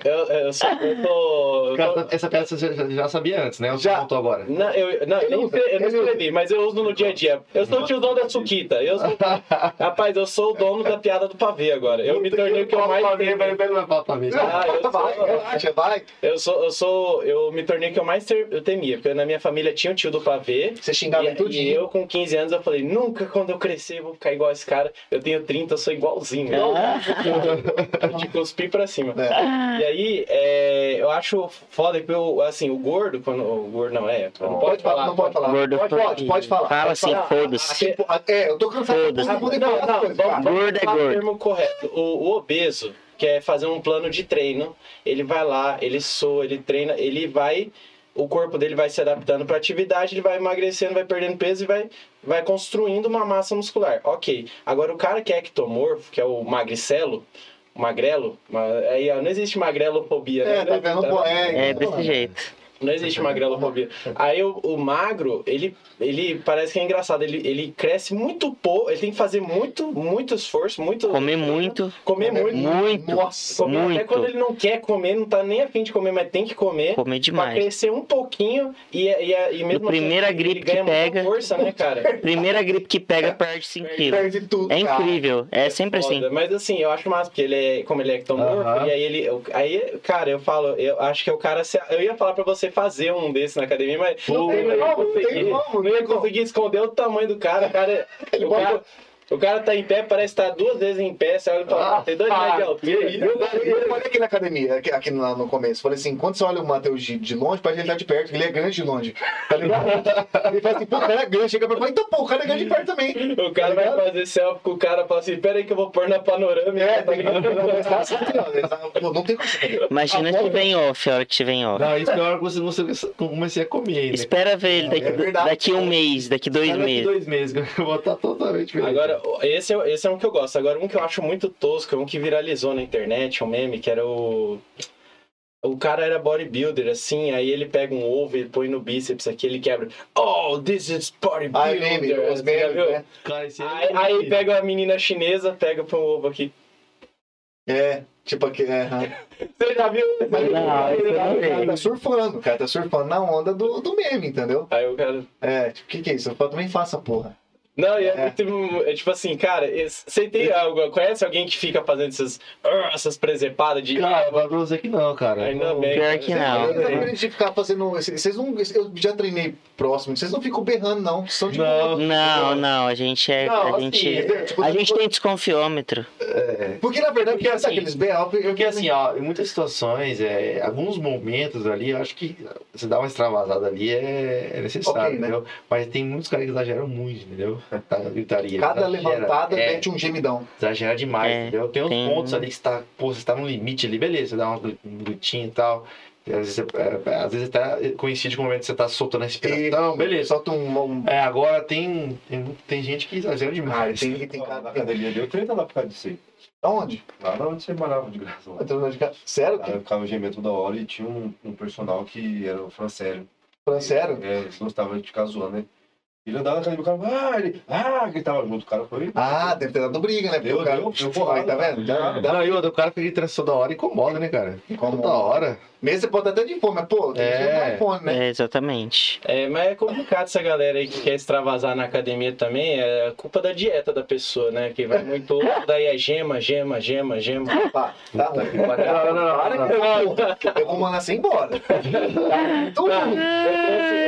E: Eu, eu, só- eu tô. eu tô-
C: Cara, essa peça você já- já sabia antes, né? Ou
A: Já.
C: já contou agora?
E: Não, eu, não, eu, nem escre- eu não
A: Ele usa.
E: escrevi, mas eu uso no dia a dia. Eu sou o tiozão da Suquita. Eu sou-
A: *laughs*
E: rapaz, eu sou o dono da piada do pavê agora. Eu me tornei o que eu mais
C: Peraí, peraí,
E: tenho.
C: peraí, não fala
A: *laughs*
C: pra mim.
E: Ah, eu
A: vai,
E: sou,
A: relaxa, vai.
E: eu sou, eu sou, eu me tornei o que eu mais ter- eu temia, porque na minha família tinha o tio do pavê.
A: Você xingava em
E: E, é, e
A: tudinho.
E: eu com 15 anos eu falei, nunca quando eu crescer eu vou ficar igual esse cara. Eu tenho 30, eu sou igualzinho.
A: Ah.
E: Eu te cuspi pra cima. E aí, é, eu acho foda que eu, assim, o gordo, quando. O gordo não é. Não pode falar. Ah.
A: não pode falar.
D: Gordo
A: pode, pode, pode falar.
D: Fala
A: Pode
D: assim,
A: falar.
D: foda-se.
A: Tipo, É, eu tô cansado de
D: Foda-se.
A: todo mundo e
E: Não,
A: falar
E: não,
A: as coisas,
E: vamos-
A: cara.
D: Gordo é
E: Falar O
D: gordo.
E: termo correto. O, o obeso, que é fazer um plano de treino, ele vai lá, ele soa, ele treina, ele vai. O corpo dele vai se adaptando para atividade, ele vai emagrecendo, vai perdendo peso e vai, vai construindo uma massa muscular. Ok. Agora, o cara que é ectomorfo, que é o magricelo, magrelo, ma- aí ó, não existe magrelofobia, né?
A: É, tá
E: Não
A: vendo?
E: existe,
A: Pô,
E: né?
A: é,
D: É desse jeito.
E: Não existe magrelofobia. Aí o, o magro, ele, ele parece que é engraçado. Ele, ele cresce muito pouco, ele tem que fazer muito, muito esforço, muito.
D: Comer muito,
E: Comer muito.
D: muito,
A: Nossa,
E: comer Até quando
D: muito.
E: ele não quer comer, não tá nem afim de comer, mas tem que comer.
D: Comer
E: Pra
D: demais.
E: crescer um pouquinho e, e, e mesmo assim,
D: primeira
E: ele
D: gripe que
E: ganha muita
D: pega.
E: força, né, cara?
D: Primeira gripe que pega, perde 5 quilos.
A: perde tudo.
D: É
A: cara.
D: incrível, é sempre assim.
E: Foda. Mas assim, eu acho massa, porque ele é, como ele é ectomorfo,
C: Aham.
E: e aí ele. eu- Aí, cara, eu falo, eu acho que é o cara. se- Eu ia falar pra você fazer um desse na academia, mas.
A: Não tem
E: eu ia
A: como, não
E: conseguir.
A: tem como,
E: não ia
A: né?
E: conseguir esconder o tamanho do
A: *laughs*
E: cara. O cara, é, o cara, o cara tá em pé, parece que tá duas vezes em pé. Você olha e fala, ah, tem dois metros de altura.
A: Eu, eu falei aqui na academia, aqui, aqui lá no começo, falei assim, quando você olha o Matheus de, de longe, parece que ele tá de perto, ele é grande de longe, tá
E: *laughs*
A: ligado? ele fala assim, pô, o cara é grande, chega pra mim e fala, então, pô, o cara é grande de perto também.
E: O
A: tá
E: cara vai fazer selfie com o cara e fala assim: pera aí que eu vou pôr na panorâmica.
A: É,
E: tá
A: tá ligado?
E: ligado?
A: Pô, não tem como você fazer.
D: Imagina se vem off, a hora que tiver em off.
C: Não, isso é a hora que você, você comecei a comer, né?
D: Espera ver ele daqui,
A: é verdade.
D: daqui um mês, daqui dois
C: Cara, daqui
D: meses.
C: dois meses, que eu vou estar totalmente diferente.
E: Agora, esse é, esse é um que eu gosto. Agora, um que eu acho muito tosco, é um que viralizou na internet, um meme, que era o. O cara era bodybuilder, assim, aí ele pega um ovo e põe no bíceps aqui, ele quebra. Oh, this is
A: Ah,
E: bodybuilder.
A: meme, os
E: Você já
A: memes,
E: viu?
A: né?
C: cara, é esse
E: Aí, aí ele pega uma menina chinesa, pega põe um ovo aqui.
A: É, tipo aqui, é. aham.
E: Você já viu?
D: Não, isso eu não
A: O cara
D: vi.
A: tá surfando, o cara tá surfando na onda do, do meme, entendeu?
E: Aí o cara.
A: É, tipo, o que que é isso? Eu falo, também faça, porra.
E: Não, e é,
A: É.
E: muito- é tipo assim, cara, esse- você tem algo, conhece alguém que fica fazendo essas, essas presepadas de.
C: Cara, eu falo pra você que não, cara.
E: Ainda bem. né?
D: Pior
E: cara,
D: que
E: você-
D: não.
A: Vocês não devem de ficar fazendo. esse- Vocês não. Eu já treinei próximo. Vocês não ficam berrando, não. São de boa.
C: Não.
D: Não, não, a gente é.
A: Não,
D: A
A: assim,
D: gente,
A: é, tipo,
D: a gente tem desconfiômetro.
A: Porque na verdade, porque,
C: Porque,
A: sabe
C: assim,
A: aqueles berros. Eu
C: Porque assim, ó, em muitas situações, é, alguns momentos ali, eu acho que você dá uma extravasada ali é, é necessário,
A: Ok, né?
C: entendeu? Mas tem muitos caras que exageram muito, entendeu? Tá, gritaria.
A: Cada
C: exagera,
A: levantada
C: é,
A: mete um gemidão.
C: exagera demais,
D: É,
C: entendeu? Tem uns
D: tem-
C: pontos ali que você tá, pô, você tá no limite ali, beleza, você dá uma glu- um glutinho e tal. Às vezes, você- é, às vezes até coincide com o momento que você tá soltando a respiração, beleza.
A: Solta um. um...
C: É, agora tem, tem, tem gente que exagera
A: Ah,
C: demais.
A: tem, tem
F: Cara, na
A: cara. Tem...
F: academia deu treta lá por causa disso aí.
A: Aonde?
F: Lá na onde você morava de graça. Lá.
A: Entrou de cara. Sério?
F: Cara, eu ficava gemendo toda hora e tinha um, um personal que era o Francério.
A: Falando sério?
F: É, eles gostavam de ficar zoando, né? Ele andava na academia, o cara, ah, ele, ah, gritava junto. O cara foi.
A: Ah, deve ter dado briga, né? Porque
F: Deu,
A: o cara.
B: um
F: deu, deu
A: Porra, aí, tá
F: porrada.
A: vendo? Dá, dá...
C: Não, e outra, o cara fica gritando toda hora incomoda, né, cara?
A: Incomoda.
C: Toda hora.
A: Mesmo você pode estar até de fome, mas, pô, tem que
C: É.
A: ter um iPhone, né?
D: É, exatamente.
E: É, mas é complicado essa galera aí que quer extravasar na academia também. É culpa da dieta da pessoa, né? Que vai muito. *laughs* ovo, Daí é gema, gema, gema, gema.
A: Pá, tá ruim. Para que eu vou- Eu vou mandar você embora. Tá muito ruim.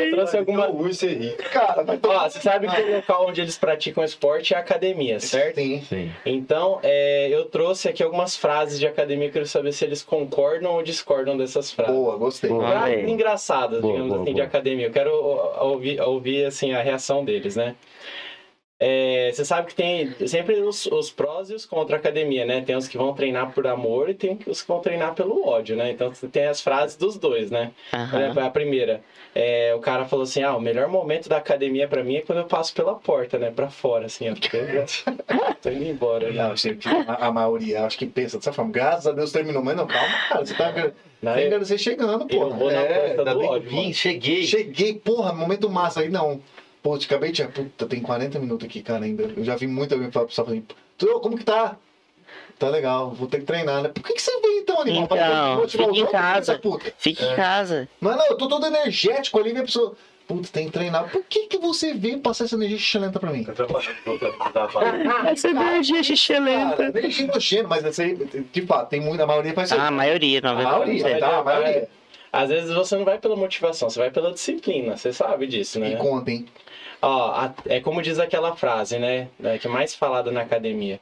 E: Eu trouxe alguma.
F: Então, ruim você ri.
A: Cara, tá vai
E: Ó, você sabe que o local onde eles praticam esporte é a academia, certo?
A: Sim.
C: Sim.
E: Então, é, eu trouxe aqui algumas frases de academia. Eu quero saber se eles concordam ou discordam dessas frases.
A: Boa, gostei.
C: Boa.
D: Olha
E: Frases
D: aí.
E: engraçadas,
C: Boa,
E: digamos
C: boa,
E: assim, de
C: boa.
E: academia. Eu quero ó, ouvir, ouvir assim, a reação deles, né? é, você sabe que tem sempre os, os prós e os contra a academia, né? Tem os que vão treinar por amor e tem os que vão treinar pelo ódio, né? Então você tem as frases dos dois, né? Por
D: Aham.
E: exemplo, a primeira, é, o cara falou assim: ah, o melhor momento da academia pra mim é quando eu passo pela porta, né? Pra fora, assim, ó. *laughs* porque eu já- Tô indo embora. né?
A: Não, eu sei que a, a maioria, acho que pensa dessa forma. Graças a Deus terminou, mas não, calma, cara. Você tá engan-
E: Não,
A: tá
E: eu-
A: enganando você chegando,
E: eu
A: porra.
E: vou na
A: É,
C: Ainda
E: porta do
C: bem que
E: ódio. mano.
C: vim, cheguei.
A: Cheguei, porra, momento massa. Aí não. Pô, te acabei de. tirar. Puta, tem 40 minutos aqui, cara, ainda. Eu já vi muita gente falar pro pessoal assim, "Tô, como que tá? Tá legal, vou ter que treinar, né? Por que, que você veio então, animal? Pra- pra- pra-
D: Então,
A: pra-
D: fica em
A: pra- pra- pra-
D: casa.
A: puta.
D: Fica em casa.
A: Mas não, eu tô todo energético ali, minha pessoa. Puta, tem que treinar. Por que, que você veio passar essa energia chilenta pra mim?
D: Essa energia
A: Ah, Cara,
D: xixelenta.
A: nem xingo cheiro, mas essa aí, de fato, tem muita, a maioria faz isso.
D: Ah, a maioria,
A: a maioria,
D: 90%.
A: tá? A maioria.
E: Às vezes você não vai pela motivação, você vai pela disciplina, você sabe disso, né?
A: E contem.
E: Ó, a- é como diz aquela frase, né? né, Que é mais falada na academia.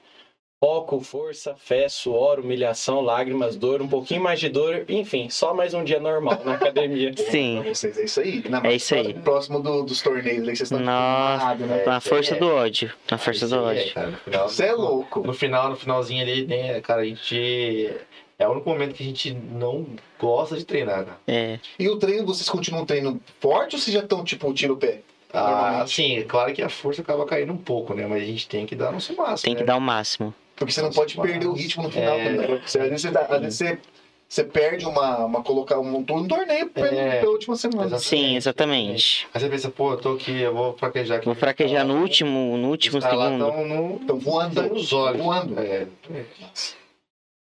E: Foco, força, fé, suor, humilhação, lágrimas, dor, um pouquinho mais de dor, enfim, só mais um dia normal na academia.
A: Pra
D: Sim.
A: vocês, é isso aí. Na-
D: É isso aí.
A: Próximo do- dos torneios aí, vocês estão
D: Nossa,
A: acostumados, né?
D: na força do ódio. Na força
A: é.
D: do ódio.
C: Cara, no final-
A: Você é louco.
C: No final, no finalzinho ali, né, cara, a gente. É o único momento que a gente não gosta de treinar, né? cara.
D: É.
A: E o treino, vocês continuam treinando forte ou vocês já estão, tipo, tiro o pé?
C: Ah,
A: Normalmente.
C: sim, é claro que a força acaba caindo um pouco, né? Mas a gente tem que dar nosso máximo.
D: Tem que
A: é.
C: né?
D: dar o máximo.
A: Porque você não pode perder o ritmo no final
C: É.
A: também. Você, às vezes, você, dá- às vezes você, você perde uma, uma colocar um, um torneio pela,
C: É.
A: pela última semana.
C: Exatamente.
D: Sim, exatamente.
C: Aí você pensa, pô, eu tô aqui, eu vou fraquejar aqui.
D: Vou fraquejar no último, no último
A: tá
C: Os caras lá
D: segundo.
C: tão no-
A: Então voando.
C: tão nos olhos.
A: Voando.
C: É.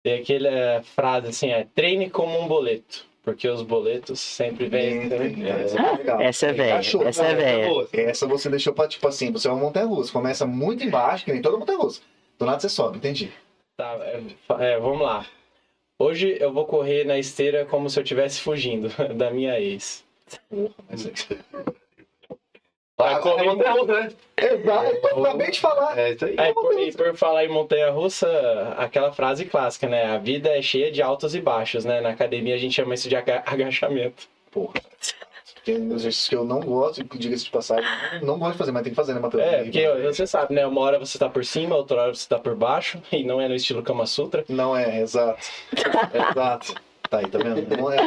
E: Tem aquela frase assim, é treine como um boleto, porque os boletos sempre vêm. então,
C: né?
A: Essa é legal.
D: Essa é velha.
A: Cachorro,
D: Essa é
A: né?
D: velha.
C: Pô,
A: Essa você deixou pra, tipo assim, você é uma montanha russa. Começa muito embaixo, que nem toda montanha russa. Do nada você sobe, entendi.
E: Tá, é, fa- é, vamos lá. Hoje eu vou correr na esteira como se eu estivesse fugindo *laughs* da minha ex. Vai
C: Ah,
E: correr
C: é outra- outra, né?
A: Exato, eu acabei de falar.
C: É, isso aí.
E: É, e por, e por falar em montanha russa, aquela frase clássica, né? A vida é cheia de altos e baixos, né? Na academia a gente chama isso de aga- *laughs* agachamento.
A: Que é um exercício que eu não gosto, e diga-se de passagem, não gosto de fazer, mas tem que fazer, né, Matheus?
E: É, porque ó, você sabe, né? Uma hora você tá por cima, outra hora você tá por baixo, *laughs* e não é no estilo Kama Sutra.
A: Não é, exato. exato. Tá aí, tá vendo? Não é.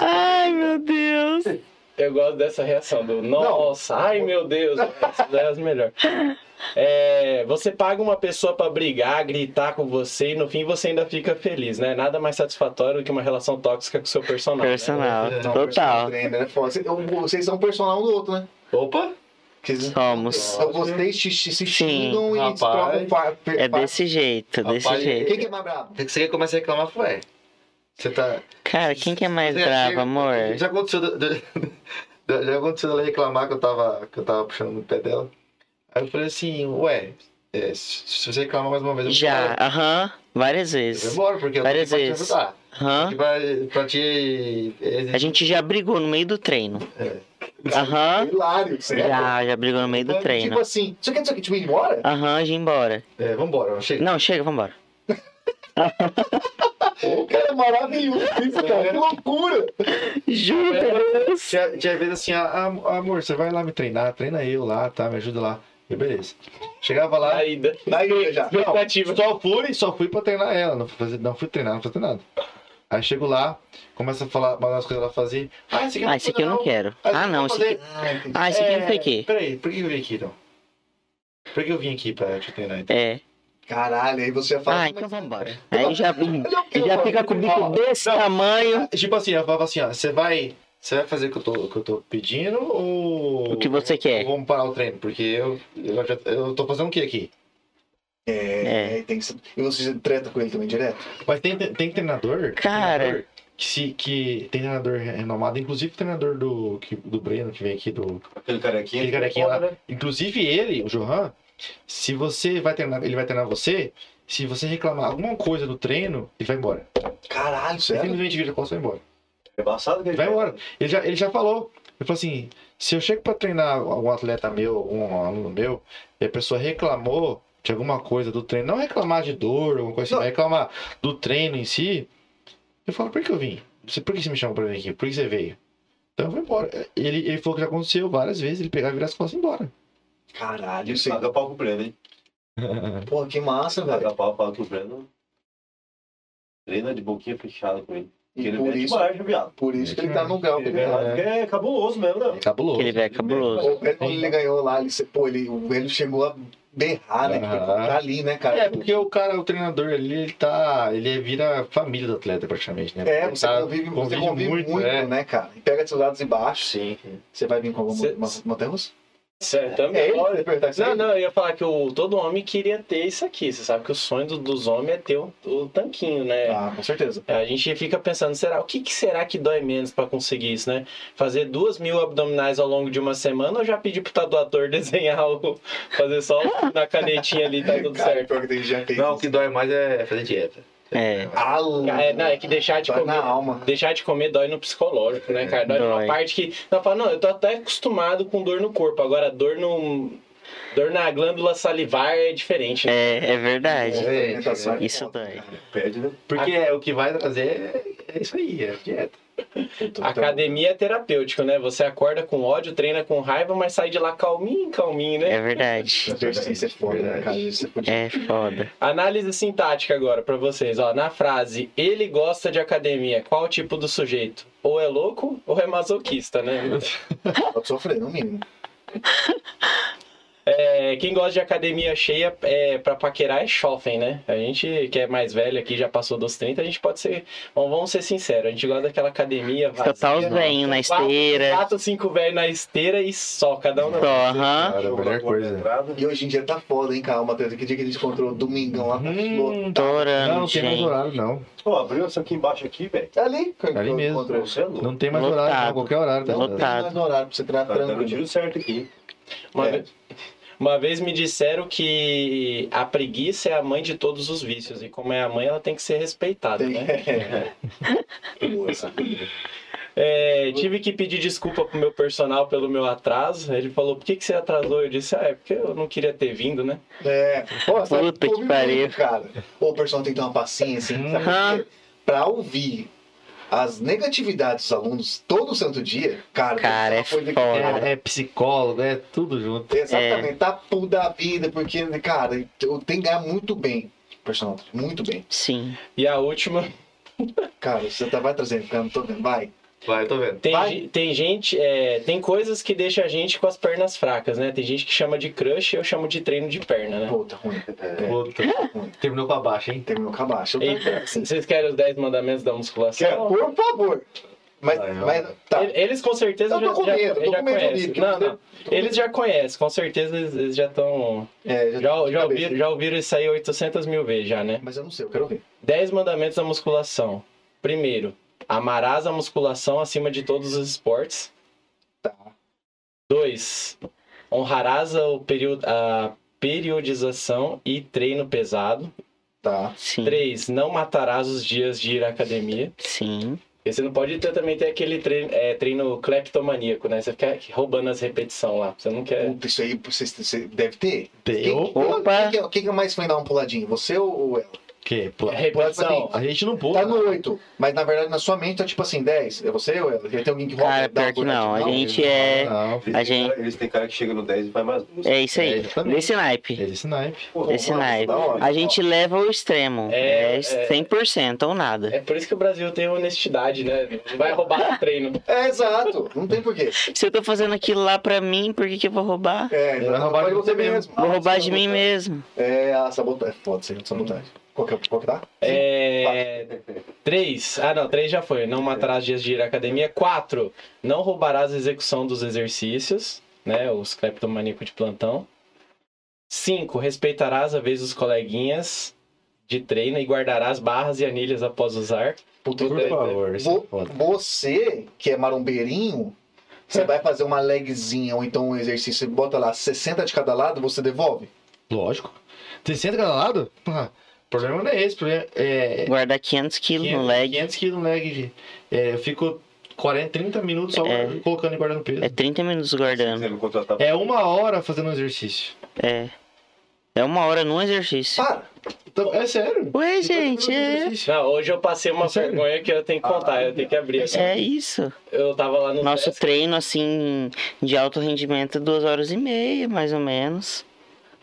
D: Ai, meu Deus.
E: Eu gosto dessa reação do nossa, ai meu Deus, essa daí é
A: *laughs*
E: as melhores. É, você paga uma pessoa pra brigar, gritar com você e no fim você ainda fica feliz, né? Nada mais satisfatório do que uma relação tóxica com seu personagem. né?
D: Personal.
A: Não, personal
D: Total.
A: trainer, né? Foda. Vocês- Vocês são personal um do outro, né?
C: É. Opa!
A: Vocês-
D: Somos.
A: Então vocês se, se, se
D: Sim.
A: xingam e
C: Rapaz.
A: trocam pa- pe-
D: É
A: pa-
D: desse jeito, desse
C: Rapaz,
D: jeito.
A: Quem que é mais brabo?
C: Tem que você começa a reclamar, ué. Você tá.
D: Cara, quem que é mais
C: Você
D: bravo,
A: assim,
C: chega-
D: amor?
C: Já aconteceu. de- de- de- Já aconteceu ela reclamar que eu tava, que eu tava puxando no pé dela. Aí eu falei assim, ué, é, se se você reclamar mais uma vez, eu vou
D: Já.
A: assim.
C: embora.
D: Aham. Várias
C: Eu vou
D: vezes.
C: embora, porque eu tô aqui
D: Várias
C: pra te
D: vezes.
C: ajudar.
D: Aham.
C: Aqui pra, pra te. é,
A: assim.
D: A gente já brigou no meio do treino.
A: É.
D: Aham.
A: Hilário, sério.
D: Já, já brigou no meio do treino.
A: Tipo assim, você quer dizer que tipo, ir embora?
D: Aham, já ir embora.
C: É, vambora, chega.
D: Não, chega, vambora.
A: O cara é maravilhoso, isso, cara. Que loucura.
D: Juro, por Deus.
C: Tinha, tinha vez assim, ah, am- amor, você vai lá me treinar, treina eu lá, tá? Me ajuda lá. E beleza. Chegava lá.
E: Aí, da-
A: Daí já.
C: Não,
E: *laughs* expectativa.
C: só fui, só fui pra treinar ela. Não fui, fazer, não fui treinar, não fui fazer nada. Aí chego lá, começa a falar, mandar as coisas ela fazer. Ah, esse aqui eu não
D: Ah, esse
C: vou
D: aqui eu não
C: fazer,
D: quero.
C: Ah,
D: Ah,
C: eu
D: não,
C: vou
D: esse aqui.
A: Ah, entendi.
D: Ah, esse aqui não sei o
C: É,
D: quê.
C: Peraí, por que eu vim aqui então? Por que eu vim aqui pra te treinar então?
D: É.
A: Caralho, aí você já fala.
D: Ah, então vambora. Aí já, hum,
A: quero
D: já fica com o bico
C: Ó,
D: desse
C: não.
D: tamanho.
C: Tipo assim, ela falava assim, ó, você vai. Você vai fazer o que eu tô, o que eu tô pedindo ou.
D: O que você quer.
C: ou Vamos parar o treino, porque eu, eu, já- eu tô fazendo o que aqui?
A: É, tem que ser- E você já treta com ele também direto?
C: Mas tem, tem treinador.
D: Cara.
C: treinador que, se, que tem treinador renomado, inclusive o treinador do, que, do Breno, que vem aqui do.
F: Aquele carequinha.
C: Aquele carequinha lá.
F: né?
C: Inclusive ele, o Johan, se você vai treinar, ele vai treinar você, se você reclamar alguma coisa do treino, ele vai embora.
A: Caralho,
C: Ele
A: sério?
C: simplesmente vira a costa e vai embora.
F: Embaçado que
C: Ele
F: ele
C: vai embora. Ele já, ele já falou. Ele falou assim: se eu chego pra treinar algum atleta meu, um aluno meu, e a pessoa reclamou de alguma coisa do treino, não reclamar de dor, alguma coisa assim,
A: Não.
C: mas reclamar do treino em si, eu falo: por que eu vim? Você, por que você me chamou pra vir aqui? Por
A: *laughs*
C: que você veio? Então eu vou embora. Ele, ele falou que já aconteceu várias vezes, ele pegar e virar as costas e ir embora.
A: Caralho,
F: Ele
A: isso aí.
F: paga pau pro Breno, hein?
A: Pô, que massa, velho.
F: Paga pau, paga pro Breno. Treina de boquinha fechada com ele.
A: E
F: Porque ele
A: por
F: mete
A: isso-
F: margem, viado.
A: Por isso que ele tá no grau que
F: Ele mete
A: ele tá,
F: margem,
A: né?
F: porque é cabuloso mesmo, né?
B: É cabuloso.
D: Aquele velho cabuloso.
A: Pô, Ele, ele ganhou lá, ele, pô, ele, o velho chegou a berrar, né? Porque
G: Aham.
A: tá ali, né, cara?
G: É, porque o cara, o treinador ali, ele tá.
C: é,
G: Ele vira família do atleta praticamente, né?
A: É,
G: Ele
A: você
G: tá-
A: convive, você convive muito,
G: é.
A: né, cara? E pega seus lados embaixo,
C: Sim.
A: você vai vir com alguma
E: Cê-
A: uma, montanha russa?
E: Certo, também.
A: É ele que vai perguntar isso
E: Não,
A: aí?
E: não, eu ia falar que o, todo homem queria ter isso aqui. Você sabe que o sonho do- dos homens é ter o, o tanquinho, né?
A: Ah, com certeza.
E: A gente fica pensando, será, o que, que será que dói menos pra conseguir isso, né? Fazer duas mil abdominais ao longo de uma semana ou já pedir pro tatuador *laughs* desenhar o. fazer só
A: *laughs*
E: na canetinha ali, tá tudo
A: Cara,
E: certo.
A: pior que ele já fez
C: Não, o
A: isso.
C: que dói mais é fazer dieta.
D: É.
A: Alô.
E: É, não, é que deixar de
A: Dói
E: comer.
A: na alma.
E: Deixar de comer dói no psicológico, né, cara? Dói,
D: Dói.
E: numa parte que. Não, fala, não, eu tô até acostumado com dor no corpo, agora dor no. dor na glândula salivar é diferente, né?
D: É, é verdade.
A: É, alimentação é
D: Isso
A: foda,
D: dói.
A: cara.
F: Perde, né?
C: Porque é, o que vai trazer é isso aí, é dieta.
E: A
D: Então.
E: Academia é terapêutico, né? Você acorda com ódio, treina com raiva, mas sai de lá calminho, calminho, né?
D: É verdade.
A: Exercício é foda, né, cara? Isso é foda.
D: É foda.
E: Análise sintática agora pra vocês, ó. Na frase, ele gosta de academia, qual o tipo do sujeito? Ou é louco ou é masoquista, né?
D: *laughs*
A: Pode sofrer, no mínimo.
E: É, quem gosta de academia cheia é, pra paquerar é shopping, né? A gente que é mais velho aqui, já passou dos 30, a gente pode ser. Bom, vamos ser sinceros, a gente gosta daquela academia
D: Só tá os
E: vazia.
D: velhinhos na esteira.
E: Quatro, cinco velhos na esteira e só, cada um na
D: Só, aham.
G: Cara, a melhor coisa.
F: Entrada.
A: E hoje em dia tá foda, hein, cara? Uma coisa que dia que a gente encontrou domingão lá, tá
G: Hum,
D: Torando,
G: Não, não tem mais
D: gente.
G: horário, não.
F: Ó, abriu essa aqui embaixo aqui, velho.
A: É ali, que
G: Ali
A: eu
G: mesmo.
A: encontrei.
F: Você é louco.
G: Não tem mais
D: Lotado.
G: horário, não. Qualquer horário, tá?
A: Não tem
D: Lotado.
A: mais horário pra você treinar
F: Tá dando
A: tranquilo.
F: tiro certo aqui.
E: Uma,
A: É.
E: ve- uma vez me disseram que a preguiça é a mãe de todos os vícios, e como é a mãe, ela tem que ser respeitada,
A: Tem-
E: né? É, tive que pedir desculpa pro meu personal pelo meu atraso. Ele falou, por que, que você atrasou? Eu disse, ah, é porque eu não queria ter vindo, né?
A: É. Pô, sabe,
D: Puta que
A: ouve muito,
D: pariu.
A: Cara. Pô, o pessoal tem que ter uma paciência, hein? Sabe por
D: Aham.
A: quê? Pra ouvir as negatividades dos alunos todo santo dia, cara.
D: Cara, é
A: coisa que-
D: foda. É.
G: É, é psicólogo, é tudo junto.
A: Exatamente, tá pulo da vida, porque, cara, eu tenho que ganhar muito bem, personal, muito bem.
D: Sim.
E: E a última,
A: Cara, você tá, vai trazendo, cara, não tô vendo, vai.
C: Vai, eu tô vendo.
E: tem,
A: Vai.
E: ge- tem gente, é, tem coisas que deixa a gente com as pernas fracas, né? Tem gente que chama de crush, eu chamo de treino de perna, né?
A: Pô, tá ruim. É,
G: Puta. Terminou com a baixa, hein?
A: terminou com a baixa. Eu tô-
E: Eita, vocês querem os 10 mandamentos da
A: Quer,
E: musculação?
A: por favor. Mas,
G: Vai,
A: mas tá.
E: E- Eles com certeza
A: Eu tô
E: já,
A: com
E: já-
A: medo, eu tô
E: já
A: com medo
E: conhecem.
A: dele, que
E: Não,
A: eu-
E: não. Eles já conhecem, com certeza eles, eles já estão.
A: É, já,
E: Já, já,
A: cabeça.
E: ouviram, já ouviram isso aí 800 mil vezes já, né?
A: Mas eu não sei, eu quero ver.
E: 10 mandamentos da musculação. Primeiro, amarás a musculação acima de todos os esportes.
A: Tá.
E: Dois, honrarás o período, a periodização e treino pesado.
A: Tá.
D: Sim.
E: Três, não matarás os dias de ir à academia.
D: Sim.
E: Porque você não pode ter, também ter aquele treino, é, treino cleptomaníaco, né? Você fica roubando as repetições lá. Você não quer.
A: Puta, isso aí você, você deve ter. Quem,
G: Deu.
A: Quem, que- quem que mais foi dar um puladinho? Você ou, ou ela?
G: Que? Pô, é,
C: É,
E: tipo Repetição.
G: a gente não né? pôde.
A: Tá no 8, mas na verdade na sua mente tá tipo assim, 10. É você ou ela? Tem alguém que rouba?
D: Cara,
A: dá um uma
D: pior que não. A
A: puladinha?
D: gente é.
G: Não,
F: Eles
D: A
F: têm
D: gente-
F: cara- eles têm cara que chega no 10 e vai mais duas.
D: É isso aí.
G: exatamente.
D: Desse naipe.
G: ele é snipe.
F: Pô,
D: Esse
F: mano,
D: naipe.
F: da hora.
D: A gente leva ao extremo. É
E: É, é.
D: 100% ou nada.
E: É por isso que o Brasil tem honestidade, né? Não vai
C: *laughs*
E: roubar o treino.
A: É, exato. Não tem porquê.
D: Se eu tô fazendo aquilo lá pra mim, por que, que eu vou roubar?
A: É,
G: Ele vai roubar de você mesmo.
D: Vou roubar
A: sim,
D: de mim
A: sabotagem.
D: mesmo.
A: É, a sabotagem. Pode ser, sabotagem. Qual que, é- qual que tá?
E: É. Três. Ah, não, três já foi. Não matarás dias de ir à academia. Quatro. Não roubarás a execução dos exercícios, né? Os cleptomaníacos de plantão. Cinco. Respeitarás a vez dos coleguinhas de treino e guardarás barras e anilhas após usar.
A: Puta,
G: Por
A: eu-
G: favor, isso é
A: Vo-
G: foda.
A: você, que é marombeirinho, você vai fazer uma legzinha ou então um exercício, você bota lá 60 de cada lado, você devolve?
G: Lógico. 60 cada lado? Ah, o problema não é esse. O problema é.
D: Guardar 500 quilos
C: é
D: no
G: 500,
D: leg.
G: 500 quilos no leg. gente. É, eu fico 40, 30 minutos só
D: É.
G: colocando e guardando peso.
D: É 30 minutos guardando.
F: Você me contratar
G: É uma hora fazendo um exercício.
D: É. É uma hora num exercício.
A: Para!
C: Então, é sério.
D: Ué, gente, é,
E: Não, Ah, hoje eu passei uma
C: É sério?
E: vergonha que eu tenho que contar, eu tenho que abrir.
D: é isso.
E: Eu tava lá no
D: Nosso
E: Tesla,
D: treino, assim, de alto rendimento, duas horas e meia, mais ou menos.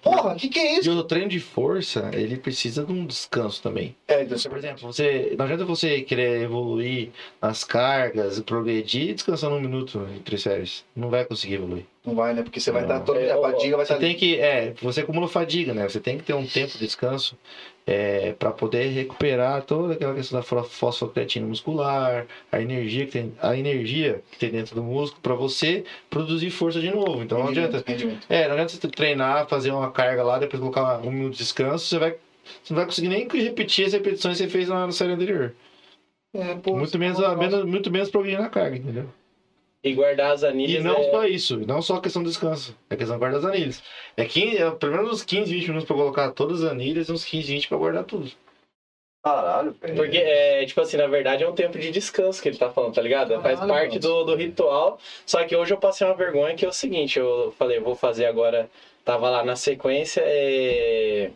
A: Porra, que que é
C: E
A: isso?
C: o treino de força, ele precisa de um descanso também.
A: É, então, você-
C: Por exemplo, você, não adianta você querer evoluir as cargas, progredir descansando um minuto entre séries. Não vai conseguir evoluir.
A: não vai, né? Porque você vai
C: Não.
A: dar toda
E: É,
A: a
E: ó,
A: fadiga, vai tá
C: Você
A: estar
C: tem que, é, você acumula fadiga, né? Você tem que ter um tempo de descanso é, para poder recuperar toda aquela questão da fro- fosfocreatina muscular, a energia que tem, a energia que tem dentro do músculo para você produzir força de novo. Então não adianta
A: Rendimento.
C: É, não adianta você treinar, fazer uma carga lá, depois colocar um minuto de descanso, você vai. Você não vai conseguir nem repetir as repetições que você fez na na série anterior.
A: É, pô,
C: muito,
A: você-
C: menos,
A: nossa.
C: menos, muito menos progredir na carga, entendeu?
E: E guardar as
C: E
E: anilhas.
C: não
E: é-
C: só isso, não só a questão do descanso, é a questão de guardar as anilhas. É, 15, é pelo menos uns 15, 20 minutos pra colocar todas as anilhas e uns 15, 20 pra guardar tudo.
B: Caralho, velho.
E: Porque, é, tipo assim, na verdade é um tempo de descanso que ele tá falando, tá ligado? Faz
A: Caralho,
E: parte do, do ritual. Só que hoje eu passei uma vergonha que é o seguinte, eu falei, eu vou fazer agora. Tava lá na sequência, é,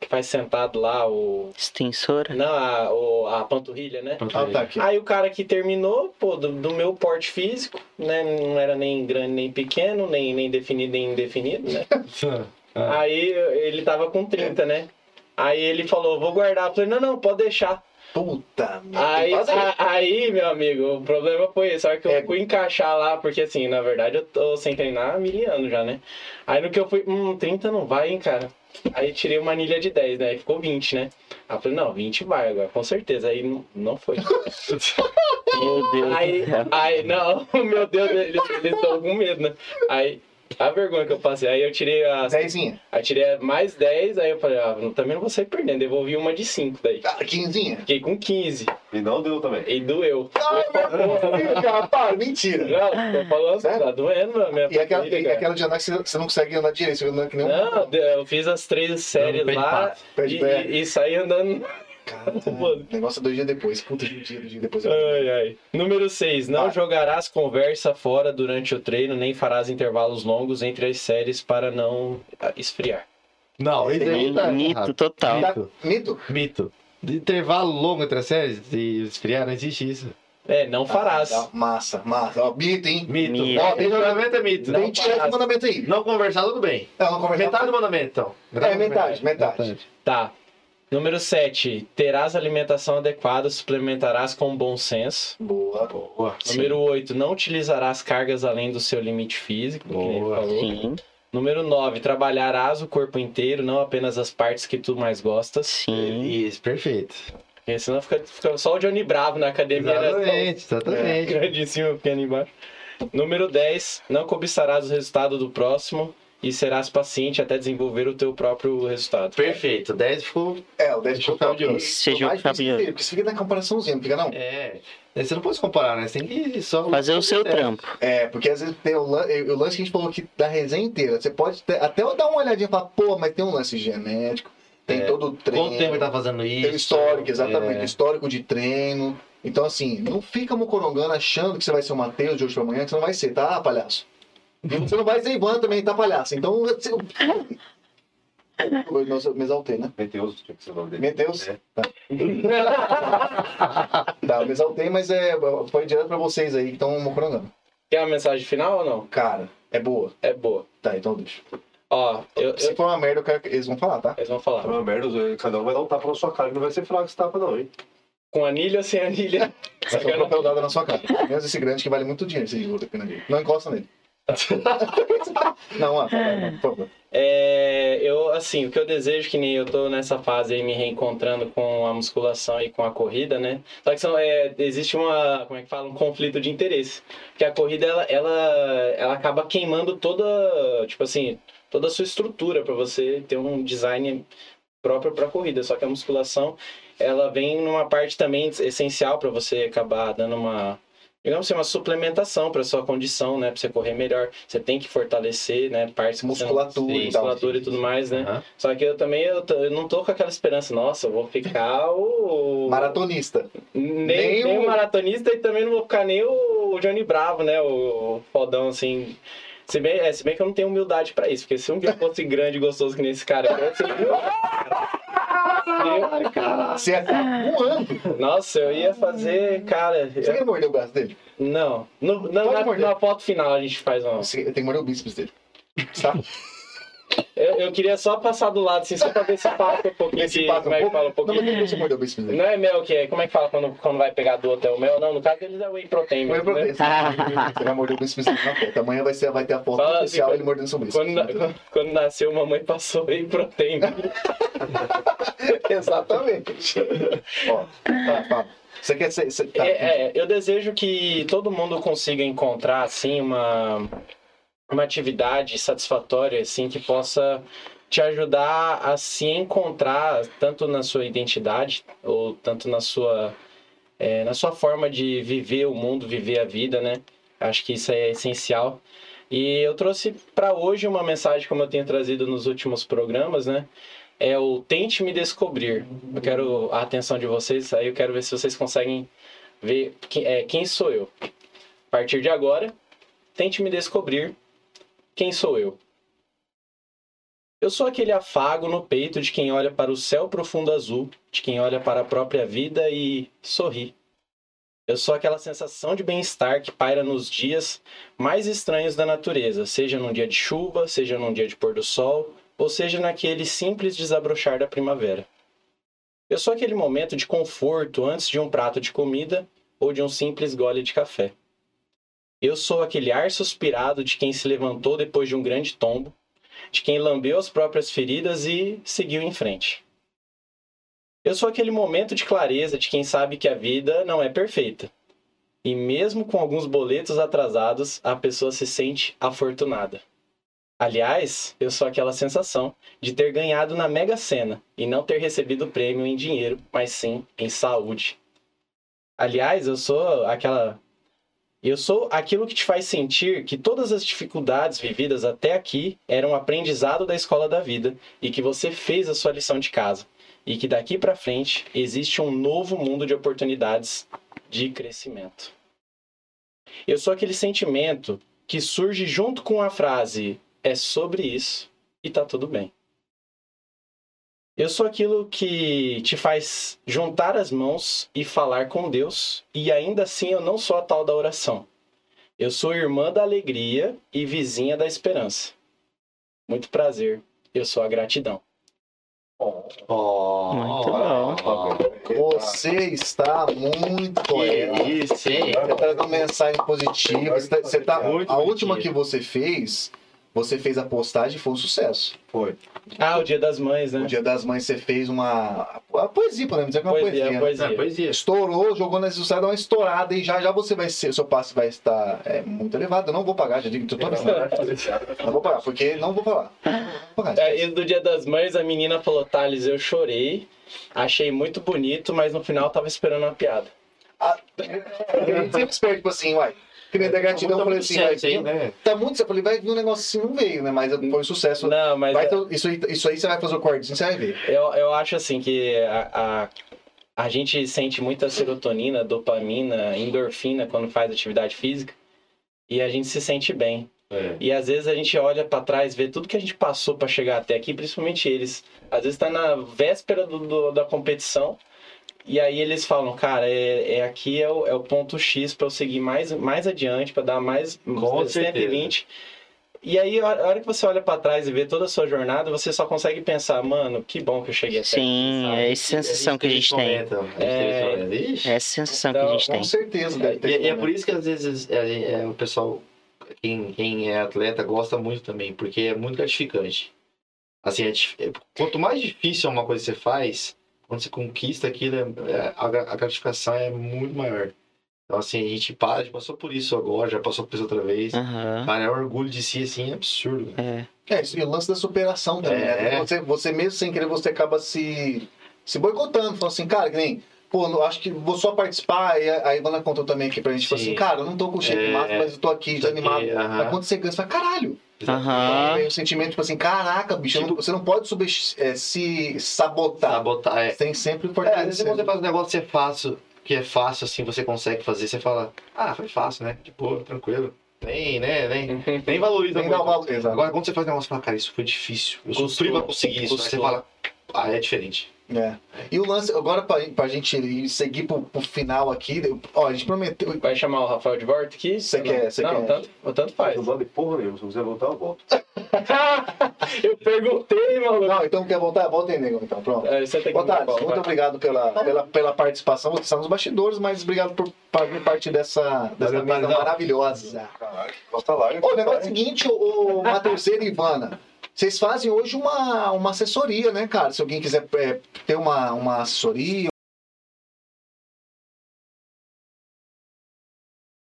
E: que faz sentado lá o.
D: Extensora.
E: Não, a, o- a panturrilha, né?
C: Pronto,
A: Ah,
C: aí.
A: tá aqui.
E: Aí o cara que terminou, pô, do, do meu porte físico, né? Não era nem grande nem pequeno, nem, nem definido nem indefinido, né?
C: *laughs* Ah.
E: Aí ele tava com 30, né? Aí ele falou, vou guardar. Eu falei, não, não, pode deixar.
A: Puta merda.
E: Aí,
A: tem
E: ah,
A: que fazer.
E: a- aí, meu amigo, o problema foi esse. A hora que eu
A: É.
E: fui encaixar lá, porque assim, na verdade eu tô sem treinar há mil anos já, né? Aí no que eu fui, hum, 30 não vai, hein, cara? Aí tirei uma anilha de 10, né? Aí ficou 20, né? Aí eu falei, não, 20 vai agora, com certeza. Aí não, não foi.
D: Meu Deus
E: Aí,
D: do céu.
E: aí, não, *laughs* meu Deus, eles estão com medo, né? Aí, a vergonha que eu passei. Aí eu tirei as.
A: Dezinha.
E: Aí tirei mais 10, aí eu falei, ah, também não vou sair perdendo, devolvi uma de 5 daí.
A: Ah, quinzinha.
E: Fiquei com 15
B: E não deu também.
E: e doeu.
A: Ai, Ah, meu Deus, cara, para, mentira.
E: Não, tô falando,
A: Sério?
E: tá doendo, mano. Minha
A: E aquela,
E: panturrilha,
A: e
E: cara.
A: aquela de andar que você você não consegue andar direito, você anda que nem um
E: Não, eu fiz as três séries
C: pé de
E: lá
C: pato.
A: pé de
E: e,
A: pé.
E: e- e saí andando.
A: Cara,
E: *laughs* Mano.
A: o negócio é dois dias depois. Puta, de um dia, dois dias depois.
E: Ai, ai. Número 6. Não
A: Vai.
E: jogarás conversa fora durante o treino, nem farás intervalos longos entre as séries para não ah, esfriar.
C: Não, isso aí tá.
D: é Mito
C: errado.
D: total.
A: Tá,
C: Mito.
A: mito?
C: Mito. De intervalo longo entre as séries e esfriar, não existe isso.
E: É, não farás.
A: Ah, tá, massa, massa. Ó, mito, hein?
C: Mito.
D: Mito.
C: Ó, Desdobramento é mito.
A: Tem que tirar esse mandamento aí.
C: Não conversar, tudo bem.
A: Não, não conversar.
C: Metade do mandamento, então.
A: É, metade, metade.
E: Tá. Número 7. Terás alimentação adequada, suplementarás com bom senso.
A: Boa, boa.
C: Boa.
E: Número um. 8. Não utilizarás cargas além do seu limite físico. que ele
C: Boa.
E: falou.
D: Sim,
E: Número 9, trabalharás o corpo inteiro, não apenas as partes que tu mais gostas.
D: sim.
C: Isso, perfeito.
E: Porque senão fica, fica só o Johnny Bravo na academia, né?
C: Exatamente, exatamente.
E: Grandíssimo, pequeno embaixo. Número 10, não cobiçarás o resultado do próximo e serás paciente até desenvolver o teu próprio resultado.
C: Perfeito. 10 ficou.
A: É, o 10
C: Deixa eu ficar de olho.
D: Seja o campeão.
A: Porque você fica na comparaçãozinha, não fica não?
C: É. Você não pode comparar, né? Você tem que só.
D: Fazer o seu trampo.
A: É, porque às vezes tem o, lan- o lance que a gente falou aqui da resenha inteira. Você pode ter- até eu dar uma olhadinha e falar, pô, mas tem um lance genético, tem
C: É.
A: todo o treino.
C: Quanto tempo ele tá É. fazendo isso?
A: Tem o histórico, exatamente, o histórico de treino. Então, assim, não fica mocorongando achando que você vai ser o Matheus de hoje pra amanhã, que você não vai ser, tá, palhaço? E você não vai ser Ivan também, tá, palhaço? Então, você... Eu- Nossa, eu me exaltei, né?
B: Meteus, tinha que ser o nome dele.
A: Meu Deus.
B: É.
A: Tá, eu me exaltei, mas é, foi direto pra vocês aí que estão mocorongando.
E: Quer uma mensagem final ou não?
A: Cara, é boa.
E: É boa.
A: Tá, então deixa.
E: Ó, eu,
A: Se
E: eu-
A: for uma merda, eu quero que eles vão falar, tá?
E: eles vão
B: É
E: falar.
B: uma merda, os dois- cada um vai dar um tapa na sua cara e não vai ser fraco esse tapa, não, hein?
E: Com anilha ou sem anilha?
A: Vai ser um
E: Sacana.
A: papel dado na sua cara. Menos esse grande que vale muito dinheiro, esse giro da pena dele. Não encosta
E: *laughs*
A: nele. Não, ó, fala, mano, por
E: Ah.
A: favor.
E: É, eu, assim, o que eu desejo, que nem eu tô nessa fase aí me reencontrando com a musculação e com a corrida, né? Só que são, é, existe uma, como é que fala, um conflito de interesse. Porque a corrida, ela, ela, ela acaba queimando toda, tipo assim, toda a sua estrutura pra você ter um design próprio pra corrida. Só que a musculação, ela vem numa parte também essencial pra você acabar dando uma... Digamos assim, uma suplementação pra sua condição, né? Pra você correr melhor. Você tem que fortalecer, né? Partes que você não-
A: Musculatura e tal.
E: musculatura e tudo mais,
D: É.
E: né?
C: Aham.
E: Só que eu também eu, t- eu não tô com aquela esperança, nossa, eu vou ficar o.
A: Maratonista.
E: Nem,
A: nem
E: nem
A: o-
E: o maratonista e também não vou ficar nem o Johnny Bravo, né? O fodão assim. Se bem, é, se bem que eu não tenho humildade pra isso, porque se um dia eu fosse grande e gostoso que nem esse cara, é eu seria humilde, cara.
A: Você é
E: Ah.
A: um ano.
E: Eu- Nossa, eu ia fazer, cara.
A: Você
E: eu-
A: quer morder o braço dele?
E: não. No- na,
A: Pode
E: na-
A: morder.
E: na foto final a gente faz uma.
A: Você tem que morder o bíceps dele. Tá? Sabe?
E: Eu, eu queria só passar do lado, assim, só pra ver se passa um pouquinho.
A: Esse
E: de-
A: passa
E: como é que fala um
A: Não, mas
E: pouquinho?
A: tem que você morder o bíceps dele.
E: Não é mel que é. Como é que fala quando, quando vai pegar do outro? É o mel? Não, no caso deles é whey protein.
A: Foi
E: mesmo,
A: pra
E: né?
A: você. Você vai morder o bíceps dele na foto. Amanhã vai, ser, vai ter a foto
E: Fala assim,
A: oficial
E: quando-
A: ele mordendo seu bíceps.
E: Quando, na- quando- quando nasceu, mamãe passou whey protein.
A: *laughs* Exatamente. Ó, tá, fala. Você quer ser. Você, tá.
E: É, é, eu desejo que todo mundo consiga encontrar, assim, uma, uma atividade satisfatória, assim, que possa te ajudar a se encontrar tanto na sua identidade ou tanto na sua, é, na sua forma de viver o mundo, viver a vida, né? Acho que isso é essencial. E eu trouxe para hoje uma mensagem, como eu tenho trazido nos últimos programas, né? É o Tente Me Descobrir. Eu quero a atenção de vocês, aí eu quero ver se vocês conseguem ver que- é, quem sou eu. A partir de agora, tente me descobrir quem sou eu. Eu sou aquele afago no peito de quem olha para o céu profundo azul, de quem olha para a própria vida e sorri. Eu sou aquela sensação de bem-estar que paira nos dias mais estranhos da natureza, seja num dia de chuva, seja num dia de pôr do sol, ou seja naquele simples desabrochar da primavera. Eu sou aquele momento de conforto antes de um prato de comida ou de um simples gole de café. Eu sou aquele ar suspirado de quem se levantou depois de um grande tombo, de quem lambeu as próprias feridas e seguiu em frente. Eu sou aquele momento de clareza de quem sabe que a vida não é perfeita. E mesmo com alguns boletos atrasados, a pessoa se sente afortunada. Aliás, eu sou aquela sensação de ter ganhado na Mega Sena e não ter recebido o prêmio em dinheiro, mas sim em saúde. Aliás, eu sou aquela. Eu sou aquilo que te faz sentir que todas as dificuldades vividas até aqui eram um aprendizado da escola da vida e que você fez a sua lição de casa e que daqui pra frente existe um novo mundo de oportunidades de crescimento. Eu sou aquele sentimento que surge junto com a frase é sobre isso e tá tudo bem. Eu sou aquilo que te faz juntar as mãos e falar com Deus, e ainda assim eu não sou a tal da oração. Eu sou irmã da alegria e vizinha da esperança. Muito prazer, eu sou a gratidão.
F: Ó,
D: Muito
F: ó,
D: bom.
F: ó,
A: Você está muito poeta.
C: isso, hein?
A: Você traz uma mensagem positiva. Você tá, você tá- a última que você fez, você fez a postagem e foi um sucesso.
E: Ah, o Dia das Mães, né?
A: No Dia das Mães você fez uma. A poesia, podemos dizer que é uma poesia.
E: poesia,
A: né?
E: poesia.
C: É, poesia.
A: Estourou, jogou na sociedade, dá uma estourada e já já você vai ser. Seu passe vai estar é, muito elevado. Eu não vou pagar, já digo, tô avisando. Não vou pagar, porque não vou falar. Não vou pagar.
E: É, e do Dia das Mães, a menina falou: Thales, eu chorei, achei muito bonito, mas no final tava esperando uma piada.
A: Eu sempre espero, tipo assim, uai. Que nem da gratidão, eu falei assim, vai,
C: Sucesso, hein, né?
A: tá muito. Eu falei, vai vir um negócio assim, não veio, né? Mas foi um sucesso.
E: Não, mas.
C: é-
E: é
A: Vai ter- um, isso, aí, isso aí você vai fazer o corte, você vai ver.
E: Eu, eu acho assim que a, a, a gente sente muita serotonina, dopamina, endorfina quando faz atividade física e a gente se sente bem.
C: É.
E: E às vezes a gente olha pra trás, vê tudo que a gente passou pra chegar até aqui, principalmente eles. Às vezes tá na véspera do, do- da competição e aí eles falam, cara, é, é aqui é o, é o ponto X pra eu seguir mais, mais adiante, pra dar mais
C: Com certeza.
E: E aí, a a hora que você olha pra trás e vê toda a sua jornada, você só consegue pensar, mano, que bom que eu cheguei até
D: Sim,
E: aqui, sabe?
D: é essa sensação que a gente tem.
C: Comenta, a gente
E: É.
C: tem esse momento. Ixi.
D: É essa sensação que a
E: Então,
D: gente tem.
A: Com certeza deve ter.
C: E, e é
A: né?
C: por isso que às vezes é, é, o pessoal, quem, quem é atleta, gosta muito também, porque é muito gratificante. Assim, é dif- é- quanto mais difícil é uma coisa que você faz, quando você conquista aquilo, é- é- a, gra- a gratificação é muito maior. Então, assim, a gente para, a gente passou por isso agora, já passou por isso outra vez.
D: Aham.
C: Cara, é um orgulho de si, assim, absurdo. né?
D: É.
A: É, isso, e o lance da superação também,
C: É.
A: né? Você, você mesmo sem querer, você acaba se, se boicotando. Falando assim, cara, que nem. Pô, eu acho que vou só participar. E a a Ivana contou também aqui pra gente. Tipo
C: Sim.
A: assim, cara, eu não tô com cheio de
C: É.
A: massa, mas eu tô aqui desanimado.
C: Porque, aham,
A: Mas quando você ganha, você fala, caralho.
D: Aham.
A: Vem o sentimento, tipo assim, caraca, bicho,
C: Tipo
A: eu não- você não pode sub- é, se sabotar.
C: Sabotar, é.
A: Você tem sempre o
C: É, às vezes
A: fortalecer.
C: quando você faz um negócio que é fácil, que é fácil, assim, você consegue fazer, você fala, ah, foi fácil, né? De boa, tranquilo. Nem, né? Nem. *laughs*
H: Nem valoriza
A: Tem que
H: muito.
A: dar o valor. Exato.
C: Agora, quando você faz um negócio e fala, cara, isso foi difícil. Eu
E: Custou.
C: sofri pra conseguir isso. Aí você
E: Custou.
C: fala, ah, é diferente.
A: É. E o lance, agora pra, pra gente ir- seguir pro, pro final aqui, eu- ó, a gente prometeu.
E: Vai chamar o Rafael de volta aqui?
A: Você quer- você
E: Não,
A: quer.
E: Tanto, o tanto faz.
B: Não vale porra nenhuma. Se não quiser voltar, eu volto.
E: eu perguntei, maluco.
A: Não, então quer voltar? Volta aí, nego, então, pronto.
E: É, você tem que
A: Boa tarde,
E: vai.
A: muito obrigado
C: Tá
A: pela, pela, pela participação. Você está nos bastidores, mas obrigado por fazer parte dessa, dessa mesa maravilhosa.
B: Volta lá.
A: Ô, o negócio é o seguinte, o, o Matheuseiro e Ivana. Vocês fazem hoje uma, uma assessoria, né, cara? Se alguém quiser é, ter uma, uma assessoria.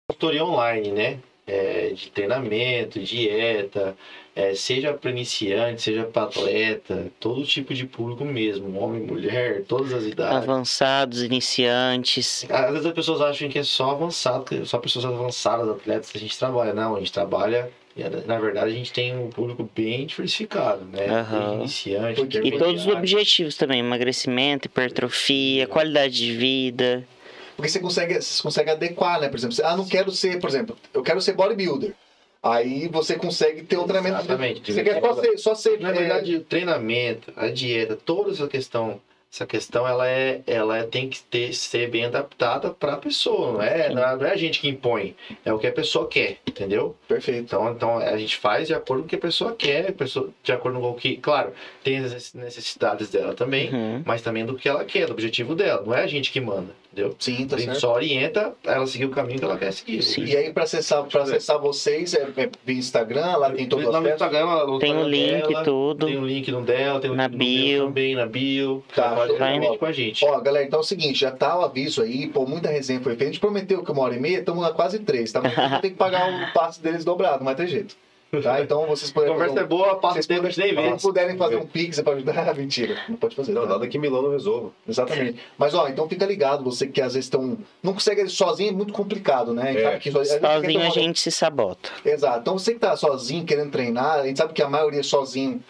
C: Consultoria online, né? É, de treinamento, dieta, é, seja para iniciante, seja para atleta, todo tipo de público mesmo, homem, mulher, todas as idades.
D: Avançados, iniciantes.
C: Às vezes as pessoas acham que é só avançado, que só pessoas avançadas, atletas, que a gente trabalha. Não, a gente trabalha. e, Na verdade, a gente tem um público bem diversificado, né?
D: Aham.
C: Desde Iniciante,
A: Porque-
D: E todos os
C: intermediário.
D: objetivos também, emagrecimento, hipertrofia, qualidade de vida.
A: Porque você consegue, você consegue adequar, né? Por exemplo, você, ah, não quero ser, por exemplo, eu quero ser bodybuilder. Aí você consegue ter um treinamento.
C: Exatamente.
A: Você quer só ser. Só ser
C: Na
A: é,
C: verdade, o treinamento, a dieta, toda essa questão, essa questão ela é, ela é- tem que ter, ser bem adaptada para a pessoa, não é, não é não é a gente que impõe, é o que a pessoa quer, entendeu?
A: é, Perfeito.
C: Então, então a gente faz de acordo com o que a pessoa quer, a pessoa, de acordo com o que, claro, tem as necessidades dela também,
D: Uhum.
C: mas também do que ela quer, do objetivo dela, não é a gente que manda, entendeu?
A: Sim,
C: A
A: tá
C: gente
A: certo.
C: só orienta ela a seguir o caminho que ela quer seguir.
D: Sim.
A: E aí, pra acessar, pra acessar vocês, é, é via Instagram, lá tem todas
C: Lá
A: as
C: no
A: peças.
C: Instagram, lá no
D: Tem o
C: Instagram
D: link
C: dela,
D: e tudo.
C: Tem um link no dela, tem um
D: Na
C: link no meu
D: bio.
C: também, na bio.
A: Tá,
C: pode
A: vai.
C: diretamente com a gente.
A: Ó, galera, então é o seguinte, já tá o aviso aí, pô, muita resenha foi feita. A gente prometeu que uma hora e meia, estamos lá quase três, tá? Mas eu tenho que pagar o passe deles dobrado, não vai ter jeito. Tá? Então vocês
C: A
A: puderem.
C: conversa é
A: fazer um-
C: boa, passa
A: vocês
C: o tempo, a gente nem vê.
A: puderem, puderem fazer um pix pra ajudar. *laughs* Mentira, não pode fazer.
B: Não,
A: tá?
B: nada que Milão não resolva.
A: Exatamente. Mas ó, então fica ligado, você que às vezes estão. Não consegue sozinho, é muito complicado, né?
B: É.
A: sabe que só- às vezes quer ter
D: Sozinho
A: uma-
D: a gente se sabota.
A: Exato. Então você que tá sozinho, querendo treinar, a gente sabe que a maioria sozinho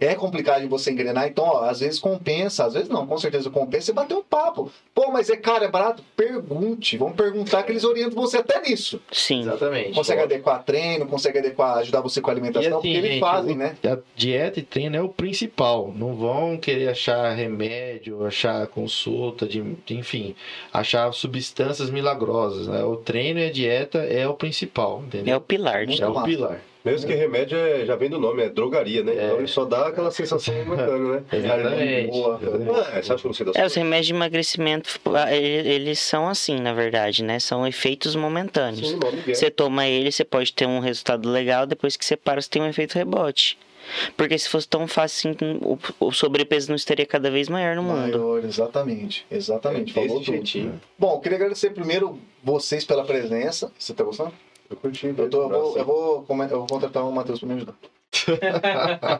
A: é complicado de você engrenar. Então, ó, às vezes compensa, às vezes não, com certeza compensa você bater um papo. Pô, mas é caro, é barato? Pergunte. Vamos perguntar que eles orientam você até nisso.
D: Sim.
C: Exatamente.
A: Consegue adequar treino, consegue adequar, ajudar você com a alimentação,
C: E assim,
A: porque eles
C: gente,
A: fazem,
C: o-
A: né?
C: A dieta e treino é o principal. Não vão querer achar remédio, achar consulta, de, enfim, achar substâncias milagrosas. Né? O treino e a dieta é o principal,
D: É
C: entendeu?
D: o pilar.
A: Muito
C: É o
A: massa.
C: pilar.
B: Mesmo que remédio é- já vem do nome, é drogaria, né? Então ele só dá aquela sensação momentânea, né?
C: Exatamente.
B: Boa. Ah, você acha que eu não sei das
D: É, os
B: coisas?
D: remédios de emagrecimento, ah, ele- eles são assim, na verdade, né? São efeitos momentâneos.
B: Sim, o nome é.
D: Você toma ele, você pode ter um resultado legal, depois que você para, você tem um efeito rebote. Porque se fosse tão fácil, assim, o, o sobrepeso não estaria cada vez maior no mundo.
A: Maior, exatamente, exatamente.
B: Desse
A: Falou tudo.
B: jeitinho.
A: Bom, queria agradecer primeiro vocês pela presença. Você tá gostando?
B: Eu curti.
A: Eu, tô, eu, vou, eu, vou, come- eu vou contratar o Matheus pra me ajudar.
C: *laughs*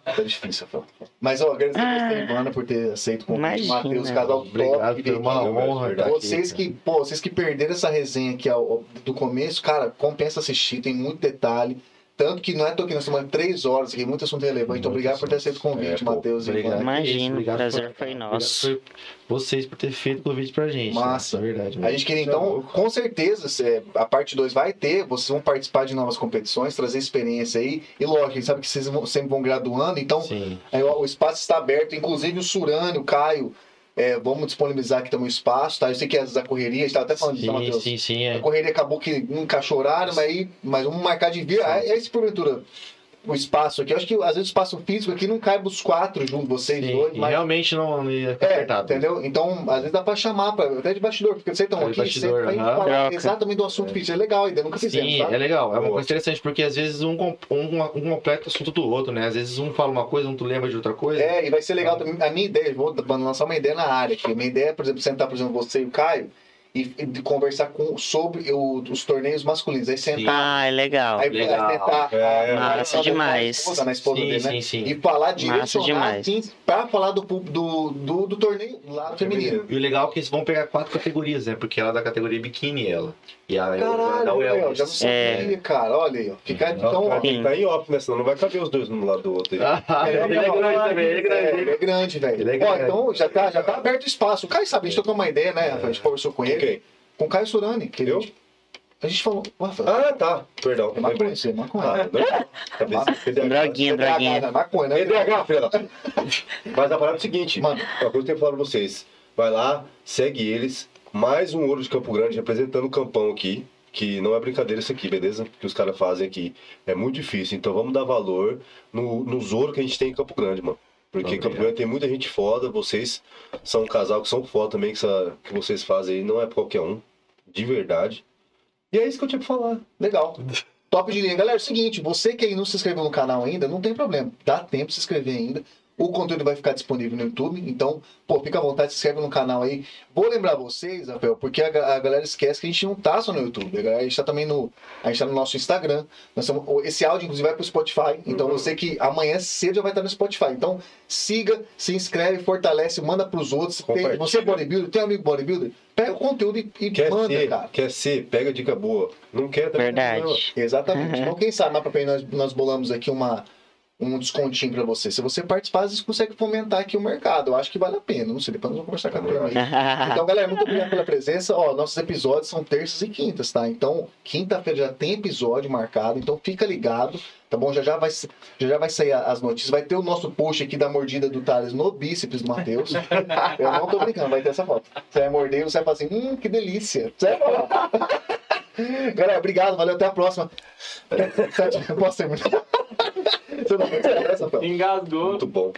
A: tá difícil, Rafael. Mas, ó, agradecer a você, Ivana, por ter aceito o convite.
D: Imagina.
A: Matheus, casal top.
C: Obrigado,
A: que veio
C: foi uma
A: aqui.
C: honra. estar aqui,
A: Vocês
C: cara.
A: que, pô, vocês que perderam essa resenha aqui ao- ao- do começo, cara, compensa assistir, tem muito detalhe. Tanto que não é toque, nós estamos três horas aqui, muito assunto relevante. Então,
C: Muito
A: obrigado por ter aceito o convite,
B: É, pô,
A: Matheus e
C: Obrigado.
A: Ivana.
D: Imagino,
C: Obrigado
D: prazer
C: por-
D: foi
C: obrigado
D: nosso.
C: por vocês por ter feito o convite pra gente.
A: Massa.
C: Né? Na verdade.
A: A gente queria, então, com certeza, se- a parte 2 vai ter, vocês vão participar de novas competições, trazer experiência aí. E lógico, a gente sabe que vocês vão- sempre vão graduando, então
C: Sim.
A: Aí, ó, o espaço está aberto, inclusive o Surani, o Caio, é, vamos disponibilizar aqui também o espaço, tá? Eu sei que as da correria, a gente tava até falando disso,
C: Sim,
A: Matheus.
C: sim, sim.
A: A
C: É.
A: correria acabou que não encaixou horário, mas, aí, mas vamos marcar de vir. É, é esse porventura o espaço aqui. Eu acho que às vezes o espaço físico aqui não cabe os quatro juntos, vocês
C: Sim,
A: dois,
C: e
A: mas.
C: Realmente não ia ficar
A: É,
C: apertado.
A: entendeu? Então, às vezes dá pra chamar, pra, até de bastidor, porque vocês estão
C: É, de
A: aqui,
C: bastidor,
A: sempre pra gente
C: aham.
A: falar
D: Troca.
A: exatamente do assunto físico. É legal, ainda nunca fizemos,
C: Sim,
A: tá?
C: é legal. É uma
B: Boa.
C: coisa interessante, porque às vezes um, com- um, um completa o assunto do outro, né? Às vezes um fala uma coisa, um tu lembra de outra coisa.
A: É, e vai ser
C: Tá.
A: legal também. A minha ideia, vou lançar uma ideia na área aqui. Minha ideia é, por exemplo, sentar, por exemplo, você e o Caio e, e de conversar com, sobre o- os torneios masculinos. Aí sentar.
D: Ah, é legal.
A: Aí,
C: legal.
A: aí sentar.
B: É,
D: massa
A: na-
D: demais.
A: Na né? esposa, na esposa
C: sim,
A: dele, né?
C: sim, sim.
A: E falar direcionar,
D: demais.
A: assim, pra falar do, pub- do, do, do torneio lá feminino.
C: E o legal é que eles vão pegar quatro categorias, né? Porque ela é da categoria biquíni, ela. E ela é da
A: Caralho, eu
C: wellness. *laughs*
A: já não
D: É.
A: sabia, cara. Olha aí, ó. Fica então, ó.
B: Tem que tá em off, né? Senão não vai caber os dois um lado do outro. aí.
C: Ah,
A: É,
C: ele é grande também,
A: É,
C: ele é grande.
A: ele é grande, velho.
C: Ele é
A: Ó,
C: grande.
A: então já tá, já tá aberto o espaço. O Caio sabe, a gente trocou uma ideia, né? Rafa? A gente conversou com ele.
B: Ok.
A: Com o Caio Surani, que
B: Eu?
A: gente- A gente falou. Rafael,
B: Ah, tá. Perdão.
A: é maconha, isso é
B: Ah,
A: maconha.
B: não. Cabeça.
D: Droguinha,
A: PDH,
D: droguinha.
A: né? Maconha, né?
B: EDH, filha. da- Mas a parada é o seguinte,
A: Mano.
B: uma coisa que eu tenho que falar pra vocês. Vai lá, segue eles. Mais um ouro de Campo Grande representando o campão aqui. Que não é brincadeira isso aqui, beleza? Que os caras fazem aqui. É muito difícil. Então vamos dar valor no, nos ouro que a gente tem em Campo Grande, mano. Porque
C: Obrigado.
B: Campo Grande tem muita gente foda. Vocês são um casal que são foda também, que, essa- que vocês fazem aí. Não é pra qualquer um. De verdade. E é isso que eu tinha pra falar.
A: Legal. Top de linha. Galera, é o seguinte, você que aí não se inscreveu no canal ainda, não tem problema. Dá tempo de se inscrever ainda. O conteúdo vai ficar disponível no YouTube, então, pô, fica à vontade, se inscreve no canal aí. Vou lembrar vocês, Rafael, porque a, ga- a galera esquece que a gente não tá só no YouTube. A galera- a gente tá também no. A gente tá no nosso Instagram. Nós estamos- o- esse áudio, inclusive, vai pro Spotify. Então você que amanhã cedo já vai estar no Spotify. Então, siga, se inscreve, fortalece, manda pros outros. Tem,
B: Compartilha.
A: você é bodybuilder, tem amigo bodybuilder? Pega o conteúdo e, e
B: Quer
A: manda,
B: ser,
A: cara.
B: quer ser, pega dica boa. Não quer, também não é tem problema.
D: Verdade.
A: Exatamente.
D: Uhum.
A: Então, quem sabe, na Papel, nós, nós bolamos aqui uma, um descontinho pra você. Se você participar, você consegue fomentar aqui o mercado. Eu acho que vale a pena. Não sei, depois nós vamos conversar com a turma aí. Então, galera, muito obrigado pela presença. Ó, nossos episódios são terças e quintas, tá? Então, quinta-feira já tem episódio marcado, então fica ligado, tá bom? Já já vai, sa- já já vai sair a- as notícias. Vai ter o nosso post aqui da mordida do Thales no bíceps do Matheus. Eu não tô brincando, vai ter essa foto. Você vai morder e você vai falar assim, hum, que delícia. Você vai falar. *laughs* Galera, obrigado, valeu, até a próxima. *laughs* Posso terminar? *laughs* Você não vai essa, Fel?
E: Engasgou.
B: Muito bom.